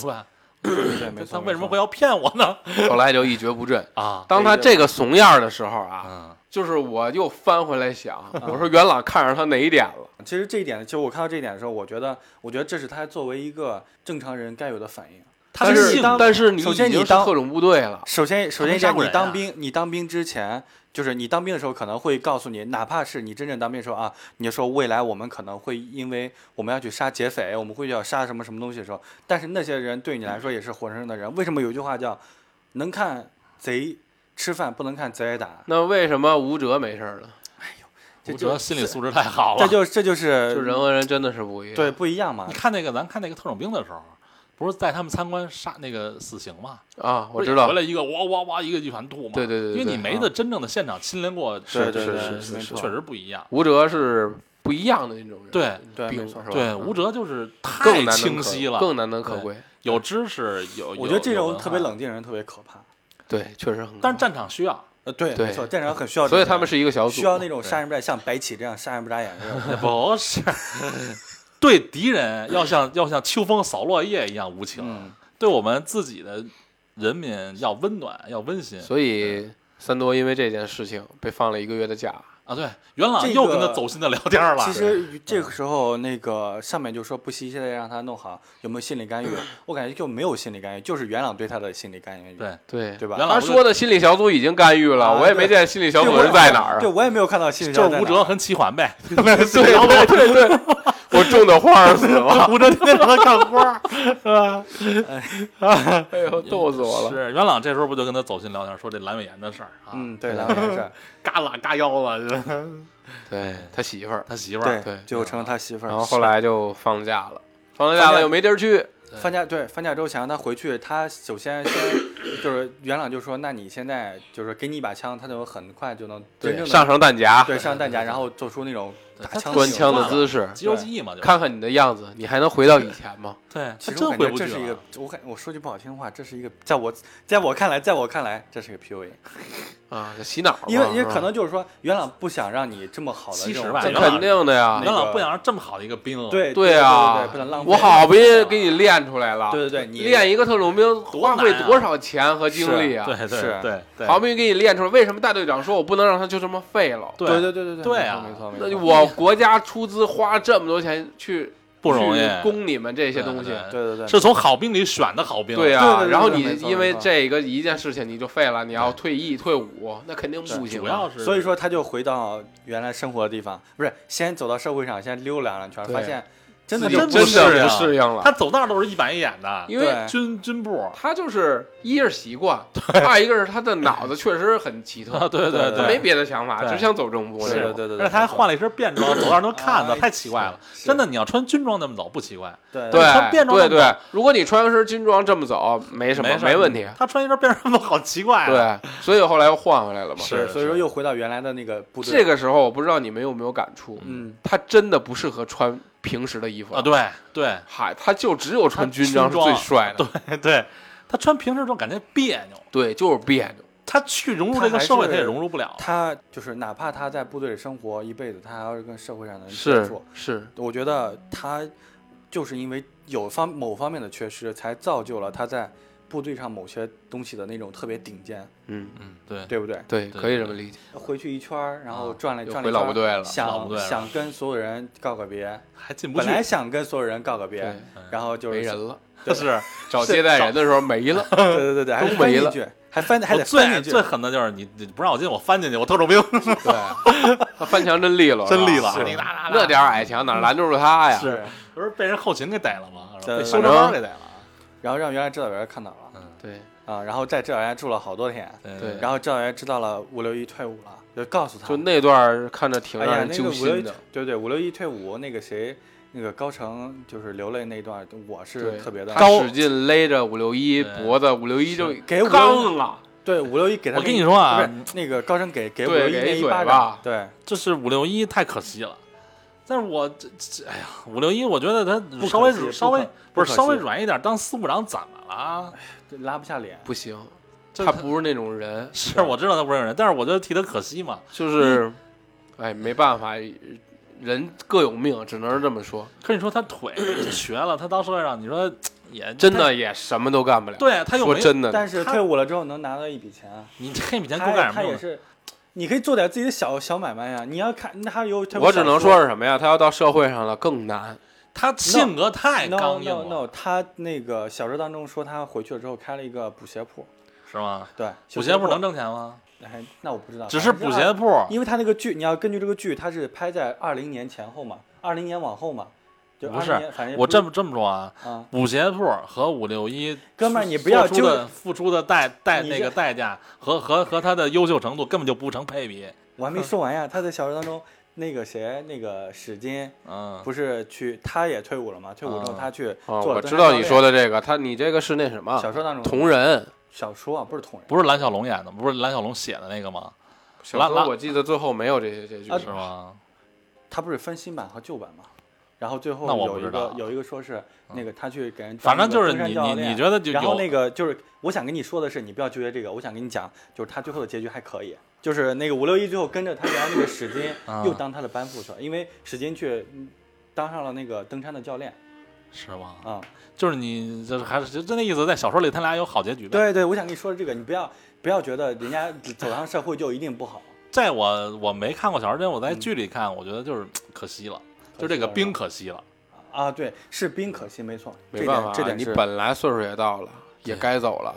Speaker 3: 对吧？
Speaker 4: 对，没
Speaker 3: 他
Speaker 4: 错，
Speaker 3: 为
Speaker 4: 没
Speaker 3: 什么
Speaker 4: 错
Speaker 3: 会要骗我呢？
Speaker 5: 后来就一蹶 不振。
Speaker 3: 啊，
Speaker 5: 当他这个怂样儿的时候啊，
Speaker 3: 嗯，
Speaker 5: 就是我又翻回 来想，我说元朗看上他哪一点了？
Speaker 4: 其实这一点，其实我看到这一点的时候，我觉得，我觉得这是他作为一个正常人该有的反应。
Speaker 3: 他
Speaker 5: 但
Speaker 3: 性
Speaker 5: 是
Speaker 3: 格
Speaker 5: 但是你
Speaker 4: 首
Speaker 5: 已
Speaker 4: 先
Speaker 5: 经
Speaker 4: 你
Speaker 5: 是
Speaker 4: 当
Speaker 5: 特种部队了，
Speaker 4: 首先，首
Speaker 3: 没
Speaker 4: 先一
Speaker 3: 杀
Speaker 4: 点，
Speaker 3: 过
Speaker 4: 你
Speaker 3: 人啊
Speaker 4: 当兵，你当兵之前，就是你当兵的时候，可能会告诉你，哪怕是你真正当兵的时候啊，你就说未来我们可能会因为我们要去杀劫匪，我们会要杀什么什么东西的时候，但是那些人对你来说也是活生生的人。为什么有一句话叫“能看贼吃饭，不能看贼挨打
Speaker 5: 那为什么吴哲没事儿了？”？
Speaker 4: 这
Speaker 3: 吴
Speaker 4: 就
Speaker 3: 哲心理素质太好
Speaker 4: 这
Speaker 3: 了。
Speaker 4: 就这就是嗯
Speaker 5: 就人和人真的是不一样。
Speaker 4: 呃对不一样嘛
Speaker 3: 你？看那个，咱看那个特种兵的时候，不是带他们参观杀那个死刑吗？
Speaker 5: 啊，
Speaker 3: 不
Speaker 5: 我
Speaker 3: 是
Speaker 5: 知道
Speaker 3: 回。来一个哇哇哇，一个一团吐嘛。
Speaker 5: 对对对对
Speaker 3: 因为你
Speaker 5: 对
Speaker 3: 没得真正的现场亲临过，
Speaker 4: 对对
Speaker 5: 是
Speaker 4: 对
Speaker 5: 是
Speaker 4: 没错
Speaker 3: 确实不一样。
Speaker 5: 吴哲是不一样的那种人，
Speaker 3: 对
Speaker 4: 对
Speaker 5: 病
Speaker 4: 没错
Speaker 5: 是吧？
Speaker 3: 对，
Speaker 5: 嗯
Speaker 3: 吴哲就是太
Speaker 5: 更难能
Speaker 3: 清
Speaker 5: 可
Speaker 3: 晰了，
Speaker 5: 更难能可贵。
Speaker 3: 有知识，有
Speaker 4: 我啊觉得这种特别。
Speaker 3: 有有文化
Speaker 4: 冷静的人特别可怕。
Speaker 5: 对，确实很。
Speaker 3: 但是战场需 要，
Speaker 4: 呃，对，
Speaker 5: 对
Speaker 4: 没错，战场很需要这种
Speaker 5: 所以
Speaker 4: 人，
Speaker 5: 他们是一个小组，
Speaker 4: 需要那种杀人不眨像白起这样杀人不眨眼的人。
Speaker 3: 不是对敌人要像要像秋风扫落叶一样无情，
Speaker 4: 嗯
Speaker 3: 对我们自己的人民要温暖，要温馨
Speaker 5: 所以三多因为这件事情被放了一个月的假。
Speaker 3: 啊。对，元朗
Speaker 4: 这
Speaker 3: 又跟
Speaker 4: 个
Speaker 3: 他走心的聊天了。
Speaker 4: 其实这个时候，那个上面就说不惜现在让他弄好，有没有心理 干预？我感觉就没有心理干预，就是元朗对他的心理干预，
Speaker 3: 对，
Speaker 5: 对
Speaker 4: 对吧
Speaker 3: 原？来
Speaker 5: 他说的心理小组已经干预了，
Speaker 4: 啊
Speaker 5: 我也没
Speaker 4: 对
Speaker 5: 见心理小
Speaker 4: 对
Speaker 5: 组
Speaker 4: 我
Speaker 5: 是在哪儿
Speaker 4: 对
Speaker 5: 啊。
Speaker 4: 我也没有看到心理啊
Speaker 3: 就
Speaker 4: 上
Speaker 3: 是
Speaker 4: 在
Speaker 3: 吴
Speaker 4: 哪
Speaker 3: 哲，
Speaker 4: 儿
Speaker 3: 和齐桓 呗，
Speaker 5: 对对对对，我种的花儿死 了，
Speaker 3: 吴哲天天让他看花。
Speaker 5: 哎呦，逗死我了。
Speaker 3: 是元朗这时候不就跟他走心聊天，说这阑尾炎的事儿啊，
Speaker 4: 嗯，对，然后也 是，
Speaker 3: 嘎啦嘎腰了，
Speaker 5: 对他媳妇儿，
Speaker 3: 他媳妇儿
Speaker 4: 对，最后成了他媳妇儿。
Speaker 5: 然后后来就放假了，放假了又没地儿去，
Speaker 4: 放假对放假之后想让他回去，他首先先就是元朗就说，那你现在就是给你一把枪，他就很快就能真正的
Speaker 5: 上上弹夹，
Speaker 4: 对上弹夹，然后做出那种
Speaker 3: 对
Speaker 4: 打
Speaker 3: 他
Speaker 4: 枪
Speaker 5: 端枪的
Speaker 4: 行为
Speaker 5: 姿势，
Speaker 3: 肌肉记忆嘛，就
Speaker 5: 看看你的样子，你还能回到以前吗？
Speaker 3: 对，
Speaker 4: 其
Speaker 3: 他
Speaker 4: 实我
Speaker 3: 真
Speaker 4: 感
Speaker 3: 回
Speaker 4: 觉啊
Speaker 3: 不
Speaker 4: 这
Speaker 3: 去
Speaker 4: 是一
Speaker 3: 了
Speaker 4: 个，。我感我说句不好听的话，这是一个，在我在我看来，在我看来，这是个 PUA，
Speaker 5: 啊，洗脑嘛，
Speaker 4: 因为因为
Speaker 5: 是吧
Speaker 4: 可能就是说，元朗不想让你这么好的
Speaker 3: 其
Speaker 4: 这
Speaker 3: 实
Speaker 4: 种
Speaker 3: 吧
Speaker 4: 战
Speaker 3: 元
Speaker 5: 这
Speaker 4: 斗
Speaker 3: 老
Speaker 5: 嗯肯定的
Speaker 3: 啊
Speaker 5: 呀
Speaker 4: 那。
Speaker 3: 元
Speaker 4: 个
Speaker 3: 朗不想让这么好的一个兵，
Speaker 4: 对
Speaker 5: 对啊
Speaker 4: 对对，不能浪费，
Speaker 5: 我好不容易给你练出来了，
Speaker 4: 对对对，你
Speaker 5: 练一个特种兵花
Speaker 3: 多
Speaker 5: 费
Speaker 3: 难啊
Speaker 5: 多少钱和精力啊。
Speaker 3: 对对
Speaker 4: 是
Speaker 3: 对对，
Speaker 5: 好不容易给你练出来，为什么大队长说我不能让他就这么废了？
Speaker 3: 对
Speaker 4: 对对对对
Speaker 3: 对啊
Speaker 4: 没错没错。
Speaker 5: 那我国家出资花这么多钱去
Speaker 3: 不容易
Speaker 5: 去供你们这些东西，
Speaker 3: 对
Speaker 4: 对对对，
Speaker 3: 是从好兵里选的好兵，
Speaker 5: 对
Speaker 4: 对对
Speaker 5: 啊，
Speaker 4: 对对
Speaker 5: 然后
Speaker 4: 没
Speaker 5: 你
Speaker 4: 错
Speaker 5: 因为
Speaker 4: 没错
Speaker 5: 这个一件事情你就废了，你要退役退伍，那肯定不行
Speaker 3: 主
Speaker 5: 啊
Speaker 3: 要。是
Speaker 4: 所以说他就回到原来生活的地方，不是先走到社会上先溜达两圈，
Speaker 5: 对
Speaker 4: 发现真
Speaker 5: 自
Speaker 4: 的
Speaker 5: 己
Speaker 4: 就
Speaker 3: 真
Speaker 5: 真
Speaker 3: 不
Speaker 5: 的
Speaker 3: 是啊
Speaker 5: 不适应了，
Speaker 3: 他走道都是一板一眼的，
Speaker 5: 因为
Speaker 4: 对
Speaker 3: 军军部
Speaker 5: 他就是一是习惯，二一个是他的脑子确实很奇
Speaker 3: 啊，
Speaker 5: 特，
Speaker 3: 对对
Speaker 5: 他没别的想法，
Speaker 3: 对
Speaker 5: 只想走正步那
Speaker 4: 是对
Speaker 5: 种。
Speaker 4: 对对，
Speaker 3: 而且他还换了一身便装，走道让人看着，
Speaker 4: 哎
Speaker 3: 太奇怪了。
Speaker 4: 是
Speaker 3: 真的，你要穿军装那么走不奇怪，
Speaker 4: 对
Speaker 5: 对
Speaker 3: 穿便装
Speaker 5: 对
Speaker 3: 正步
Speaker 5: 对，如果你穿身军装这么走，没什么，
Speaker 3: 没事
Speaker 5: 没问
Speaker 4: 啊
Speaker 5: 题。
Speaker 3: 他穿一身便装那么好奇怪啊。
Speaker 5: 对，所以后来又换回来了嘛。
Speaker 3: 是
Speaker 4: 是，所以说又回到原来的那个部队。
Speaker 5: 这个时候，我不知道你们有没有感触，
Speaker 4: 嗯，
Speaker 5: 他真的不适合穿平时的衣服
Speaker 3: 啊，。对对，
Speaker 5: 嗨，他就只有穿
Speaker 3: 他
Speaker 5: 军装是
Speaker 3: 军装
Speaker 5: 最帅的，
Speaker 3: 对对，他穿平时这种感觉别扭，
Speaker 5: 对，就是别扭。
Speaker 3: 他去融入这个社会，他也融入不了。
Speaker 4: 他就是哪怕他在部队里生活一辈子，他还要跟社会上的人接
Speaker 5: 是
Speaker 4: 触。
Speaker 5: 是，
Speaker 4: 我觉得他就是因为有方某方面的缺失，才造就了他在部队上某些东西的那种特别顶尖，
Speaker 5: 嗯，
Speaker 3: 嗯，对，
Speaker 4: 对不对？哎
Speaker 5: 对，
Speaker 3: 对
Speaker 5: 可以这么理解。
Speaker 4: 回去一圈儿，然后
Speaker 3: 啊
Speaker 4: 转了、
Speaker 5: 又
Speaker 4: 转了
Speaker 5: 回
Speaker 4: 一
Speaker 5: 老
Speaker 4: 圈
Speaker 5: 部
Speaker 4: 儿
Speaker 5: 队了
Speaker 3: 老部
Speaker 4: 想
Speaker 3: 队了
Speaker 4: 想跟所有人告个别，
Speaker 3: 还进不
Speaker 4: 本
Speaker 3: 去，
Speaker 4: 来想跟所有人告个别
Speaker 5: 对，
Speaker 4: 然后就是
Speaker 5: 没人 了，
Speaker 3: 是
Speaker 5: 找接待人的时候没了。
Speaker 4: 对对对对，还
Speaker 5: 都
Speaker 4: 是翻
Speaker 5: 没
Speaker 4: 一
Speaker 5: 了
Speaker 4: 句，还翻啊还
Speaker 3: 我
Speaker 4: 得翻
Speaker 3: 最
Speaker 4: 一句
Speaker 3: 最，狠的就是你你不让我进，我翻进去，我特种兵
Speaker 5: 对，他翻墙真立 了，
Speaker 3: 真立
Speaker 5: 是吧
Speaker 3: 了，你拿拿
Speaker 5: 那点儿矮墙哪拦得住他
Speaker 4: 啊
Speaker 5: 呀？
Speaker 3: 是不是被人后勤给逮了吗？
Speaker 4: 对
Speaker 3: 被修车班给逮了。
Speaker 4: 然后让原来指导员看到了
Speaker 5: 对
Speaker 4: 啊，然后在指导员住了好多天，
Speaker 5: 嗯对
Speaker 4: 然后指导员知道了五六一退伍了，就告诉他，
Speaker 5: 就那段儿看着挺
Speaker 4: 哎
Speaker 5: 让
Speaker 4: 呀，
Speaker 5: 人
Speaker 4: 那
Speaker 5: 揪
Speaker 4: 个五六一
Speaker 5: 心
Speaker 4: 退
Speaker 5: 的。
Speaker 4: 对对，五六一退伍那个谁，那个高成就是流泪那一段，我是
Speaker 5: 对，
Speaker 4: 特别的
Speaker 5: 他使劲勒着五六一
Speaker 3: 对
Speaker 5: 脖子，五六一就
Speaker 4: 给五六
Speaker 5: 刚了，
Speaker 4: 对五六一给他
Speaker 3: 我
Speaker 4: 那，
Speaker 3: 跟你说啊
Speaker 4: 不是那个高成给给五
Speaker 5: 对
Speaker 4: 六一
Speaker 5: 给
Speaker 4: 那
Speaker 5: 一
Speaker 4: 一
Speaker 5: 嘴巴
Speaker 4: 巴掌，对，
Speaker 3: 这是五六一太可惜了。但是我这这，哎呀，五六一，我觉得他
Speaker 4: 可
Speaker 3: 稍微
Speaker 4: 惜
Speaker 3: 稍微
Speaker 4: 不可
Speaker 3: 不是稍微
Speaker 4: 不可惜
Speaker 3: 软一点，当司部长怎么了？
Speaker 4: 就拉不下脸，
Speaker 5: 不行，
Speaker 3: 这
Speaker 5: 他不是那种人，
Speaker 3: 是我知道他不是个人，但是我觉得替他可惜嘛。
Speaker 5: 就是，哎，没办法，人各有命，只能是这么说。
Speaker 3: 可是你说他腿 瘸了，他到社会上，你说也
Speaker 5: 真的也什么都干不了。，
Speaker 3: 对啊他又
Speaker 5: 说
Speaker 3: 没
Speaker 5: 真的，
Speaker 4: 但是退伍了之后能拿到一笔钱啊，
Speaker 3: 你这笔钱够
Speaker 4: 他
Speaker 3: 干
Speaker 4: 他
Speaker 3: 什么
Speaker 4: 也
Speaker 3: 用的？
Speaker 4: 是，你可以做点自己的小小买卖呀，你要看那还有退伍
Speaker 5: 我只能
Speaker 4: 小说
Speaker 5: 说是什么呀？他要到社会上了更难。
Speaker 3: 他性格太
Speaker 4: No
Speaker 3: 刚硬
Speaker 4: no
Speaker 3: 了，
Speaker 4: no，他那个小说当中说他回去了之后开了一个补鞋铺，
Speaker 3: 是吗？
Speaker 4: 对，
Speaker 3: 补
Speaker 4: 修
Speaker 3: 鞋铺能挣钱吗？
Speaker 4: 哎，那我不知道，
Speaker 3: 只是
Speaker 4: 反正
Speaker 3: 补鞋
Speaker 4: 按，
Speaker 3: 铺，
Speaker 4: 因为他那个剧，你要根据这个剧，它是拍在二零年前后嘛，二零年往后嘛，就
Speaker 3: 不
Speaker 4: 20年
Speaker 3: 是
Speaker 4: 反正
Speaker 3: 我
Speaker 4: 这
Speaker 3: 这么这么说啊，
Speaker 4: 啊，
Speaker 3: 补鞋铺和五六一，
Speaker 4: 哥们儿你不要
Speaker 3: 付出的
Speaker 4: 就
Speaker 3: 付出的代代
Speaker 4: 你
Speaker 3: 那
Speaker 4: 这
Speaker 3: 个代价和和和他的优秀程度根本就不成配比。
Speaker 4: 我还没说完呀，他在小说当中那个谁那个史金。
Speaker 3: 嗯，
Speaker 4: 不是去，他也退伍了嘛？退伍之后
Speaker 3: 啊
Speaker 4: 他去
Speaker 5: 啊，
Speaker 4: 做了
Speaker 5: 我知
Speaker 4: 登山
Speaker 5: 道
Speaker 4: 教
Speaker 5: 你
Speaker 4: 练
Speaker 5: 说的这个，他你这个是那什么
Speaker 4: 小说当中
Speaker 5: 同人。
Speaker 4: 小说啊，不是同人
Speaker 3: 不是蓝小龙演的，不是蓝小龙写的那个吗？
Speaker 5: 小
Speaker 3: 拉
Speaker 5: 说
Speaker 3: 拉
Speaker 5: 我记得最后没有这些这句
Speaker 4: 啊
Speaker 5: 是
Speaker 3: 是吗？
Speaker 4: 他不是分新版和旧版吗？然后最后
Speaker 3: 那我不
Speaker 4: 有一
Speaker 3: 知道
Speaker 4: 个
Speaker 3: 啊
Speaker 4: 有一个说是那个他去给人
Speaker 3: 反
Speaker 4: 当
Speaker 3: 正就
Speaker 4: 那个
Speaker 3: 是
Speaker 4: 登山
Speaker 3: 你
Speaker 4: 教
Speaker 3: 你
Speaker 4: 练
Speaker 3: 你觉得就
Speaker 4: 然后
Speaker 3: 有
Speaker 4: 那个就是我想跟你说的是，你不要纠结这个，我想跟你讲，就是他最后的结局还可以，就是那个五六一最后跟着他原来那个史金
Speaker 3: 啊
Speaker 4: 又当他的班副去了，因为史金去嗯当上了那个登山的教练
Speaker 3: 是吗？
Speaker 4: 啊、
Speaker 3: 就是你就是还是就就那意思，在小说里他俩有好结局呗。
Speaker 4: 对对，我想跟你说的这个，你不要不要觉得人家走上社会就一定不好，
Speaker 3: 在我我没看过小说之前，我在剧里看，我觉得就是可惜了， 就这个兵可惜了。
Speaker 4: 啊，对，士兵可惜没错，
Speaker 5: 没办法啊，
Speaker 4: 这点这
Speaker 5: 你
Speaker 4: 点是
Speaker 5: 本来岁数也到了，也该走了。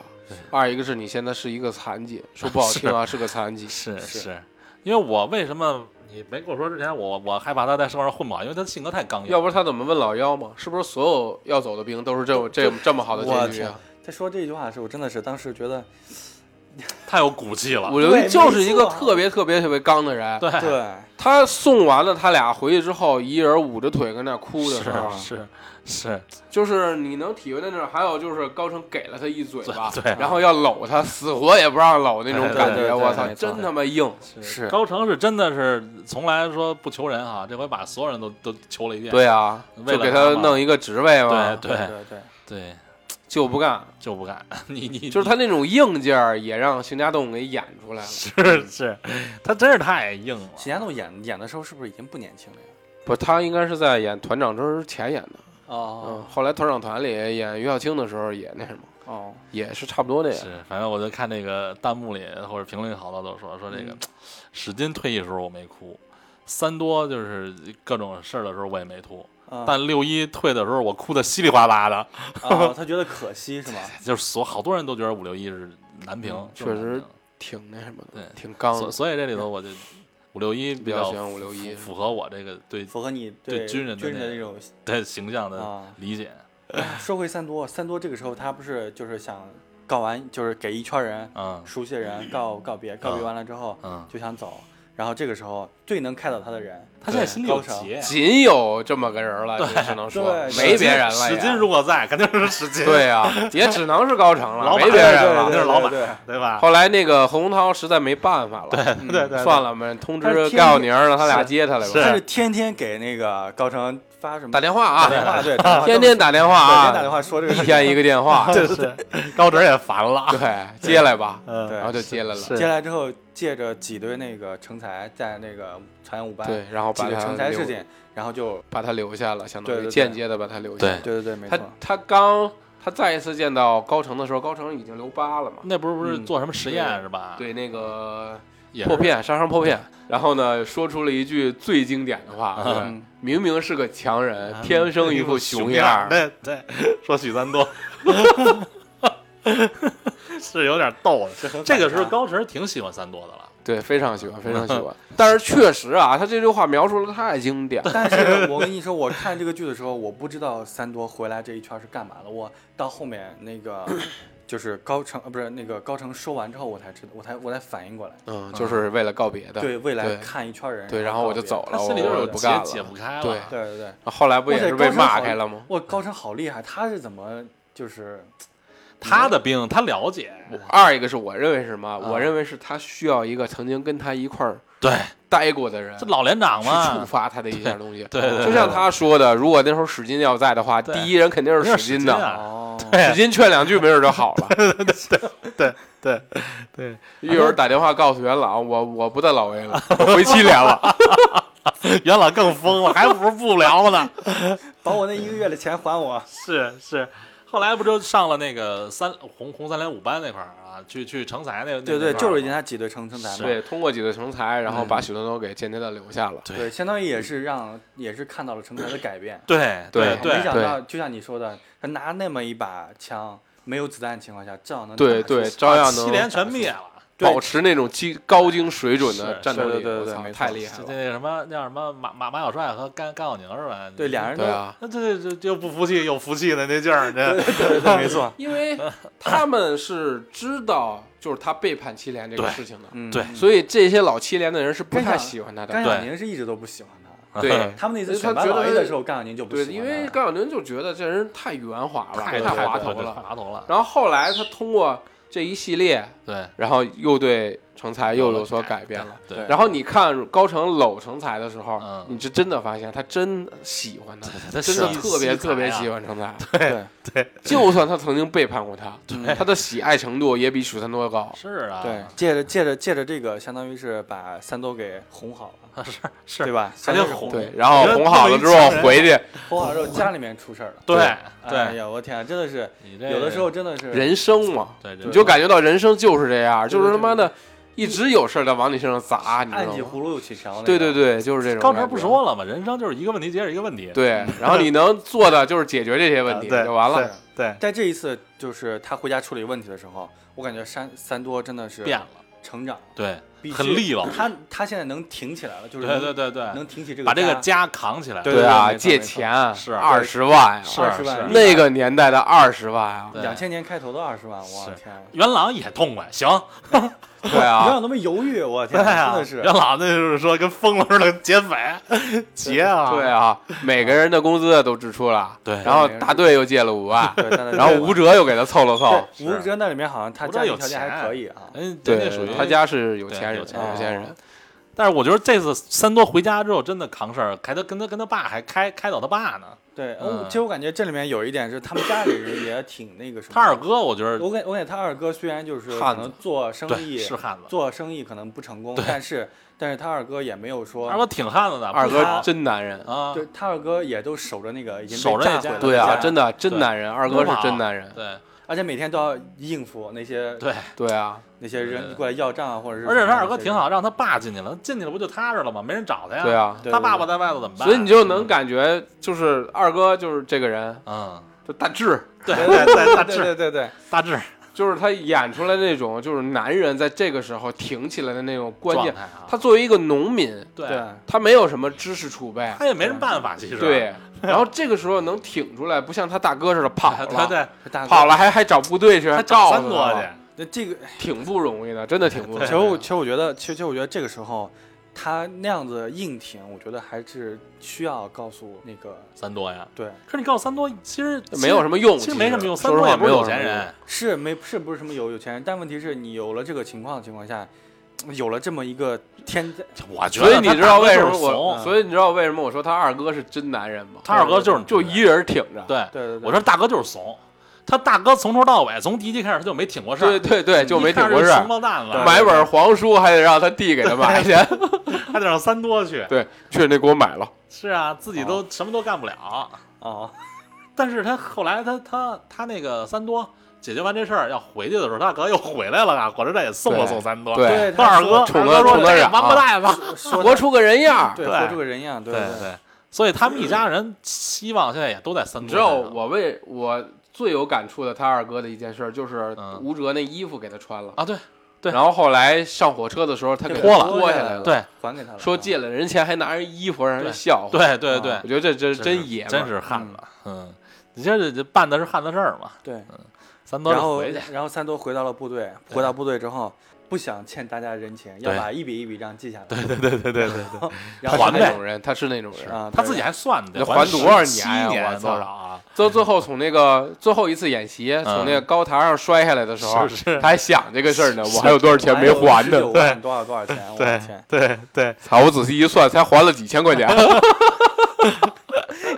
Speaker 5: 二一个是你现在是一个残疾，说 不好听啊，是个残疾。
Speaker 3: 是
Speaker 4: 是
Speaker 3: 是，因为我为什么你没跟我说之前，我我害怕他在社会上混不好，因为他性格太刚
Speaker 5: 要
Speaker 3: 硬。
Speaker 5: 不是他怎么问老幺嘛？是不是所有要走的兵都是这么这这么好的
Speaker 4: 我
Speaker 5: 结局
Speaker 4: 天
Speaker 5: 啊？，
Speaker 4: 他说这句话的时候，我真的是当时觉得
Speaker 3: 太有骨气了
Speaker 5: 五。六一
Speaker 4: 对
Speaker 5: 就是一个
Speaker 4: 没错啊
Speaker 5: 特别特别特别刚的人。
Speaker 3: 对，
Speaker 4: 对。
Speaker 5: 他送完了他俩回去之后，一人捂着腿跟那哭的时候，
Speaker 3: 是是
Speaker 5: 就是你能体会到那种。还有就是高成给了他一嘴巴，
Speaker 3: 对对啊
Speaker 5: 然后要搂他，死活也不让搂那种
Speaker 3: 对对
Speaker 5: 感
Speaker 4: 对
Speaker 5: 觉。
Speaker 4: 对
Speaker 5: 我操，
Speaker 4: 没错
Speaker 5: 真他妈硬！
Speaker 3: 是
Speaker 5: 是
Speaker 3: 高成是真的是从来说不求人哈，这回把所有人都都求了一遍。
Speaker 5: 对啊，
Speaker 3: 为
Speaker 5: 就
Speaker 3: 了
Speaker 5: 给
Speaker 3: 他
Speaker 5: 他
Speaker 3: 嘛
Speaker 5: 弄一个职位嘛，
Speaker 3: 对对
Speaker 4: 对对，
Speaker 3: 对，
Speaker 5: 就不干。
Speaker 3: 就不干。 你你
Speaker 5: 就是他那种硬劲儿，也让邢家栋给演出来了。
Speaker 3: 是 是，他真是太硬了。
Speaker 4: 秦家栋演演的时候是不是已经不年轻了呀？
Speaker 5: 不，他应该是在演团长之前演的。
Speaker 4: 哦
Speaker 5: 嗯，后来团长团里演于小青的时候也那什么，
Speaker 4: 哦，
Speaker 5: 也是差不多那样。
Speaker 3: 是，反正我就看那个弹幕里或者评论里好多都说说这个，史金退役的时候我没哭，三多就是各种事儿的时候我也没哭，
Speaker 4: 啊
Speaker 3: 但六一退的时候我哭的稀里哗啦的，
Speaker 4: 哦他觉得可惜是吗？
Speaker 3: 就是所好多人都觉得五六一是难评，就是
Speaker 5: 确
Speaker 3: 难
Speaker 5: 实
Speaker 3: 评
Speaker 5: 挺那什么的，
Speaker 3: 对
Speaker 5: 挺刚
Speaker 3: 所
Speaker 5: 的。
Speaker 3: 所以这里头我就五六一比
Speaker 5: 比较
Speaker 3: 较
Speaker 5: 喜欢561
Speaker 3: 符符合我这个对
Speaker 4: 符合你
Speaker 3: 对
Speaker 4: 对
Speaker 3: 军人的
Speaker 4: 军人的
Speaker 3: 那嗯
Speaker 4: 那种
Speaker 3: 对形象的
Speaker 4: 啊
Speaker 3: 理解
Speaker 4: 说回三多，三多这个时候他不是就是想告完，就是给一圈人、
Speaker 3: 啊，
Speaker 4: 熟悉的人告告别，告别完了之后、
Speaker 3: 嗯
Speaker 4: 就想走，然后这个时候最能开导他的人，
Speaker 3: 他现在心里有结，
Speaker 5: 仅有这么个人了，也只能说
Speaker 4: 对
Speaker 5: 没别人了
Speaker 3: 史
Speaker 5: 也。
Speaker 3: 金如果在，肯定是史金，
Speaker 5: 对啊，也只能是高层了，
Speaker 3: 老板
Speaker 5: 没别人
Speaker 4: 对
Speaker 5: 了
Speaker 4: 对。
Speaker 3: 那是老板
Speaker 4: 对对对
Speaker 3: 对吧？
Speaker 5: 啊后来那个洪涛实在没办法了，嗯
Speaker 3: 对对
Speaker 5: 算了，我们通
Speaker 4: 但是
Speaker 5: 知
Speaker 4: 天
Speaker 5: 盖奥宁儿，让他俩接他来
Speaker 3: 是
Speaker 5: 吧。
Speaker 4: 但是天天给那个高成发什么
Speaker 5: 打电话
Speaker 4: 打电
Speaker 5: 啊，
Speaker 4: 话，对，打电话
Speaker 5: 天天打电话
Speaker 4: 对天天
Speaker 5: 啊，
Speaker 4: 打电话说这个
Speaker 5: 一
Speaker 4: 事情。
Speaker 5: 天一个电 话，
Speaker 3: 真是高哲也烦了，
Speaker 5: 对，接来吧，
Speaker 3: 嗯
Speaker 5: 然后就接来了，
Speaker 4: 接下来之后，借着几堆那个成才在那个朝阳五班
Speaker 5: 对，然后
Speaker 4: 几
Speaker 5: 把
Speaker 4: 个成
Speaker 5: 他
Speaker 4: 才事
Speaker 5: 留，
Speaker 4: 情，然后就
Speaker 5: 把他留下了，相当
Speaker 4: 对
Speaker 5: 于
Speaker 4: 对对
Speaker 5: 间接的把他留下。
Speaker 3: 对
Speaker 4: 对对对，没
Speaker 5: 他
Speaker 4: 错，
Speaker 5: 他刚他再一次见到高成的时候，高成已经留疤了嘛，
Speaker 3: 那不是不是
Speaker 4: 嗯
Speaker 3: 做什么实验是吧？，
Speaker 5: 对那个
Speaker 3: 也是
Speaker 5: 破片杀伤破片，然后呢说出了一句最经典的话，对吧
Speaker 4: 嗯
Speaker 5: 明明是个强人，
Speaker 3: 啊
Speaker 5: 天生一副
Speaker 3: 熊
Speaker 5: 样
Speaker 3: 儿
Speaker 5: 儿。
Speaker 3: 对对，说许三多。是有点逗的，这个时候高晨挺喜欢三多的了，
Speaker 5: 对，非常喜欢，非常 喜欢。但是确实啊，他这句话描述的太经典了。
Speaker 4: 但是我跟你说，我看这个剧的时候，我不知道三多回来这一圈是干嘛的。我到后面那 个就是高成，呃，不是那个高成说完之后，我才知道，我才我才反应过来，
Speaker 5: 嗯，就是为了告别的。
Speaker 4: 对未来
Speaker 5: 对
Speaker 4: 看一圈人，
Speaker 5: 对，然后我就走
Speaker 4: 了。
Speaker 3: 他
Speaker 5: 了，
Speaker 3: 心里
Speaker 5: 我
Speaker 3: 就是
Speaker 5: 我
Speaker 3: 有
Speaker 5: 不
Speaker 3: 结
Speaker 5: 干
Speaker 3: 解
Speaker 5: 了
Speaker 3: 不。开了。
Speaker 5: 对
Speaker 4: 对对对，
Speaker 5: 后来不也
Speaker 4: 哇塞
Speaker 5: 是被
Speaker 4: 高成
Speaker 5: 骂
Speaker 4: 好
Speaker 5: 开了吗？
Speaker 4: 哇，高成好厉害，他是怎么就是
Speaker 3: 他的兵他了解，
Speaker 5: 二一个是我认为是什么？
Speaker 4: 嗯
Speaker 5: 我认为是他需要一个曾经跟他一块儿
Speaker 3: 对，
Speaker 5: 待过的人
Speaker 3: 这。老连长
Speaker 5: 去触
Speaker 3: 嘛，
Speaker 5: 发他的一下东西，
Speaker 3: 对对对对
Speaker 5: 就像他说的，如果那时候史金要在的话，
Speaker 3: 对
Speaker 5: 第一人肯定
Speaker 3: 肯定
Speaker 5: 是
Speaker 3: 是
Speaker 5: 史金
Speaker 3: 史金
Speaker 5: 的，
Speaker 3: 啊
Speaker 4: 哦，
Speaker 5: 史金劝两句没准就好了。
Speaker 3: 对 对，
Speaker 5: 一会儿打电话告诉元老，我我不在老挝了，我回七 连了。
Speaker 3: 元老更疯了，还不如不聊呢。
Speaker 4: 把我那一个月的钱还我，
Speaker 3: 是是，后来不就上了那个三红红三连五班那块儿啊，去去成才那
Speaker 4: 对对，就是人
Speaker 3: 家
Speaker 4: 家几对成成才嘛。
Speaker 5: 对，通过几个成才，然后
Speaker 3: 嗯
Speaker 5: 把许多多给间接的留下了。
Speaker 3: 对
Speaker 4: 对，相当于也是让，也是看到了成才的改变。
Speaker 3: 对对
Speaker 5: 对
Speaker 4: 没
Speaker 3: 对
Speaker 4: 想到，就像你说的，他拿那么一把枪，没有子弹的情况下，照样能
Speaker 5: 对
Speaker 4: 打出
Speaker 5: 对，
Speaker 4: 去
Speaker 5: 照样
Speaker 3: 七连
Speaker 5: 能
Speaker 3: 全灭了。
Speaker 4: 对
Speaker 5: 保持那种精高精水准的
Speaker 3: 是
Speaker 5: 战斗力。
Speaker 4: 对对对
Speaker 5: 我
Speaker 4: 对
Speaker 5: 操
Speaker 4: 没错
Speaker 5: 太厉害
Speaker 3: 就
Speaker 5: 了
Speaker 3: 那。什么，那叫什么马马马小帅和甘甘小宁是吧？
Speaker 4: 对，俩人都
Speaker 5: 对啊，，
Speaker 3: 那这这这又不服气又服气的那劲儿，这
Speaker 4: 对对，没错
Speaker 5: 因为他们是知道，就是他背叛七连这个
Speaker 3: 对
Speaker 5: 事情的，
Speaker 4: 嗯
Speaker 3: 对
Speaker 5: 所以这些老七连的人是不
Speaker 4: 甘
Speaker 5: 太
Speaker 4: 小
Speaker 5: 喜欢他
Speaker 4: 甘
Speaker 5: 的。
Speaker 4: 小宁是一直都不喜欢 他。
Speaker 5: 对，
Speaker 4: 他们那次
Speaker 5: 因为他
Speaker 4: 选拔
Speaker 5: 觉得
Speaker 4: 老 A
Speaker 5: 他
Speaker 4: 的时候，甘小宁就不
Speaker 5: 对，
Speaker 4: 喜欢
Speaker 5: 因为
Speaker 4: 他
Speaker 5: 甘小宁就觉得这人太圆滑了，太
Speaker 4: 太
Speaker 5: 滑头
Speaker 3: 对太
Speaker 5: 了。
Speaker 3: 滑头了。
Speaker 5: 然后后来他通过这一系列，
Speaker 3: 对，
Speaker 5: 然后又对成才又有所改变了。
Speaker 3: 对。
Speaker 5: 然后你看高成搂成才的时候，
Speaker 3: 嗯
Speaker 5: 你就真的发现他真喜欢他，
Speaker 3: 他
Speaker 5: 真的
Speaker 3: 喜
Speaker 5: 特别
Speaker 3: 喜才啊
Speaker 5: 特别喜欢成才。
Speaker 4: 对
Speaker 5: 就算他曾经背叛过他，他的喜爱程度也比许三多高。
Speaker 3: 是 啊，
Speaker 4: 对，借着借着借着这个，相当于是把三多给哄好了，
Speaker 3: 啊是是，
Speaker 4: 对吧？
Speaker 3: 还
Speaker 4: 相
Speaker 3: 得
Speaker 4: 当于是
Speaker 3: 哄，
Speaker 5: 对，然后哄好了之后回
Speaker 3: 啊
Speaker 5: 去，
Speaker 4: 哄好之后，家里面出事儿了。
Speaker 3: 对
Speaker 4: 哎
Speaker 3: 对，
Speaker 4: 呀，我天啊，真的是
Speaker 3: 你这
Speaker 4: 有的时候真的是
Speaker 5: 人生嘛，
Speaker 3: 对对
Speaker 5: 你就感觉到人生就是这样，
Speaker 4: 对
Speaker 5: 就
Speaker 4: 对
Speaker 5: 是他妈的一直有事儿在往你身上砸，你知
Speaker 4: 按
Speaker 5: 道
Speaker 4: 起
Speaker 5: 吗？
Speaker 4: 葫芦又起瓢。
Speaker 5: 对对，对，就是这种。
Speaker 3: 高晨不。说了嘛，人生就是一个问题接着一个问题。
Speaker 5: 对，然后你能做的就是解决这些问题
Speaker 3: 啊对
Speaker 5: 就完了。
Speaker 3: 对，
Speaker 4: 在这一次就是他回家处理问题的时候，我感觉三三多真的是
Speaker 3: 变了，
Speaker 4: 成长了。
Speaker 3: 对
Speaker 4: 必，须
Speaker 3: 很利落。
Speaker 4: 他他现在能挺起来了，就是
Speaker 3: 对
Speaker 4: 能
Speaker 3: 对对对，
Speaker 4: 能挺起这个
Speaker 3: 把这个
Speaker 4: 家
Speaker 3: 家扛起来。
Speaker 4: 对
Speaker 5: 啊，
Speaker 4: 没错
Speaker 5: 借
Speaker 4: 没错啊
Speaker 5: 钱
Speaker 3: 是
Speaker 5: 二十万
Speaker 3: 是
Speaker 5: 呀，
Speaker 4: 二十万，
Speaker 3: 是
Speaker 5: 那个年代的二十万 啊，
Speaker 3: 对
Speaker 4: 两千年开头的二十万，我
Speaker 3: 是
Speaker 4: 天啊！
Speaker 3: 元朗也痛快，行，
Speaker 5: 对
Speaker 4: 不
Speaker 5: 啊
Speaker 4: 要，那么犹豫，我
Speaker 3: 对
Speaker 4: 天啊，
Speaker 3: 啊，
Speaker 4: 真的是
Speaker 3: 元朗那就是说跟疯了似的劫 匪，劫啊，
Speaker 5: 对啊，每个人的工资都支出了，
Speaker 3: 对
Speaker 5: 然后大队又借了五万，
Speaker 4: 对， 但是
Speaker 5: 然后吴哲又给他凑了凑，
Speaker 4: 对吴哲那里面好像他
Speaker 3: 吴
Speaker 4: 家
Speaker 3: 哲有
Speaker 4: 庭条件还可以啊，
Speaker 3: 人人家
Speaker 5: 对
Speaker 3: 属于，
Speaker 5: 他。家是有钱
Speaker 3: 对有
Speaker 5: 人，
Speaker 3: 钱
Speaker 4: 人
Speaker 5: 有钱人，
Speaker 3: 但是我觉得这次三多回家之后真的扛事儿，还他跟他跟他爸还开开导他爸呢，
Speaker 4: 对。
Speaker 3: 嗯
Speaker 4: 哦其实我感觉这里面有一点是他们家里人也挺那个什么，
Speaker 3: 他二，哥我觉得
Speaker 4: 我感我感觉他二哥虽然就是可
Speaker 5: 汉子
Speaker 4: 能做生
Speaker 3: 对
Speaker 4: 意
Speaker 3: 是汉子，
Speaker 4: 做生意可能不成功
Speaker 3: 对，
Speaker 4: 但是但是他二哥也没有说
Speaker 3: 二哥挺汉子的，
Speaker 5: 二
Speaker 3: 不
Speaker 5: 哥
Speaker 3: 好
Speaker 5: 真男人，
Speaker 3: 啊，
Speaker 4: 对他二哥也都守着那个已经被
Speaker 3: 守着那
Speaker 4: 炸
Speaker 3: 家
Speaker 4: 毁了的家，
Speaker 5: 对啊，真
Speaker 4: 的
Speaker 5: 的真
Speaker 3: 对
Speaker 5: 男人，二哥是真男人。
Speaker 3: 对，
Speaker 4: 而且每天都要应付那些
Speaker 3: 对，
Speaker 5: 对啊，
Speaker 4: 那些人
Speaker 3: 对
Speaker 4: 过来要账啊，或者是
Speaker 3: 而且他二哥
Speaker 4: 这
Speaker 3: 挺
Speaker 4: 种，
Speaker 3: 好，让他爸进去了，进去了不就踏实了吗？没人找他呀。
Speaker 5: 对啊
Speaker 4: 对
Speaker 3: 他爸爸在外头怎么办？啊
Speaker 5: 所以你就能感觉就是二哥就是这个人，
Speaker 3: 嗯，
Speaker 5: 就大智，
Speaker 3: 对对对，大
Speaker 5: 对
Speaker 3: 志
Speaker 5: 对对对，
Speaker 3: 大志
Speaker 5: 就是他演出来那种就是男人在这个时候挺起来的那种关
Speaker 3: 状
Speaker 5: 键
Speaker 3: 态。啊，
Speaker 5: 他作为一个农民，
Speaker 3: 对
Speaker 5: 他没有什么知识储备，
Speaker 3: 他也没什么办法，其实
Speaker 5: 对，然后这个时候能挺出来，不像他大哥似的跑
Speaker 3: 他他
Speaker 5: 了，
Speaker 3: 对
Speaker 4: 对大哥
Speaker 5: 跑了还还找部队去，
Speaker 3: 他
Speaker 5: 还
Speaker 3: 找
Speaker 5: 告
Speaker 3: 三
Speaker 5: 诉
Speaker 3: 哥
Speaker 5: 他
Speaker 3: 去，
Speaker 4: 那这个
Speaker 5: 挺不容易的，真的挺不容易
Speaker 4: 其实我
Speaker 5: 的。
Speaker 4: 其实我觉得，其实其实我觉得这个时候他那样子硬挺，我觉得还是需要告诉那个
Speaker 3: 三多呀。
Speaker 4: 对
Speaker 3: 可是你告诉三多，其实
Speaker 5: 没有什么用，
Speaker 3: 其实没什么用，
Speaker 5: 说
Speaker 3: 三
Speaker 5: 实
Speaker 3: 多
Speaker 5: 话
Speaker 3: 也不是
Speaker 5: 没
Speaker 3: 有
Speaker 5: 有
Speaker 3: 钱
Speaker 5: 什么用
Speaker 3: 人，
Speaker 4: 是没是不是什么有有钱人，但问题是你有了这个情况的情况下，有了这么一个天灾，
Speaker 3: 我觉得
Speaker 5: 所以你知道为什么
Speaker 3: 他大哥就是
Speaker 5: 我，
Speaker 3: 怂啊
Speaker 5: 所以你知道为什么我说他二哥是真男人吗？
Speaker 3: 他二哥就是
Speaker 5: 就一人挺着。
Speaker 3: 对
Speaker 4: 对对对
Speaker 3: 我说大哥就是怂，他大哥从头到尾，从第一集开始他就没挺过事儿，
Speaker 5: 对对对，就没
Speaker 3: 一看
Speaker 5: 挺过事
Speaker 3: 是啊
Speaker 5: 儿
Speaker 3: 穷。光蛋了，
Speaker 5: 买本黄书还得让他弟给他买去，
Speaker 3: 还得让三多去。
Speaker 5: 对，去那给我买了。
Speaker 3: 是啊，自己都什么都干不了。
Speaker 4: 哦，
Speaker 3: 但是他后来他他他那个三多解决完这事儿要回去的时候，他大哥又回来了啊，火车站也送了
Speaker 5: 对
Speaker 3: 送三多。
Speaker 5: 对
Speaker 3: 他二哥
Speaker 5: 宠
Speaker 3: 二
Speaker 5: 得
Speaker 3: 哥说
Speaker 5: 宠得
Speaker 3: 这
Speaker 5: 染
Speaker 3: 王八蛋吧。
Speaker 5: 活出个人样儿。
Speaker 4: 对，
Speaker 3: 对
Speaker 4: 活出个人样，对对
Speaker 3: 对，所以他们一家人希望现在也都在三
Speaker 5: 你
Speaker 3: 多
Speaker 5: 知
Speaker 3: 身上。
Speaker 5: 道我为我最有感触的他二哥的一件事儿，就是
Speaker 3: 嗯
Speaker 5: 吴哲那衣服给他穿了，
Speaker 3: 啊，对对
Speaker 5: 然后后来上火车的时候他给
Speaker 4: 对
Speaker 5: 他
Speaker 3: 脱了
Speaker 5: 脱下来了，
Speaker 3: 对
Speaker 4: 还给他了，嗯
Speaker 5: 说借了人钱还拿人衣服让人笑话。
Speaker 3: 对对对
Speaker 5: 我，觉得这真
Speaker 3: 是
Speaker 5: 真爷们儿
Speaker 3: 真是汉子。嗯，你这这这办的是汉子事儿嘛？
Speaker 4: 对，
Speaker 3: 三多
Speaker 4: 然
Speaker 3: 就
Speaker 4: 后
Speaker 3: 回去，
Speaker 4: 然后三多回到了部队，回到部队之后。不想欠大家人情，要
Speaker 3: 对
Speaker 4: 把一笔一笔账记下来。对
Speaker 3: 对对对对对。
Speaker 5: 他
Speaker 4: 然后
Speaker 5: 是
Speaker 3: 还
Speaker 5: 那
Speaker 3: 呗
Speaker 5: 种人，他是那种人。
Speaker 4: 啊，
Speaker 3: 他
Speaker 4: 对
Speaker 3: 自己还算的，
Speaker 5: 那还多少
Speaker 3: 七
Speaker 5: 年呀
Speaker 3: 年
Speaker 5: 我操
Speaker 3: 多少啊？
Speaker 5: 到最后从那个最后一次演习，从那个高台上摔下来的时候，
Speaker 3: 嗯是是
Speaker 5: 他还想这个事儿呢，我还有多少钱没还呢？
Speaker 4: 19万多少多 少钱？我的天，
Speaker 3: 对 对，
Speaker 5: 操！我仔细一算，才还了几千块 钱。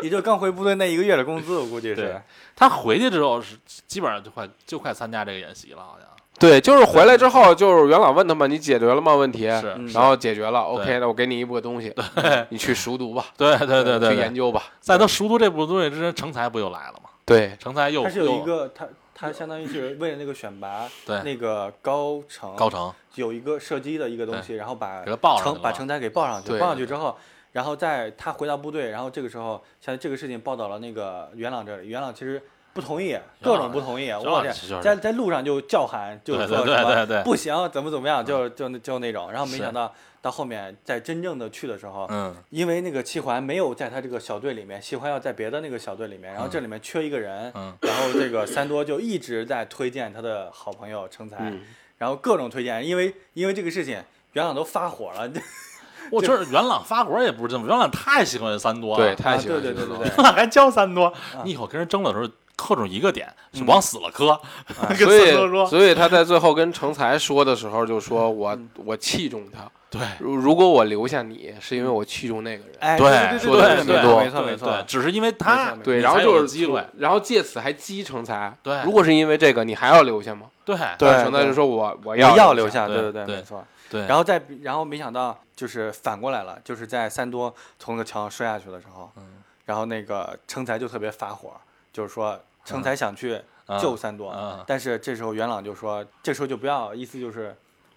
Speaker 4: 也就刚回部队那一个月的工资，我估计
Speaker 3: 对
Speaker 4: 是。
Speaker 3: 他回去之后是基本上就快就快参加这个演习了，好像
Speaker 5: 对，就是回来之后，就是元老问他们，你解决了吗？问题
Speaker 3: 是
Speaker 4: 嗯
Speaker 5: 然后解决了
Speaker 3: 对
Speaker 5: ，OK，那我给你一部东西，嗯你去熟读吧，
Speaker 3: 对对对对
Speaker 5: 去研
Speaker 3: 对，
Speaker 5: 究吧。
Speaker 3: 在他熟读这部队之前，成才不又来了吗？
Speaker 5: 对，
Speaker 3: 成才又
Speaker 4: 他是有一
Speaker 3: 又
Speaker 4: 个，他他相当于是为了那个选拔，
Speaker 3: 对
Speaker 4: 那个高程
Speaker 3: 高成，
Speaker 4: 有一个射击的一个东西，然后把
Speaker 3: 给他报上去
Speaker 4: 成
Speaker 3: 了
Speaker 4: 把成才给报上去，
Speaker 5: 对
Speaker 4: 报上去之后，然后在他回到部队，然后这个时候像这个事情报到了那个元朗这里，元朗其实。不同意，各种不同意，
Speaker 3: 元
Speaker 4: 我
Speaker 3: 朗
Speaker 4: 天，
Speaker 3: 是
Speaker 4: 在在路上就叫喊，就
Speaker 3: 对
Speaker 4: 是
Speaker 3: 对
Speaker 4: 说
Speaker 3: 对
Speaker 4: 什
Speaker 3: 对
Speaker 4: 么
Speaker 3: 对嗯
Speaker 4: 不行，怎么怎么样，就就那就那种。然后没
Speaker 3: 是
Speaker 4: 想到到后面，在真正的去的时候，
Speaker 3: 嗯，
Speaker 4: 因为那个七环没有在他这个小队里面，七环要在别的那个小队里面，然后这里面缺一个人，
Speaker 3: 嗯
Speaker 4: 然后这个三多就一直在推荐他的好朋友成
Speaker 3: 哎
Speaker 4: 才，
Speaker 3: 嗯
Speaker 5: 嗯
Speaker 4: 然后各种推荐，因为因为这个事情，元朗都发火了，
Speaker 3: 我觉得元朗发火也不是这么，元朗太喜欢三多
Speaker 5: 对，
Speaker 3: 了，
Speaker 5: 太喜欢
Speaker 4: 啊对对
Speaker 5: 这
Speaker 4: 对
Speaker 5: 个
Speaker 4: 对
Speaker 5: 了
Speaker 3: 元朗还教三多，你以后跟人争的时候克中一个点，是
Speaker 4: 嗯
Speaker 3: 往死了磕，跟
Speaker 5: 所
Speaker 3: 三多
Speaker 5: 以，
Speaker 3: 说，
Speaker 5: 所以他在最后跟成才说的时候，就说我
Speaker 3: 嗯
Speaker 5: 我器重他，
Speaker 3: 对
Speaker 5: 如如果我留下你，是
Speaker 3: 嗯
Speaker 5: 因为我器重那个人。
Speaker 4: 哎，
Speaker 3: 对
Speaker 4: 对
Speaker 5: 说得这
Speaker 4: 对对
Speaker 3: 对
Speaker 5: 么多
Speaker 4: 对，没错没
Speaker 3: 对，
Speaker 4: 错，
Speaker 3: 只是因为他
Speaker 4: 没错
Speaker 5: 对，
Speaker 3: 你
Speaker 5: 然后
Speaker 3: 才有
Speaker 5: 就是
Speaker 3: 机会，
Speaker 5: 然后借此还激成才。
Speaker 3: 对
Speaker 5: 如果是因为这个，你还要留下吗？
Speaker 3: 对
Speaker 4: 对
Speaker 5: 成才就说我我
Speaker 4: 我
Speaker 5: 要
Speaker 4: 要
Speaker 5: 留
Speaker 4: 留，下，
Speaker 3: 对
Speaker 4: 对
Speaker 3: 对
Speaker 4: 没错。
Speaker 3: 对，
Speaker 4: 然后再然后没想到就是反过来了，就是在三多从那个墙上摔下去的时候，
Speaker 3: 嗯
Speaker 4: 然后那个成才就特别发火，就是说成才想去救三多，
Speaker 3: 嗯嗯
Speaker 4: 但是这时候元朗就说，这时候就不要，意思就是，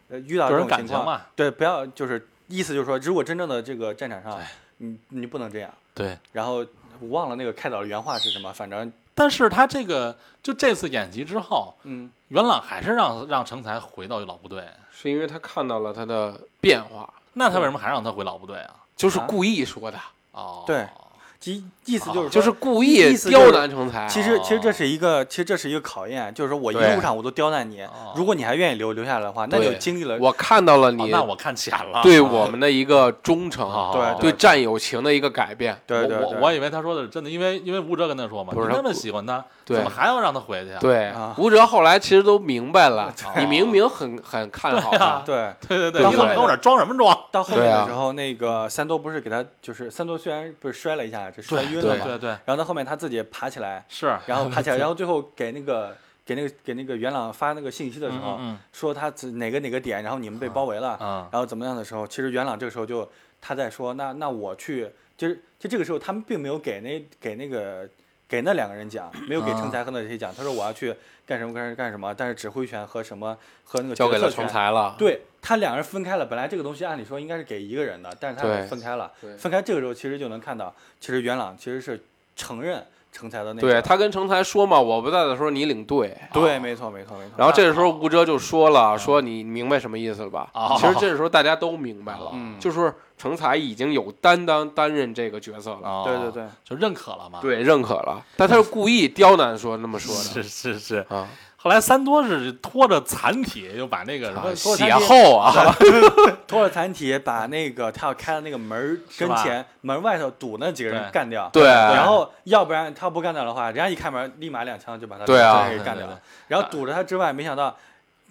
Speaker 4: 呃，遇到
Speaker 3: 个
Speaker 4: 这
Speaker 3: 人
Speaker 4: 种
Speaker 3: 感
Speaker 4: 情
Speaker 3: 情
Speaker 4: 况，
Speaker 3: 嘛
Speaker 4: 对，不要就是意思就是说，如果真正的这个战场上
Speaker 3: 对，
Speaker 4: 你你不能这样。
Speaker 3: 对，
Speaker 4: 然后我忘了那个开导的原话是什么，反正
Speaker 3: 但是他这个就这次演习之后，
Speaker 4: 嗯，
Speaker 3: 元朗还是让让成才回到老部队，
Speaker 5: 是因为他看到了他的变化，
Speaker 3: 那他为什么还让他回老部队啊？
Speaker 5: 就是
Speaker 4: 啊
Speaker 5: 故意说的，
Speaker 3: 哦，
Speaker 4: 对其意思就是说
Speaker 5: 哦就是故
Speaker 4: 意
Speaker 5: 意
Speaker 4: 思就是
Speaker 5: 刁难成才。
Speaker 4: 其实其实这是一个，其实这是一个考验，就是说我一
Speaker 5: 对
Speaker 4: 路上我都刁难你
Speaker 3: 哦，
Speaker 4: 如果你还愿意留留下来的话，那
Speaker 5: 对
Speaker 4: 就经历了
Speaker 5: 我看到了
Speaker 3: 哦，
Speaker 5: 你
Speaker 3: 那我看浅了，
Speaker 5: 对我们的一个忠诚，
Speaker 3: 哦，
Speaker 4: 对
Speaker 5: 对战友情的一个改变。
Speaker 4: 对对
Speaker 3: 我我
Speaker 4: 对，
Speaker 3: 我以为他说的是真的，因为因为吴哲跟他说嘛，
Speaker 5: 不是
Speaker 3: 你
Speaker 5: 他
Speaker 3: 那么喜欢他，
Speaker 5: 对
Speaker 3: 怎么还要让他回去啊？
Speaker 5: 对
Speaker 4: 啊，
Speaker 5: 吴哲后来其实都明白了，
Speaker 3: 对
Speaker 5: 你明明很很看好他，
Speaker 4: 对
Speaker 3: 对对对，
Speaker 5: 对
Speaker 3: 你怎么跟我这装什么装？
Speaker 4: 到后面
Speaker 5: 对啊
Speaker 4: 的时候，那个三多不是给他就是三多虽然不是摔了一下，这摔晕了
Speaker 3: 对
Speaker 4: 嘛，
Speaker 3: 对对，
Speaker 4: 然后到后面他自己爬起来，
Speaker 3: 是，
Speaker 4: 然后爬起来，然后最后给那个给那个给那个元朗发那个信息的时候，
Speaker 3: 嗯嗯嗯
Speaker 4: 说他自哪个哪个点，然后你们被包围了，
Speaker 3: 嗯
Speaker 4: 然后怎么样的时候，其实元朗这个时候就他在说，那那我去，就是就这个时候他们并没有给那给那个给那两个人奖，没有给成才和那谁奖。他说我要去干什么干什么干什么，但是指挥权和什么和那个
Speaker 5: 交给
Speaker 4: 决策
Speaker 5: 了
Speaker 4: 权
Speaker 5: 成才了。
Speaker 4: 对他两人分开了，本来这个东西按理说应该是给一个人的，但是他
Speaker 5: 对
Speaker 4: 分开了
Speaker 5: 对。
Speaker 4: 分开这个时候其实就能看到，其实元朗其实是承认成才的那
Speaker 5: 对
Speaker 4: 个。
Speaker 5: 他跟成才说嘛，我不在的时候你领队。
Speaker 4: 对，没错没错没错。
Speaker 5: 然后这时候吴哲就说了，说你明白什么意思了吧？
Speaker 3: 哦
Speaker 5: 其实这时候大家都明白了，
Speaker 4: 嗯
Speaker 5: 就是成才已经有担当担任这个角色了，
Speaker 3: 哦
Speaker 4: 对对，对，
Speaker 3: 就认可了嘛。，
Speaker 5: 嗯对，认可了。但他是故意刁难说那么说 的
Speaker 3: 是是是。
Speaker 5: 啊，
Speaker 3: 后来三多是拖着残体，又把那个什么
Speaker 5: 啊
Speaker 3: 拖着
Speaker 5: 血
Speaker 3: 残体
Speaker 5: 厚啊，
Speaker 4: 托尔残体把那个他要开的那个门儿
Speaker 3: 是
Speaker 4: 跟
Speaker 3: 吧
Speaker 4: 前门外头堵那几个人
Speaker 3: 对
Speaker 4: 干掉。
Speaker 5: 对，
Speaker 4: 然后要不然他不干掉的话，人家一开门立马两枪就把他
Speaker 5: 对啊
Speaker 4: 给干
Speaker 3: 对对
Speaker 4: 掉了。然后堵着他之外，没想到，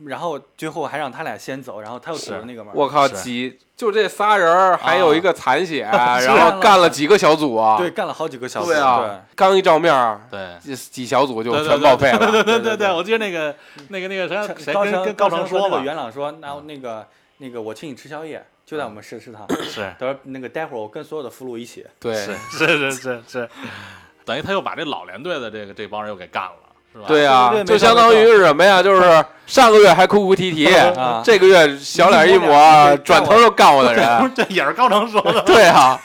Speaker 4: 然后最后还让他俩先走，然后他又堵
Speaker 3: 是
Speaker 4: 着那个门。
Speaker 5: 我靠，
Speaker 3: 是
Speaker 5: 几就这仨人儿，还有一个残血，
Speaker 4: 是
Speaker 5: 然后干了几个小组啊？
Speaker 4: 对，干了好几个小时。
Speaker 5: 对啊，刚一照面儿，
Speaker 3: 对。
Speaker 5: 几几小组就
Speaker 3: 对对
Speaker 5: 全报废了。
Speaker 3: 对对
Speaker 4: 对
Speaker 3: 对
Speaker 4: 对
Speaker 3: 对，我记得那个那个那个谁谁
Speaker 4: 高
Speaker 3: 跟
Speaker 4: 翔
Speaker 3: 跟
Speaker 4: 高
Speaker 3: 成
Speaker 4: 翔说那
Speaker 3: 嘛
Speaker 4: 个，元朗说，那
Speaker 5: 嗯
Speaker 4: 那个那个我请你吃宵夜，就在我们食食堂。
Speaker 5: 嗯
Speaker 3: 是
Speaker 4: 他说那个待会儿我跟所有的俘虏一起。
Speaker 5: 对
Speaker 3: 是是是是是，等于他又把这老连队的这个这帮人又给干了，是吧？
Speaker 5: 对啊
Speaker 4: 对对，对
Speaker 5: 就
Speaker 4: 没错
Speaker 5: 相当于是什么呀？就是上个月还哭哭啼啼
Speaker 4: 啊，
Speaker 5: 这个月小脸一 抹
Speaker 4: 一抹，脸
Speaker 5: 转头就干我的人。
Speaker 3: 这也是高成说的，
Speaker 5: 对啊，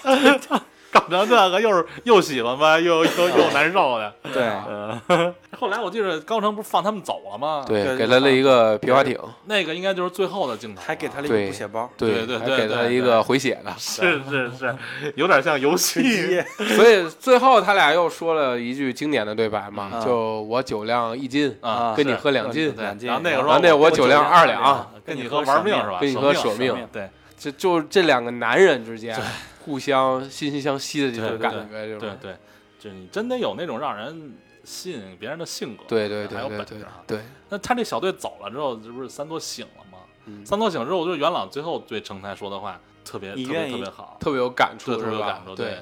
Speaker 3: 搞成这个又是又喜欢吧，又又又难受的。
Speaker 4: 对，
Speaker 3: 嗯，后来我记得高成不是放他们走了吗？，
Speaker 5: 对，啊
Speaker 4: 对
Speaker 5: 给了了一个皮划艇，
Speaker 3: 那个应该就是最后的镜头了，
Speaker 4: 还给他了一
Speaker 5: 对
Speaker 4: 个补血包。
Speaker 3: 对对
Speaker 5: 还
Speaker 3: 对
Speaker 5: 给
Speaker 3: 对
Speaker 5: 了
Speaker 3: 对
Speaker 5: 一个回血的。
Speaker 3: 是是是，有点像游 戏，
Speaker 4: 耶
Speaker 5: 所以最后他俩又说了一句经典的对白嘛，
Speaker 4: 嗯
Speaker 5: 就我酒量一斤
Speaker 3: 啊
Speaker 5: 跟你
Speaker 3: 是
Speaker 5: 喝两斤，
Speaker 3: 对
Speaker 4: 两斤
Speaker 3: 然后那个时
Speaker 4: 然后
Speaker 5: 然后
Speaker 3: 候
Speaker 5: 那我
Speaker 4: 我
Speaker 5: 酒
Speaker 4: 酒
Speaker 5: 量
Speaker 4: 量
Speaker 5: 二
Speaker 4: 二
Speaker 5: 两
Speaker 4: 两，
Speaker 3: 啊跟
Speaker 4: 跟
Speaker 3: 你
Speaker 4: 你
Speaker 3: 喝
Speaker 4: 喝
Speaker 3: 玩
Speaker 4: 舍
Speaker 3: 命
Speaker 4: 命
Speaker 3: 是吧？
Speaker 5: 啊跟你喝
Speaker 3: 舍
Speaker 5: 舍命
Speaker 3: 对，
Speaker 5: 这就是这两个男人之间互相惺惺相惜的这种
Speaker 3: 对对
Speaker 5: 感觉，
Speaker 3: 对
Speaker 5: 这种
Speaker 3: 对，就是你真得有那种让人吸引别人的性格，
Speaker 5: 对对对
Speaker 3: 还有
Speaker 5: 对
Speaker 3: 本
Speaker 5: 对
Speaker 3: 事啊。
Speaker 5: 对，
Speaker 3: 那他这小队走了之后，这不是三多醒了吗？
Speaker 5: 嗯
Speaker 3: 三多醒之后，我觉得元朗最后对成才说的话特别
Speaker 4: 你
Speaker 3: 特别
Speaker 4: 愿意
Speaker 3: 特别好，
Speaker 5: 特别有感触
Speaker 3: 特特
Speaker 5: 是
Speaker 3: 别有
Speaker 5: 吧
Speaker 3: 感？触。
Speaker 5: 对，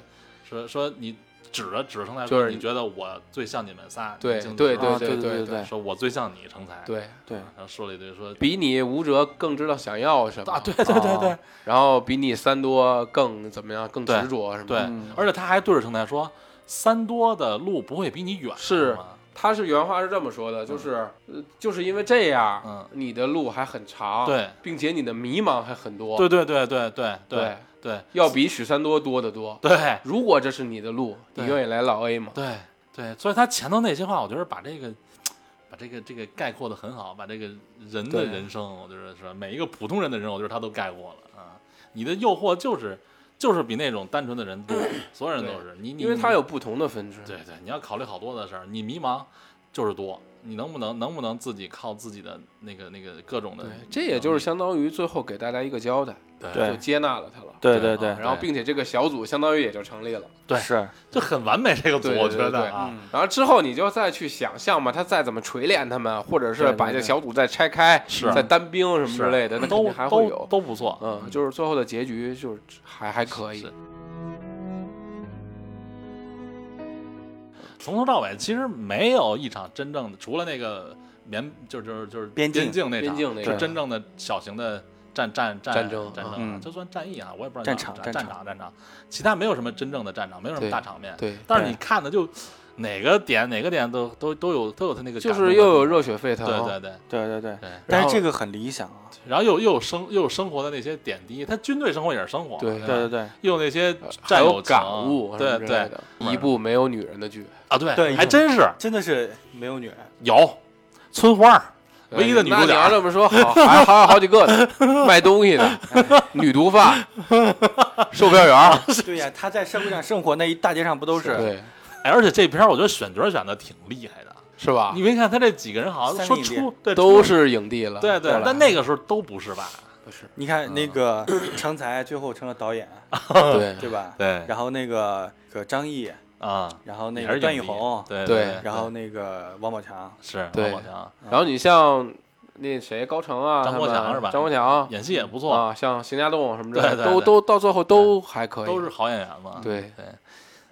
Speaker 3: 说说你指着指着成才
Speaker 5: 就
Speaker 3: 说，
Speaker 5: 是
Speaker 3: 你觉得我最像你们仨，
Speaker 5: 对
Speaker 3: 你经理
Speaker 5: 对
Speaker 3: 说
Speaker 5: 对
Speaker 4: 啊对对
Speaker 5: 对
Speaker 4: 对对
Speaker 3: 说我最像你成才，，
Speaker 5: 对，
Speaker 4: 对
Speaker 3: 然后说了一堆说
Speaker 5: 比你吴哲更知道想要什么
Speaker 3: 啊，对对对对
Speaker 5: 啊然后比你三多更怎么样，更执着什么？
Speaker 3: 对
Speaker 4: 嗯，
Speaker 3: 而且他还对着成才说，三多的路不会比你远，
Speaker 5: 是
Speaker 3: 吗
Speaker 5: 他是原话是这么说的，就是呃就是因为这样
Speaker 3: 嗯，
Speaker 5: 你的路还很长，
Speaker 3: 对，
Speaker 5: 并且你的迷茫还很多，
Speaker 3: 对啊对对对对
Speaker 5: 对，
Speaker 3: 对
Speaker 5: 要比许三多多得多。
Speaker 3: 对
Speaker 5: 如果这是你的路，你
Speaker 3: 对
Speaker 5: 愿意来老 A 吗？
Speaker 3: 对对，所以他前头那些话，我觉得把这个。把这个这个概括的很好，把这个人的
Speaker 5: 对
Speaker 3: 人生，我觉得是每一个普通人的人，我觉得他都概括了啊。你的诱惑就是就是比那种单纯的人 多，所有人都是你，你
Speaker 5: 因为它有不同的分支。
Speaker 3: 对对，你要考虑好多的事儿，你迷茫就是多，你能不能能不能自己靠自己的那个那个各种的
Speaker 5: 对
Speaker 3: 能力，，
Speaker 5: 这也就是相当于最后给大家一个交代，
Speaker 3: 对
Speaker 4: 对
Speaker 5: 就接纳了他了。
Speaker 4: 对
Speaker 3: 对啊
Speaker 4: 对
Speaker 3: 对
Speaker 4: 对，
Speaker 5: 然后，并且这个小组相当于也就成立了。
Speaker 3: 对
Speaker 4: 是
Speaker 3: 就很完美这个组，
Speaker 5: 对对
Speaker 3: 我
Speaker 5: 对
Speaker 3: 觉
Speaker 5: 对
Speaker 3: 得啊，
Speaker 4: 嗯
Speaker 5: 然后之后你就再去想象嘛，他再怎么锤炼他们，或者是把这个小组再拆开，
Speaker 3: 是
Speaker 5: 再单兵什么之类的，那肯
Speaker 3: 都
Speaker 5: 定还会
Speaker 3: 都
Speaker 5: 有。
Speaker 3: 都不错，
Speaker 5: 嗯，就是最后的结局就是还还可以
Speaker 3: 是。从头到尾其实没有一场真正的，除了那个棉就是就是就是
Speaker 4: 边境
Speaker 3: 边境那
Speaker 5: 边
Speaker 3: 场，
Speaker 5: 境那
Speaker 3: 是
Speaker 5: 场
Speaker 3: 真正的小型的战战战
Speaker 5: 战争
Speaker 3: 战
Speaker 5: 啊
Speaker 3: 争啊，
Speaker 4: 嗯
Speaker 3: 就算战役啊，我也不知道
Speaker 4: 战
Speaker 3: 叫
Speaker 4: 场
Speaker 3: 战
Speaker 4: 战
Speaker 3: 场战场，其他没有什么真正的战场，没有什么
Speaker 5: 对
Speaker 3: 大场面，
Speaker 5: 对，
Speaker 3: 但是你看的就哪个点哪个点都都都有都有他那个感
Speaker 5: 就
Speaker 3: 动的
Speaker 5: 是
Speaker 3: 地方，
Speaker 5: 又有热血沸腾，
Speaker 3: 对对对
Speaker 4: 对对对。
Speaker 3: 对，
Speaker 4: 但
Speaker 5: 然后
Speaker 4: 是这个很理想啊，
Speaker 3: 然后又又有生又有生活的那些点滴，他军队生活也是生活，
Speaker 5: 对
Speaker 3: 吧
Speaker 4: 对对对，
Speaker 3: 又有那些
Speaker 5: 呃还
Speaker 3: 战
Speaker 5: 有
Speaker 3: 友
Speaker 5: 感
Speaker 3: 情
Speaker 5: 悟什
Speaker 3: 对
Speaker 5: 么之类
Speaker 3: 对
Speaker 5: 的。嗯
Speaker 3: 对
Speaker 5: 一部没有女人的剧，
Speaker 3: 啊，对
Speaker 4: 对
Speaker 3: 还真是
Speaker 4: 真的是没有女人。
Speaker 3: 有村花 儿唯一的女
Speaker 5: 哎那
Speaker 3: 主
Speaker 5: 你要
Speaker 3: 角，
Speaker 5: 这么说，好，还还有好几个 呢，卖东西的、女毒贩、售票 员，
Speaker 4: 对呀，他在社会上生活那一大街上不都是？
Speaker 5: 对，
Speaker 3: 哎，而且这片儿我觉得选角选的挺厉害的，
Speaker 5: 是吧
Speaker 3: 你？没看他这几个人好像
Speaker 4: 三
Speaker 3: 说
Speaker 4: 个影帝
Speaker 3: 出对
Speaker 5: 都
Speaker 3: 出
Speaker 5: 是影帝了，
Speaker 3: 对对
Speaker 4: 对，了
Speaker 3: 但那个时候都不是吧？
Speaker 5: 不是？
Speaker 4: 你
Speaker 3: 嗯
Speaker 4: 看那个 成才最后成了导演，
Speaker 5: 对
Speaker 4: 对吧？
Speaker 3: 啊对
Speaker 4: 然后那个个张译，
Speaker 3: 啊，
Speaker 4: 然后那
Speaker 3: 也
Speaker 4: 个
Speaker 3: 是
Speaker 4: 段
Speaker 3: 影
Speaker 4: 奕
Speaker 3: 帝
Speaker 4: 宏，
Speaker 3: 对
Speaker 5: 对
Speaker 4: 然后那个王宝强，
Speaker 3: 是
Speaker 5: 对
Speaker 3: 王宝强
Speaker 5: 然后你像那谁高成啊，
Speaker 3: 张国
Speaker 5: 他们
Speaker 3: 强是吧
Speaker 5: 张国强
Speaker 3: 演戏也不错，
Speaker 5: 啊，像邢家栋什么之类的，
Speaker 3: 对对
Speaker 5: 都
Speaker 3: 对
Speaker 5: 都到最后都还可以，
Speaker 3: 都是好演员嘛。
Speaker 5: 对
Speaker 3: 对，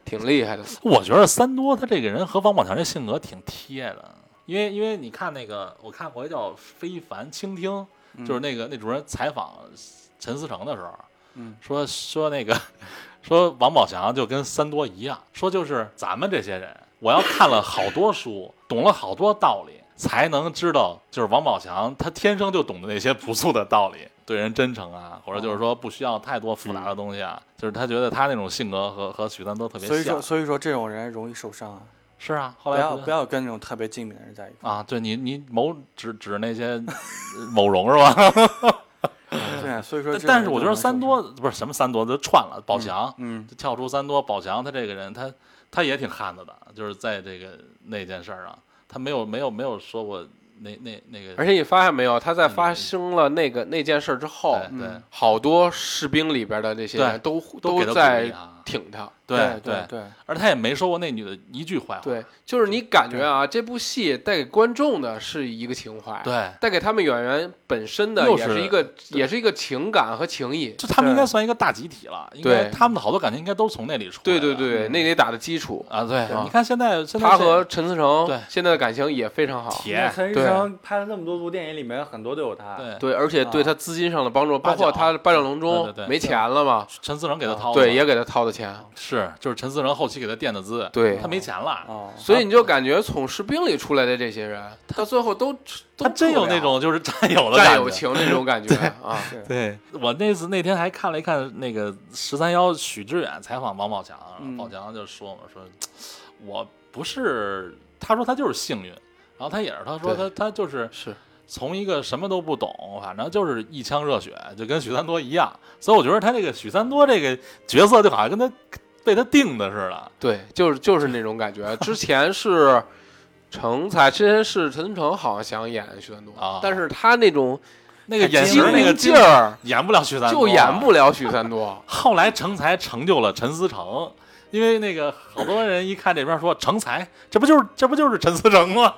Speaker 5: 挺厉害的。
Speaker 3: 我觉得三多他这个人和王宝强这性格挺贴的，因为因为你看那个，我看过一叫《非凡倾听》，就是那个那主任采访陈思诚的时候，
Speaker 4: 嗯，
Speaker 3: 说 说那个说王宝强就跟三多一样，说就是咱们这些人我要看了好多书，懂了好多道理，才能知道就是王宝强他天生就懂得那些朴素的道理， 对人真诚啊，或者就是说不需要太多复杂的东西啊，就是他觉得他那种性格和和许三多特别
Speaker 4: 所以说
Speaker 3: 像。
Speaker 4: 所以说这种人容易受伤啊，
Speaker 3: 是啊，后
Speaker 4: 不
Speaker 3: 来
Speaker 4: 要
Speaker 3: 是
Speaker 4: 不要跟那种特别精明的人在一块
Speaker 3: 啊，对你你某指指那些呃某荣是吧？
Speaker 4: 儿。对啊，所以说
Speaker 3: 嗯但但
Speaker 4: 这种人
Speaker 3: 是
Speaker 4: 就
Speaker 3: 我觉得
Speaker 4: 容易受
Speaker 3: 三
Speaker 4: 伤，
Speaker 3: 多不是什么三多，就串了宝强，
Speaker 4: 嗯，
Speaker 3: 就跳出三多，宝强他这个人，他他也挺汉子的，就是在这个那件事儿上，他没有没有没有说过那那那个，
Speaker 5: 而且你发现没有，他在发生了那个那件事之后，
Speaker 3: 嗯对对
Speaker 5: 好多士兵里边的那些
Speaker 3: 对
Speaker 5: 人都
Speaker 3: 都给他鼓
Speaker 5: 在
Speaker 3: 励啊
Speaker 5: 挺他。
Speaker 3: 对
Speaker 4: 对对，
Speaker 3: 而他也没说过那女的一句坏话，
Speaker 5: 对，就是你感觉啊，这部戏带给观众的是一个情怀，
Speaker 3: 对
Speaker 5: 带给他们演员本身的
Speaker 3: 又
Speaker 5: 也
Speaker 3: 是
Speaker 5: 是一个也是一个情感和情谊。
Speaker 3: 就他们应该
Speaker 4: 对
Speaker 3: 算一个大集体了，应该
Speaker 5: 对
Speaker 3: 他们的好多感情应该都是从那里出来
Speaker 5: 对
Speaker 3: 的，嗯
Speaker 5: 对对，那得打的基础。
Speaker 3: 啊，对
Speaker 5: 啊，
Speaker 3: 你看现在现在
Speaker 5: 他
Speaker 3: 这
Speaker 5: 和陈思诚
Speaker 3: 对
Speaker 5: 现在的感情也非常好，
Speaker 4: 因为
Speaker 3: 铁
Speaker 4: 陈
Speaker 5: 对
Speaker 4: 思诚拍了那么多部电影，里面很多都有他。
Speaker 3: 对
Speaker 5: 对，而且
Speaker 3: 啊
Speaker 5: 对他资金上的帮助，包括
Speaker 3: 八角
Speaker 5: 他八角
Speaker 3: 对
Speaker 5: 笼中
Speaker 3: 对对
Speaker 5: 没钱了嘛，
Speaker 3: 陈思诚给他掏的
Speaker 5: 对，也给他掏的钱，
Speaker 3: 是就是陈思诚后期给他垫的资，
Speaker 5: 对
Speaker 3: 他没钱了。
Speaker 4: 哦，
Speaker 5: 所以你就感觉从士兵里出来的这些人，到最后都都
Speaker 3: 他真有
Speaker 5: 出不了
Speaker 3: 那种就是占有的
Speaker 5: 战
Speaker 3: 感
Speaker 5: 友
Speaker 3: 觉
Speaker 5: 情那种感觉啊。
Speaker 3: 对我那次那天还看了一看那个十三幺许知远采访王宝强，宝强就说嘛说，我不是他说他就是幸运，然后他也是他说他
Speaker 5: 对
Speaker 3: 他 就是
Speaker 5: 是
Speaker 3: 从一个什么都不懂，反正就是一腔热血，就跟许三多一样，所以我觉得他这个许三多这个角色就好像跟他被他定的似的，
Speaker 5: 对，就是就是那种感觉。之前是 成才，之前是陈思诚好像想演许三多
Speaker 3: 啊，
Speaker 5: 但是他那种
Speaker 3: 那个眼神
Speaker 5: 精
Speaker 3: 儿那个
Speaker 5: 明劲儿
Speaker 3: 演不了许三多，。
Speaker 5: 就演不了许三多
Speaker 3: 后来成才成就了陈思诚，因为那个好多人一看这边说成才，这不就是这不就是陈思诚吗？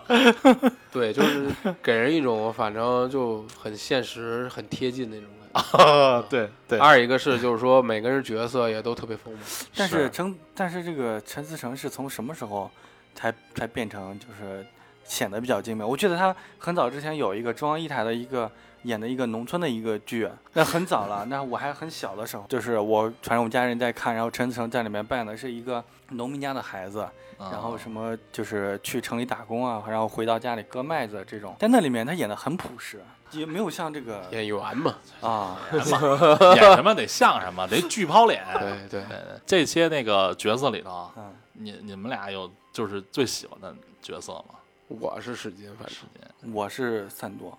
Speaker 5: 对，就是给人一种反正就很现实、很贴近那种感觉。
Speaker 3: 对 对
Speaker 5: 二一个是就是说每个人角色也都特别丰满，
Speaker 4: 但
Speaker 3: 是
Speaker 4: 是陈，但是这个陈思诚是从什么时候才才变成就是显得比较精明？我记得他很早之前有一个中央一台的一个演的一个农村的一个剧，那很早了，那我还很小的时候，就是我反正我们家人在看，然后陈思诚在里面扮演的是一个农民家的孩子，
Speaker 3: 啊
Speaker 4: 然后什么就是去城里打工啊，然后回到家里割麦子这种，在那里面他演的很朴实，也没有像这个
Speaker 5: 演员嘛。
Speaker 4: 啊，
Speaker 3: 么哎演什么得像什么，得巨抛脸。
Speaker 5: 对对，
Speaker 3: 对对这些那个角色里头啊，
Speaker 4: 嗯，
Speaker 3: 你你们俩有就是最喜欢的角色吗？
Speaker 5: 我是史金，反正
Speaker 3: 史金，
Speaker 4: 我是三多，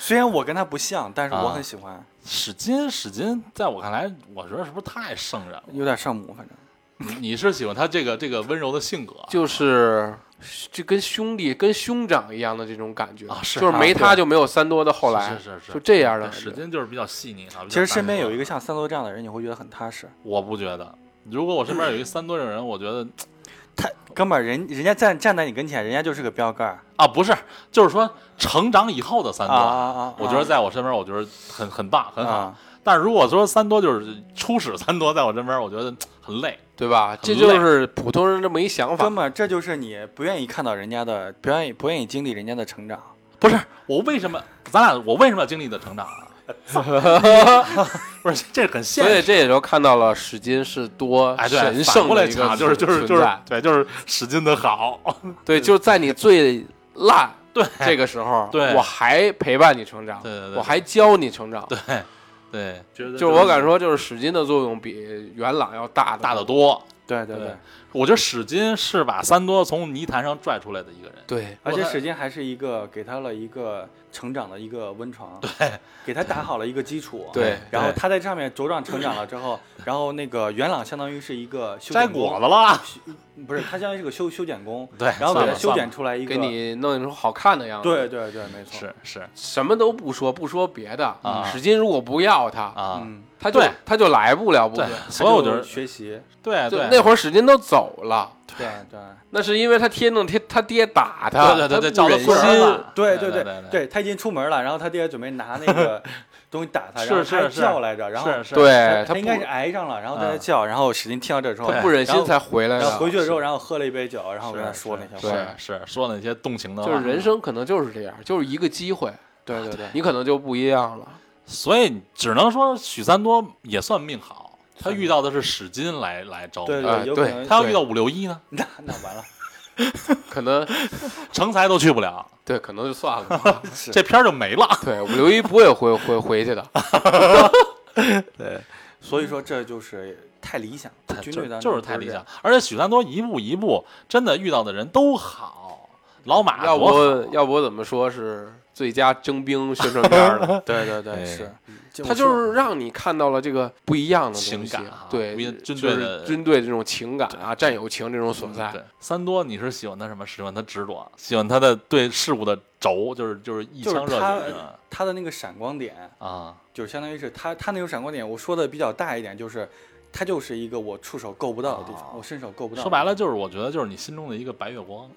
Speaker 4: 虽然我跟他不像，但是我
Speaker 3: 啊
Speaker 4: 很喜欢。
Speaker 3: 史金，史金，在我看来，我觉得是不是太圣人了？
Speaker 4: 有点上母，反正
Speaker 3: 你你是喜欢他这个这个温柔的性格，
Speaker 5: 就是这跟兄弟、跟兄长一样的这种感觉
Speaker 3: 啊是
Speaker 5: 就是没
Speaker 4: 啊
Speaker 5: 他就没有三多的后来，
Speaker 3: 是是是，
Speaker 5: 就这样的
Speaker 3: 对
Speaker 5: 感
Speaker 3: 史
Speaker 5: 觉。
Speaker 3: 金就是比较细腻啊。
Speaker 4: 其实身边有一
Speaker 3: 个。
Speaker 4: 个像三多这样的人，你会觉得很踏实。
Speaker 3: 我不觉得。如果我身边有一个三多这种人，我觉得
Speaker 4: 哥们儿，人人家站站在你跟前，人家就是个标杆儿
Speaker 3: 啊，不是，就是说成长以后的三
Speaker 4: 啊
Speaker 3: 多，
Speaker 4: 啊啊！
Speaker 3: 我觉得在我身边，我觉得很很棒，很好。
Speaker 4: 啊，
Speaker 3: 但是如果说三多就是初始三多，在我身边，我觉得很累。
Speaker 5: 对吧？这
Speaker 3: 累
Speaker 5: 就是普通人这么一想
Speaker 4: 哥
Speaker 5: 法。
Speaker 4: 们儿，这就是你不愿意看到人家的，不愿意不愿意经历人家的成长。
Speaker 3: 不是我为什么，咱俩我为什么要经历的成长啊？不是，这很现
Speaker 5: 所以
Speaker 3: 实。
Speaker 5: 这也就看到了史金是多
Speaker 3: 哎，对，
Speaker 5: 神
Speaker 3: 反
Speaker 5: 圣
Speaker 3: 过来
Speaker 5: 的一个
Speaker 3: 讲，就是就是就
Speaker 5: 存
Speaker 3: 是
Speaker 5: 在，
Speaker 3: 对，就是使劲的好，
Speaker 5: 对，就是在你最烂
Speaker 3: 对
Speaker 5: 这个时候，
Speaker 3: 对
Speaker 5: 我还陪伴你成长，
Speaker 3: 对对对
Speaker 5: 我还教你成长，
Speaker 3: 对对，
Speaker 5: 就是我敢说，就是史金的作用比元朗要大
Speaker 3: 大得
Speaker 5: 多。
Speaker 3: 多。
Speaker 4: 对对
Speaker 3: 对，我觉得史金是把三多从泥潭上拽出来的一个人。
Speaker 5: 对，
Speaker 4: 而且
Speaker 3: 我还
Speaker 4: 史金还是一个给他了一个成长的一个温床，对，给他打好了一个基础。
Speaker 5: 对
Speaker 4: 然后
Speaker 3: 对
Speaker 4: 他在上面茁壮成长了之后，然后那个元朗相当于是一个修
Speaker 3: 摘
Speaker 4: 剪
Speaker 3: 果
Speaker 4: 工
Speaker 3: 子，了，
Speaker 4: 不是他相当于是个修修剪工，
Speaker 3: 对
Speaker 4: 然后给
Speaker 3: 算
Speaker 4: 他
Speaker 3: 了
Speaker 4: 修
Speaker 3: 算
Speaker 4: 剪
Speaker 3: 了
Speaker 4: 出来一个
Speaker 5: 给你弄出好看的样子。
Speaker 4: 对，对对，没错，
Speaker 3: 是是
Speaker 5: 什么都不说，不说别的
Speaker 3: 啊，
Speaker 5: 史金如果不要他，
Speaker 3: 啊，
Speaker 4: 嗯，
Speaker 5: 他就
Speaker 3: 对
Speaker 5: 他就来不了部队
Speaker 3: 对。，
Speaker 4: 他
Speaker 3: 所以我
Speaker 4: 就
Speaker 3: 觉得
Speaker 4: 学习，
Speaker 3: 对
Speaker 5: 就
Speaker 3: 对，
Speaker 5: 那会儿史金都走了，
Speaker 4: 对对
Speaker 5: 那是因为他爹弄他他爹打他，
Speaker 3: 对对对对，
Speaker 5: 他
Speaker 3: 找
Speaker 5: 不
Speaker 3: 到
Speaker 5: 忍
Speaker 3: 棍
Speaker 5: 心
Speaker 3: 儿了，
Speaker 4: 对
Speaker 3: 对
Speaker 4: 对
Speaker 3: 对，
Speaker 4: 对，他已经出门了，然后他爹准备拿那 个东西打他，然后
Speaker 3: 是
Speaker 4: 他还
Speaker 3: 是是
Speaker 4: 叫来着，然后
Speaker 3: 是是，
Speaker 5: 对
Speaker 4: 他应该是
Speaker 5: 哎不
Speaker 4: 挨上了，然后他
Speaker 3: 嗯
Speaker 4: 在叫，然后使劲听到这之后，
Speaker 3: 对
Speaker 5: 不忍
Speaker 4: 然
Speaker 5: 心
Speaker 4: 后
Speaker 5: 才回来
Speaker 4: 然后
Speaker 5: 的
Speaker 4: 回。去之后，然后喝了一杯酒，然后我跟他
Speaker 3: 是
Speaker 4: 说了一
Speaker 5: 是
Speaker 4: 下，
Speaker 5: 对
Speaker 3: 是是说那些动情的话，
Speaker 5: 就是人生可能就是这样，就是一个机会，
Speaker 4: 对对对，
Speaker 5: 你可能就不一样了。
Speaker 3: 所以只能说许三多也算命好，他遇到的是史金来来招
Speaker 4: 对
Speaker 3: 募，
Speaker 5: 哎
Speaker 4: 对，有可
Speaker 5: 对
Speaker 4: 能
Speaker 3: 他要遇
Speaker 5: 对
Speaker 3: 到五六一呢，
Speaker 4: 那那完了，
Speaker 5: 可能
Speaker 3: 成才都去不了，
Speaker 5: 对，可能就算了 吧。
Speaker 3: 这片儿就没了。
Speaker 5: 对，我们刘一不会回回回去的。
Speaker 4: 对，所以说这就是太理想， 军队
Speaker 3: 就
Speaker 4: 当
Speaker 3: 就
Speaker 4: 中
Speaker 3: 是太理
Speaker 4: 这
Speaker 3: 想
Speaker 4: 样。，
Speaker 3: 而且许三多一步一步，真的遇到的人都好，老马
Speaker 5: 要
Speaker 3: 多好
Speaker 5: 不要不我怎么说是最佳征兵宣传片儿 呢？
Speaker 4: 对对对，
Speaker 3: 哎
Speaker 4: 是，嗯就
Speaker 5: 他
Speaker 4: 我
Speaker 5: 就
Speaker 4: 说
Speaker 5: 是让你看到了这个不一样的东西
Speaker 3: 情感啊
Speaker 5: 对
Speaker 3: 因为军
Speaker 5: 就
Speaker 3: 队
Speaker 5: 是
Speaker 3: 的嗯
Speaker 5: 军队这种情感啊，战友情这种所在。
Speaker 3: 对三多，你是喜欢他什么？喜欢他执着，喜欢他的对事物的轴，就是就是一
Speaker 4: 就
Speaker 3: 腔
Speaker 4: 是
Speaker 3: 热
Speaker 4: 他
Speaker 3: 血啊
Speaker 4: 他的那个闪光点，
Speaker 3: 啊！
Speaker 4: 就是相当于是他他那个闪光点，我说的比较大一点，就是他就是一个我触手够不到的地方，
Speaker 3: 哦
Speaker 4: 我伸手够不到。
Speaker 3: 说白了，就是我觉得就是你心中的一个白月光，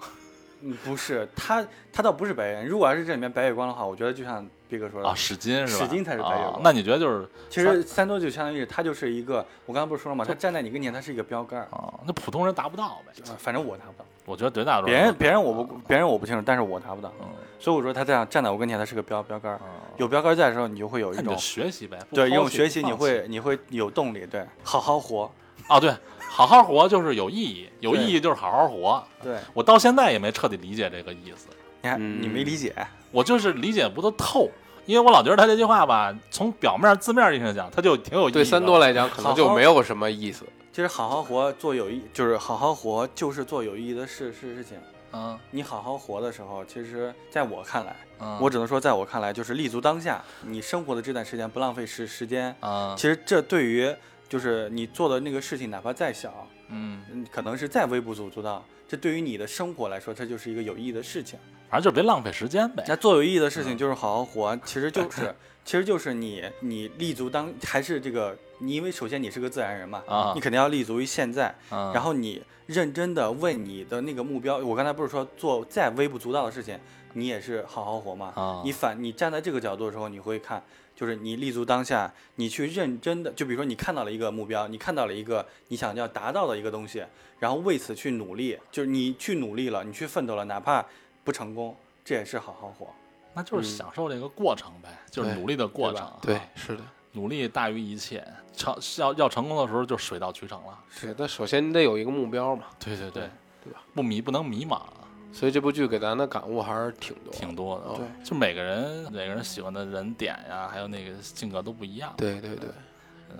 Speaker 4: 嗯，不是他他倒不是白人，如果要是这里面白月光的话，我觉得就像毕哥说的
Speaker 3: 啊，，史金是吧？
Speaker 4: 史金才是白月
Speaker 3: 啊
Speaker 4: 光。
Speaker 3: 那你觉得就是
Speaker 4: 其实三多就相当于是他就是一个，我刚才不是说了吗？他站在你跟前，他是一个标杆儿。
Speaker 3: 啊，那普通人达不到呗？
Speaker 4: 呃反正我达不到，
Speaker 3: 我觉得绝大多数
Speaker 4: 别人别人我
Speaker 3: 哦
Speaker 4: 不别人我不清楚，但是我达不到，
Speaker 3: 嗯，
Speaker 4: 所以我说他这样站在我跟前，他是个标标杆儿。
Speaker 3: 啊
Speaker 4: 有标杆儿在的时候，你就会有一
Speaker 3: 那你就
Speaker 4: 种
Speaker 3: 学习呗，不
Speaker 4: 对，
Speaker 3: 抛
Speaker 4: 因为我
Speaker 3: 弃
Speaker 4: 学习
Speaker 3: 不
Speaker 4: 你
Speaker 3: 放
Speaker 4: 会你会有动力，对，好好活，
Speaker 3: 啊，对，好好活就是有意义，有
Speaker 4: 对
Speaker 3: 意义就是好好活。
Speaker 4: 对，
Speaker 3: 我到现在也没彻底理解这个意思，
Speaker 4: 你看你没
Speaker 3: 嗯
Speaker 4: 理解，
Speaker 3: 我就是理解不得透，因为我老觉得他这句话吧，从表面字面意义上讲，他就挺有意义的。
Speaker 5: 对三多来讲，可能就
Speaker 4: 好好
Speaker 5: 没有什么意思。
Speaker 4: 其实好好活做有意，就是好好活就是做有意义的事事事情。
Speaker 3: 嗯，
Speaker 4: 你好好活的时候，其实在我看来，
Speaker 3: 嗯
Speaker 4: 我只能说在我看来就是立足当下，你生活的这段时间不浪费时时间。
Speaker 3: 啊，
Speaker 4: 其实这对于就是你做的那个事情，哪怕再小，
Speaker 3: 嗯，
Speaker 4: 嗯，可能是再微不足道，这对于你的生活来说，这就是一个有意义的事情。
Speaker 3: 反正就是别浪费时 间呗。
Speaker 4: 那做有意义的事情就是好好活，其实就是， 其实就是你你立足当，还是这个你，因为首先你是个自然人嘛，
Speaker 3: 啊
Speaker 4: 你肯定要立足于现在，
Speaker 3: 嗯
Speaker 4: 然后你认真的为你的那个目标，我刚才不是说做再微不足道的事情，你也是好好活嘛，
Speaker 3: 啊
Speaker 4: 你反你站在这个角度的时候，你会看，就是你立足当下，你去认真的，就比如说你看到了一个目标，你看到了一个你想要达到的一个东西，然后为此去努力，就是你去努力了，你去奋斗了，哪怕不成功，这也是好好活。
Speaker 3: 那就是享受这个过程呗，就是努力的过程啊。
Speaker 5: 对，是的。
Speaker 3: 努力大于一切，成要要成功的时候就水到渠成了。
Speaker 5: 对，但首先你得有一个目标嘛，
Speaker 3: 对对对，
Speaker 5: 对吧？
Speaker 3: 不迷不能迷茫，啊
Speaker 5: 所以这部剧给咱的感悟还是挺多，哦
Speaker 3: 挺。多的。
Speaker 5: 对，
Speaker 3: 就每个人每个人喜欢的人点呀，还有那个性格都不一样。
Speaker 5: 对对 对，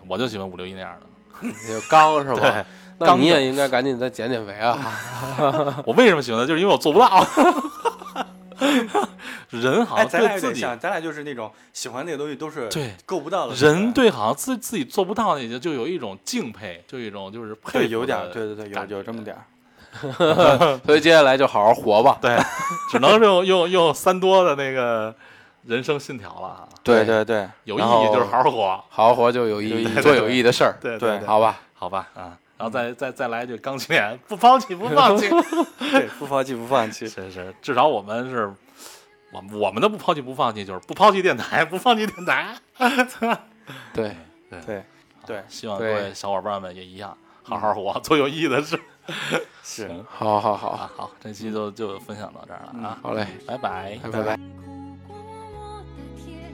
Speaker 3: 我就喜欢五六一那样的。
Speaker 5: 有刚是吧？那
Speaker 3: 刚
Speaker 5: 你
Speaker 3: 的
Speaker 5: 也应该赶紧再减减肥啊！
Speaker 3: 我为什么喜欢他？就是因为我做不到。 人好
Speaker 4: 哎，
Speaker 3: 像
Speaker 4: 咱俩
Speaker 3: 对
Speaker 4: 有
Speaker 3: 自
Speaker 4: 点
Speaker 3: 己，
Speaker 4: 像，咱俩就是那种喜欢那个东西都是
Speaker 3: 对
Speaker 4: 够不到的
Speaker 3: 人对好像自自己做不到那些，就有一种敬佩，就有一种就是佩服
Speaker 4: 对
Speaker 3: 的
Speaker 4: 有点儿，对对对，有
Speaker 3: 感觉
Speaker 4: 有这么点儿。
Speaker 5: 所以接下来就好好活吧。
Speaker 3: 对，只能用用用三多的那个人生信条了啊。
Speaker 4: 对对对，
Speaker 3: 有意
Speaker 5: 然后
Speaker 3: 义就是好好活，
Speaker 5: 好好活就有意义，做有意义的事儿。
Speaker 3: 对
Speaker 4: 对
Speaker 3: 对，
Speaker 5: 好吧，
Speaker 3: 好吧啊，然后再再再来一句钢铁，不放弃，不放弃，
Speaker 4: 对，不抛弃不放弃。
Speaker 3: 是是，至少我们是，我们我们的不抛弃不放弃，就是不抛弃电台，不放弃电台。
Speaker 5: 对，
Speaker 4: 对对
Speaker 3: 希望各
Speaker 5: 对
Speaker 3: 位小伙伴们也一样，好好活，做有意义的事。
Speaker 4: 是
Speaker 3: 行
Speaker 5: 好好好，
Speaker 3: 啊，好，这期就就分享到这儿了啊，
Speaker 5: 好嘞，
Speaker 3: 拜拜。
Speaker 5: 拜拜。
Speaker 6: 过我的天，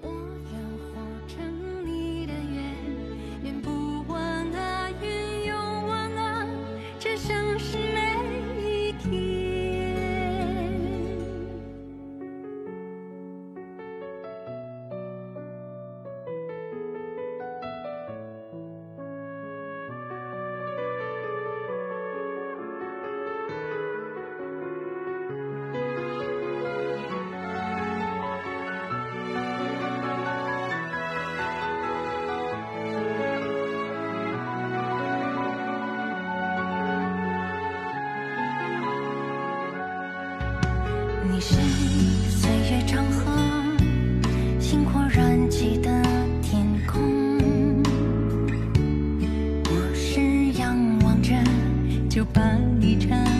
Speaker 6: 我要活成你的愿，念不完的云，用完了这盛世每一天。你是岁月长河，星火燃起的天空。我是仰望着，就把你沉